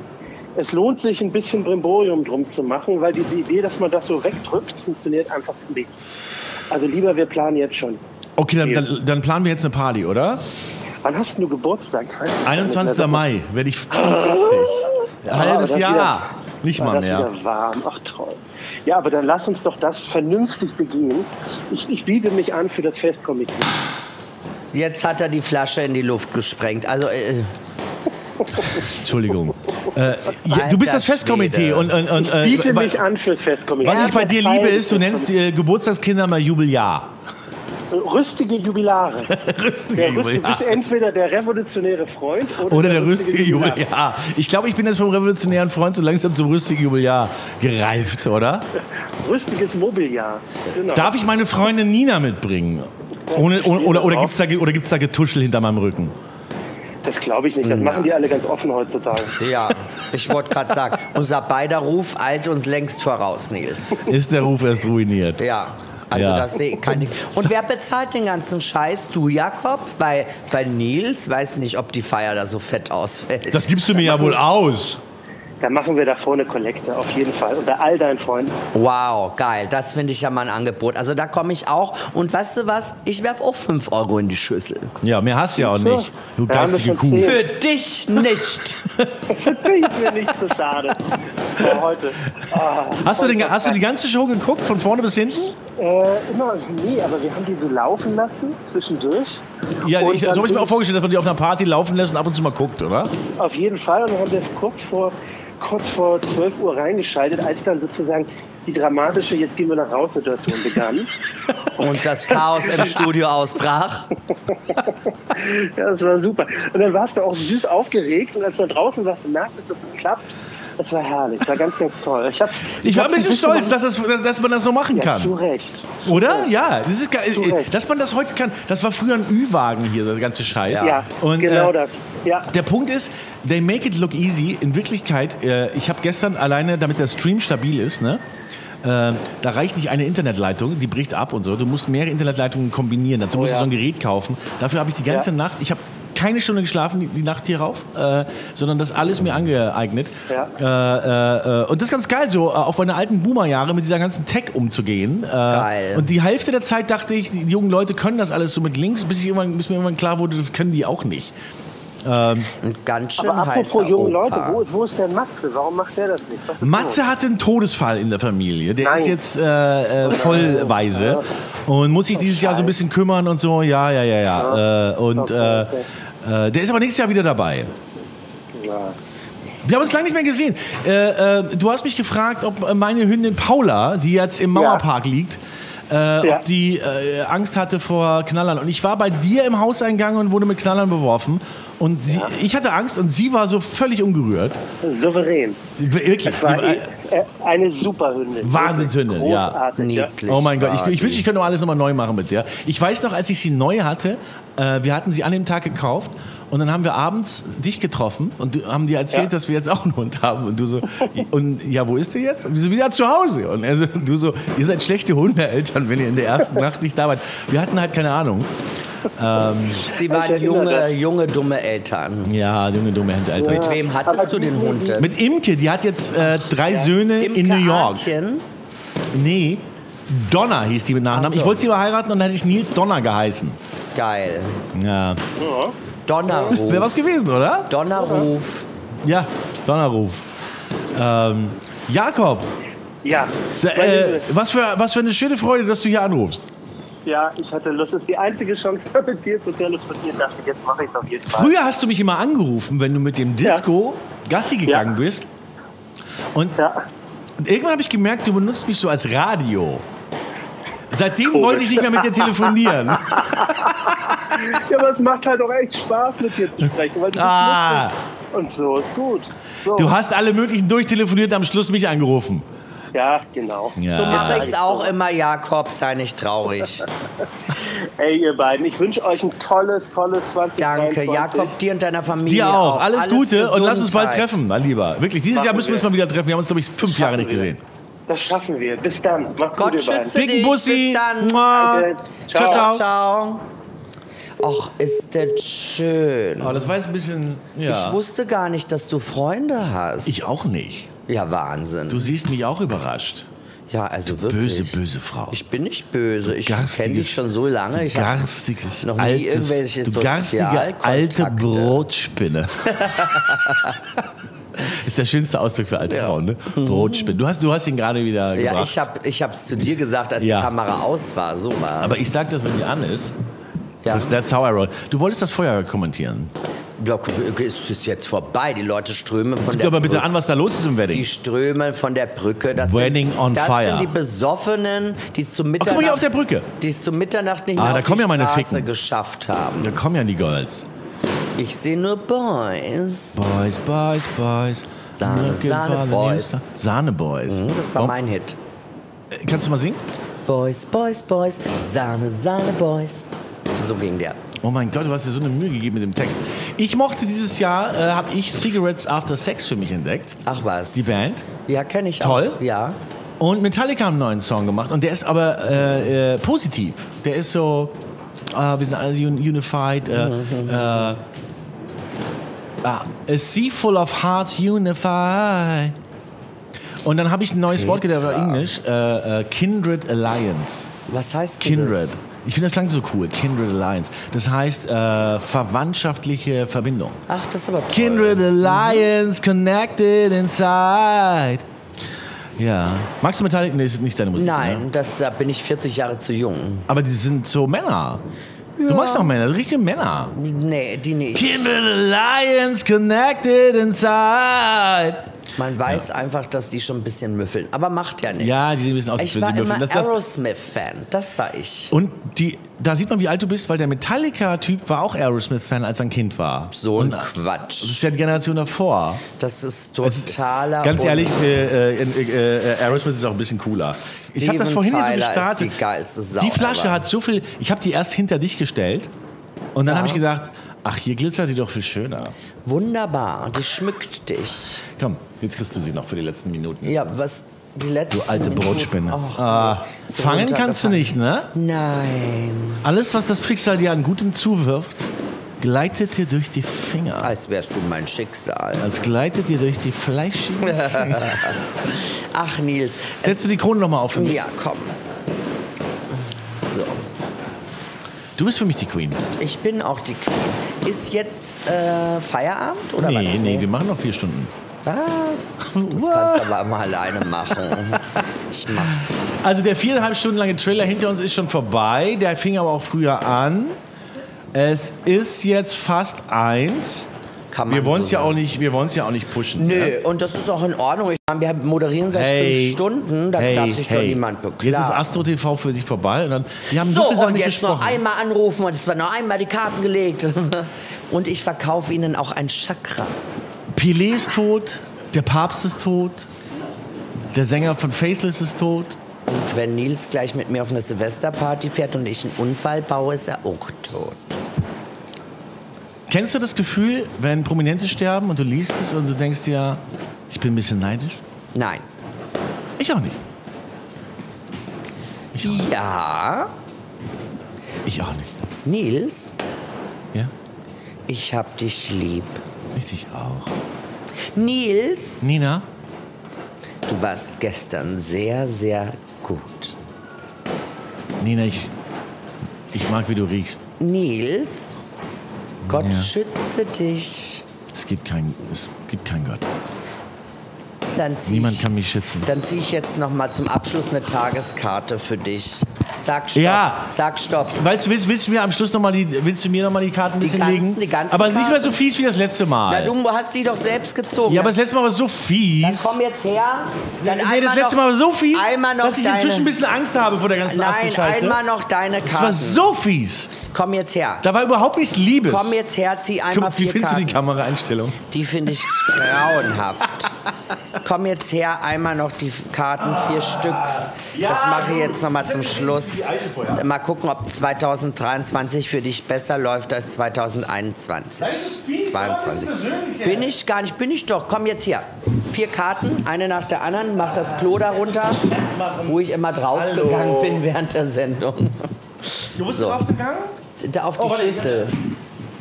Speaker 16: Es lohnt sich, ein bisschen Brimborium drum zu machen, weil diese Idee, dass man das so wegdrückt, funktioniert einfach nicht. Also lieber, wir planen jetzt schon.
Speaker 1: Okay, dann, dann, dann planen wir jetzt eine Party, oder?
Speaker 16: Wann hast denn du Geburtstag? Ich weiß es gar nicht mehr.
Speaker 1: 21. Mai werde ich 50. Ein
Speaker 16: Ah,
Speaker 1: halbes
Speaker 16: das
Speaker 1: Jahr.
Speaker 16: wieder-
Speaker 1: Nicht
Speaker 16: war
Speaker 1: mal
Speaker 16: das
Speaker 1: mehr.
Speaker 16: Wieder warm. Ach toll. Ja, aber dann lass uns doch das vernünftig begehen. Ich, ich biete mich an für das Festkomitee.
Speaker 2: Jetzt hat er die Flasche in die Luft gesprengt. Also, äh,
Speaker 1: Entschuldigung. Äh, ja, du bist das
Speaker 2: Alter
Speaker 1: Festkomitee
Speaker 2: Schwede.
Speaker 1: und, und, und
Speaker 16: Ich
Speaker 1: äh,
Speaker 16: biete
Speaker 1: wa-
Speaker 16: mich an fürs Festkomitee.
Speaker 1: was ich bei dir liebe ist, du nennst äh, Geburtstagskinder mal Jubeljahr.
Speaker 16: Rüstige Jubilare.
Speaker 1: Rüstige
Speaker 16: der Rüstige-
Speaker 1: Jubilare.
Speaker 16: bist entweder der revolutionäre Freund oder,
Speaker 1: Oder der rüstige Jubeljahr. Ich glaube, ich bin jetzt vom revolutionären Freund so langsam zum rüstigen Jubeljahr gereift, oder?
Speaker 16: Rüstiges Mobiliar. Genau.
Speaker 1: Darf ich meine Freundin Nina mitbringen? Ohne, ohne, oder oder gibt es da, ge- oder gibt's da Getuschel hinter meinem Rücken?
Speaker 16: Das glaube ich nicht. Das machen die alle ganz offen heutzutage.
Speaker 2: ja, ich wollte gerade sagen, unser beider Ruf eilt uns längst voraus, Nils.
Speaker 1: Ist der Ruf erst ruiniert?
Speaker 2: Ja. Also
Speaker 1: Ja.
Speaker 2: das sehe kann ich. Und wer bezahlt den ganzen Scheiß? Du, Jakob? Bei, bei Nils weiß nicht, ob die Feier da so fett ausfällt.
Speaker 1: Das gibst du mir ja wohl aus.
Speaker 16: Dann machen wir da vorne Kollekte, auf jeden Fall. Unter all deinen Freunden.
Speaker 2: Wow, geil. Das finde ich ja mal ein Angebot. Also da komme ich auch. Und weißt du was? Ich werf auch 5 Euro in die Schüssel.
Speaker 1: Ja, mehr hast du ja auch
Speaker 2: Siehst du?
Speaker 1: nicht. Du
Speaker 2: Da haben wir
Speaker 1: geizige
Speaker 2: schon
Speaker 1: Kuh.
Speaker 2: zehn. Für dich nicht.
Speaker 16: ist mir nicht so schade. So, heute. Ah,
Speaker 1: Hast du,
Speaker 16: heute
Speaker 1: den,
Speaker 16: ist
Speaker 1: hast du die
Speaker 16: geil.
Speaker 1: ganze Show geguckt, von vorne bis hinten?
Speaker 16: Äh, immer, nee, aber wir haben die so laufen lassen, zwischendurch.
Speaker 1: Ja,
Speaker 16: Und
Speaker 1: ich, so
Speaker 16: dann
Speaker 1: habe ich mir
Speaker 16: bin
Speaker 1: auch vorgestellt, dass man die auf einer Party laufen lässt und ab und zu mal guckt, oder?
Speaker 16: Auf jeden Fall. Und dann haben wir es kurz vor, kurz vor 12 Uhr reingeschaltet, als dann sozusagen die dramatische Jetzt gehen wir nach raus Situation begann.
Speaker 2: Und das Chaos im Studio ausbrach.
Speaker 16: ja, das war super. Und dann warst du auch süß aufgeregt. Und als du dann draußen warst und merktest, dass es klappt, das war herrlich. Das war ganz, ganz toll. Ich, hab,
Speaker 1: Ich war ein
Speaker 16: hab's
Speaker 1: bisschen stolz, dass,
Speaker 16: gemacht.
Speaker 1: das, dass, dass man das so machen
Speaker 16: Ja,
Speaker 1: kann.
Speaker 16: zu Recht. Zu
Speaker 1: Oder?
Speaker 16: Recht.
Speaker 1: Ja, das ist geil. Äh, Dass man das heute kann. Das war früher ein Ü-Wagen hier, das ganze Scheiß.
Speaker 16: Ja,
Speaker 1: Und,
Speaker 16: genau
Speaker 1: äh,
Speaker 16: das. Ja.
Speaker 1: Der Punkt ist, they make it look easy. In Wirklichkeit, äh, ich habe gestern alleine, damit der Stream stabil ist, ne? da reicht nicht eine Internetleitung, die bricht ab und so. Du musst mehrere Internetleitungen kombinieren. Dazu
Speaker 17: Oh
Speaker 1: musst
Speaker 17: ja.
Speaker 1: du so ein Gerät kaufen. Dafür habe ich die ganze
Speaker 17: Ja.
Speaker 1: Nacht, ich habe keine Stunde geschlafen die, die Nacht hier rauf, äh, sondern das alles mir angeeignet. Äh, äh, äh, und das ist ganz geil, so äh, auf meine alten Boomer-Jahre mit dieser ganzen Tech umzugehen. Äh, geil. Und die Hälfte der Zeit dachte ich, die jungen Leute können das alles so mit links, bis, ich irgendwann, bis mir irgendwann klar wurde, das können die auch nicht. Ähm,
Speaker 2: ganz
Speaker 16: Aber apropos junge Leute, wo, ist- wo ist der Matze? Warum macht der das nicht? Was ist
Speaker 1: Matze
Speaker 16: los?
Speaker 1: hatte einen Todesfall in der Familie. Der
Speaker 16: Nein.
Speaker 1: ist jetzt äh, äh, vollweise und muss sich dieses Jahr so ein bisschen kümmern und so. Ja, ja, ja, ja. Äh, und äh, äh, der ist aber nächstes Jahr wieder dabei. Wir haben uns lange nicht mehr gesehen. Äh, äh, du hast mich gefragt, ob meine Hündin Paula, die jetzt im Mauerpark liegt, äh, ob die äh, Angst hatte vor Knallern. Und ich war bei dir im Hauseingang und wurde mit Knallern beworfen. Und sie, ich hatte Angst und sie war so völlig ungerüht.
Speaker 16: Souverän.
Speaker 1: Wirklich.
Speaker 16: Das war
Speaker 1: Die-
Speaker 16: eh- äh, eine super Hündin.
Speaker 1: Wahnsinnshündin, ja.
Speaker 16: Großartig, ja.
Speaker 1: Oh mein Gott, ich, ich wünschte, ich könnte alles nochmal neu machen mit der. Ich weiß noch, als ich sie neu hatte, äh, wir hatten sie an dem Tag gekauft und dann haben wir abends dich getroffen und du- haben dir erzählt,
Speaker 17: Ja.
Speaker 1: dass wir jetzt auch einen Hund haben. Und du so, und ja, wo ist der jetzt? Und wir so, wieder zu Hause. Und er so, du so, ihr seid schlechte Hundeeltern, wenn ihr in der ersten Nacht nicht da wart. Wir hatten halt keine Ahnung. Ähm,
Speaker 2: Sie waren junge, junge, dumme Eltern.
Speaker 1: Ja, junge, dumme Eltern.
Speaker 2: Mit wem hattest
Speaker 1: Aber
Speaker 2: du den
Speaker 1: die-
Speaker 2: Hund denn?
Speaker 1: Mit Imke, die hat jetzt äh, drei Söhne in New York. Nee, Donner hieß die mit Nachnamen.
Speaker 2: Ach so.
Speaker 1: Ich wollte sie mal heiraten und dann hätte ich Nils Donner geheißen.
Speaker 2: Geil.
Speaker 1: Ja.
Speaker 2: Donnerruf.
Speaker 1: Wäre was gewesen, oder?
Speaker 2: Donnerruf.
Speaker 1: Ja, Donnerruf. Ähm, Jakob,
Speaker 16: Ja.
Speaker 1: da, äh, was, für, was für eine schöne Freude, dass du hier anrufst.
Speaker 16: ja, ich hatte Lust. Das ist die einzige Chance, mit dir zu telefonieren. Dachte, ich, jetzt mache ich es auf jeden Fall.
Speaker 1: Früher hast du mich immer angerufen, wenn du mit dem Disco Gassi gegangen bist. Und irgendwann habe ich gemerkt, du benutzt mich so als Radio. Seitdem wollte ich nicht mehr mit dir telefonieren.
Speaker 16: ja, aber es macht halt auch echt Spaß, mit dir zu sprechen, weil du bist
Speaker 1: Ah.
Speaker 16: lustig. Und so ist gut. So.
Speaker 1: Du hast alle möglichen durchtelefoniert, am Schluss mich angerufen.
Speaker 16: Ja, genau.
Speaker 1: Ja.
Speaker 2: So mache ich es auch immer, Jakob, sei nicht traurig.
Speaker 16: Ey, ihr beiden, ich wünsche euch ein tolles, tolles 20.
Speaker 2: Danke, Jakob, dir und deiner Familie.
Speaker 1: Dir auch. Alles, Gute und lass uns bald
Speaker 2: Gesundheit.
Speaker 1: treffen, mein Lieber. Wirklich, dieses
Speaker 16: Machen
Speaker 1: Jahr müssen wir uns
Speaker 16: wir.
Speaker 1: mal wieder treffen. Wir haben uns, glaube ich, fünf Jahre nicht gesehen.
Speaker 16: Das schaffen wir. Bis dann. Macht's
Speaker 2: Gott
Speaker 16: gut, ihr beiden.
Speaker 2: schütze dich. Bis dann.
Speaker 16: Danke. Ciao. Ciao,
Speaker 2: ciao. Och, ist das schön.
Speaker 1: Oh, das war jetzt ein bisschen.
Speaker 2: Ich wusste gar nicht, dass du Freunde hast.
Speaker 1: Ich auch nicht.
Speaker 2: Ja, Wahnsinn. Du
Speaker 1: siehst mich auch überrascht.
Speaker 2: Ja, also wirklich.
Speaker 1: Böse, böse Frau.
Speaker 2: Ich bin nicht böse. Ich kenne dich schon so lange. Ich hab
Speaker 1: garstiges,
Speaker 2: noch nie
Speaker 1: altes,
Speaker 2: irgendwelche
Speaker 1: du garstige
Speaker 2: Sozialkontakte.
Speaker 1: alte Brotspinne. ist der schönste Ausdruck für alte Frauen, ne? Brotspinne. Du hast, du hast ihn gerade wieder
Speaker 2: Ja,
Speaker 1: gebracht.
Speaker 2: ich hab, ich hab's zu dir gesagt, als
Speaker 1: Ja.
Speaker 2: die Kamera aus war, so mal.
Speaker 1: Aber ich sag das, wenn die an ist. Ja. That's how I roll. Du wolltest das Feuerwerk kommentieren.
Speaker 2: Ja, guck, es ist jetzt vorbei. Die Leute strömen von
Speaker 1: Gib
Speaker 2: der
Speaker 1: doch mal bitte
Speaker 2: Brücke.
Speaker 1: an, was da los ist im Wedding.
Speaker 2: Die strömen von der Brücke. Das
Speaker 1: Wedding
Speaker 2: sind,
Speaker 1: on
Speaker 2: das
Speaker 1: fire.
Speaker 2: sind die Besoffenen, die es zu
Speaker 1: guck
Speaker 2: Mitternacht.
Speaker 1: mal hier auf der Brücke.
Speaker 2: Die es zu Mitternacht nicht
Speaker 1: Ah,
Speaker 2: mehr
Speaker 1: da
Speaker 2: auf
Speaker 1: kommen
Speaker 2: die
Speaker 1: ja meine
Speaker 2: Straße
Speaker 1: Ficken.
Speaker 2: geschafft haben.
Speaker 1: Da kommen ja die Girls.
Speaker 2: Ich sehe nur Boys.
Speaker 1: Boys, Boys, Boys.
Speaker 2: Sahne,
Speaker 1: Looking
Speaker 2: Sahne
Speaker 1: for the
Speaker 2: Boys. Hm,
Speaker 1: new star- Sahne Boys.
Speaker 2: das war
Speaker 1: Warum-
Speaker 2: mein Hit.
Speaker 1: Äh, Kannst du mal singen?
Speaker 2: Boys, Boys, Boys, Sahne, Sahne, Boys. So ging der.
Speaker 1: Oh mein Gott, du hast dir so eine Mühe gegeben mit dem Text. Ich mochte dieses Jahr, äh, habe ich Cigarettes After Sex für mich entdeckt.
Speaker 2: Ach was.
Speaker 1: Die Band.
Speaker 2: Ja, kenne ich
Speaker 1: Toll.
Speaker 2: auch. Ja.
Speaker 1: Und Metallica haben einen neuen Song gemacht und der ist aber äh, äh, positiv. Der ist so, ah, wir sind alle un unified.
Speaker 2: Mhm,
Speaker 1: Äh, äh, ah, a sea full of hearts unified. Und dann habe ich ein neues Wort gedacht, auf Englisch, äh, äh, Kindred Alliance.
Speaker 2: Was heißt denn
Speaker 1: Kindred.
Speaker 2: das?
Speaker 1: Ich finde das klang so cool, Kindred Alliance. Das heißt äh, verwandtschaftliche Verbindung.
Speaker 2: Ach, das ist aber toll.
Speaker 1: Kindred Alliance connected inside. Ja. Magst du Metallica? Nee, ist nicht deine Musik.
Speaker 2: Nein,
Speaker 1: Ne?
Speaker 2: das, da bin ich 40 Jahre zu jung.
Speaker 1: Aber die sind so Männer. Du magst doch Männer, also richtige Männer.
Speaker 2: Nee, die nicht.
Speaker 1: Kindred Alliance connected inside.
Speaker 2: Man weiß einfach, dass die schon ein bisschen müffeln. Aber macht ja nichts.
Speaker 1: Ja, die sehen ein bisschen aus, als
Speaker 2: Ich
Speaker 1: wenn
Speaker 2: war
Speaker 1: sie müffeln.
Speaker 2: immer
Speaker 1: Das- das-
Speaker 2: Aerosmith-Fan. Das war ich.
Speaker 1: Und die, da sieht man, wie alt du bist, weil der Metallica-Typ war auch Aerosmith-Fan, als er ein Kind war.
Speaker 2: So ein Quatsch.
Speaker 1: Das ist ja die Generation davor.
Speaker 2: Das ist totaler.
Speaker 1: Ganz
Speaker 2: Un-
Speaker 1: ehrlich, äh, äh, äh, äh, Aerosmith ist auch ein bisschen cooler. ich habe das
Speaker 2: Steven
Speaker 1: vorhin hier so
Speaker 2: Tyler ist
Speaker 1: gestartet.
Speaker 2: die geilste Sau
Speaker 1: Die Flasche
Speaker 2: ever.
Speaker 1: hat so viel. Ich habe die erst hinter dich gestellt und dann
Speaker 2: Ja.
Speaker 1: habe ich gedacht, ach, hier glitzert die doch viel schöner.
Speaker 2: Wunderbar, die schmückt dich.
Speaker 1: Komm, jetzt kriegst du sie noch für die letzten Minuten.
Speaker 2: Ja, was. Die letzten Oh,
Speaker 1: Du alte
Speaker 2: Minuten-
Speaker 1: Brotspinne.
Speaker 2: Och,
Speaker 1: ah,
Speaker 2: so
Speaker 1: fangen kannst du
Speaker 2: runtergefallen.
Speaker 1: nicht, ne?
Speaker 2: Nein.
Speaker 1: Alles, was das Schicksal dir an Guten zuwirft, gleitet dir durch die Finger.
Speaker 2: Als wärst du mein Schicksal.
Speaker 1: Als gleitet dir durch die fleischigen Finger.
Speaker 2: Ach, Nils.
Speaker 1: Setzt du die Krone nochmal auf für mich?
Speaker 2: Ja, komm. So.
Speaker 1: Du bist für mich die Queen.
Speaker 2: Ich bin auch die Queen. Ist jetzt äh, Feierabend oder
Speaker 1: nee,
Speaker 2: was?
Speaker 1: nee, wir machen noch vier Stunden.
Speaker 2: Was? Das kannst du aber immer alleine machen. Ich mach.
Speaker 1: Also der viereinhalb Stunden lange Trailer hinter uns ist schon vorbei. Der fing aber auch früher an. Es ist jetzt fast eins.
Speaker 2: Kann man
Speaker 1: wir wollen es
Speaker 2: so
Speaker 1: ja
Speaker 2: sagen.
Speaker 1: auch nicht, wir wollen es ja auch nicht pushen.
Speaker 2: Nö,
Speaker 1: ne?
Speaker 2: und das ist auch in Ordnung. Ich meine, wir moderieren seit
Speaker 1: Hey,
Speaker 2: fünf Stunden, da
Speaker 1: hey,
Speaker 2: darf sich doch
Speaker 1: hey.
Speaker 2: niemand beklagen.
Speaker 1: Jetzt ist Astro TV für dich vorbei und dann wir haben so,
Speaker 2: so,
Speaker 1: viel Sachen
Speaker 2: und
Speaker 1: nicht
Speaker 2: jetzt noch
Speaker 1: gesprochen.
Speaker 2: einmal anrufen und es werden noch einmal die Karten gelegt. Und ich verkaufe Ihnen auch ein Chakra.
Speaker 1: Pelé ist tot, der Papst ist tot, der Sänger von Faithless ist tot.
Speaker 2: Und wenn Nils gleich mit mir auf eine Silvesterparty fährt und ich einen Unfall baue, ist er auch tot.
Speaker 1: Kennst du das Gefühl, wenn Prominente sterben und du liest es und du denkst dir, ich bin ein bisschen neidisch?
Speaker 2: Nein.
Speaker 1: Ich auch nicht.
Speaker 2: Ja,
Speaker 1: Ich auch nicht.
Speaker 2: Nils,
Speaker 1: Ja?
Speaker 2: ich hab dich lieb.
Speaker 1: Ich dich auch.
Speaker 2: Nils,
Speaker 1: Nina?
Speaker 2: du warst gestern sehr, sehr gut.
Speaker 1: Nina, ich, ich mag, wie du riechst.
Speaker 2: Nils, Gott
Speaker 1: Ja.
Speaker 2: schütze dich.
Speaker 1: Es gibt keinen es gibt keinen Gott.
Speaker 2: Dann zieh
Speaker 1: Niemand
Speaker 2: ich,
Speaker 1: kann mich schützen.
Speaker 2: Dann ziehe ich jetzt noch mal zum Abschluss eine Tageskarte für dich. Sag stopp.
Speaker 1: Ja.
Speaker 2: Sag stopp.
Speaker 1: Weißt, du, willst, willst du mir am Schluss noch mal die, willst du mir nochmal die Karten ein
Speaker 2: Die
Speaker 1: bisschen
Speaker 2: ganzen-
Speaker 1: legen?
Speaker 2: die ganzen
Speaker 1: aber nicht mehr
Speaker 2: Karten.
Speaker 1: so fies wie das letzte
Speaker 2: Na,
Speaker 1: Mal.
Speaker 2: du hast die doch selbst gezogen.
Speaker 1: ja, aber das letzte Mal war so fies.
Speaker 2: dann komm jetzt her. Dann
Speaker 1: nee,
Speaker 2: einmal
Speaker 1: das letzte
Speaker 2: noch,
Speaker 1: Mal war so fies,
Speaker 2: einmal noch
Speaker 1: dass ich
Speaker 2: deine,
Speaker 1: inzwischen ein bisschen Angst habe vor der ganzen
Speaker 2: Nein,
Speaker 1: Asterscheiße.
Speaker 2: einmal noch deine Karten.
Speaker 1: Das war so fies.
Speaker 2: Komm jetzt her.
Speaker 1: Da war überhaupt nichts Liebes.
Speaker 2: Komm jetzt her, zieh
Speaker 1: Guck mal,
Speaker 2: einmal
Speaker 1: Wie
Speaker 2: vier
Speaker 1: findest du
Speaker 2: Karten.
Speaker 1: die Kameraeinstellung?
Speaker 2: Die finde ich grauenhaft. Komm jetzt her, einmal noch die Karten, vier Stück. Das mache ich jetzt nochmal zum Schluss. Mal gucken, ob 2023 für dich besser läuft als 2021. 22. Bin ich gar nicht, bin ich doch. Komm jetzt hier. Vier Karten, eine nach der anderen. Mach das Klo darunter, wo ich immer draufgegangen
Speaker 1: Hallo.
Speaker 2: bin während der Sendung.
Speaker 1: Du bist
Speaker 2: So.
Speaker 1: draufgegangen?
Speaker 2: Da auf die
Speaker 1: Oh, warte, ich-
Speaker 2: Schüssel.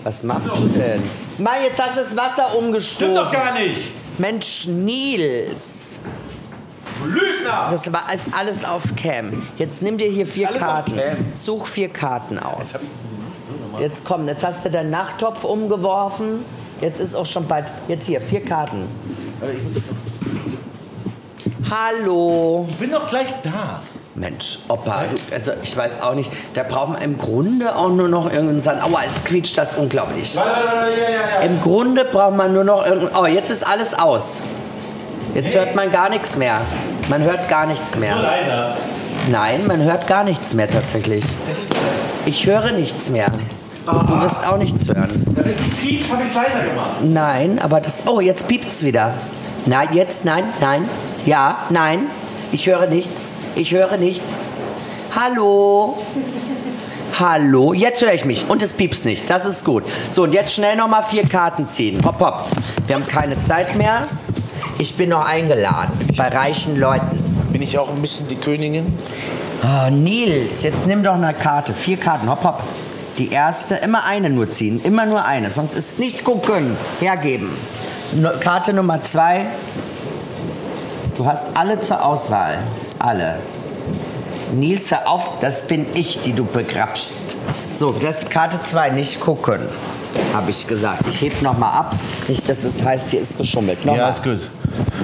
Speaker 2: Was machst du denn? Mann, jetzt hast du das Wasser umgestoßen.
Speaker 1: Stimmt doch gar nicht.
Speaker 2: Mensch, Nils.
Speaker 1: Lügner!
Speaker 2: Das war ist alles auf Cam. Jetzt nimm dir hier vier
Speaker 1: Alles auf
Speaker 2: Karten.
Speaker 1: Cam.
Speaker 2: Such vier Karten aus. Jetzt komm, jetzt hast du deinen Nachttopf umgeworfen. Jetzt ist auch schon bald. Jetzt hier, vier Karten. Hallo.
Speaker 1: Ich bin doch gleich da.
Speaker 2: Mensch, Opa, du, also ich weiß auch nicht, da brauchen wir im Grunde auch nur noch irgendeinen Sand. Aua, jetzt quietscht das unglaublich. Im Grunde braucht man nur noch irgendeinen. Oh, jetzt ist alles aus. Jetzt hört man gar nichts mehr. Man hört gar nichts mehr.
Speaker 1: leiser.
Speaker 2: Nein, man hört gar nichts mehr tatsächlich. Ich höre nichts mehr. Du wirst auch nichts hören.
Speaker 1: Da ist Piep, habe ich leiser gemacht.
Speaker 2: Nein, aber das. Oh, jetzt piepst's wieder. Nein, jetzt, nein, nein. Ja, nein. Ich höre nichts. Ich höre nichts. Hallo. Hallo. Jetzt höre ich mich. Und es piepst nicht. Das ist gut. So, und jetzt schnell nochmal vier Karten ziehen. Hopp, hopp. Wir haben keine Zeit mehr. Ich bin noch eingeladen. Bei reichen Leuten.
Speaker 17: Bin ich auch ein bisschen die Königin?
Speaker 2: Ah, Nils, jetzt nimm doch eine Karte. Vier Karten, hopp, hopp. Die erste, immer eine nur ziehen, immer nur eine, sonst ist nicht gucken, hergeben. Nu- Karte Nummer zwei. Du hast alle zur Auswahl, alle. Nils, hör auf, das bin ich, die du begrapschst. So, das ist Karte zwei, nicht gucken, habe ich gesagt. Ich heb noch mal ab, nicht, dass es heißt, hier ist geschummelt. Noch
Speaker 1: ja,
Speaker 2: mal.
Speaker 1: ist gut.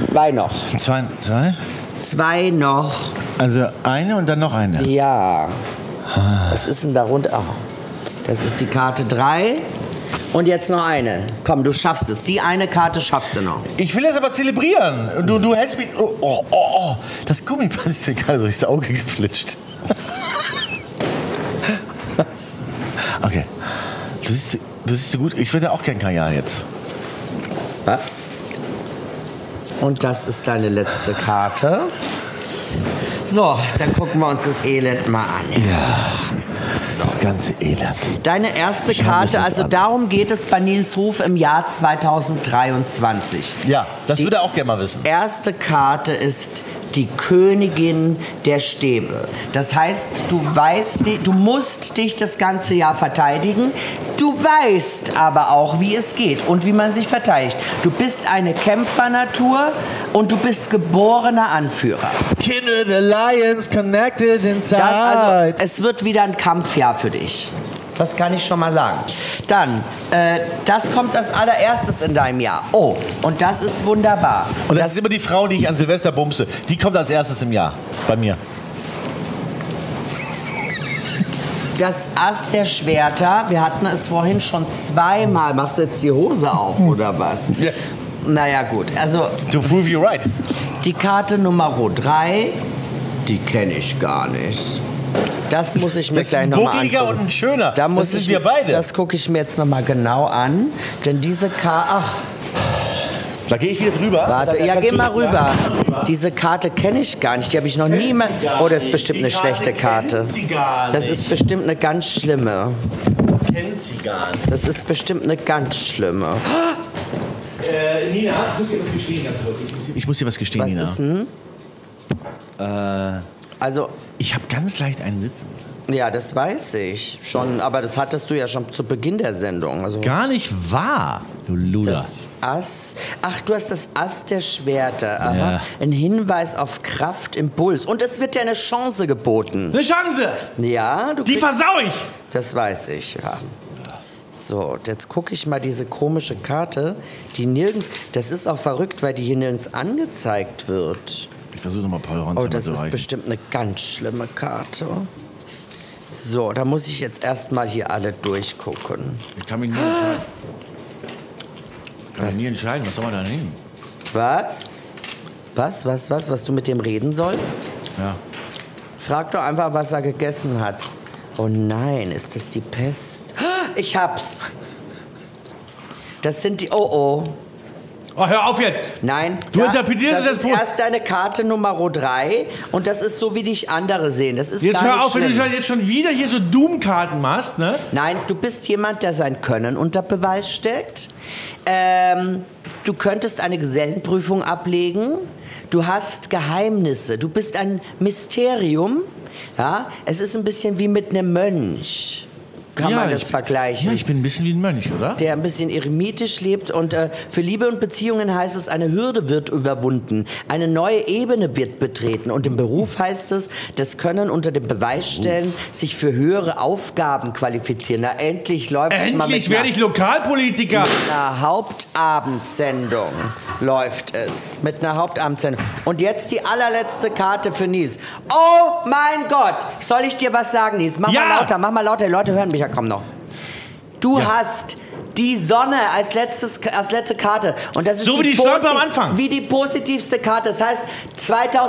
Speaker 2: Zwei noch.
Speaker 1: Zwei, zwei?
Speaker 2: Zwei noch.
Speaker 1: Also eine und dann noch eine.
Speaker 2: Ja. Was ist denn da runter? Ah, Das ist die Karte 3. Und jetzt noch eine. Komm, du schaffst es. Die eine Karte schaffst du noch.
Speaker 1: Ich will das aber zelebrieren. Du, du hältst mich. Oh, oh, oh, oh. Das Gummiband ist mir gerade so durchs Auge geflitscht. okay. Du siehst, du siehst so gut. Ich würde auch gern Kajal jetzt.
Speaker 2: Was? Und das ist deine letzte Karte. So, dann gucken wir uns das Elend mal an.
Speaker 1: Ja. Das ganze Elend.
Speaker 2: Deine erste
Speaker 1: Schau mich
Speaker 2: Karte,
Speaker 1: das
Speaker 2: also
Speaker 1: an.
Speaker 2: darum geht es bei Nils Ruf im Jahr 2023.
Speaker 1: Ja, das würde er auch gerne mal wissen.
Speaker 2: Erste Karte ist die Königin der Stäbe. Das heißt, du weißt, di- du musst dich das ganze Jahr verteidigen. Du weißt aber auch, wie es geht und wie man sich verteidigt. Du bist eine Kämpfernatur und du bist geborener Anführer.
Speaker 17: Kindred Alliance connected inside.
Speaker 2: Das, also, es wird wieder ein Kampfjahr für dich. Das kann ich schon mal sagen. Dann, äh, das kommt als allererstes in deinem Jahr. Oh, und das ist wunderbar.
Speaker 17: und das, ist immer die Frau, die ich an Silvester bumse. Die kommt als erstes im Jahr bei mir.
Speaker 2: Das Ass der Schwerter, wir hatten es vorhin schon zweimal. Machst du jetzt die Hose auf oder was? Ja. Naja, gut. Also.
Speaker 17: Hm. To prove you right.
Speaker 2: Die Karte Nummer 3, die kenne ich gar nicht. Das muss ich mir
Speaker 17: Das ist
Speaker 2: gleich
Speaker 17: ein
Speaker 2: nochmal angucken.
Speaker 17: buckeliger und ein schöner.
Speaker 2: Da muss
Speaker 17: Das sind
Speaker 2: ich,
Speaker 17: wir beide.
Speaker 2: Das gucke ich mir jetzt nochmal genau an. Denn diese Karte. Ach,
Speaker 17: Da gehe ich wieder drüber.
Speaker 2: Warte, ja, geh mal rüber. Diese Karte kenne ich gar nicht. Die habe ich noch nie mal.
Speaker 17: gar
Speaker 2: Oh, das ist
Speaker 17: nicht.
Speaker 2: bestimmt
Speaker 17: Die
Speaker 2: eine
Speaker 17: Karte
Speaker 2: schlechte
Speaker 17: kennt
Speaker 2: Karte.
Speaker 17: sie gar
Speaker 2: Das
Speaker 17: nicht.
Speaker 2: ist bestimmt eine ganz schlimme.
Speaker 17: Kennt sie gar nicht.
Speaker 2: Das ist bestimmt eine ganz schlimme.
Speaker 17: Äh, Nina, ich muss dir was gestehen, ganz kurz. Ich muss dir-
Speaker 1: Ich muss dir was gestehen,
Speaker 2: Was
Speaker 1: Nina.
Speaker 2: ist denn?
Speaker 1: Äh,
Speaker 2: also.
Speaker 1: Ich habe ganz leicht einen Sitzen.
Speaker 2: Ja, das weiß ich schon. Aber das hattest du ja schon zu Beginn der Sendung. Also
Speaker 1: Gar nicht wahr, du Luder.
Speaker 2: Das Ass. Ach, du hast das Ass der Schwerter. Aha.
Speaker 1: Ja.
Speaker 2: Ein Hinweis auf Kraft, Impuls. Und es wird dir eine Chance geboten.
Speaker 1: Eine Chance!
Speaker 2: Ja, du
Speaker 1: Die
Speaker 2: kriegst-
Speaker 1: versau ich!
Speaker 2: Das weiß ich, ja. So, und jetzt gucke ich mal diese komische Karte, die nirgends. Das ist auch verrückt, weil die hier nirgends angezeigt wird.
Speaker 1: Ich versuche nochmal Paul Ronsheimer
Speaker 2: Oh, das
Speaker 1: zu
Speaker 2: ist
Speaker 1: erreichen.
Speaker 2: bestimmt eine ganz schlimme Karte. So, da muss ich jetzt erstmal hier alle durchgucken.
Speaker 1: Ich kann mich nie entscheiden. Kann mich nie entscheiden, was soll man da nehmen?
Speaker 2: Was? Was, was, was, was du mit dem reden sollst?
Speaker 1: Ja.
Speaker 2: Frag doch einfach, was er gegessen hat. Oh nein, ist das die Pest? Ich hab's. Das sind die. Oh oh.
Speaker 1: Oh, hör auf jetzt!
Speaker 2: Nein.
Speaker 1: Du interpretierst es
Speaker 2: das
Speaker 1: jetzt
Speaker 2: ist
Speaker 1: gut.
Speaker 2: erst deine Karte Nummer 3 und das ist so, wie dich andere sehen. Das ist
Speaker 1: Jetzt
Speaker 2: gar
Speaker 1: hör
Speaker 2: nicht
Speaker 1: auf, wenn du
Speaker 2: schlimm.
Speaker 1: schon- jetzt schon wieder hier so Doom-Karten machst, ne?
Speaker 2: Nein, du bist jemand, der sein Können unter Beweis stellt. Ähm, du könntest eine Gesellenprüfung ablegen. Du hast Geheimnisse. Du bist ein Mysterium. Ja, es ist ein bisschen wie mit einem Mönch. Kann
Speaker 1: ja,
Speaker 2: man das
Speaker 1: ich,
Speaker 2: vergleichen?
Speaker 1: Ja, ich bin ein bisschen wie ein Mönch, oder?
Speaker 2: der ein bisschen eremitisch lebt und äh, für Liebe und Beziehungen heißt es, eine Hürde wird überwunden, eine neue Ebene wird betreten und im Beruf heißt es, das Können unter dem Beweis stellen, sich für höhere Aufgaben qualifizieren. Na, endlich läuft es mal
Speaker 1: Endlich
Speaker 2: mit
Speaker 1: werde ich Lokalpolitiker!
Speaker 2: einer Hauptabendsendung läuft es. Mit einer Hauptabendsendung. Und jetzt die allerletzte Karte für Nils. Oh mein Gott! Soll ich dir was sagen, Nils? Mach mal
Speaker 1: Ja!
Speaker 2: lauter, mach mal lauter. Die Leute hören mich ja kaum noch. Du hast die Sonne als, letztes, als letzte Karte. Und das ist
Speaker 1: So wie die
Speaker 2: posi-
Speaker 1: Stolpe am Anfang.
Speaker 2: Wie die positivste Karte. Das heißt,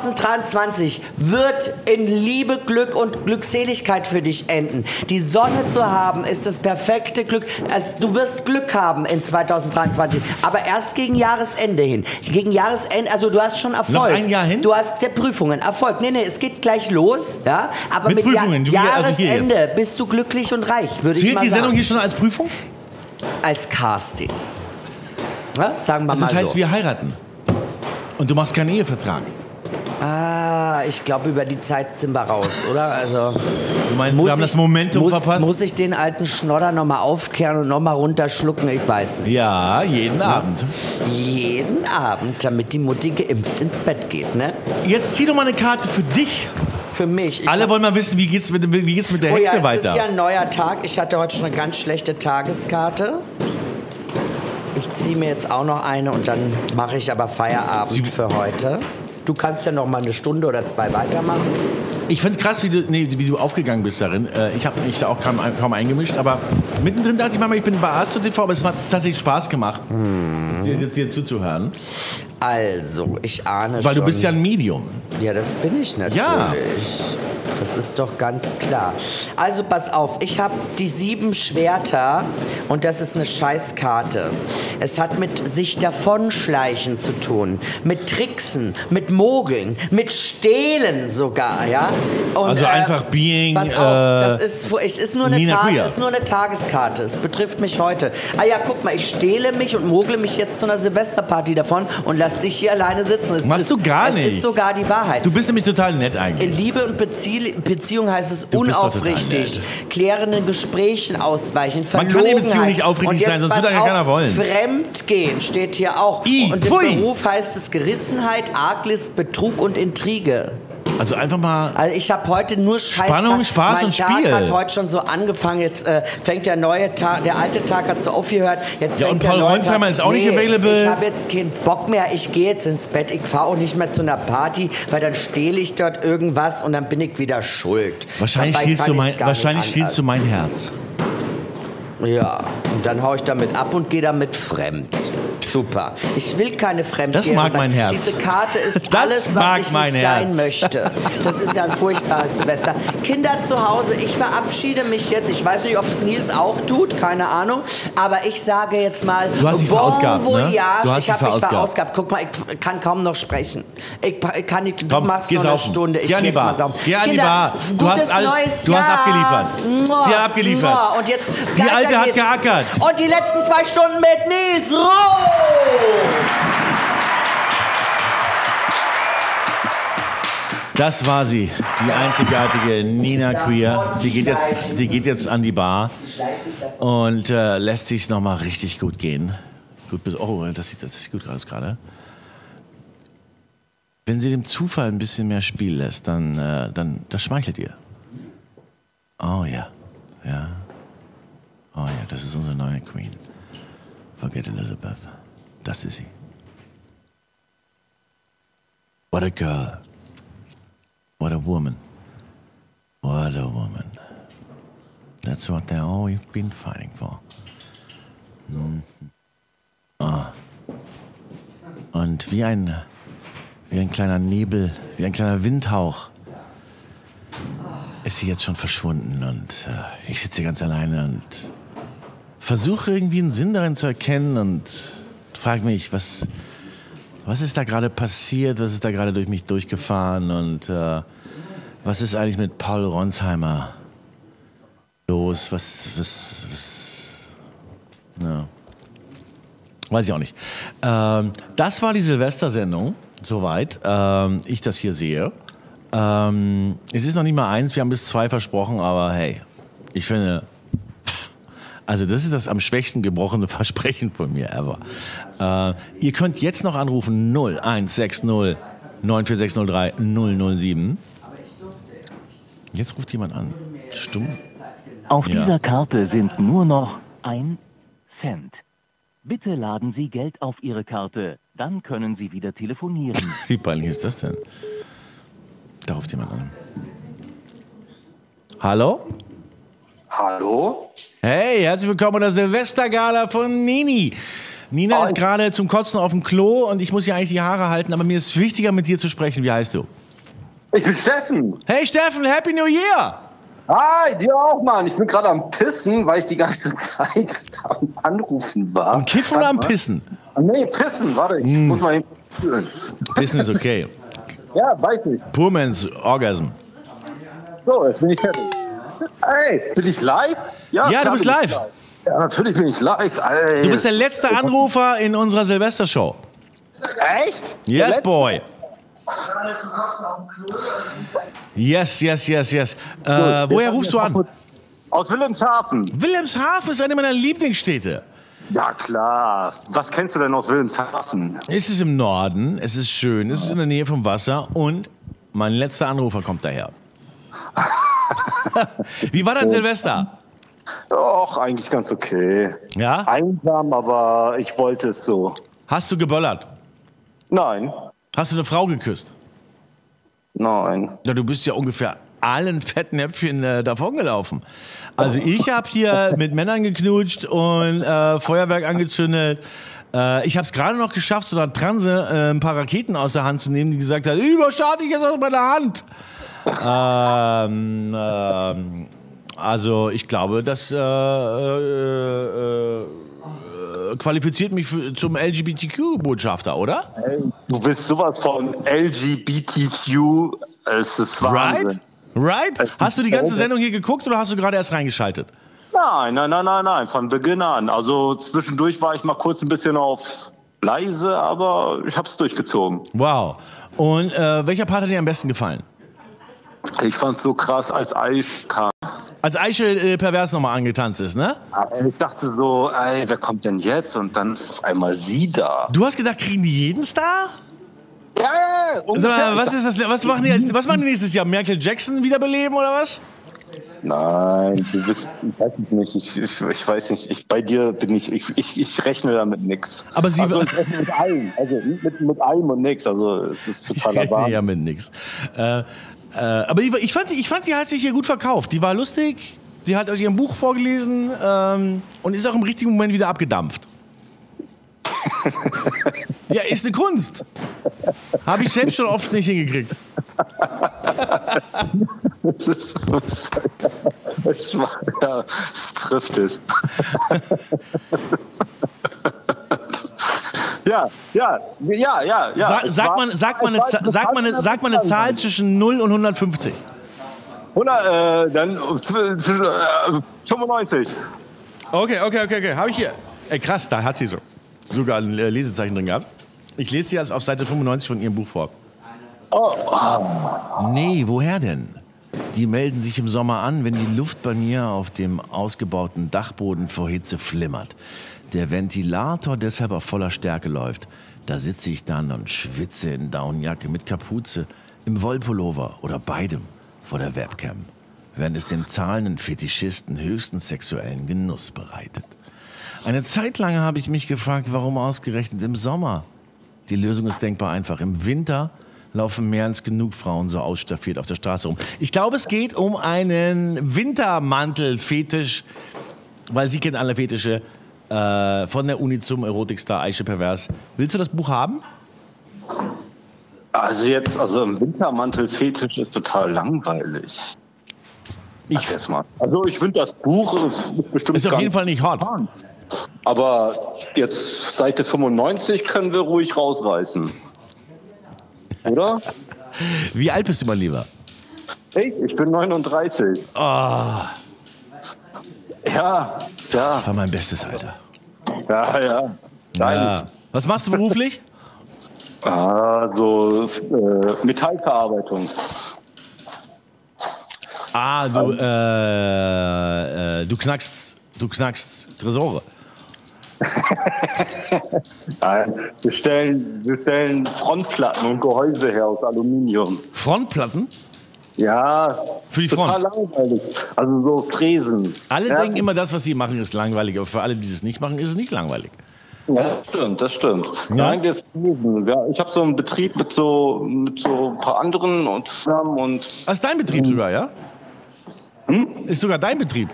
Speaker 2: 2023 wird in Liebe, Glück und Glückseligkeit für dich enden. Die Sonne zu haben ist das perfekte Glück. Es- Du wirst Glück haben in 2023, aber erst gegen Jahresende hin. Gegen Jahresende, also du hast schon Erfolg.
Speaker 1: Noch ein Jahr hin?
Speaker 2: Du hast ja Prüfungen, Erfolg. Nee, nee, es geht gleich los, ja? Aber
Speaker 1: Mit
Speaker 2: mit,
Speaker 1: Prüfungen, du-
Speaker 2: ja
Speaker 1: also hier
Speaker 2: Jahresende bist du glücklich und reich, würde ich
Speaker 1: Zählt
Speaker 2: mal
Speaker 1: die Sendung
Speaker 2: sagen.
Speaker 1: hier schon als Prüfung?
Speaker 2: Als Casting. Ja? Sagen wir
Speaker 1: Also
Speaker 2: mal
Speaker 1: das heißt,
Speaker 2: so.
Speaker 1: wir heiraten. Und du machst keinen Ehevertrag.
Speaker 2: Ah, ich glaube, über die Zeit sind wir raus, oder? Also,
Speaker 1: Du meinst,
Speaker 2: muss
Speaker 1: wir haben
Speaker 2: ich-
Speaker 1: das Momentum
Speaker 2: muss,
Speaker 1: verpasst?
Speaker 2: Muss ich den alten Schnodder nochmal aufkehren und nochmal runterschlucken? Ich weiß nicht.
Speaker 1: Ja, jeden Abend.
Speaker 2: Jeden Abend, damit die Mutti geimpft ins Bett geht, ne?
Speaker 1: Jetzt zieh doch mal eine Karte für dich.
Speaker 2: Für mich. Ich
Speaker 1: Alle
Speaker 2: hab-
Speaker 1: wollen mal wissen, wie geht's mit, wie geht's mit der
Speaker 2: oh
Speaker 1: Hexe
Speaker 2: ja, es
Speaker 1: weiter?
Speaker 2: ist ja ein neuer Tag. Ich hatte heute schon eine ganz schlechte Tageskarte. Ich ziehe mir jetzt auch noch eine und dann mache ich aber Feierabend für heute. Du kannst ja noch mal eine Stunde oder zwei weitermachen.
Speaker 1: Ich find's krass, wie du, nee, wie du aufgegangen bist darin. Äh, ich habe mich da auch kaum, kaum eingemischt, aber mittendrin dachte ich manchmal, ich bin bei Arzt TV, aber es hat tatsächlich Spaß gemacht, dir, dir, dir zuzuhören.
Speaker 2: Hm. Also, ich ahne
Speaker 1: Weil
Speaker 2: schon.
Speaker 1: du bist ja ein Medium.
Speaker 2: Ja, das bin ich natürlich.
Speaker 1: Ja.
Speaker 2: Das ist doch ganz klar. Also pass auf, ich habe die sieben Schwerter und das ist eine Scheißkarte. Es hat mit sich davonschleichen zu tun, mit Tricksen, mit Mogeln, mit Stehlen sogar, ja. Und,
Speaker 1: also
Speaker 2: äh,
Speaker 1: einfach being.
Speaker 2: Pass auf,
Speaker 1: äh,
Speaker 2: das ist, es ist nur, eine
Speaker 1: Nina
Speaker 2: Tag,
Speaker 1: Queer.
Speaker 2: ist nur eine Tageskarte. Es betrifft mich heute. Ah ja, guck mal, ich stehle mich und mogle mich jetzt zu einer Silvesterparty davon und lass dich hier alleine sitzen. Es
Speaker 1: Machst
Speaker 2: ist,
Speaker 1: du gar
Speaker 2: es
Speaker 1: nicht.
Speaker 2: ist sogar die Wahrheit.
Speaker 1: Du bist nämlich total nett eigentlich.
Speaker 2: In Liebe und Bezie Beziehung heißt es
Speaker 1: bist doch
Speaker 2: unaufrichtig.
Speaker 1: total
Speaker 2: Klärenden Gesprächen ausweichen.
Speaker 1: Man kann in
Speaker 2: Verlogenheit.
Speaker 1: Beziehung nicht aufrichtig
Speaker 2: Und jetzt
Speaker 1: sein, sonst wird
Speaker 2: pass
Speaker 1: einen ja
Speaker 2: auf,
Speaker 1: keiner wollen.
Speaker 2: Fremdgehen steht hier auch.
Speaker 1: I,
Speaker 2: und im
Speaker 1: pfui.
Speaker 2: Beruf heißt es Gerissenheit, Arglist, Betrug und Intrige.
Speaker 1: Also einfach mal.
Speaker 2: Also ich habe heute nur Scheiß.
Speaker 1: Spannung, Spaß
Speaker 2: mein
Speaker 1: und
Speaker 2: Tag
Speaker 1: Spiel.
Speaker 2: hat heute schon so angefangen. Jetzt äh, fängt der neue Tag, der alte Tag hat so aufgehört. Jetzt
Speaker 1: Ja, und
Speaker 2: fängt der
Speaker 1: Paul
Speaker 2: neue
Speaker 1: Ronsheimer
Speaker 2: Tag-
Speaker 1: ist auch nicht
Speaker 2: nee,
Speaker 1: available.
Speaker 2: Ich habe jetzt keinen Bock mehr. Ich gehe jetzt ins Bett. Ich fahre auch nicht mehr zu einer Party, weil dann stehle ich dort irgendwas und dann bin ich wieder schuld.
Speaker 1: Wahrscheinlich
Speaker 2: Dabei
Speaker 1: stiehlst
Speaker 2: kann
Speaker 1: du,
Speaker 2: ich
Speaker 1: mein,
Speaker 2: gar nicht
Speaker 1: wahrscheinlich stiehlst du
Speaker 2: anders.
Speaker 1: mein Herz.
Speaker 2: Ja, und dann haue ich damit ab und gehe damit fremd. Super. Ich will keine Fremde.
Speaker 1: Das mag mein Herz.
Speaker 2: Diese Karte ist
Speaker 1: Das
Speaker 2: alles, was
Speaker 1: mag
Speaker 2: ich
Speaker 1: mein
Speaker 2: nicht sein
Speaker 1: Herz.
Speaker 2: möchte. Das ist ja ein furchtbares Silvester. Kinder zu Hause, ich verabschiede mich jetzt. Ich weiß nicht, ob es Nils auch tut, keine Ahnung. Aber ich sage jetzt mal,
Speaker 1: Du hast dich verausgabt, ne?
Speaker 2: voyage.
Speaker 1: Du hast
Speaker 2: ich
Speaker 1: dich
Speaker 2: habe mich
Speaker 1: verausgabt.
Speaker 2: verausgabt. Guck mal, ich kann kaum noch sprechen. Ich, pa- ich kann nicht, du
Speaker 1: Komm,
Speaker 2: machst
Speaker 1: geh
Speaker 2: noch eine
Speaker 1: saufen.
Speaker 2: Stunde. Ich
Speaker 1: Geh an die
Speaker 2: jetzt mal
Speaker 1: Bar.
Speaker 2: saufen.
Speaker 1: Geh an die
Speaker 2: Kinder,
Speaker 1: Bar. Du
Speaker 2: gutes
Speaker 1: hast alles-
Speaker 2: neues
Speaker 1: du hast
Speaker 2: Jahr.
Speaker 1: abgeliefert.
Speaker 2: Mua,
Speaker 1: Sie hat abgeliefert.
Speaker 2: mua. Und jetzt
Speaker 1: Die
Speaker 2: weiter
Speaker 1: Alte hat
Speaker 2: geht's.
Speaker 1: geackert.
Speaker 2: Und die letzten zwei Stunden mit Nils Roh.
Speaker 1: Das war sie, die einzigartige Nina Queer. Sie geht jetzt, die geht jetzt an die Bar und äh, lässt sich noch mal richtig gut gehen. Gut bis oh, das sieht, das sieht gut aus gerade. Wenn sie dem Zufall ein bisschen mehr Spiel lässt, dann, äh, dann das schmeichelt ihr. Oh ja, ja. Oh ja, das ist unsere neue Queen. Forget Elizabeth. Das ist sie. What a girl. What a woman. What a woman. That's what they always been fighting for. Mhm. Ah. Und wie ein, wie ein kleiner Nebel, wie ein kleiner Windhauch ist sie jetzt schon verschwunden und äh, ich sitze hier ganz alleine und versuche irgendwie einen Sinn darin zu erkennen und frage mich, was, was ist da gerade passiert, was ist da gerade durch mich durchgefahren und äh, was ist eigentlich mit Paul Ronsheimer los? Was, was, was ja. Weiß ich auch nicht. Ähm, das war die Silvestersendung, soweit ähm, ich das hier sehe. Ähm, es ist noch nicht mal eins, wir haben bis zwei versprochen, aber hey, ich finde, also das ist das am schwächsten gebrochene Versprechen von mir ever. Äh, ihr könnt jetzt noch anrufen 0160 94603 007. Jetzt ruft jemand an. Stumm.
Speaker 18: Auf
Speaker 1: Ja.
Speaker 18: dieser Karte sind nur noch ein Cent. Bitte laden Sie Geld auf Ihre Karte, dann können Sie wieder telefonieren.
Speaker 1: Wie peinlich ist das denn? Da ruft jemand an. Hallo?
Speaker 19: Hallo?
Speaker 1: Hey, herzlich willkommen bei der Silvestergala von Nini. Nina ist gerade zum Kotzen auf dem Klo und ich muss ihr eigentlich die Haare halten, aber mir ist wichtiger, mit dir zu sprechen. Wie heißt du?
Speaker 19: Ich bin Steffen.
Speaker 1: Hey Steffen, Happy New Year!
Speaker 19: Hi, dir auch, Mann. Ich bin gerade am Pissen, weil ich die ganze Zeit am Anrufen war. Am
Speaker 1: Kiffen oder am Pissen?
Speaker 19: Nee, Pissen, warte, ich muss mal eben fühlen.
Speaker 1: Wissen ist okay.
Speaker 19: Ja, weiß ich.
Speaker 1: Poor Man's Orgasm.
Speaker 19: So, jetzt bin ich fertig. Ey, bin ich live?
Speaker 1: Ja, du
Speaker 19: klar
Speaker 1: bist
Speaker 19: bin ich
Speaker 1: live.
Speaker 19: Ja, natürlich bin ich live. Ey.
Speaker 1: Du bist der letzte Anrufer in unserer Silvestershow.
Speaker 19: Echt? Der
Speaker 1: Yes,
Speaker 19: letzte?
Speaker 1: boy. Yes, yes, yes, yes. Äh, woher rufst du an?
Speaker 19: Aus Wilhelmshaven.
Speaker 1: Wilhelmshaven ist eine meiner Lieblingsstädte.
Speaker 19: Ja, klar. Ah, Was kennst du denn aus Wilhelmshaven?
Speaker 1: Es ist im Norden, es ist schön, es ist in der Nähe vom Wasser und mein letzter Anrufer kommt daher. Wie war dein Silvester?
Speaker 19: Doch, eigentlich ganz okay.
Speaker 1: Ja?
Speaker 19: Einsam, aber ich wollte es so.
Speaker 1: Hast du geböllert?
Speaker 19: Nein.
Speaker 1: Hast du eine Frau geküsst?
Speaker 19: Nein.
Speaker 1: Na, du bist ja ungefähr allen Fettnäpfchen äh, davongelaufen. Also ich habe hier mit Männern geknutscht und äh, Feuerwerk angezündet. Äh, ich habe es gerade noch geschafft, so einer Transe äh, ein paar Raketen aus der Hand zu nehmen, die gesagt hat, überstarte ich jetzt aus meiner Hand. ähm, ähm, also ich glaube, das äh, äh, äh, qualifiziert mich für, zum LGBTQ-Botschafter, oder?
Speaker 19: Du bist sowas von LGBTQ. Es ist Wahnsinn.
Speaker 1: Right? Right? Hast du die ganze
Speaker 19: Wahnsinn.
Speaker 1: Sendung hier geguckt oder hast du gerade erst reingeschaltet?
Speaker 19: Nein, nein, nein, nein, nein, von Beginn an. Also zwischendurch war ich mal kurz ein bisschen auf leise, aber ich habe es durchgezogen.
Speaker 1: Wow. Und äh, welcher Part hat dir am besten gefallen?
Speaker 19: Ich fand's so krass, als Aish kam.
Speaker 1: Als Eiche äh, pervers nochmal angetanzt ist, ne?
Speaker 19: Äh, Ich dachte so, ey, wer kommt denn jetzt? Und dann ist auf einmal sie da.
Speaker 1: Du hast gedacht, kriegen die jeden Star?
Speaker 19: Ja, ja,
Speaker 1: Sag mal, was, ist das, was, machen die, als- was machen die nächstes Jahr? Merkel Jackson wiederbeleben oder was?
Speaker 19: Nein, du bist, ich weiß ich nicht, ich, ich, ich weiß nicht, ich, bei dir bin ich, ich, ich, ich rechne damit nix.
Speaker 1: Aber sie-
Speaker 19: also, ich rechne mit allem, also mit, mit allem und nix, also es ist totaler
Speaker 1: rechne
Speaker 19: Wahnsinn.
Speaker 1: ja mit nix. Äh, äh, aber ich, ich, fand, die- ich fand, die hat sich hier gut verkauft. Die war lustig, die hat aus ihrem Buch vorgelesen ähm, und ist auch im richtigen Moment wieder abgedampft. ja, ist eine Kunst. Habe ich selbst schon oft nicht hingekriegt.
Speaker 19: Das ist, das, das war, ja, es trifft es. ja, ja, ja, ja, ja.
Speaker 1: Sa
Speaker 19: es
Speaker 1: sagt,
Speaker 19: war-
Speaker 1: man, sagt, man eine,
Speaker 19: es war-
Speaker 1: Za- sagt, man eine, sagt man eine Zahl zwischen 0 und 150.
Speaker 19: 100, äh, dann zw- zwischen äh, 95.
Speaker 1: Okay, okay, okay, okay. Habe ich hier. Ey, krass, da hat sie so sogar ein äh, Lesezeichen drin gehabt. Ich lese sie jetzt auf Seite 95 von ihrem Buch vor.
Speaker 19: Oh.
Speaker 1: Nee, woher denn? Die melden sich im Sommer an, wenn die Luft bei mir auf dem ausgebauten Dachboden vor Hitze flimmert. Der Ventilator deshalb auf voller Stärke läuft. Da sitze ich dann und schwitze in Downjacke mit Kapuze, im Wollpullover oder beidem vor der Webcam, während es den zahlenden Fetischisten höchsten sexuellen Genuss bereitet. Eine Zeit lang habe ich mich gefragt, warum ausgerechnet im Sommer? Die Lösung ist denkbar einfach. Im Winter laufen mehr als genug Frauen so ausstaffiert auf der Straße rum. Ich glaube, es geht um einen Wintermantel-Fetisch, weil sie kennt alle Fetische. Äh, von der Uni zum Erotikstar Aische Pervers. Willst du das Buch haben?
Speaker 19: Also jetzt, also im Wintermantel Fetisch ist total langweilig. Ich jetzt mal. Also ich finde das Buch ist bestimmt
Speaker 1: Ist auf
Speaker 19: ganz-
Speaker 1: jeden Fall nicht hart.
Speaker 19: Aber jetzt Seite 95 können wir ruhig rausreißen. Oder?
Speaker 1: Wie alt bist du, mein Lieber?
Speaker 19: Ich, ich bin 39.
Speaker 1: Ah,
Speaker 19: Ja, ja.
Speaker 1: war mein Bestes, Alter.
Speaker 19: Ja, ja.
Speaker 1: Ja. Was machst du beruflich?
Speaker 19: Ah, so äh, Metallverarbeitung.
Speaker 1: Ah, du, äh, äh, du knackst, du knackst Tresore.
Speaker 19: Nein, wir stellen, wir stellen Frontplatten und Gehäuse her aus Aluminium.
Speaker 1: Frontplatten?
Speaker 19: Ja.
Speaker 1: Für die
Speaker 19: total langweilig. Also so Fräsen.
Speaker 1: Alle
Speaker 19: ja.
Speaker 1: denken immer, das, was sie machen, ist langweilig. Aber für alle, die es nicht machen, ist es nicht langweilig.
Speaker 19: Ja, das stimmt, das stimmt. Nein, wir Fräsen. Ja, ich habe so einen Betrieb mit so, mit so ein paar anderen und zusammen und. Mhm.
Speaker 1: Das Ah, ist dein Betrieb sogar, ja?
Speaker 19: Hm?
Speaker 1: Ist sogar dein Betrieb?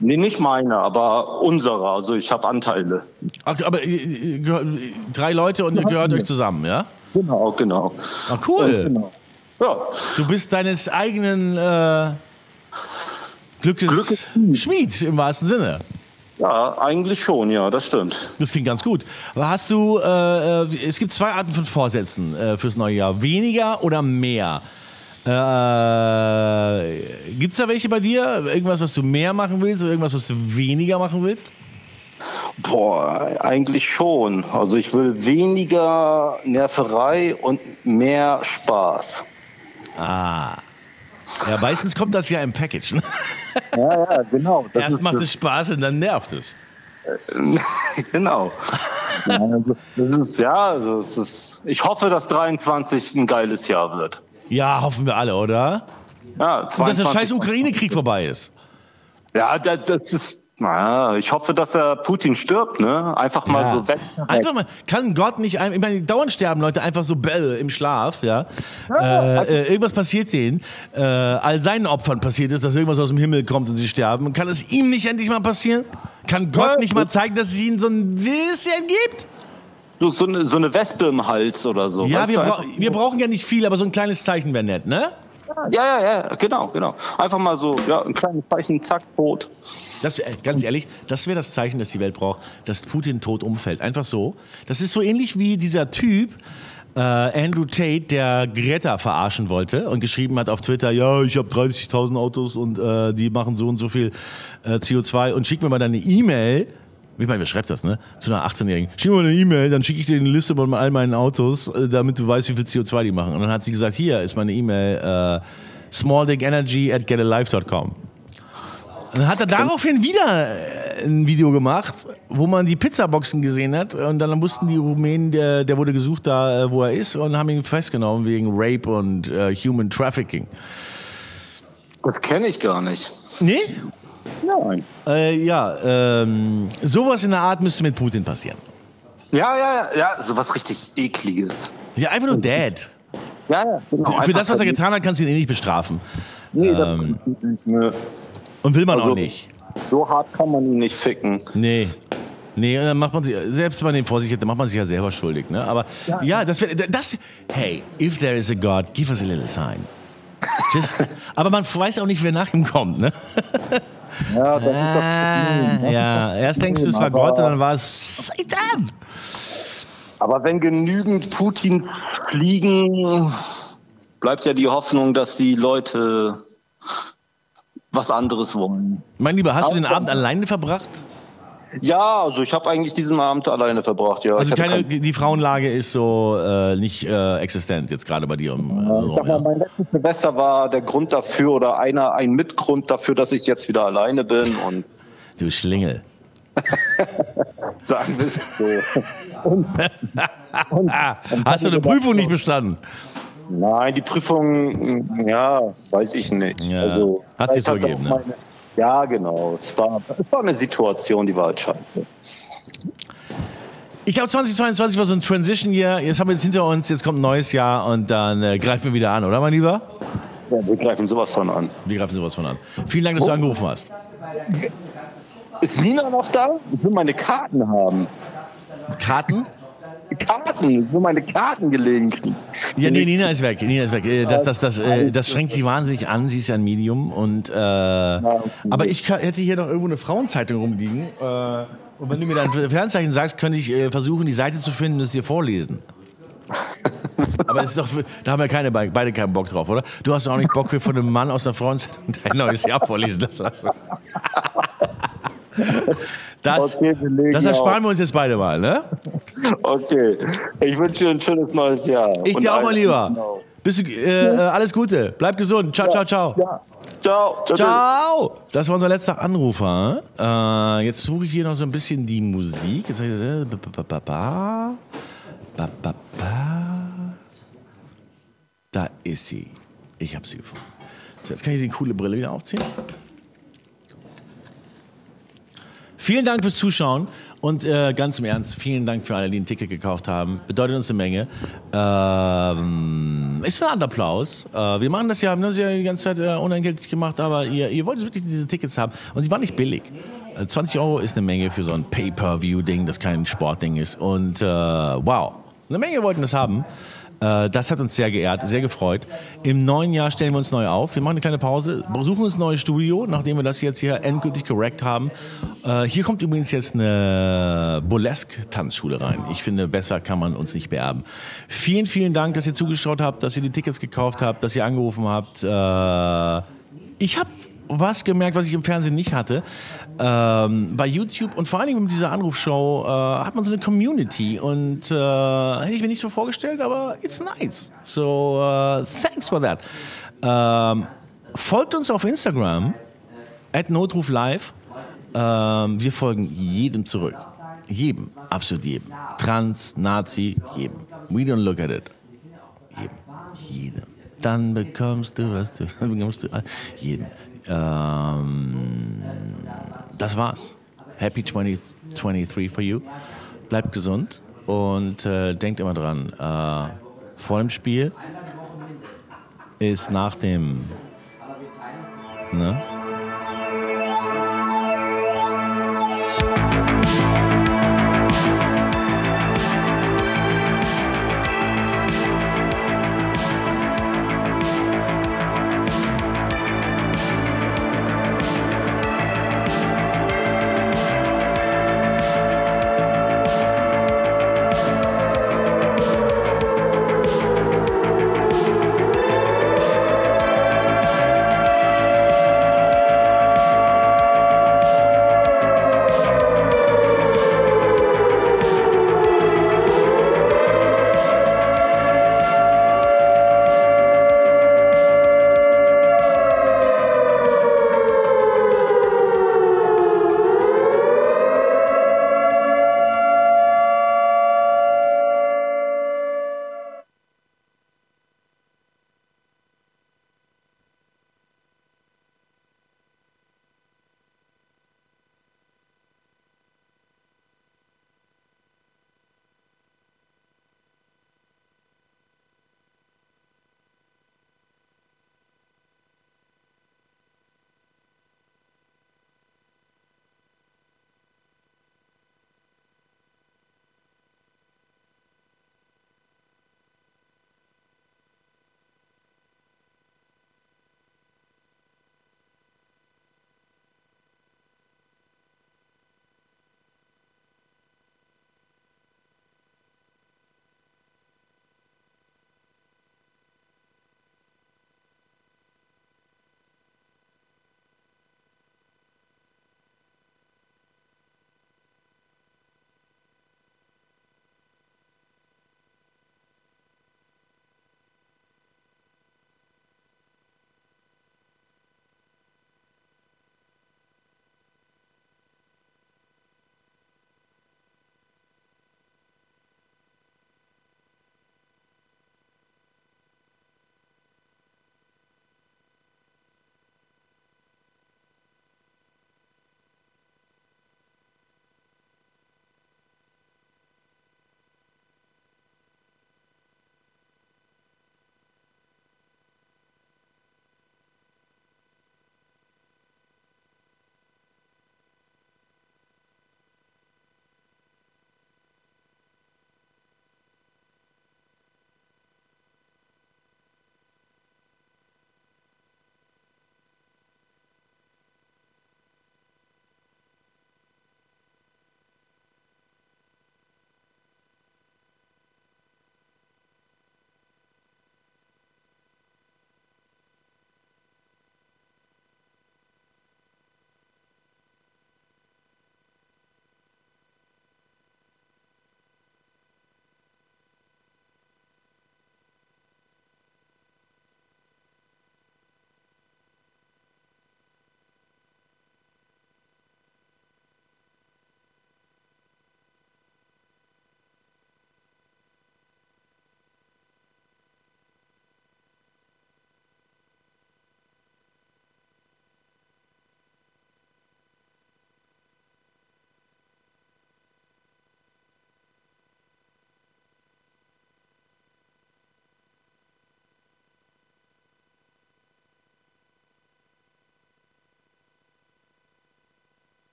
Speaker 19: Nee, nicht meiner, aber unserer. Also ich habe Anteile.
Speaker 1: Okay, aber äh, gehör- drei Leute und ihr gehört euch zusammen, ja?
Speaker 19: Genau, genau.
Speaker 1: Ah, cool.
Speaker 19: Ja.
Speaker 1: Du bist deines eigenen äh, Glückes, Schmied im wahrsten Sinne.
Speaker 19: Ja, eigentlich schon, ja, das stimmt.
Speaker 1: Das klingt ganz gut. Aber hast du, äh, äh, es gibt zwei Arten von Vorsätzen äh, fürs neue Jahr. Weniger oder mehr? Äh, gibt es da welche bei dir? Irgendwas, was du mehr machen willst oder irgendwas, was du weniger machen willst?
Speaker 19: Boah, eigentlich schon. Also ich will weniger ne- Nerverei und mehr Spaß.
Speaker 1: Ah. Ja, meistens kommt das ja im Package. Ne?
Speaker 19: Ja, ja, genau. Das
Speaker 1: Erst
Speaker 19: ist
Speaker 1: macht
Speaker 19: das-
Speaker 1: es Spaß und dann nervt es.
Speaker 19: genau. Ja, also das ist, ja, also es ist, ich hoffe, dass 23 ein geiles Jahr wird.
Speaker 1: Ja, hoffen wir alle, oder?
Speaker 19: Ja,
Speaker 1: Und dass der
Speaker 19: 22
Speaker 1: scheiß Ukraine-Krieg vorbei ist.
Speaker 19: Ja, da- das ist, naja, ich hoffe, dass er Putin stirbt, ne? Einfach mal
Speaker 1: Ja.
Speaker 19: so weg.
Speaker 1: Einfach mal, kann Gott nicht, ein- ich meine, dauernd sterben Leute einfach so bäh, im Schlaf, ja. äh, äh, irgendwas passiert denen. Äh, all seinen Opfern passiert ist, dass irgendwas aus dem Himmel kommt und sie sterben. Kann es ihm nicht endlich mal passieren? Kann Gott nicht mal zeigen, dass es ihnen so ein bisschen gibt?
Speaker 19: So, so, eine, so eine Wespe im Hals oder so.
Speaker 1: ja,
Speaker 19: weißt
Speaker 1: wir,
Speaker 19: du,
Speaker 1: brau
Speaker 19: einfach-
Speaker 1: wir brauchen ja nicht viel, aber so ein kleines Zeichen wäre nett, ne?
Speaker 19: ja, ja, ja, genau, genau. Einfach mal so, ja, ein kleines Zeichen, zack, tot.
Speaker 1: Das, äh, ganz ehrlich, das wäre das Zeichen, das die Welt braucht, dass Putin tot umfällt. Einfach so. Das ist so ähnlich wie dieser Typ, äh, Andrew Tate, der Greta verarschen wollte und geschrieben hat auf Twitter, ja, ich habe 30.000 Autos und äh, die machen so und so viel äh, CO2 und schick mir mal deine E-Mail. Ich meine, wer schreibt das, ne? Zu einer 18-Jährigen. Schick mir mal eine E-Mail, dann schicke ich dir eine Liste von all meinen Autos, äh, damit du weißt, wie viel CO2 die machen. Und dann hat sie gesagt, hier ist meine E-Mail, äh, smalldickenergy at getalive.com. Und Dann hat er daraufhin wieder äh, ein Video gemacht, wo man die Pizzaboxen gesehen hat. Und dann wussten die Rumänen, der, der wurde gesucht, da äh, wo er ist, und haben ihn festgenommen wegen Rape und äh, Human Trafficking.
Speaker 19: Das kenne ich gar nicht.
Speaker 1: Nee?
Speaker 19: Nein.
Speaker 1: Äh, ja, ähm, sowas in der Art müsste mit Putin passieren.
Speaker 19: Ja, ja, ja, ja, sowas richtig ekliges.
Speaker 1: Ja, einfach nur Dad.
Speaker 19: Ja, ja. genau.
Speaker 1: Für das, was
Speaker 19: Einfach
Speaker 1: er getan hat, kannst du ihn eh nicht bestrafen.
Speaker 19: Nee, das
Speaker 1: Ähm,
Speaker 19: Nö.
Speaker 1: und will man
Speaker 19: Also-
Speaker 1: auch nicht.
Speaker 19: So hart kann man ihn nicht ficken.
Speaker 1: Nee. Nee, und dann macht man sich, selbst wenn man den vor sich hätte, macht man sich ja selber schuldig. Ne? Aber ja, das wäre, das, hey, if there is a God, give us a little sign. Just, aber man weiß auch nicht, wer nach ihm kommt. Ne?
Speaker 19: Ja, das
Speaker 1: Ah,
Speaker 19: ist das
Speaker 1: ja, erst denkst du, es war Gott, und dann war es Satan.
Speaker 19: Aber wenn genügend Putins fliegen, bleibt ja die Hoffnung, dass die Leute was anderes wollen.
Speaker 1: Mein Lieber, hast du den Abend alleine verbracht?
Speaker 19: Ja, also ich habe eigentlich diesen Abend alleine verbracht, ja. Ich
Speaker 1: Also
Speaker 19: hatte
Speaker 1: keine,
Speaker 19: keinen-
Speaker 1: die Frauenlage ist so äh, nicht äh, existent jetzt gerade bei dir. Im, äh,
Speaker 19: ich
Speaker 1: so,
Speaker 19: sag mal, mein letztes Silvester war der Grund dafür oder einer ein Mitgrund dafür, dass ich jetzt wieder alleine bin und
Speaker 1: du Schlingel.
Speaker 19: sagen wir es so.
Speaker 1: Ah. Hast du eine Prüfung nicht bestanden?
Speaker 19: Nein, die Prüfung, mm, ja, weiß ich nicht. Also,
Speaker 1: hat sich
Speaker 19: vielleicht
Speaker 1: so
Speaker 19: auch
Speaker 1: ergeben, ne?
Speaker 19: meine- Ja, genau. Es war, es war eine Situation, die war halt scheiße.
Speaker 1: Ich glaube, 2022 war so ein Transition Year. Jetzt haben wir jetzt hinter uns, jetzt kommt ein neues Jahr und dann äh, greifen wir wieder an, oder mein Lieber?
Speaker 19: Ja, wir greifen sowas von an.
Speaker 1: Wir greifen sowas von an. Vielen Dank, dass du angerufen hast.
Speaker 19: Ist Nina noch da? Ich will meine Karten haben.
Speaker 1: Karten?
Speaker 19: Karten. Ich will meine Karten gelegen kriegen.
Speaker 1: Ja, nee, Nina ist weg. Nina ist weg. Äh, Das, das, das, äh, das schränkt sie wahnsinnig an. Sie ist ja ein Medium. Und, äh, aber ich ka- hätte hier noch irgendwo eine Frauenzeitung rumliegen. Äh, und wenn du mir dein Fernzeichen sagst, könnte ich äh, versuchen, die Seite zu finden und es dir vorlesen. Aber es ist doch, da haben wir keine, be- beide keinen Bock drauf, oder? Du hast doch auch nicht Bock, hier von einem Mann aus der Frauenzeitung dein neues Jahr vorlesen zu lassen. Das,
Speaker 19: Okay, wir legen
Speaker 1: das ersparen
Speaker 19: auf.
Speaker 1: wir uns jetzt beide mal, ne?
Speaker 19: Okay. Ich wünsche dir ein schönes neues Jahr. Genau.
Speaker 1: Ich
Speaker 19: Und Genau.
Speaker 1: dir auch mal
Speaker 19: alles Gute
Speaker 1: lieber.
Speaker 19: noch.
Speaker 1: Bist du, äh, äh, alles Gute. Bleib gesund. Ciao, ciao, ciao.
Speaker 19: Ciao. Ciao.
Speaker 1: Ciao! Das war unser letzter Anrufer. Äh, jetzt suche ich hier noch so ein bisschen die Musik. Jetzt hab ich das, äh, ba, ba, ba, ba. Ba, ba, ba. Da ist sie. Ich habe sie gefunden. So, jetzt kann ich die coole Brille wieder aufziehen. Vielen Dank fürs Zuschauen und äh, ganz im Ernst, vielen Dank für alle, die ein Ticket gekauft haben. Bedeutet uns eine Menge. Ähm, ist eine Art Applaus. Äh, wir machen das ja, haben das ja die ganze Zeit äh, unentgeltlich gemacht, aber ihr, ihr wollt wirklich diese Tickets haben und die waren nicht billig. Äh, 20 Euro ist eine Menge für so ein Pay-Per-View-Ding, das kein Sportding ist. Und äh, wow, eine Menge wollten das haben. Äh, Das hat uns sehr geehrt, sehr gefreut. Im neuen Jahr stellen wir uns neu auf. Wir machen eine kleine Pause, suchen uns ein neues Studio, nachdem wir das jetzt hier endgültig correct haben. Äh, Hier kommt übrigens jetzt eine Burlesque-Tanzschule rein. Ich finde, besser kann man uns nicht beerben. Vielen, vielen Dank, dass ihr zugeschaut habt, dass ihr die Tickets gekauft habt, dass ihr angerufen habt. Äh, ich habe was gemerkt, was ich im Fernsehen nicht hatte. Ähm, bei YouTube und vor allen Dingen mit dieser Anrufshow äh, hat man so eine Community und äh, hätte ich mir nicht so vorgestellt, aber it's nice. So, äh, thanks for that. Ähm, folgt uns auf Instagram, at Notruf Live. Ähm, wir folgen jedem zurück. Jedem, absolut jedem. Trans, Nazi, jedem. We don't look at it. Jedem. Jedem. Dann bekommst du, was du, dann bekommst du all- jeden. Ähm, das war's. Happy 2023 for you. Bleibt gesund und äh, denkt immer dran, äh, vor dem Spiel ist nach dem. Ne?